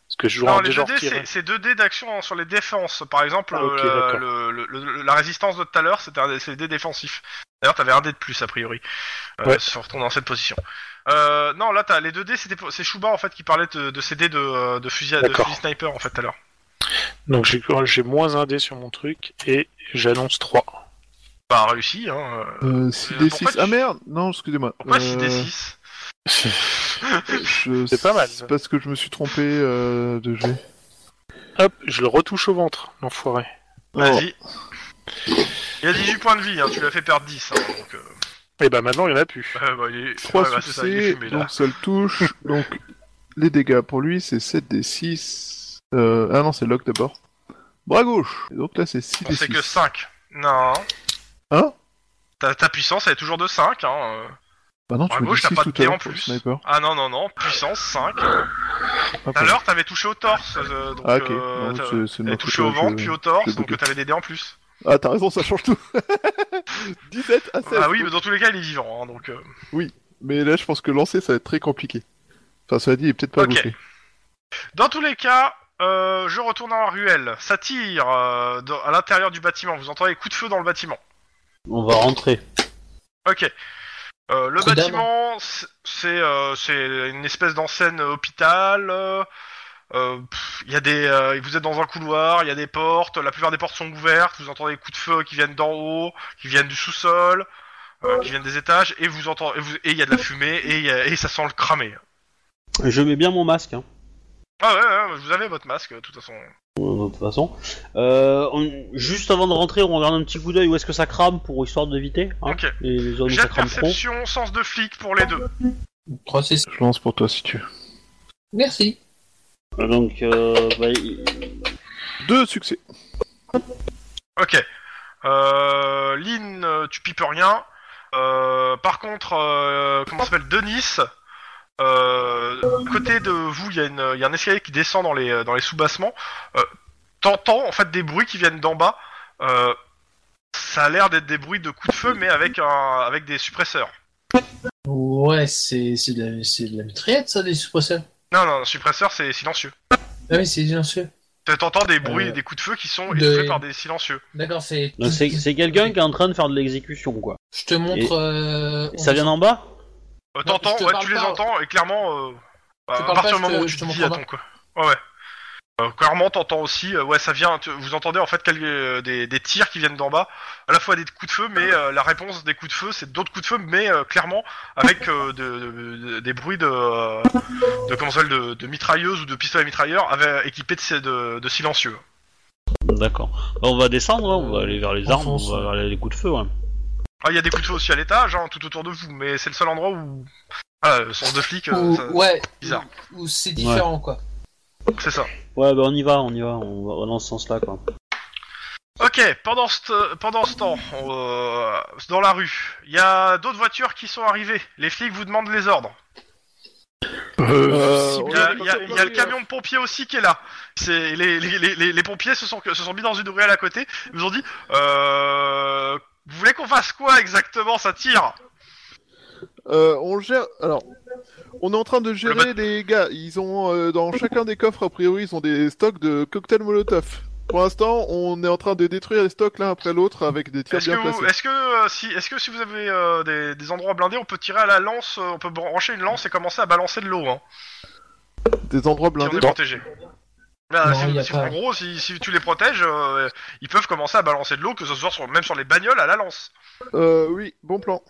Parce que je dois
Non,
en
les
déjà
2D,
retirer.
c'est- c'est 2 dés d'action hein, sur les défenses. Par exemple,
Ah, ok,
euh,
d'accord.
le- le- le- la résistance de tout à l'heure, c'était un dé- c'est des dés défensifs. D'ailleurs, t'avais un dé de plus, a priori, euh,
Ouais.
sur ton ancienne position. Euh, non, là, t'as les 2 dés, c'était pour- c'est Chouba, en fait, qui parlait de, de ces dés de, euh, de fusil, de
D'accord.
fusil sniper, en fait, tout à l'heure.
Donc j'ai j'ai moins un dé sur mon truc et j'annonce 3.
Bah, réussi, hein. euh.
Euh,
pourquoi
6d6.
tu-
Ah merde Non, excusez-moi.
Pourquoi
Euh,
6d6
je-
C'est pas mal, ça.
C'est parce que je me suis trompé euh, de jeu.
Hop, je le retouche au ventre, l'enfoiré.
oh.
Vas-y. Il a 18 points de vie, hein, tu l'as fait perdre 10. hein, donc, euh,
Et bah maintenant il y en a plus.
ouais, bah, il est-
3
ouais, bah, c'est ça, il est
succès,
fumé, là.
donc ça le touche. donc les dégâts pour lui, c'est 7d6. Euh, ah non, c'est lock d'abord. Bras gauche Et Donc là, c'est
On sait
6d6.
Ah, que 5. Non.
Hein
ta, ta puissance, elle est toujours de 5, hein. euh.
Bah non,
Bras
tu me
gauche,
dis
t'as
6
pas de
tout
dé
à
en
l'heure pour le
plus.
sniper.
Ah non, non, non, puissance 5.
Ah,
Tout à l'heure, t'avais touché au torse. euh, donc,
Ah, ok.
euh,
Non,
t'as-
c'est- euh, c'est de
t'avais
ma
touché
faute,
au ventre,
je-
puis au torse,
je l'ai
donc
bloqué.
t'avais des dés en plus.
Ah, t'as raison, ça change tout. 17 à 16.
ah oui, mais dans tous les cas, il est vivant. hein, donc, euh.
Mais là, je pense que lancer, ça va être très compliqué. Enfin, cela dit, il est peut-être pas
Ok.
bloqué.
Dans tous les cas, euh, je retourne dans la ruelle. Ça tire euh, dans- à l'intérieur du bâtiment. Vous entendez des coups de feu dans le bâtiment.
On va rentrer.
Ok. Euh, le
Coup d'âne.
bâtiment, c'est- c'est euh, c'est une espèce d'enseigne euh, hôpital. euh, euh, pff, Il y a des, euh, vous êtes dans un couloir, il y a des portes. La plupart des portes sont ouvertes. Vous entendez des coups de feu qui viennent d'en haut, qui viennent du sous-sol, euh, qui viennent des étages, et vous entendez, et vous- et il y a de la fumée et, il y a- et ça sent le cramer.
Je mets bien mon masque, hein,
Ah ouais, ouais, ouais, vous avez votre masque de toute façon.
de toute façon. Euh, on- Juste avant de rentrer, on regarde un petit coup d'œil où est-ce que ça crame pour histoire d'éviter. Hein,
Ok.
les- les zones où
J'ai
ça
de
crame trop.
perception, sens de flic pour les deux.
3 CC.
Je lance pour toi si tu veux.
Merci.
Donc, euh, bah, il-
Deux succès.
Ok. Euh, Lynn, euh, tu pipes rien. Euh, par contre, euh, comment ça s'appelle Denis, euh, à côté de vous, il y, a une- il y a un escalier qui descend dans les, dans les sous-bassements. Euh, T'entends en fait des bruits qui viennent d'en bas. Euh, ça a l'air d'être des bruits de coups de feu, mais avec, un, avec des suppresseurs.
Ouais, c'est c'est de, la- c'est de la mitraillette, ça, des suppresseurs.
Non, non, suppresseur, c'est silencieux.
Ah oui, c'est silencieux.
T'entends des bruits
Euh,
et des coups de feu qui sont
de-
étouffés par des silencieux.
D'accord, c'est.
donc c'est c'est quelqu'un qui est en train de faire de l'exécution, quoi.
Je te montre. euh,
Ça vient d'en bas
Euh, T'entends,
je te
ouais,
parle
tu les
pas.
entends, et clairement, euh, bah, à
parle
partir
pas,
du
je
moment
te-
où tu
je
te
te
dis,
montre en
attends quoi. Ouais, ouais. Euh, clairement, t'entends aussi, euh, ouais, ça vient, tu- vous entendez en fait quelques, euh, des, des tirs qui viennent d'en bas, à la fois des coups de feu, mais euh, la réponse des coups de feu, c'est d'autres coups de feu, mais euh, clairement, avec euh, de- de- de- des bruits de, euh, de, comment ça s'appelle, de, de mitrailleuses ou de pistolets mitrailleurs avec, équipés de, ces- de, de silencieux.
D'accord. Bah, on va descendre, hein, on va aller vers les
En
armes,
France,
on va
ouais.
vers les les coups de feu. hein. Ouais.
Ah, il y a des coups de feu aussi à l'étage, hein, tout autour de vous, mais c'est le seul endroit où, voilà, le sens de flic, euh,
Ou,
ça-
ouais,
bizarre.
ou ou c'est différent, quoi.
c'est ça.
Ouais, bah on y va, on y va, on va dans ce sens-là, quoi.
Ok, pendant ce, pendant ce temps, euh, dans la rue, il y a d'autres voitures qui sont arrivées. Les flics vous demandent les ordres.
Euh,
Il
ouais,
y a, il y a- il y a le camion de pompiers aussi qui est là. C'est les, les, les- les- les pompiers se sont, se sont mis dans une ruelle à côté. Ils vous ont dit euh, Vous voulez qu'on fasse quoi exactement Ça tire
Euh, on gère. Alors, on est en train de gérer
bat-
les gars. Ils ont euh, dans chacun des coffres, a priori, ils ont des stocks de cocktails Molotov. Pour l'instant, on est en train de détruire les stocks l'un après l'autre avec des tirs
Est-ce que,
bien placés.
vous- est-ce que, euh, si, est que si vous avez euh, des, des endroits blindés, on peut tirer à la lance, euh, on peut brancher une lance et commencer à balancer de l'eau hein,
Des endroits
si on
blindés.
est protégé Bah,
Non,
si-
y a
si-
pas.
en gros, si, si tu les protèges, euh, ils peuvent commencer à balancer de l'eau, que ce soit sur, même sur les bagnoles à la lance.
Euh, oui, bon plan.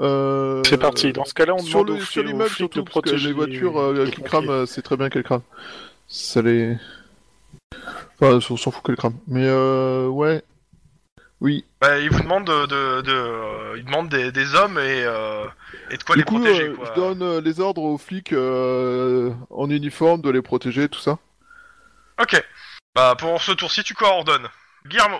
Euh,
C'est parti. Dans ce cas-là, on
sur
demande
le
aux
sur
flics- aux
l'immeuble
flics
surtout
de
parce que
protéger
les voitures euh,
les
qui
pompiers.
crament, euh, c'est très bien qu'elles crament. Ça les. Enfin, on s'en fout qu'elles crament. Mais euh, ouais, oui.
Bah, ils vous demandent de, de, de, euh, ils demandent des, des hommes et, euh, et de quoi
du
les
coup,
protéger.
euh,
quoi.
je donne euh, les ordres aux flics euh, en uniforme de les protéger, tout ça.
Ok. Bah, pour ce tour-ci, tu coordonnes. Guillermo.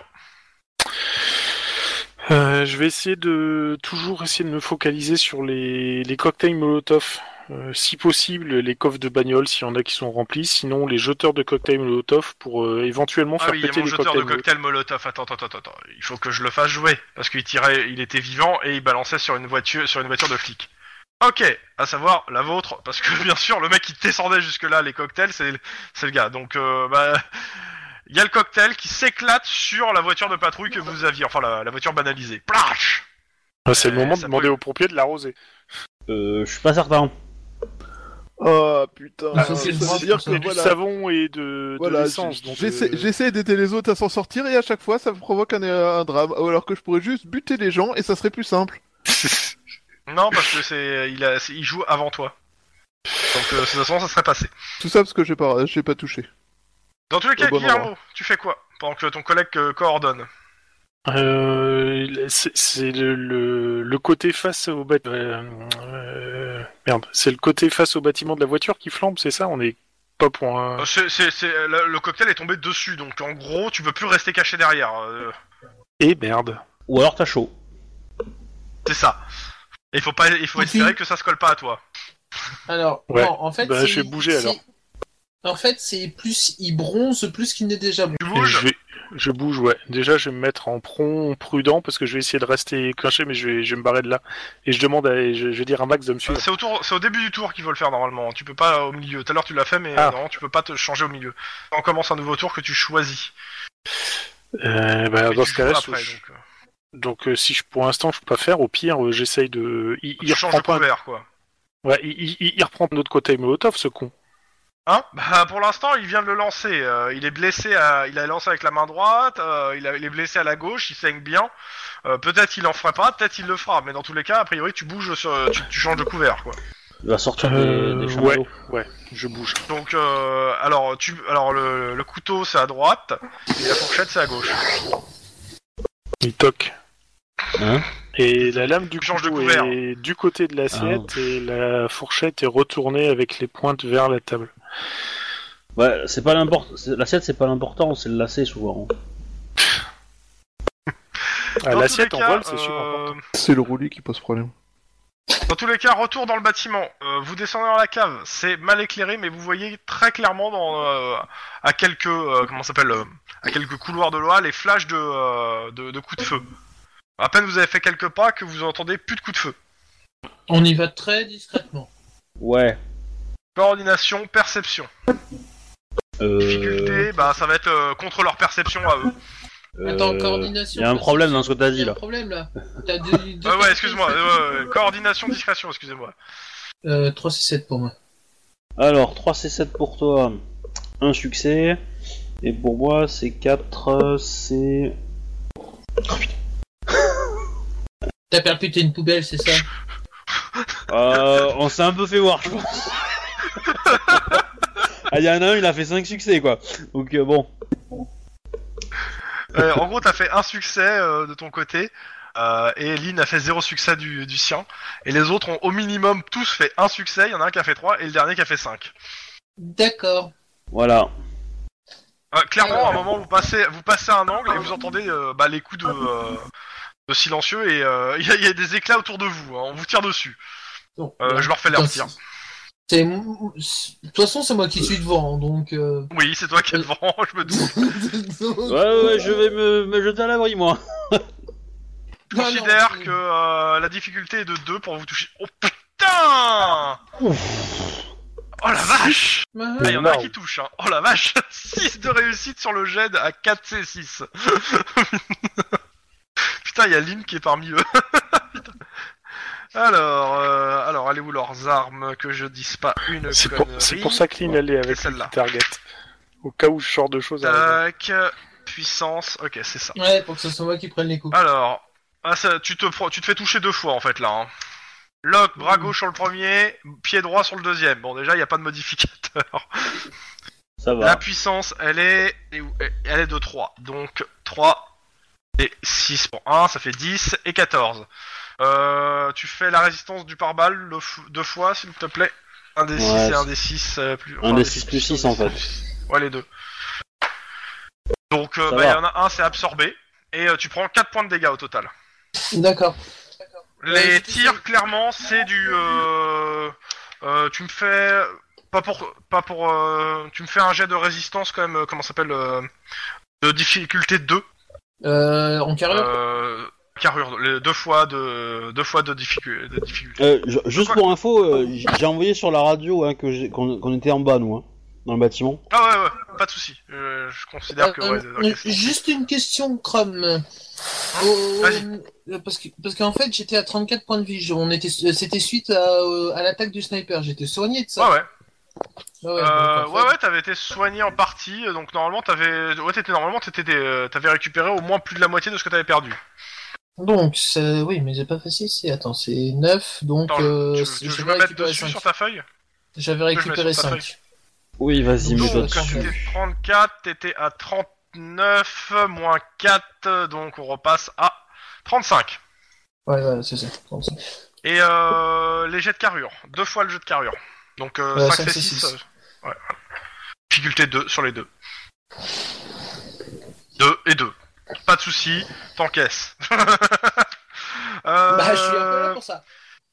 Euh, je vais essayer de toujours essayer de me focaliser sur les, les cocktails Molotov. Euh, si possible, les coffres de bagnole, s'il y en a qui sont remplis. Sinon, les jeteurs de cocktails Molotov pour euh, éventuellement
Ah
faire
oui, il y a
péter
mon
les
jeteur de
cocktails Molotov.
cocktail Molotov. Attends, attends, attends, attends. Il faut que je le fasse jouer parce qu'il tirait, il était vivant et il balançait sur une voiture, sur une voiture de flic. Ok, à savoir la vôtre, parce que bien sûr le mec qui descendait jusque là les cocktails, c'est c'est le gars. Donc euh, bah il y a le cocktail qui s'éclate sur la voiture de patrouille que vous aviez, enfin la, la voiture banalisée. Plash
Ah, C'est le
Euh,
moment de
ça
demander aux pompiers de l'arroser.
Euh, je suis pas certain.
Ah putain.
Ah,
Euh,
ça
c'est
veut
le droit,
dire
c'est
que
le
Du
voilà,
savon et hein. de, de
voilà,
l'essence.
j-
donc,
j'essaie
euh,
j'essaie d'aider les autres à s'en sortir et à chaque fois ça me provoque un, un drame. Alors que je pourrais juste buter les gens et ça serait plus simple.
Non, parce que c'est il a, c'est- il joue avant toi. Donc euh, de toute façon ça serait passé.
Tout ça parce que j'ai pas, j'ai pas touché.
Dans tous les cas,
bon
Guillermo,
endroit.
tu fais quoi pendant que ton collègue euh, coordonne
Euh, c'est- c'est le, le- le côté face au bâtiment. merde, c'est le côté face au bâtiment de la voiture qui flambe, c'est ça On est pas pour un.
Euh, c'est- c'est- c'est- le, le cocktail est tombé dessus, donc en gros, tu peux plus rester caché derrière. euh,
Eh merde.
Ou alors t'as chaud.
c'est ça. Et Il faut pas, il faut
Ok.
espérer que ça se colle pas à toi.
Alors,
Ouais.
non, en fait,
Bah,
c'est-
je vais bouger,
c'est-
alors.
En fait, c'est plus il bronze plus qu'il n'est déjà bon.
Tu
Je,
bouges.
vais- je bouge, ouais. Déjà, je vais me mettre en prompt, prudent, parce que je vais essayer de rester clenché, mais je vais, je vais me barrer de là. Et je demande, à, je, je vais dire à Max de me
Euh,
suivre.
C'est au, tour- c'est au début du tour qu'il faut le faire normalement. Tu peux pas au milieu. Tout à l'heure tu l'as fait, mais
Ah.
non, tu peux pas te changer au milieu. On commence un nouveau tour que tu choisis.
Euh, bah,
Mais
dans
tu
ce cas-là,
joues après,
je-
donc, euh,
donc euh, si je, pour l'instant je peux pas faire, au pire, euh, j'essaye de. Il, il
tu changes de
reprend pas.
couvert, quoi.
Ouais, il, il- il- il reprend de notre côté Molotov, ce con.
Hein Bah pour l'instant, il vient de le lancer. euh, il est blessé. À... Il a lancé avec la main droite. euh, il, a- il est blessé à la gauche. Il saigne bien. Euh, peut-être qu'il en fera pas. Peut-être qu'il le fera. Mais dans tous les cas, a priori, tu bouges, sur... tu, tu changes de couvert, quoi.
Il va sortir des-
Euh,
des,
ouais,
chamallows.
ouais, je bouge.
Donc, euh, alors, tu, alors le, le couteau c'est à droite et la fourchette c'est à gauche.
Il toque.
Hein
et la lame du
Tu changes de
couteau
couvert.
est du côté de l'assiette et la fourchette est retournée avec les pointes vers la table.
Ouais, c'est pas l'important. c'est- L'assiette, c'est pas l'important, c'est le lacet souvent.
Ah,
Dans
l'assiette
tous
en
les cas,
vol, c'est super
euh,
important.
C'est le roulis qui pose problème.
Dans tous les cas, retour dans le bâtiment. Euh, vous descendez dans la cave. C'est mal éclairé, mais vous voyez très clairement dans euh, à quelques euh, comment ça s'appelle euh, à quelques couloirs de loi les flashs de, euh, de de coups de feu. À peine vous avez fait quelques pas que vous entendez plus de coups de feu.
On y va très discrètement.
Ouais.
Coordination, perception.
Euh,
Difficulté, bah ça va être euh, contre leur perception à eux.
euh,
Attends, coordination.
Il y a un
parce
problème
que-
dans ce que t'as
Il y
dit
a un
là.
problème là. T'as deux- deux-
Euh, ouais, excuse-moi. euh, ouais, ouais, coordination, discrétion, excusez-moi.
Euh, 3 c'est 7 pour moi.
Alors, 3 C7 pour toi, un succès. Et pour moi, c'est 4, c'est.
T'as percuté une poubelle, c'est ça
Euh, on s'est un peu fait voir, je pense. Ah, il y en a un, il a fait 5 succès quoi. Donc euh, bon.
Euh, en gros, t'as fait un succès euh, de ton côté, euh, et Lynn a fait zéro succès du, du sien, et les autres ont au minimum tous fait un succès, il y en a un qui a fait 3 et le dernier qui a fait 5.
D'accord.
Voilà.
Euh, clairement, à un moment, vous passez, vous passez un angle et vous entendez euh, bah, les coups de, euh, de silencieux, et euh, il y, a- il y a des éclats autour de vous, hein, on vous tire dessus.
Bon.
Euh, je leur fais leur
Putain,
tir.
c'est- c'est- De toute façon, c'est moi qui suis devant, donc. euh,
Oui, c'est toi qui es devant, je me doute.
Ouais, ouais, je vais me, me jeter à l'abri moi.
Je
Non, non,
considère
c'est-
que euh, la difficulté est de 2 pour vous toucher. Oh putain Oh la vache
Bah,
Ah, il y en a un
Énorme.
qui touche, hein. Oh la vache 6 de réussite sur le jet à 4C6. Putain, il y a Lynn qui est parmi eux. Putain. alors, euh, alors, allez où leurs armes Que je dise pas une
C'est pour,
connerie.
c'est pour ça que Lynn elle est avec
Et celle-là.
le target. Au cas où ce genre
Euh.
de choses arrive.
Tac, puissance, ok, c'est ça.
Ouais, pour que ce soit moi qui prenne les coups.
Alors, Ah, ça, tu, te prends- tu te fais toucher deux fois en fait là. hein. Lock, bras gauche sur le premier, pied droit sur le deuxième. Bon, déjà, il n'y a pas de modificateur.
Ça va.
La puissance, elle est, elle est où elle est de 3. Donc 3 et 6 pour 1, ça fait 10 et 14. Euh, tu fais la résistance du pare-balles le f- deux fois, s'il te plaît. Un des 6
Ouais,
et un des 6 plus.
Un
enfin,
des
six
6 plus 6 en fait.
Ouais, les deux. Donc, euh,
Ça
bah, il y
va.
en a un, c'est absorbé. Et euh, tu prends 4 points de dégâts au total. Ah.
D'accord.
Les
Euh,
tirs, clairement, c'est du. euh, euh, tu me fais. Pas pour. Pas pour euh, tu me fais un jet de résistance, quand même. euh, comment ça s'appelle euh, De difficulté 2.
Euh, en carrure
Euh, carrure. les deux fois de, deux fois de, difficulté, de difficulté.
Euh, ju- juste pour info, euh, j- j'ai envoyé sur la radio hein, que j'ai- qu'on qu'on était en bas, nous, hein, dans le bâtiment.
Ah ouais, ouais, pas de soucis. Euh, je considère que.
Euh,
Ouais,
euh, juste une question, Chrome.
Hein
Oh,
Vas-y.
euh, parce que parce qu'en fait j'étais à 34 points de vie. Je- on était c'était suite à, euh, à l'attaque du sniper. J'étais soigné de
ouais,
ça.
ouais.
Ouais, ouais,
Euh,
donc, en
ouais,
fait-
ouais, t'avais été soigné en partie, euh, donc normalement t'avais, ouais, t'étais normalement t'étais, des- euh, t'avais récupéré au moins plus de la moitié de ce que t'avais perdu.
Donc ça- oui, mais c'est pas facile. C'est attends, c'est 9 donc
Attends,
euh,
tu,
c'est-
tu- tu veux
j'avais
me mettre
récupéré
dessus
5.
sur ta feuille
J'avais
veux que je mette
récupéré
sur ta
5.
Oui, vas-y,
Donc,
mais toi
Donc
dessus.
t'étais 34, t'étais à 39 moins 4, donc on repasse à 35.
Ouais, ouais, c'est ça. Donc, ça.
Et euh, les jets de carrure, deux fois le jet de carrure. Donc euh,
Euh,
5
cinq,
c'est
c'est
6.
six.
euh, ouais. Difficulté 2 sur les deux. 2 et 2. Pas de soucis, t'encaisses. Euh,
Bah je suis un peu là pour ça.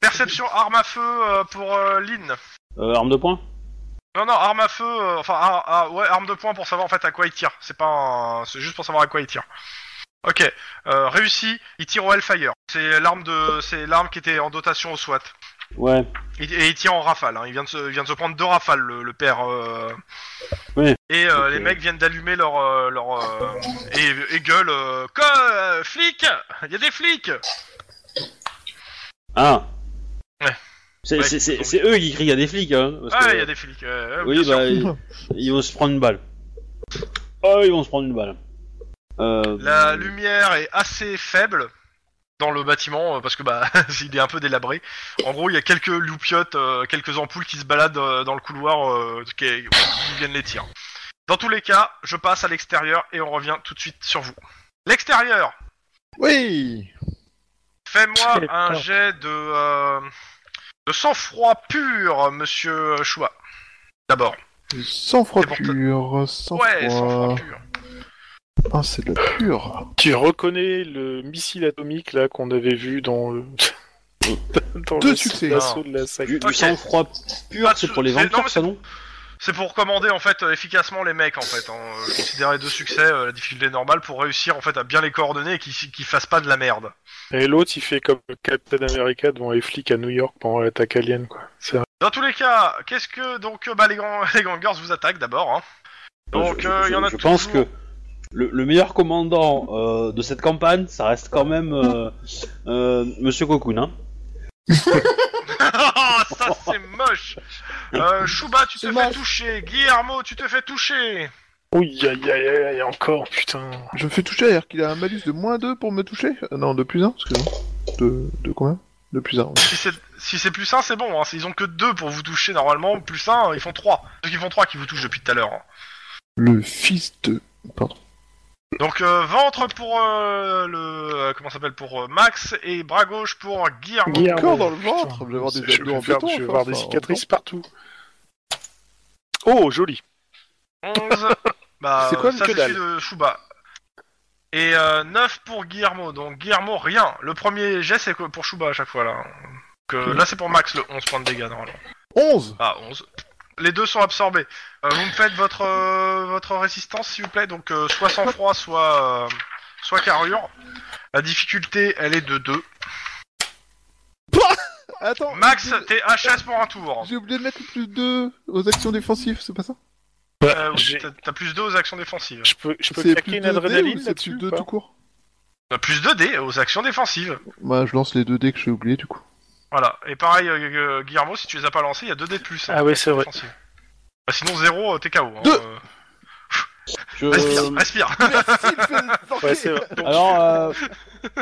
Perception arme à feu euh, pour euh, Lynn.
Euh, arme de poing
Non, non, arme à feu, euh, enfin, ar- ah, ouais, arme de poing pour savoir en fait à quoi il tire. C'est pas un... C'est juste pour savoir à quoi il tire. Ok, euh, réussi, il tire au Hellfire. C'est l'arme de, c'est l'arme qui était en dotation au SWAT.
Ouais.
Il- Et il tire en rafale, hein. il, vient de se, il vient de se prendre deux rafales, le, le père. euh.
Oui.
Et euh,
Ok.
les mecs viennent d'allumer leur. euh, leur euh, et, et gueulent. Euh, Quoi euh, Flic Il y a des flics
Ah
Ouais.
C'est
Ouais,
c'est- c'est-
donc-
c'est eux qui crient, il y a des flics, hein. parce
Ah,
que-
il y a des flics. euh, euh, bien
Oui,
sûr.
bah, ils, ils vont se prendre une balle. Oh, ils vont se prendre une balle. Euh,
La lumière est assez faible dans le bâtiment euh, parce que bah il est un peu délabré. En gros, il y a quelques loupiotes, euh, quelques ampoules qui se baladent euh, dans le couloir euh, qui est- d'où viennent les tirs. Dans tous les cas, je passe à l'extérieur et on revient tout de suite sur vous. L'extérieur,
Oui
fais-moi
J'ai
un
peur.
jet de euh, de sang-froid pur, monsieur Choua. D'abord.
Sans froid
C'est pour te-
pur, sans
Ouais, sang-froid
froid.
pur.
Ah, c'est de la pure.
Tu reconnais le missile atomique là qu'on avait vu dans le. dans
Deux
le-
succès.
l'assaut de la sac-
Du, du
Ok.
sang-froid pur,
Pas de
c'est
sou-
pour les
c'est- non,
vampires,
mais
ça non
C'est pour commander en fait euh, efficacement les mecs en fait. Hein. Euh, Je considérais deux succès, euh, la difficulté normale pour réussir en fait à bien les coordonner et qu'ils qu'ils fassent pas de la merde.
Et l'autre, il fait comme le Captain America devant les flics à New York pendant l'attaque alien, quoi. C'est un-
Dans tous les cas, qu'est-ce que donc euh, bah, les, grands, les gangers vous attaquent d'abord. Hein. Donc
Je-
euh,
je-
il y en a
Je pense
toujours-
que le, le meilleur commandant euh, de cette campagne, ça reste quand même euh, euh, Monsieur Cocoon, hein.
Ah, ça c'est moche. Euh, Chouba, tu te fais
C'est moche.
toucher. Guillermo, tu te fais toucher.
Ouh, aïe, aïe, aïe, aïe, encore, putain.
Je me fais toucher, alors qu'il a un malus de moins 2 pour me toucher Euh, Non, de plus 1, excuse-moi. De, de combien De plus 1.
Si c'est si c'est plus un, c'est bon. Hein. Ils ont que deux pour vous toucher normalement. Plus un, ils font trois. Ceux qui font trois qui vous touchent depuis tout à l'heure. hein.
Le fils de... Pardon.
Donc euh, ventre pour euh, le euh, comment ça s'appelle pour euh, Max et bras gauche pour Guillermo.
Guillermo.
Encore dans le
Putain,
ventre Je vais avoir des
je
abdos en
faire-
béton,
je vais
enfin,
avoir des
enfin,
cicatrices partout. Oh, joli.
11. bah
C'est quoi,
ça
que
c'est celui
dalle.
de Chouba. Et euh, 9 pour Guillermo. Donc Guillermo rien. Le premier jet c'est que pour Chouba à chaque fois là. Que là c'est pour Max le 11 points de dégâts normalement.
11
Ah 11. Les deux sont absorbés. Euh, vous me faites votre euh, votre résistance s'il vous plaît. Donc euh, soit sang froid soit euh, soit carrure. La difficulté elle est de 2.
Attends
Max,
j'ai oublié-
t'es HS pour un tour.
J'ai oublié de mettre le plus 2 aux actions défensives, c'est pas ça
Euh, oui,
J'ai-
t'as- T'as plus 2 aux actions défensives.
Je peux, je peux
C'est
claquer
plus
une
2
adrénaline
ou c'est plus
là-dessus.
2
ou pas
tout court
T'as plus 2 dés aux actions défensives.
Bah, je lance les 2 dés que j'ai oubliés, du coup.
Voilà. Et pareil, euh, euh, Guillermo, si tu les as pas lancés, il y a 2 dés de plus. hein,
Ah ouais, c'est vrai.
défensives. Bah, sinon, 0, t'es KO. hein.
Deux.
Euh,
Je-
Respire, respire.
Merci, espèce
Ouais, c'est vrai. Donc,
Alors, euh,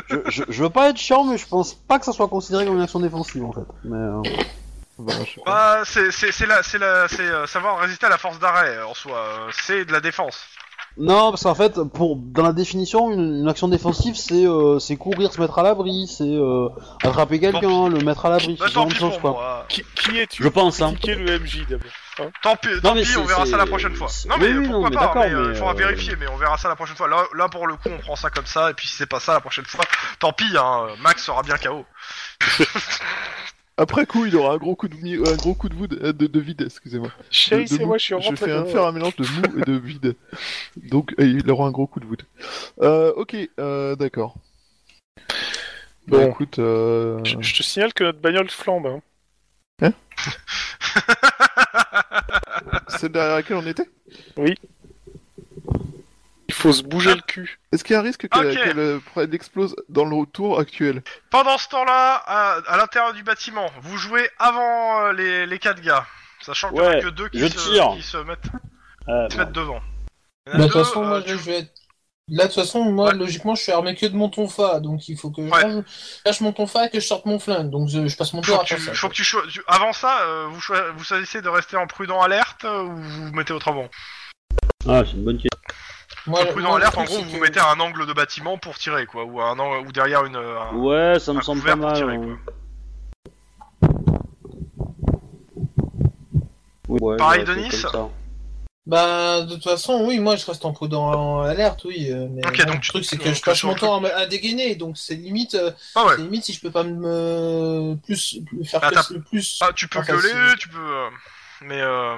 je, je, je veux pas être chiant, mais je pense pas que ça soit considéré comme une action défensive en fait. Mais, euh,
Bah, c'est c'est- c'est la, c'est la, c'est euh, savoir résister à la force d'arrêt euh, en soi. euh, C'est de la défense.
Non, parce qu'en fait, pour dans la définition, une, une action défensive, c'est euh, c'est courir, se mettre à l'abri, c'est euh, attraper quelqu'un, le mettre à l'abri,
Bah,
ce genre
tant
de
pis
choses
pour
quoi.
moi.
qui, qui es-tu
Je pense hein.
Qui est le MJ d'abord
Tant pis, tant
mais
pis
c'est-
on verra
c'est-
ça la prochaine fois.
c'est-
Non mais
oui, oui,
pourquoi
non, mais
pas,
d'accord,
mais, euh,
mais,
il faudra
euh,
vérifier, mais on verra ça la prochaine fois. Là, là pour le coup on prend ça comme ça, et puis si c'est pas ça la prochaine fois, tant pis, hein, Max sera bien KO.
Après coup, il aura un gros coup de, mi- un gros coup de, vide, euh, de, de vide, excusez-moi.
Chérie,
De- de
c'est
mou.
moi, je suis hein.
Je
rentré.
fais un, faire un mélange de mou et de vide. Donc, euh, il aura un gros coup de vide. Euh, ok, euh, d'accord. Bon,
Bon.
écoute, euh...
je, je te signale que notre bagnole flambe. hein.
celle derrière laquelle on était
Il faut se bouger le cul.
Est-ce qu'il y a un risque qu'elle
Ok.
qu'elle, euh, prenne- explose dans le tour actuel
Pendant ce temps-là, à, à l'intérieur du bâtiment, vous jouez avant euh, les, les quatre gars, sachant qu'il y en a
Ouais,
que deux qui
je
se,
tire.
qui se mettent,
Euh,
qui se mettent devant. Il y en a
Bah, de toute
deux,
façon,
euh,
moi, je
tu-
vais être. Là, de toute façon, moi,
Ouais.
logiquement, je suis armé que de mon tonfa, donc il faut que je
Ouais.
range- lâche mon tonfa et que je sorte mon flingue, donc je, je passe mon tour
Faut
à
que tu,
faire ça.
faut que tu cho- tu- avant ça, euh, vous, choi- vous choisissez de rester en prudent alerte euh, ou vous vous mettez autrement.
Ah, c'est une bonne question.
Moi,
en
le-
prudent
moi, le
alerte, en
truc,
gros,
c'est
vous
que-
vous mettez à un angle de bâtiment pour tirer, quoi, ou, à un angle- ou derrière une. euh, un-
Ouais, ça me
Un
semble
couvert
pas
pour
mal.
tirer,
hein.
quoi.
Oui, ouais,
Pareil,
ouais, c'est
Denis
comme ça.
Bah, de toute façon, oui, moi, je reste en prudent en alerte, oui. euh, Mais
Ok,
bon,
donc
le
tu-
truc, c'est que
donc
je
tu
passe
sors
mon
le
temps à, me- à dégainer, donc c'est limite, euh,
Ah ouais,
c'est limite si je peux pas me plus, plus- faire
Ah,
que-
t'as-
le plus.
Ah, tu peux
Enfin,
gueuler,
c'est-
tu peux. euh, Mais. euh,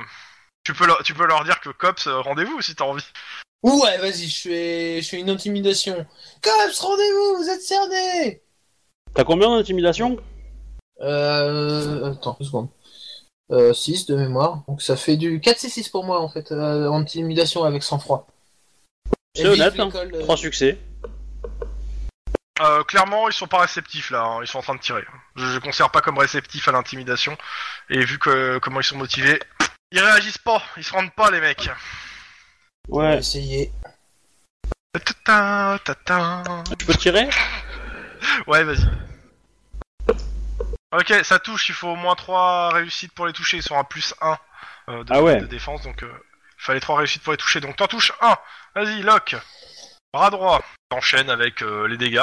Tu peux, leur, tu peux leur dire que cops euh, rendez-vous si t'as envie.
Ouais, vas-y, je fais, je fais une intimidation. Cops, rendez-vous, vous êtes cernés.
T'as combien d'intimidation
Euh, attends, deux secondes. Euh, 6 de mémoire, donc ça fait du 4C6 pour moi en fait, euh, en intimidation avec sang-froid.
C'est
Et vive
honnête, hein.
l'école, euh,
Trois succès.
Euh, clairement, ils sont pas réceptifs là, hein, ils sont en train de tirer. Je ne considère pas comme réceptifs à l'intimidation. Et vu que comment ils sont motivés, ils réagissent pas, ils se rendent pas les mecs.
Ouais.
Essayez.
Ta-ta, ta-ta.
Tu peux tirer
Ouais, vas-y. Ok, ça touche, il faut au moins 3 réussites pour les toucher, ils sont à plus 1 de,
Ah ouais.
de défense, donc euh, il fallait 3 réussites pour les toucher, donc t'en touches 1 Vas-y, lock Bras droit T'enchaînes avec euh, les dégâts.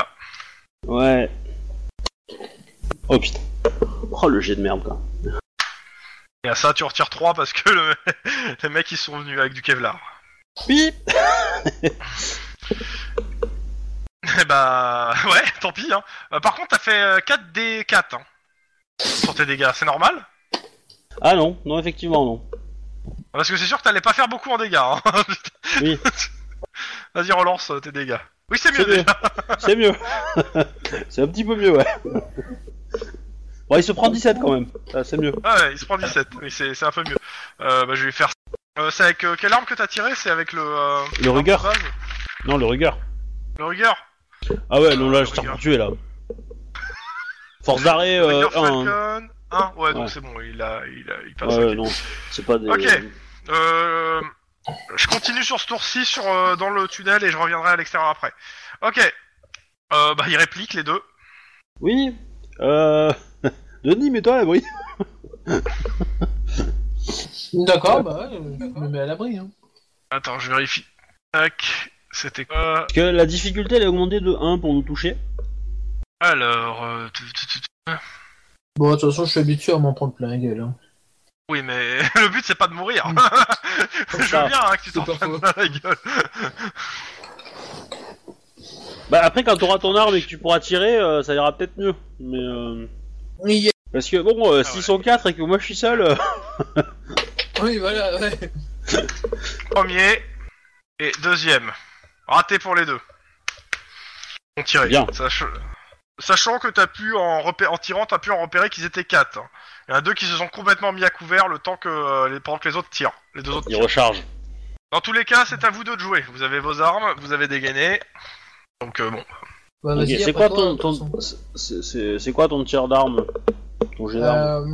Ouais. Oh putain. Oh le jet de merde quoi.
Et à ça, tu retires 3 parce que le- les mecs, ils sont venus avec du Kevlar.
Oui
Eh bah, ouais, tant pis, hein. Euh, par contre, t'as fait 4 des 4, hein, sur tes dégâts, c'est normal
Ah non, non effectivement non.
Parce que c'est sûr que t'allais pas faire beaucoup en dégâts, hein.
Oui.
Vas-y, relance euh, tes dégâts. Oui, c'est mieux
C'est
déjà
mieux. C'est mieux. c'est un petit peu mieux ouais. Bon il se prend 17 quand même. Ah, c'est mieux.
Ah ouais, il se prend 17, oui, c'est c'est un peu mieux. Euh, bah, je vais faire. Euh, c'est avec euh, quelle arme que t'as tiré C'est avec le. euh,
Le rigueur.
base
Non le rigueur.
Le rigueur
Ah ouais non là je t'ai
Rigueur.
tué là. Force d'arrêt
Le
euh,
rigueur
un.
Falcon 1 Ouais, donc
Ouais.
c'est bon, il a. Il, a, il passe.
Ouais non, c'est pas des.
Ok. Euh, je continue sur ce tour-ci sur, euh, dans le tunnel et je reviendrai à l'extérieur après. Ok. Euh, bah, ils répliquent les deux.
Oui. Euh. Denis mets-toi à l'abri.
D'accord, bah ouais, je me mets à l'abri. Hein.
Attends, je vérifie. Tac. C'était quoi
Parce que la difficulté elle est augmentée de 1 pour nous toucher.
Alors. euh, tu- tu- tu- tu-
Bon, de toute façon, je suis habitué à m'en prendre plein la gueule. Hein.
Oui, mais le but c'est pas de mourir. je
Ça,
veux bien hein, que tu
c'est
t'en
pas
prennes
faux.
dans la gueule.
Bah après quand t'auras ton arme et que tu pourras tirer, euh, ça ira peut-être mieux. Mais euh...
Oui, yeah.
Parce que
Ah
bon, euh, s'ils sont 4 et que moi je suis seul, euh,
oui, voilà, ouais.
Premier et deuxième. Raté pour les deux. On tirait.
Bien.
Sach- Sachant que t'as pu en, repé- en tirant, t'as pu en repérer qu'ils étaient quatre. hein. Il y en a deux qui se sont complètement mis à couvert le temps que euh, les... pendant que les autres tirent. Les deux autres
ils
tirent.
rechargent.
Dans tous les cas, c'est à vous deux de jouer. Vous avez vos armes, vous avez dégainé. Donc euh, bon.
Bah,
Ok,
vas-y,
C'est
après
quoi
toi,
ton,
de toute façon.
ton- c'est- c'est c'est quoi ton tir d'arme Ton jet
Euh,
d'arme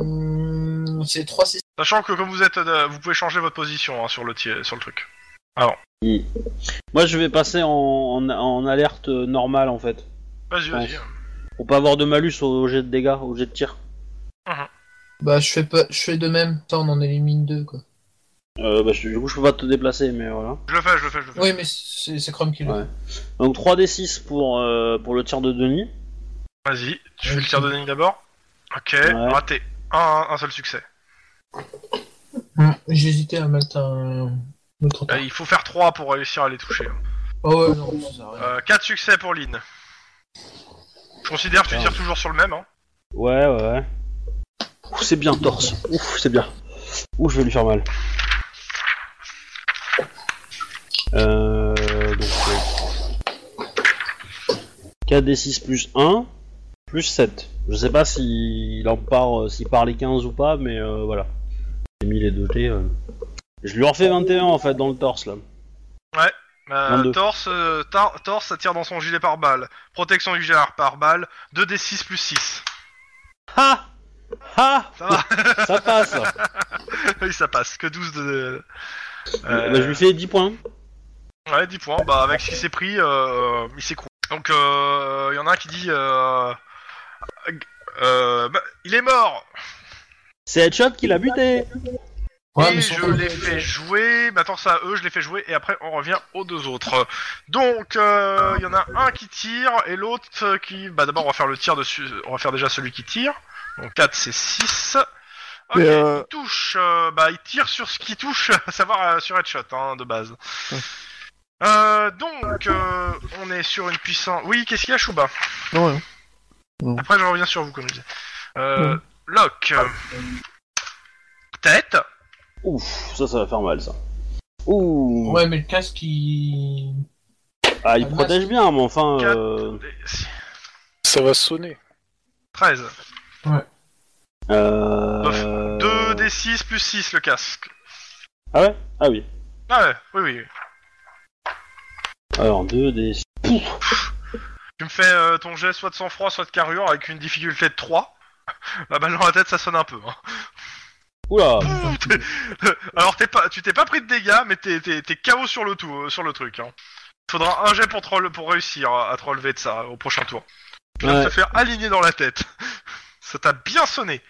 hum, C'est 3 C6.
Sachant que comme vous êtes, euh, vous pouvez changer votre position hein, sur le ti- sur le truc.
Hmm. Moi, je vais passer en, en- en alerte euh, normale en fait.
Vas-y, vas-y.
Pour pas avoir de malus au, au jet de dégâts, au jet de tir.
Bah, je fais, pas... je fais de même. Tant on en élimine deux, quoi.
Euh, bah, je- du coup, je peux pas te déplacer, mais voilà.
Je le fais, je le fais, je le fais.
Oui, mais c'est c'est Chrome qui le
Ouais. Donc 3d6 pour, euh, pour le tir de Denis.
Vas-y, tu fais le tir de Denis d'abord. Ok,
Ouais.
raté. Un, un seul succès.
Hmm, J'hésitais à mettre un. Autre
Euh, il faut faire 3 pour réussir à les toucher.
Oh ouais, non, ça sert à rien.
Euh, 4 succès pour Lynn. Je considère que tu tires toujours sur le même. Hein.
Ouais, ouais. ouais. Ouh, c'est bien, torse. Ouf, c'est bien. Ouh, je vais lui faire mal. Euh, donc, 4d6 plus 1, plus 7. Je sais pas s'il en part, euh, s'il part les 15 ou pas, mais euh, voilà. J'ai mis les deux dés. euh. Je lui en fais 21 en fait dans le torse là.
Euh,
22.
torse, euh, tar- torse, ça tire dans son gilet par balle. Protection du gilet par balle, 2d6 plus 6.
Ha Ha
Ça va Euh.
Ça passe
Oui, ça passe, que 12 de. Euh,
Bah, Je lui fais 10 points.
Ouais, 10 points. Bah, avec ce qui s'est pris, euh, il s'écroule. Donc, euh, il y en a un qui dit. Euh, euh, bah, il est mort
C'est Headshot qui l'a buté
Ouais,
et
mais
je
surtout-
les fais jouer. Maintenant, c'est à eux, je les fais jouer, et après, on revient aux deux autres. Donc, euh, il y en a un qui tire, et l'autre qui. Bah, d'abord, on va faire le tir dessus. On va faire déjà celui qui tire. Donc, 4, c'est 6. Ok,
Mais, euh,
il touche. euh, bah, il tire sur ce qui touche, à savoir euh, sur headshot, hein, de base. Euh, donc, euh, on est sur une puissance. Oui, qu'est-ce qu'il y a, Chouba
Non, rien.
Après, je reviens sur vous, comme je disais. Euh, Locke. euh, Tête.
Ouf, ça, ça va faire mal, ça. Ouh
Ouais, mais le casque, il.
Ah, il
Un
protège
masque.
bien, mais enfin... Euh...
Ça va sonner.
13.
euh...
2 des 6 plus 6 le casque.
Ah ouais Ah oui.
Ah ouais, oui, oui.
Alors, 2 des...
Tu me fais euh, ton jet soit de sang-froid, soit de carrure avec une difficulté de 3. La balle dans la tête, ça sonne un peu. hein.
Oula
Ouh, t'es- euh, Alors t'es pas, tu t'es pas pris de dégâts, mais t'es, t'es, t'es KO sur le tout, euh, sur le truc. Hein. Faudra un jet pour, te rele- pour réussir à te relever de ça euh, au prochain tour. Tu vas
Ouais.
te faire aligner dans la tête. Ça t'a bien sonné.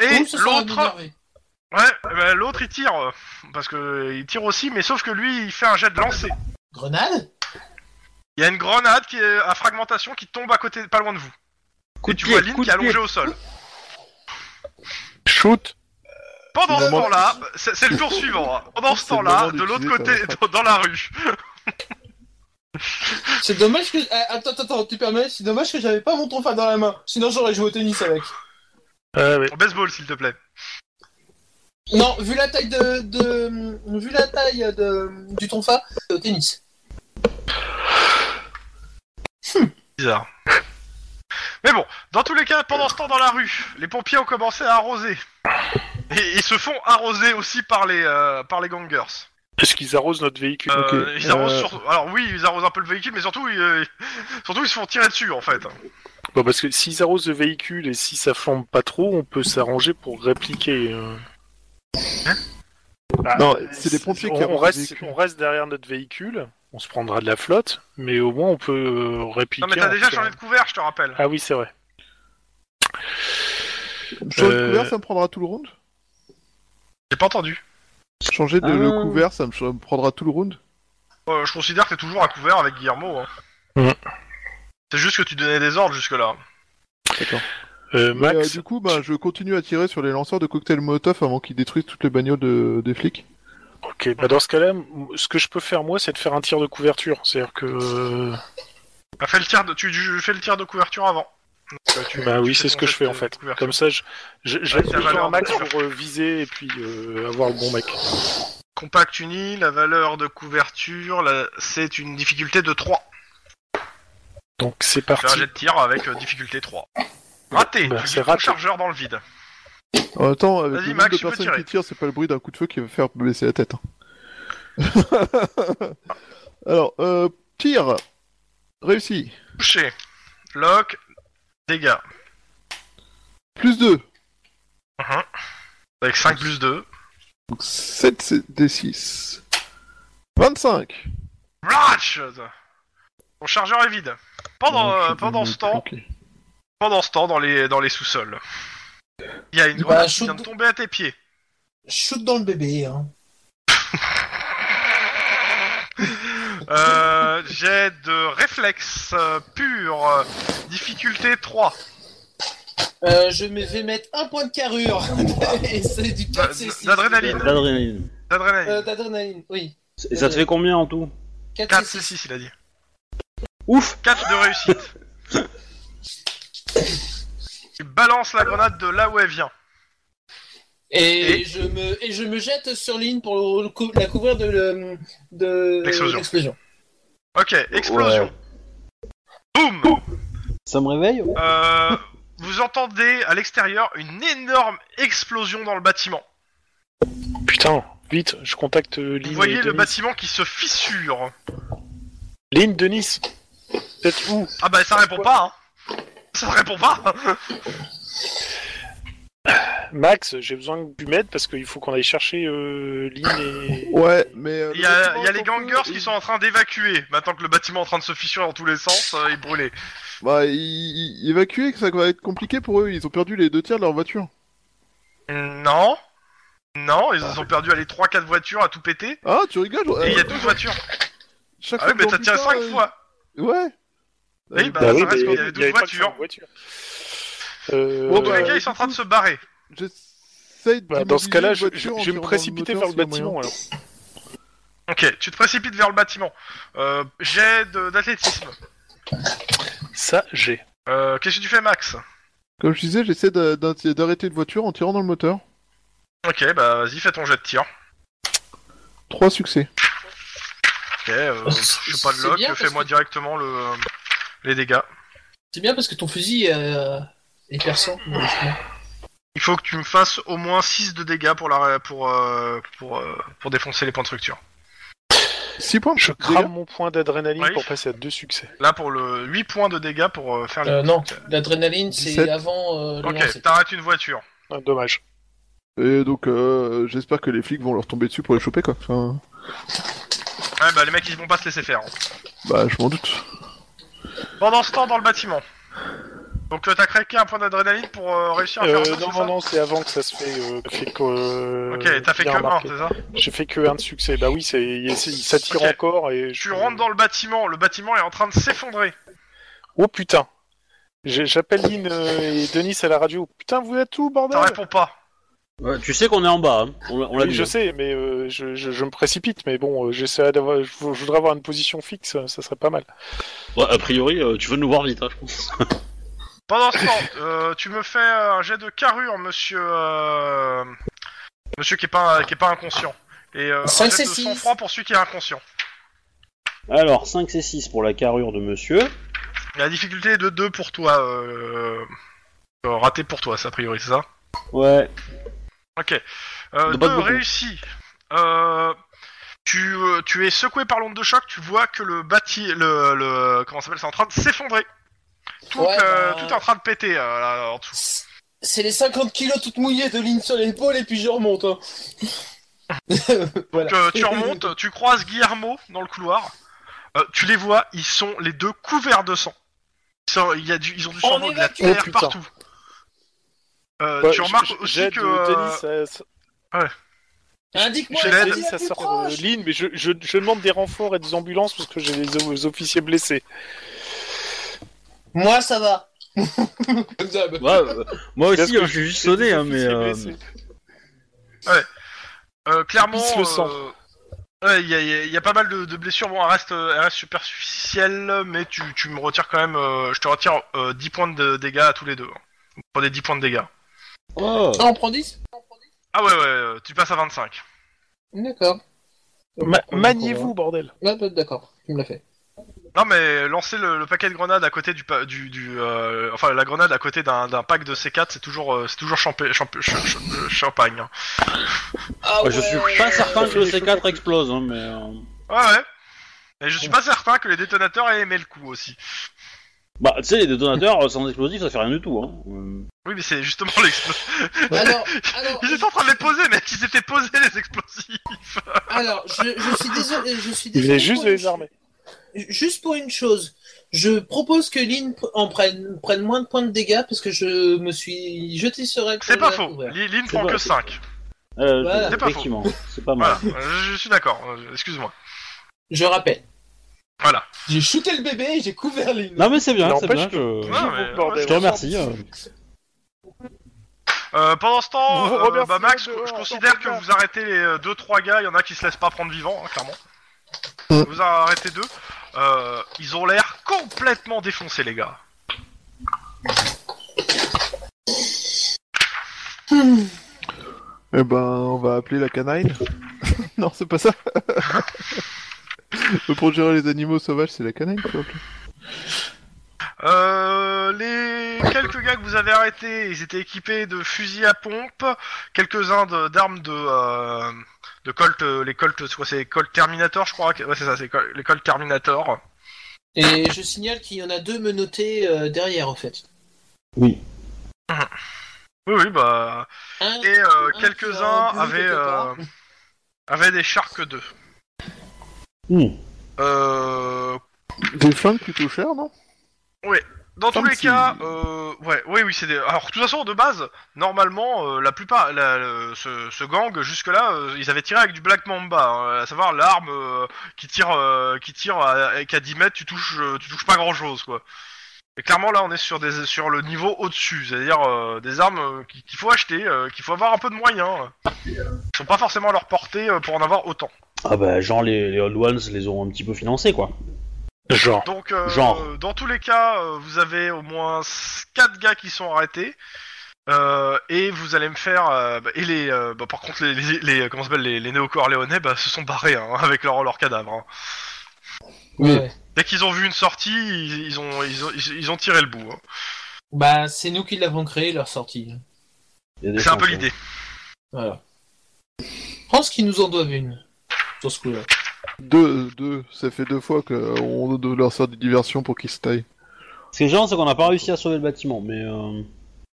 Et
Ouh, ça sent
l'autre,
énervé.
ouais, eh ben, l'autre il tire euh, parce que euh, il tire aussi, mais sauf que lui il fait un jet de lancer.
Grenade
Il y a une grenade qui est à fragmentation qui tombe à côté, pas loin de vous.
Coup
et
de
tu
pied,
vois Lynn
coup
qui est
de pied.
allongée au sol.
Shoot
Pendant ce
Moment-
temps-là, bah, c'est c'est le tour suivant. hein. Pendant ce
C'est le
temps-là,
moment
de l'autre
d'utiliser
côté, dans, dans la rue.
C'est dommage que. eh, attends, attends, attends, tu permets C'est dommage que j'avais pas mon tonfa dans la main. Sinon, j'aurais joué au tennis avec.
Ah ouais.
Au baseball, s'il te plaît.
Non, vu la taille de. de vu la taille de, du tonfa, c'est au tennis.
Bizarre. Mais bon, dans tous les cas, pendant ce temps, dans la rue, les pompiers ont commencé à arroser. Et ils se font arroser aussi par les, euh, par les gangers.
Est-ce qu'ils arrosent notre véhicule
Euh,
Ok.
Ils arrosent
Euh.
sur... Alors oui, ils arrosent un peu le véhicule, mais surtout, ils, euh, surtout ils se font tirer dessus, en fait.
Bon, Parce que s'ils arrosent le véhicule et si ça flambe pas trop, on peut s'arranger pour répliquer. euh.
Hein
Ah,
Non, euh, c'est des pompiers
on,
qui
on
arrosent le
reste,
véhicule.
on reste derrière notre véhicule, on se prendra de la flotte, mais au moins on peut euh, répliquer.
Non, mais t'as
en
déjà
faisant-
changé de couvert, je te rappelle.
Ah oui, c'est vrai.
Changer
Euh,
de couvert, ça me prendra tout le round
J'ai pas entendu.
Changer de le
Ah.
couvert, ça me, ça me prendra tout le round
Euh, je considère que t'es toujours à couvert avec Guillermo. Hein.
Mhm.
C'est juste que tu donnais des ordres jusque-là.
D'accord.
Euh,
Mais,
Max,
euh, du coup, bah, je continue à tirer sur les lanceurs de cocktails Molotov avant qu'ils détruisent toutes les bagnoles de- des flics.
ok, bah dans ce cas-là, m- ce que je peux faire moi, c'est de faire un tir de couverture. C'est-à-dire que. euh,
Bah, fais le tir de, tu, tu fais le tir de couverture avant. Donc, euh, tu-
Bah oui,
tu
c'est ce
ton
que je
jet
fais
de-
en fait.
de couverture.
Comme ça, je, je, je
Ouais,
laisse
ça
le
va
temps à
leur
Max
dire.
pour euh, viser et puis euh, avoir le bon mec.
Compact uni, la valeur de couverture, la- c'est une difficulté de 3.
Donc c'est
Fais un
parti.
jet de tir avec euh, difficulté 3. Raté,
Bah,
tu
c'est
mets ton
raté.
chargeur dans le vide.
En même temps, avec
Vas-y,
le nombre
Max,
de
tu peux
personnes
tirer.
qui tirent, c'est pas le bruit d'un coup de feu qui va faire me baisser la tête. hein. Alors, euh, tir Réussi
Touché. Lock. Dégâts.
Plus 2
Avec 5 plus 2.
Donc 7 des 6. 25
Ratchet Son chargeur est vide. Pendant, euh, pendant ce temps, pendant ce temps, dans les, dans les sous-sols, il y a une
Bah,
grenade qui
shoot-
vient de tomber à tes pieds.
Shoot dans le bébé. Hein.
Euh, J'ai de réflexe euh, pur, euh, difficulté 3.
Euh, je me vais mettre un point de carrure. Et c'est du
D'a-
4C6.
d'adrénaline.
L'adrénaline.
Euh,
D'adrénaline.
D'adrénaline, oui.
Et ça te fait combien en tout
4
4C6.
c'est 6, il a dit.
Ouf
4 de réussite. tu balances la grenade de là où elle vient.
Et,
Et-
je me, et je me jette sur l'île pour le cou- la couvrir de le- de-
L'explosion.
l'explosion.
Ok, explosion.
Ouais.
Boum
Ça me réveille
Euh, Vous entendez à l'extérieur une énorme explosion dans le bâtiment.
Putain, vite, je contacte euh,
Vous
Lynn.
voyez
et
le
Denis.
bâtiment qui se fissure.
Lynn, Denis Peut-être où
Ah bah ça répond pas, hein Ça répond pas
Max, j'ai besoin que tu m'aides parce qu'il faut qu'on aille chercher euh, Lynn et.
Ouais, mais. euh,
Il y
le
a,
bâtiment
il y a les
est en feu,
gangers
il-
qui sont en train d'évacuer. Maintenant que le bâtiment est en train de se fissurer dans tous les sens euh, et brûler.
Bah, ils- ils- évacuer, ça va être compliqué pour eux. Ils ont perdu les deux tiers de leur voiture.
Non Non, ils ont perdu les 3-4 voitures à tout péter.
Ah, tu rigoles
Et il y a
euh,
12 voitures.
Chaque
Ah oui,
fois
mais
que
ça
j'en
tient
dis ça,
5
euh,
fois
Ouais
Oui,
Euh,
bah, ça
oui,
reste
mais
qu'il y avait
il
12
pas que ça
voitures.
en voiture. Euh,
Bon,
Tous
bah,
les gars, ils sont en train de se barrer.
J'essaye de.
bah, dans ce cas-là, je,
d'immobiliser
je-
une voiture en
je vais me
tirant dans
précipiter
moteur,
vers le
s'il y a moyen.
bâtiment alors.
Ok, tu te précipites vers le bâtiment. Euh, jet de- d'athlétisme.
Ça, j'ai.
Euh, Qu'est-ce que tu fais, Max
Comme je disais, j'essaie d'a- d'arr- d'arrêter une voiture en tirant dans le moteur.
Ok, bah vas-y, fais ton jet de tir.
Trois succès.
Ok, euh, je suis pas de
C'est bien
lock,
parce
fais-moi
que-
directement le, les dégâts.
C'est bien parce que ton fusil euh, est perçant. honnêtement.
Il faut que tu me fasses au moins 6 de dégâts pour, la, pour, euh, pour, euh, pour défoncer les points de structure.
6 points
Je
dégâts.
crame mon point d'adrénaline
Oui.
pour passer à deux succès.
Là, pour le 8 points de dégâts pour euh, faire les...
Euh, non, l'adrénaline c'est
17.
avant euh, le lancer.
ok, t'arrêtes une voiture.
Ah, dommage.
Et donc, euh, j'espère que les flics vont leur tomber dessus pour les choper, quoi. Enfin,
Ouais, bah les mecs, ils vont pas se laisser faire. hein.
bah, je m'en doute.
Pendant ce temps, dans le bâtiment. Donc euh, t'as craqué un point d'adrénaline pour euh, réussir à faire un
Euh,
saut,
non,
c'est
non,
ça
non, c'est avant que ça se fait. euh, fait que, euh,
Ok, t'as fait
bien
que 1,
remarqué.
c'est ça
J'ai fait que un de succès. Bah oui, c'est, il, c'est- il s'attire
Ok.
encore et je.
Tu rentres dans le bâtiment, le bâtiment est en train de s'effondrer.
Oh putain. J'ai- J'appelle Lynn euh, et Denis à la radio. Putain, vous êtes où, bordel
Ça répond pas.
Ouais, Tu sais qu'on est en bas, hein. on, l'a- on l'a
Oui,
dit.
je sais, mais euh, je, je- je me précipite. Mais bon, euh, j'essaierai d'avoir, je, je voudrais avoir une position fixe. euh, Ça serait pas mal.
Ouais, a priori, euh, tu veux nous voir vite, hein, je pense.
Pendant ce temps, euh, tu me fais euh, un jet de carrure, monsieur. euh, Monsieur qui est pas, qui est pas inconscient. Et euh, un
Cinq,
jet de
six.
sang-froid pour celui qui est inconscient.
Alors, 5 c 6 pour la carrure de monsieur.
La difficulté est de 2 pour toi. Euh... euh, raté pour toi, c'est a priori, c'est ça
Ouais.
Ok. Euh,
De
deux
pas de beaucoup.
réussis. Euh, tu, euh, tu es secoué par l'onde de choc, tu vois que le bâti... Le, le, comment ça s'appelle C'est en train de s'effondrer. Tout,
Ouais,
euh,
bah.
tout est en train de péter euh, là, en dessous.
C'est les 50 kilos toutes mouillées de ligne sur l'épaule et puis je remonte. hein. voilà.
Donc, euh, tu remontes, tu croises Guillermo dans le couloir. Euh, tu les vois, ils sont les deux couverts de sang. Ils, sont- il y a du- ils ont du sang,
On
blanc, de la
évacue.
terre
Oh, putain.
partout. Euh,
Ouais,
tu
Bah, je-
remarques
je-
aussi
j'aide,
que.
euh,
euh,
Denis à-
Indique-moi
Je
la
l'aide.
sortie
Denis
la
à
plus
sortir
proche.
de
euh,
Lynn, mais je, je, je demande des renforts et des ambulances parce que j'ai les, o- les officiers blessés.
Moi ça va. Comme d'hab.
Ouais, euh, moi
Parce
aussi,
que
hein, je suis juste
j'ai des
sonné, hein, mais.
officiers
euh,
blessés.
Euh, clairement,
Pisse
il
hein. le sang.
ouais, il y, a- il y a- il y a pas mal de, de blessures. Bon, elle reste, euh, elle reste superficielle, mais tu, tu me retires quand même. euh, je te retire euh, 10 points de dégâts à tous les deux. hein. Vous prenez 10 points de dégâts.
Oh.
Ah, on prend 10
Ah ouais, ouais, euh, tu passes à 25.
D'accord.
Ma- Maniez-vous, bordel.
Ouais, bah, D'accord, tu me l'as fait.
Non, mais lancer le, le paquet de grenades à côté du. pa- du, du euh, enfin, la grenade à côté d'un d'un pack de C4, c'est toujours, euh, c'est toujours champa- champa- ch- ch- champagne. hein.
Ah
Ouais, Je suis pas certain que le C4 explose, hein, mais. euh,
Ouais, ouais. Et je suis pas certain que les détonateurs aient aimé le coup aussi.
Bah, tu sais, les détonateurs euh, sans explosif, ça fait rien du tout. Hein. Euh,
Oui, mais c'est justement l'explosif.
Alors, alors,
Ils étaient en train de les poser, mec. Ils étaient posés, les explosifs.
alors, je, je suis désolé, je suis
Il
désolé.
venait juste
pour
de
une
les armer.
Juste pour une chose, je propose que Lynn pr- en prenne, prenne moins de points de dégâts parce que je me suis jeté sur elle.
C'est
pour
pas
la
faux.
couvrir.
Li- Lynn
C'est
prend
pas-
que 5.
euh,
Voilà.
C'est pas faux.
effectivement, c'est pas mal.
Voilà, Euh, je suis d'accord. Euh, Excuse-moi.
Je rappelle.
Voilà.
J'ai shooté le bébé et j'ai couvert Lynn.
Non, mais c'est bien, c'est bien.
N'empêche
Je...
vous
Non, mais-
bordel.
je te remercie.
hein.
euh.
Euh, pendant ce temps,
Vous
euh,
remerciez
bah, Max,
de-
je
en
considère
sortant de
que
là.
vous arrêtez les 2-3 gars, il y en a qui se laissent pas prendre vivants, hein, clairement. Vous en arrêtez deux. Euh, ils ont l'air complètement défoncés, les gars.
Eh ben, on va appeler la canine. non, c'est pas ça. Pour gérer les animaux sauvages, c'est la canine, faut appeler.
Euh, les quelques gars que vous avez arrêtés, ils étaient équipés de fusils à pompe, quelques-uns de- d'armes de, euh, de Colt, euh, les Colt, soit c'est Colt Terminator, je crois. que- Ouais, c'est ça, c'est Col- les Colt Terminator.
Et je signale qu'il y en a deux menottés euh, derrière en fait.
Oui, oui, bah.
Un,
Et euh,
un qui a
quelques-uns
un bout
avaient,
quelque
euh,
part.
avaient des Shark 2.
Hmm.
Euh,
Des flingues plutôt chères, non
Dans tous
Comme
les
si-
cas, euh, ouais, oui, oui, c'est des. Alors, de toute façon, de base, normalement, euh, la plupart, la- le- ce, ce gang jusque-là, euh, ils avaient tiré avec du Black Mamba, hein, à savoir l'arme euh, qui tire, euh, qui tire, à, et qu'à 10 mètres, tu touches, euh, tu touches pas grand-chose, quoi. Et clairement, là, on est sur des, sur le niveau au-dessus, c'est-à-dire euh, des armes euh, qui- qu'il faut acheter, euh, qu'il faut avoir un peu de moyens. hein. Ils sont pas forcément à leur portée euh, pour en avoir autant.
Ah bah, genre, les, les Old Ones les ont un petit peu financés, quoi.
Genre.
Donc, euh,
Genre.
euh, dans tous les cas, euh, vous avez au moins 4 gars qui sont arrêtés. Euh, et vous allez me faire. euh, bah, et les. euh, bah, par contre, les, les, les- comment ça s'appelle, les, les néo-corléonais bah, se sont barrés hein, avec leur, leur cadavre. hein.
Ouais.
Dès qu'ils ont vu une sortie, ils, ils ont, ils, ont, ils, ils ont tiré le bout. hein.
Bah, c'est nous qui l'avons créé, leur sortie.
Il y a des
C'est un
chances,
peu
hein.
l'idée.
Voilà. Je pense qu'ils nous en doivent une. Sur ce coup-là.
Deux, deux. Ça fait deux fois qu'on doit leur faire des diversions pour qu'ils se taillent.
Ce qui est gênant, c'est qu'on n'a pas réussi à sauver le bâtiment, mais. euh,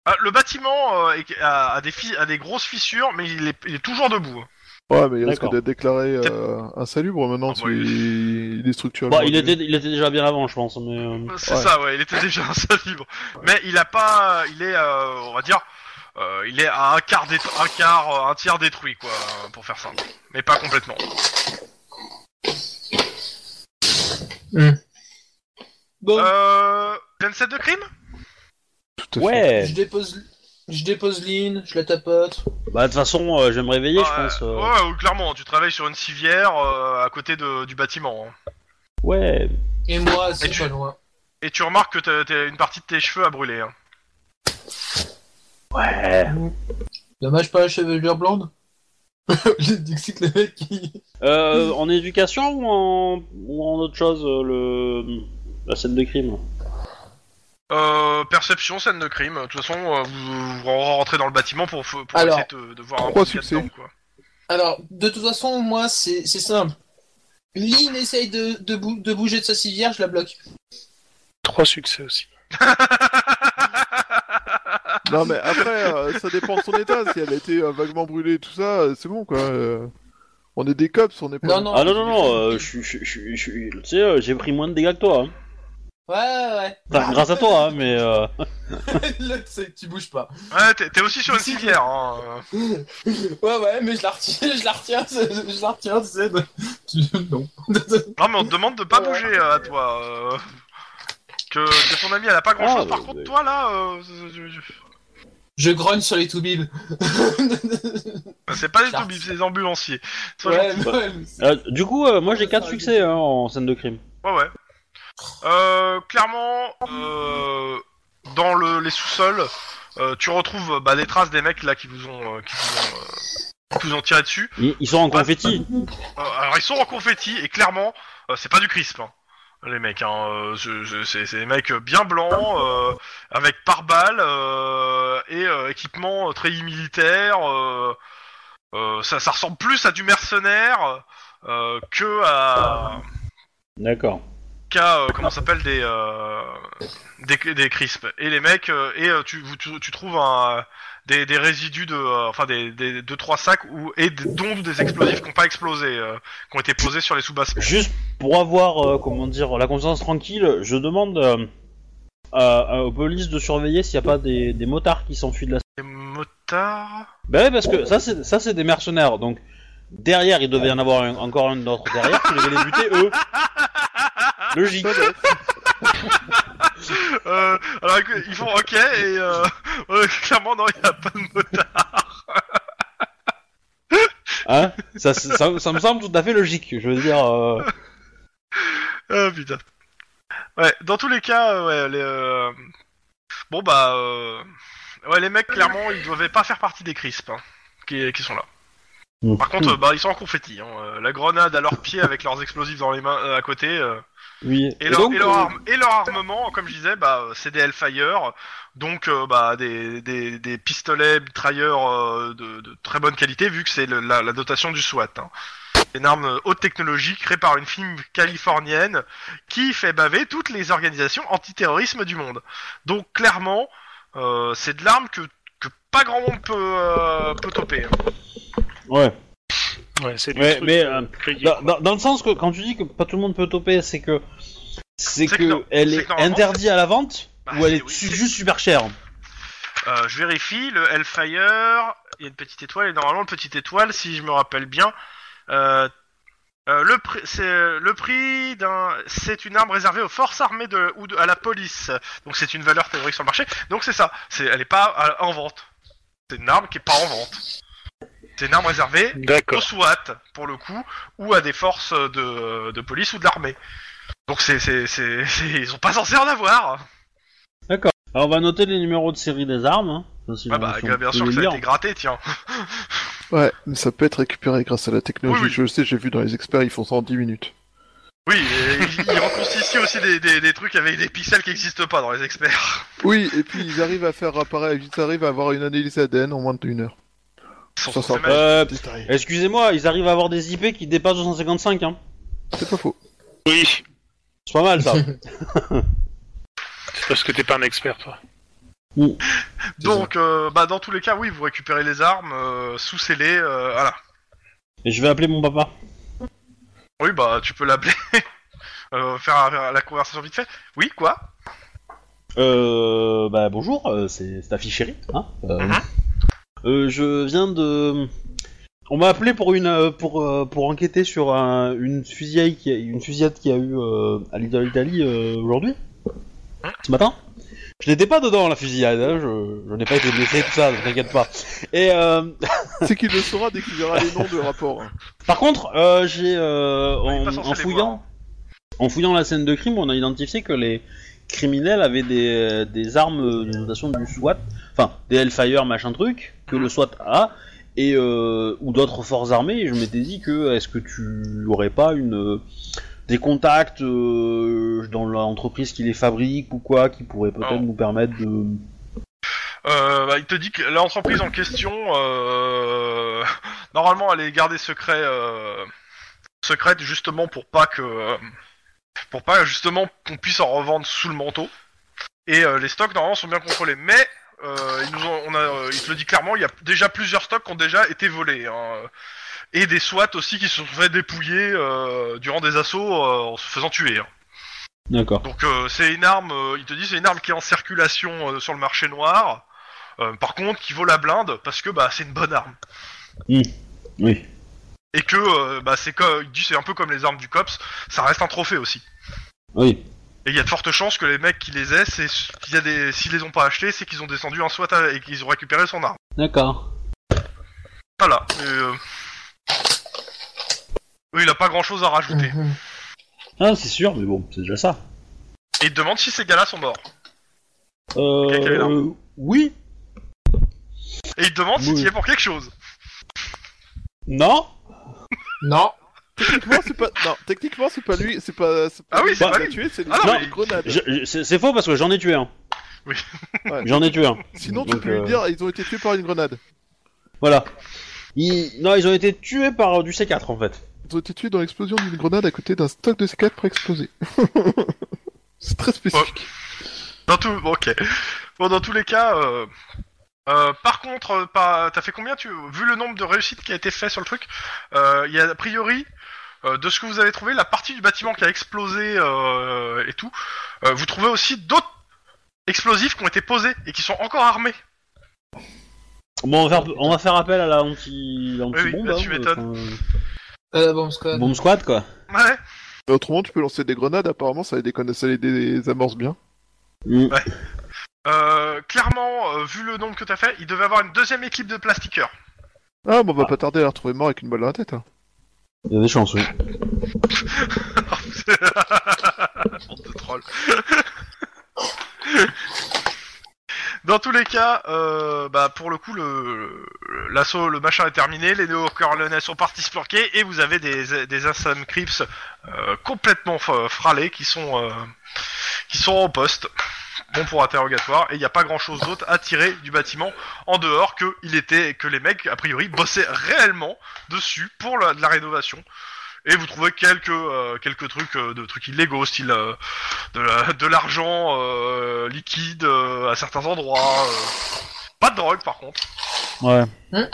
Ah, le bâtiment euh, est- a, a des fi- a des grosses fissures, mais il est, il est toujours debout. hein.
Ouais, mais il risque
D'accord.
d'être déclaré euh, insalubre maintenant,
Ah,
si
bon, il-
il... il est structurellement.
Bah, il était, il était déjà bien avant, je pense, mais. euh,
C'est
Ouais.
ça, ouais, il était déjà insalubre. Mais il a pas. Il est, euh, on va dire. euh, il est à un quart, dét- un quart, euh, un tiers détruit, quoi, euh, pour faire simple. Mais pas complètement.
Oh.
Bon,
Euh. 27 de crime
Tout à fait.
Ouais!
je dépose. Je dépose Lynn, je la tapote.
Bah, de toute façon, euh, je vais me réveiller, je
Ah,
pense. euh,
Ouais, ouais, clairement, tu travailles sur une civière euh, à côté de- du bâtiment. hein.
Ouais.
Et moi, c'est
Et
pas
tu-
loin.
Et tu remarques que t'as- t'as une partie de tes cheveux à brûler. hein.
Ouais.
Dommage pas la chevelure blonde. J'ai dit que c'est que le mec qui.
Euh, en éducation ou en, ou en autre chose, euh, le... la scène de crime
Euh, perception, scène de crime. De toute façon, euh, vous, vous rentrez dans le bâtiment pour, pour
Alors,
essayer de, de voir un
trois
peu ce qu'il y a
succès.
dedans, quoi.
Alors, de toute façon, moi, c'est c'est simple. Lynn essaye de, de, bou- de bouger de sa civière, je la bloque.
Trois succès aussi.
Non, mais après, euh, ça dépend de son état. Si elle a été euh, vaguement brûlée et tout ça, euh, c'est bon, quoi. euh, On est des cops, on n'est pas.
Non, non.
Ah non, non, non, euh, je suis- je suis- je suis- je suis- tu sais, euh, j'ai pris moins de dégâts que toi. hein.
Ouais, ouais.
Enfin, grâce à toi, hein, mais. euh,
L'autre, c'est que tu bouges pas.
Ouais, t'es t'es aussi sur une civière. Hein.
ouais, ouais, mais je la retiens, je la retiens, je, je la retiens, tu sais. de- tu- Non.
Non, mais on te demande de pas
Ouais.
bouger euh, à toi. euh, Que, que ton ami elle a pas grand chose.
Ah,
Par
bah,
contre,
bah.
toi là, euh, je- je- je-
je grogne sur les toubibs.
c'est pas des
Ça.
toubibs, c'est des ambulanciers. Sois
ouais,
gentil.
ouais.
euh, du coup, euh, moi j'ai
Ouais,
4
ça
succès hein, en scène de crime.
Ouais, ouais. Euh, clairement, euh, dans le, les sous-sols, euh, tu retrouves euh, bah, des traces des mecs là qui vous ont, euh, qui vous ont, euh, qui vous ont tiré dessus.
Ils, ils sont en confetti.
Euh, alors ils sont en confetti et clairement, euh, c'est pas du crisp. hein, Les mecs, hein, euh, je- je- c'est c'est des mecs bien blancs, euh, avec pare-balles euh, et euh, équipement euh, très militaire. euh, euh, ça, ça ressemble plus à du mercenaire euh, que à,
D'accord.
qu'à euh, comment ça s'appelle des, euh, des des crisps et les mecs euh, et euh, tu, vous- tu tu trouves un euh, des, des résidus de euh, enfin des, des deux trois sacs où et des- dont des explosifs qui n'ont pas explosé euh, qui ont été posés sur les sous-bassements.
Juste pour avoir, euh, comment dire, la conscience tranquille, je demande euh, à- à- aux polices de surveiller s'il n'y a pas des, des motards qui s'enfuient de la...
Les motards
Ben ouais, parce que ça, c'est ça, c'est des mercenaires, donc derrière, il devait y en avoir un- encore un autre derrière qui devait les buter, eux. Logique.
euh, alors écoute, ils font OK et euh, euh, clairement non, il y a pas de motards.
Hein ça, c'est- ça, ça me semble tout à fait logique, je veux dire... euh,
Euh, putain. Ouais, dans tous les cas, euh, ouais, les, euh, bon bah, euh, ouais, les mecs clairement, ils devaient pas faire partie des crisps hein, qui, qui sont là. Par
Hmm.
contre, euh, bah, ils sont en confetti. hein, euh, la grenade à leurs pieds avec leurs explosifs dans les mains euh, à côté. euh,
oui.
et, leur,
donc,
et leur
euh,
arme- et leur armement, comme je disais, bah, euh, c'est des Hellfire, donc euh, bah, des, des, des pistolets mitrailleurs euh, de, de très bonne qualité, vu que c'est le- la, la dotation du SWAT. hein. C'est une arme euh, haute technologique créée par une firme californienne qui fait baver toutes les organisations antiterrorisme du monde. Donc clairement, euh, c'est de l'arme que, que pas grand monde peut, euh, peut toper. hein.
euh, Ouais.
Ouais, c'est du
Ouais,
truc,
mais,
euh,
euh,
crié,
Dans,
quoi.
dans- dans le sens que quand tu dis que pas tout le monde peut toper, c'est que
C'est
c'est que,
que non.
elle
C'est
est,
que normalement,
interdite à la vente
Bah,
ou elle est
oui,
su-
c'est-
juste super chère.
Euh, je vérifie, le Hellfire, il y a une petite étoile, et normalement, le petite étoile, si je me rappelle bien, euh, euh, le, prix- c'est, euh, le prix d'un. C'est une arme réservée aux forces armées de, ou de- à la police, donc c'est une valeur théorique sur le marché, donc c'est ça, c'est, elle est pas euh, en vente. C'est une arme qui est pas en vente. C'est une arme réservée au
D'accord.
SWAT, pour le coup, ou à des forces de, de police ou de l'armée. Donc c'est, c'est, c'est, c'est- ils sont pas censés en avoir! Ah
Alors on va noter les numéros de série des armes. hein, ça, si
Ah
on-
bah,
si on
bien
peut
sûr que
les
ça a
lire.
été gratté, tiens!
Ouais, mais ça peut être récupéré grâce à la technologie.
Oui, oui.
Je le sais, j'ai vu dans les experts, ils font ça en 10 minutes.
Oui, et ils ils reconstituent aussi des, des, des trucs avec des pixels qui n'existent pas dans les experts.
Oui, et puis ils arrivent à faire apparaître, ils arrivent à avoir une analyse ADN en moins d'une heure.
Ils sont
Ça sort
censés
pas.
mettre-
Euh,
C'est
Excusez-moi, ils arrivent à avoir des IP qui dépassent 255. Hein.
pas faux.
Oui,
C'est pas mal ça.
parce que t'es pas un expert, toi.
Donc, euh, bah, dans tous les cas, oui, vous récupérez les armes euh, sous scellées, euh, voilà.
Et je vais appeler mon papa.
Oui, bah, tu peux l'appeler, euh, faire, faire la conversation vite fait. Oui, quoi
Euh, bah bonjour, euh, c'est c'est ta fille chérie. Hein euh,
Mhm.
euh, je viens de. On m'a appelé pour une euh, pour euh, pour enquêter sur un- une fusillade qui a, une fusillade qui a eu euh, à Little Italy euh, aujourd'hui, ce matin. Je n'étais pas dedans la fusillade, hein, je, je n'ai pas été blessé tout ça, ne t'inquiète pas. Et euh,
C'est qu'il le saura dès qu'il verra les noms de hein. rapport.
Par contre, euh, j'ai euh,
On est
en,
pas censé les voir.
en
hein.
fouillant, en fouillant la scène de crime, on a identifié que les criminels avaient des, euh, des armes de notation du SWAT, enfin des Hellfire machin truc que le SWAT a et euh, ou d'autres forces armées. Et je m'étais dit que est-ce que tu aurais pas une euh, des contacts euh, dans l'entreprise qui les fabrique ou quoi qui pourrait peut-être
Oh.
nous permettre de
Euh, bah, il te dit que l'entreprise en question, euh, normalement, elle est gardée secret, euh, secrète justement pour pas que, euh, pour pas justement qu'on puisse en revendre sous le manteau. Et euh, les stocks normalement sont bien contrôlés, mais euh, ils nous ont- on a, euh, il te le dit clairement, il y a déjà plusieurs stocks qui ont déjà été volés. hein. Et des SWAT aussi qui se sont fait dépouiller euh, durant des assauts euh, en se faisant tuer. hein.
d'accord.
Donc euh, c'est une arme, euh, il te dit c'est une arme qui est en circulation euh, sur le marché noir. Euh, par contre, qui vaut la blinde parce que bah c'est une bonne arme
Oui.
et que euh, bah c'est co- il dit c'est un peu comme les armes du cops, ça reste un trophée aussi.
Oui.
Et il y a de fortes chances que les mecs qui les aient, c'est qu'il y a des s'ils les ont pas achetés, c'est qu'ils ont descendu un SWAT avec- et qu'ils ont récupéré son arme.
D'accord.
Voilà. Et, euh, Oui, il a pas grand chose à rajouter.
Mhm.
Ah c'est sûr, mais bon, c'est déjà ça.
Et il te demande si ces gars-là sont morts.
Euh,
Quelqu'un qui avait l'arme.
euh, oui.
Et il te demande si
Oui.
tu es pour quelque chose.
Non.
Non.
Techniquement, c'est pas. Non, techniquement, c'est pas lui. C'est pas. c'est
Ah oui, c'est
qui
pas
l'a
lui.
tué, c'est lui
Ah
qui
non,
a
mais-
les grenades.
Je- je- C'est c'est faux parce que j'en ai tué un.
Oui.
Ouais.
J'en ai tué un.
Sinon, tu
Donc,
peux
euh,
lui dire, ils ont été tués par une grenade.
Voilà. Ils... Non, ils ont été tués par euh, du C4 en fait.
Ils ont été tués dans l'explosion d'une grenade à côté d'un stock de C4 pré-explosé. c'est très spécifique.
Dans tout, ok. Bon, dans tous les cas, euh, euh, par contre, euh, par- t'as fait combien tu, Vu le nombre de réussites qui a été fait sur le truc, euh, il y a a priori, euh, de ce que vous avez trouvé, la partie du bâtiment qui a explosé euh, et tout, euh, vous trouvez aussi d'autres explosifs qui ont été posés et qui sont encore armés.
Bon, on va faire, on va faire appel à la anti, anti bombe.
bah, tu m'étonnes.
À la bombe squad.
bombe squad quoi.
Ouais.
Mais Autrement, tu peux lancer des grenades, apparemment, ça les, déconne... ça les désamorce bien.
Mm.
Euh, clairement, euh, vu le nombre que t'as fait, il devait avoir une deuxième équipe de plastiqueurs.
Ah, bon, on va pas tarder à la retrouver mort avec une balle dans la tête. hein.
Il y a des chances, oui.
Bande de troll. Dans tous les cas, euh, bah pour le coup, le- le- l'assaut, le, machin est terminé, les néo-corléonais sont partis se planquer, et vous avez des, des Assam Crips euh, complètement f- fralés qui sont, euh, qui sont au poste, bon pour interrogatoire, et il n'y a pas grand-chose d'autre à tirer du bâtiment, en dehors que, il était, que les mecs, a priori, bossaient réellement dessus pour la, de la rénovation, et vous trouvez quelques euh, quelques trucs euh, de trucs illégaux style euh, de la- de l'argent euh, liquide euh, à certains endroits euh. pas de drogue par contre
Ouais.
Hein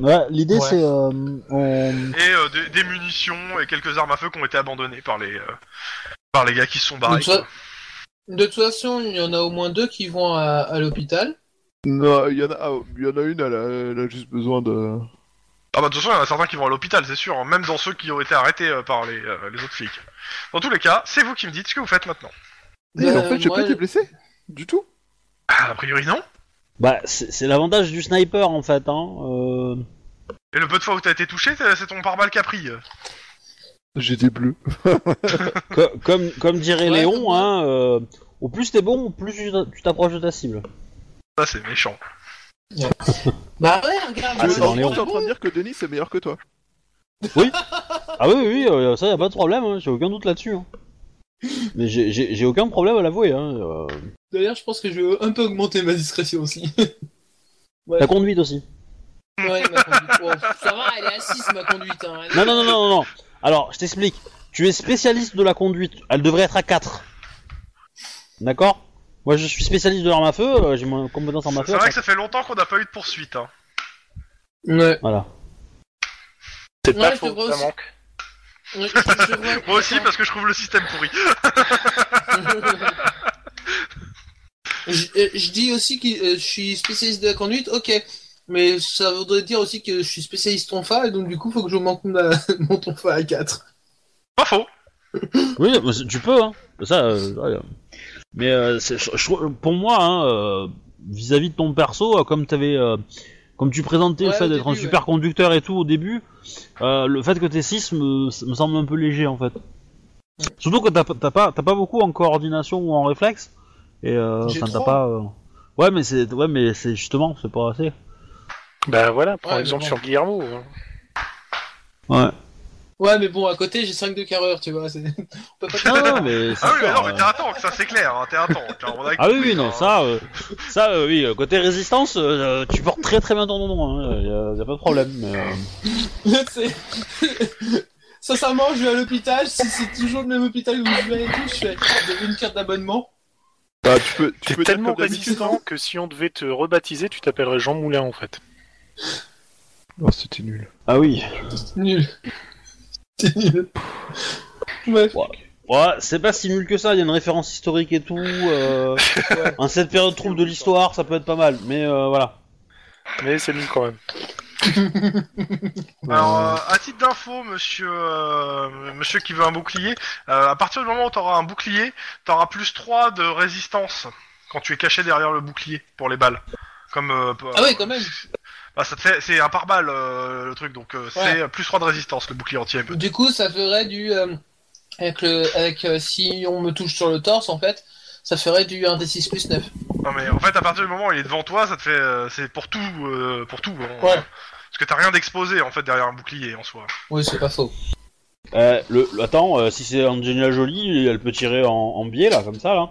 Hmm. Ouais, l'idée
Ouais.
c'est. euh, on-
et euh, des, des munitions et quelques armes à feu qui ont été abandonnées par les euh, par les gars qui se sont
De
barrés
toute, fa-
quoi.
de toute façon, il y en a au moins deux qui vont à, à l'hôpital.
Non, il y, en a... ah, il y en a une, elle a... elle a juste besoin de.
ah bah de toute façon il y en a certains qui vont à l'hôpital c'est sûr hein, même dans ceux qui ont été arrêtés euh, par les, euh, les autres flics dans tous les cas c'est vous qui me dites ce que vous faites maintenant
Mais en
Euh,
fait, j'ai
moi,
pas été
je-
blessé Du tout
Ah, a priori non
Bah, c'est c'est l'avantage du sniper en fait. Hein. euh.
et le peu de fois où t'as été touché t'as- c'est ton pare-balles qui a pris euh.
J'ai des bleus.
Co- comme, comme dirait
Ouais,
Léon,
comme-
hein, euh, au plus t'es bon, au plus tu t'a- tu t'approches de ta cible.
ça c'est méchant
Bah ouais, regarde.
Ah,
Je
c'est dans
suis
les
en train de dire que Denis est meilleur que toi.
Ah oui, oui, oui, euh, ça y a pas de problème, hein, j'ai aucun doute là-dessus. hein. Mais j'ai- j'ai j'ai aucun problème à l'avouer. Hein, euh,
D'ailleurs, je pense que je vais un peu augmenter ma discrétion aussi.
La conduite aussi.
ouais, ma conduite. Oh, ça va, elle est assise ma conduite. Hein.
Non, non, non, non, non, non. Alors, je t'explique. Tu es spécialiste de la conduite. Elle devrait être à 4. D'accord Moi, je suis spécialiste de l'arme à feu. euh, J'ai mon compétence arme à
c'est
feu.
vrai que ça fait longtemps qu'on n'a pas eu de poursuite hein.
Ouais.
Voilà.
C'est
Ouais,
pas
je te
faux,
vois
ça
aussi.
manque.
Ouais, je- je vois-
moi aussi parce que je trouve le système pourri
je, euh, je dis aussi que euh, je suis spécialiste de la conduite, ok. Mais ça voudrait dire aussi que je suis spécialiste tonfa, et donc du coup, faut que je manque ma... mon tonfa à 4.
pas faux
Oui, mais c'est- tu peux, hein. Ça, euh, ouais. Mais euh, c'est- je- je trouve- pour moi, hein, euh, vis-à-vis de ton perso, euh, comme t'avais, euh, comme tu présentais le
Ouais,
fait
au
d'être un
début,
super conducteur et tout au début, euh, le fait que t'es 6 me, me semble un peu léger en fait. Surtout que t'as pas- t'as pas, t'as pas beaucoup en coordination ou en réflexe. Et euh,
J'ai
enfin, t'as
trois.
pas. euh, Ouais, mais c'est ouais, mais c'est justement, c'est pas assez.
Bah voilà, prends
Ouais,
exemple
mais bon.
sur Guillermo. hein.
Ouais.
Ouais, mais bon, à côté, j'ai 5 de carreur, tu vois. c'est- On peut pas
Non, non, mais c'est
Ah oui, mais
sûr,
non, mais
euh.
t'es un tank, ça c'est clair, hein, t'es un tank. hein, on a
Ah oui,
compris,
oui, non,
hein.
ça, euh, ça, euh, oui, euh, côté résistance, euh, tu portes très très bien ton nom, hein, y a, y a pas de problème. mais, euh,
C'est- Sincèrement, je vais à l'hôpital, si c'est toujours le même hôpital où je vais et tout, je fais vous avez une carte d'abonnement.
Bah, tu peux, tu
T'es
peux dire
tellement
comme d'habitude.
résistant que si on devait te rebaptiser, tu t'appellerais Jean Moulin en fait.
Non, Oh, c'était nul.
Ah oui.
Nul. C'est nul. Bref.
Ouais, c'est pas si nul que ça, il y a une référence historique et tout. Euh, En cette période trouble de l'histoire, ça peut être pas mal, mais euh, voilà.
Mais c'est nul quand même.
Alors, euh, à titre d'info, monsieur, euh, monsieur qui veut un bouclier, euh, à partir du moment où t'auras un bouclier, t'auras plus 3 de résistance quand tu es caché derrière le bouclier pour les balles. Comme, euh,
Ah ouais, quand même.
bah, ça te fait, c'est un pare-balles euh, le truc, donc euh, c'est plus 3 de résistance le bouclier entier.
Du coup, ça ferait du. euh, avec le. Avec, euh, si on me touche sur le torse, en fait, ça ferait du 1d6 plus 9.
Non mais en fait, à partir du moment où il est devant toi, ça te fait, euh, c'est pour tout, euh, pour tout. hein.
Ouais.
Parce que t'as rien d'exposé en fait derrière un bouclier en soi.
Oui, c'est pas faux.
Euh, le, le- attends, euh, si c'est Angelina Jolie, elle peut tirer en, en biais là, comme ça là.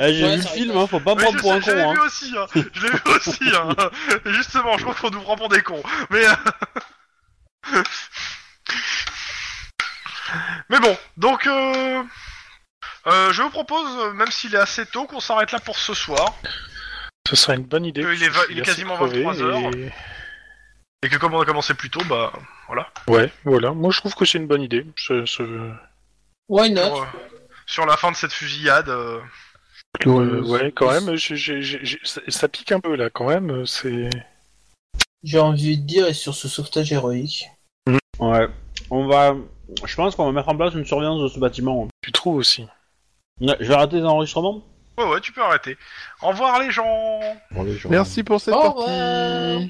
Eh, J'ai
Ouais,
vu le
ça
film,
rigole.
hein, faut pas
Oui,
prendre
je
pour un
sais,
con.
je l'ai
Hein.
vu aussi, hein. je l'ai vu aussi. Hein. Justement, je pense qu'on nous prend pour des cons. Mais, euh, mais bon, donc euh, euh, je vous propose, euh, même s'il est assez tôt, qu'on s'arrête là pour ce soir.
Ce serait une bonne idée.
Euh, il est va- il est quasiment 23 heures.
et-
Et que comme on a commencé plus tôt, bah
Ouais, voilà. Moi, je trouve que c'est une bonne idée. Ce- ce-
Why not
sur, euh, sur la fin de cette fusillade, euh,
euh, ouais, quand même. j'ai- j'ai- j'ai- j'ai- ça- Ça pique un peu là, quand même. C'est.
J'ai envie de dire, et sur ce sauvetage héroïque.
Ouais. On va. Je pense qu'on va mettre en place une surveillance de ce bâtiment.
Tu trouves aussi.
Ouais, Je vais arrêter les enregistrements.
ouais ouais, tu peux arrêter. Au revoir les gens.
Bon, allez, je-
Merci pour cette
Au
partie.
revoir.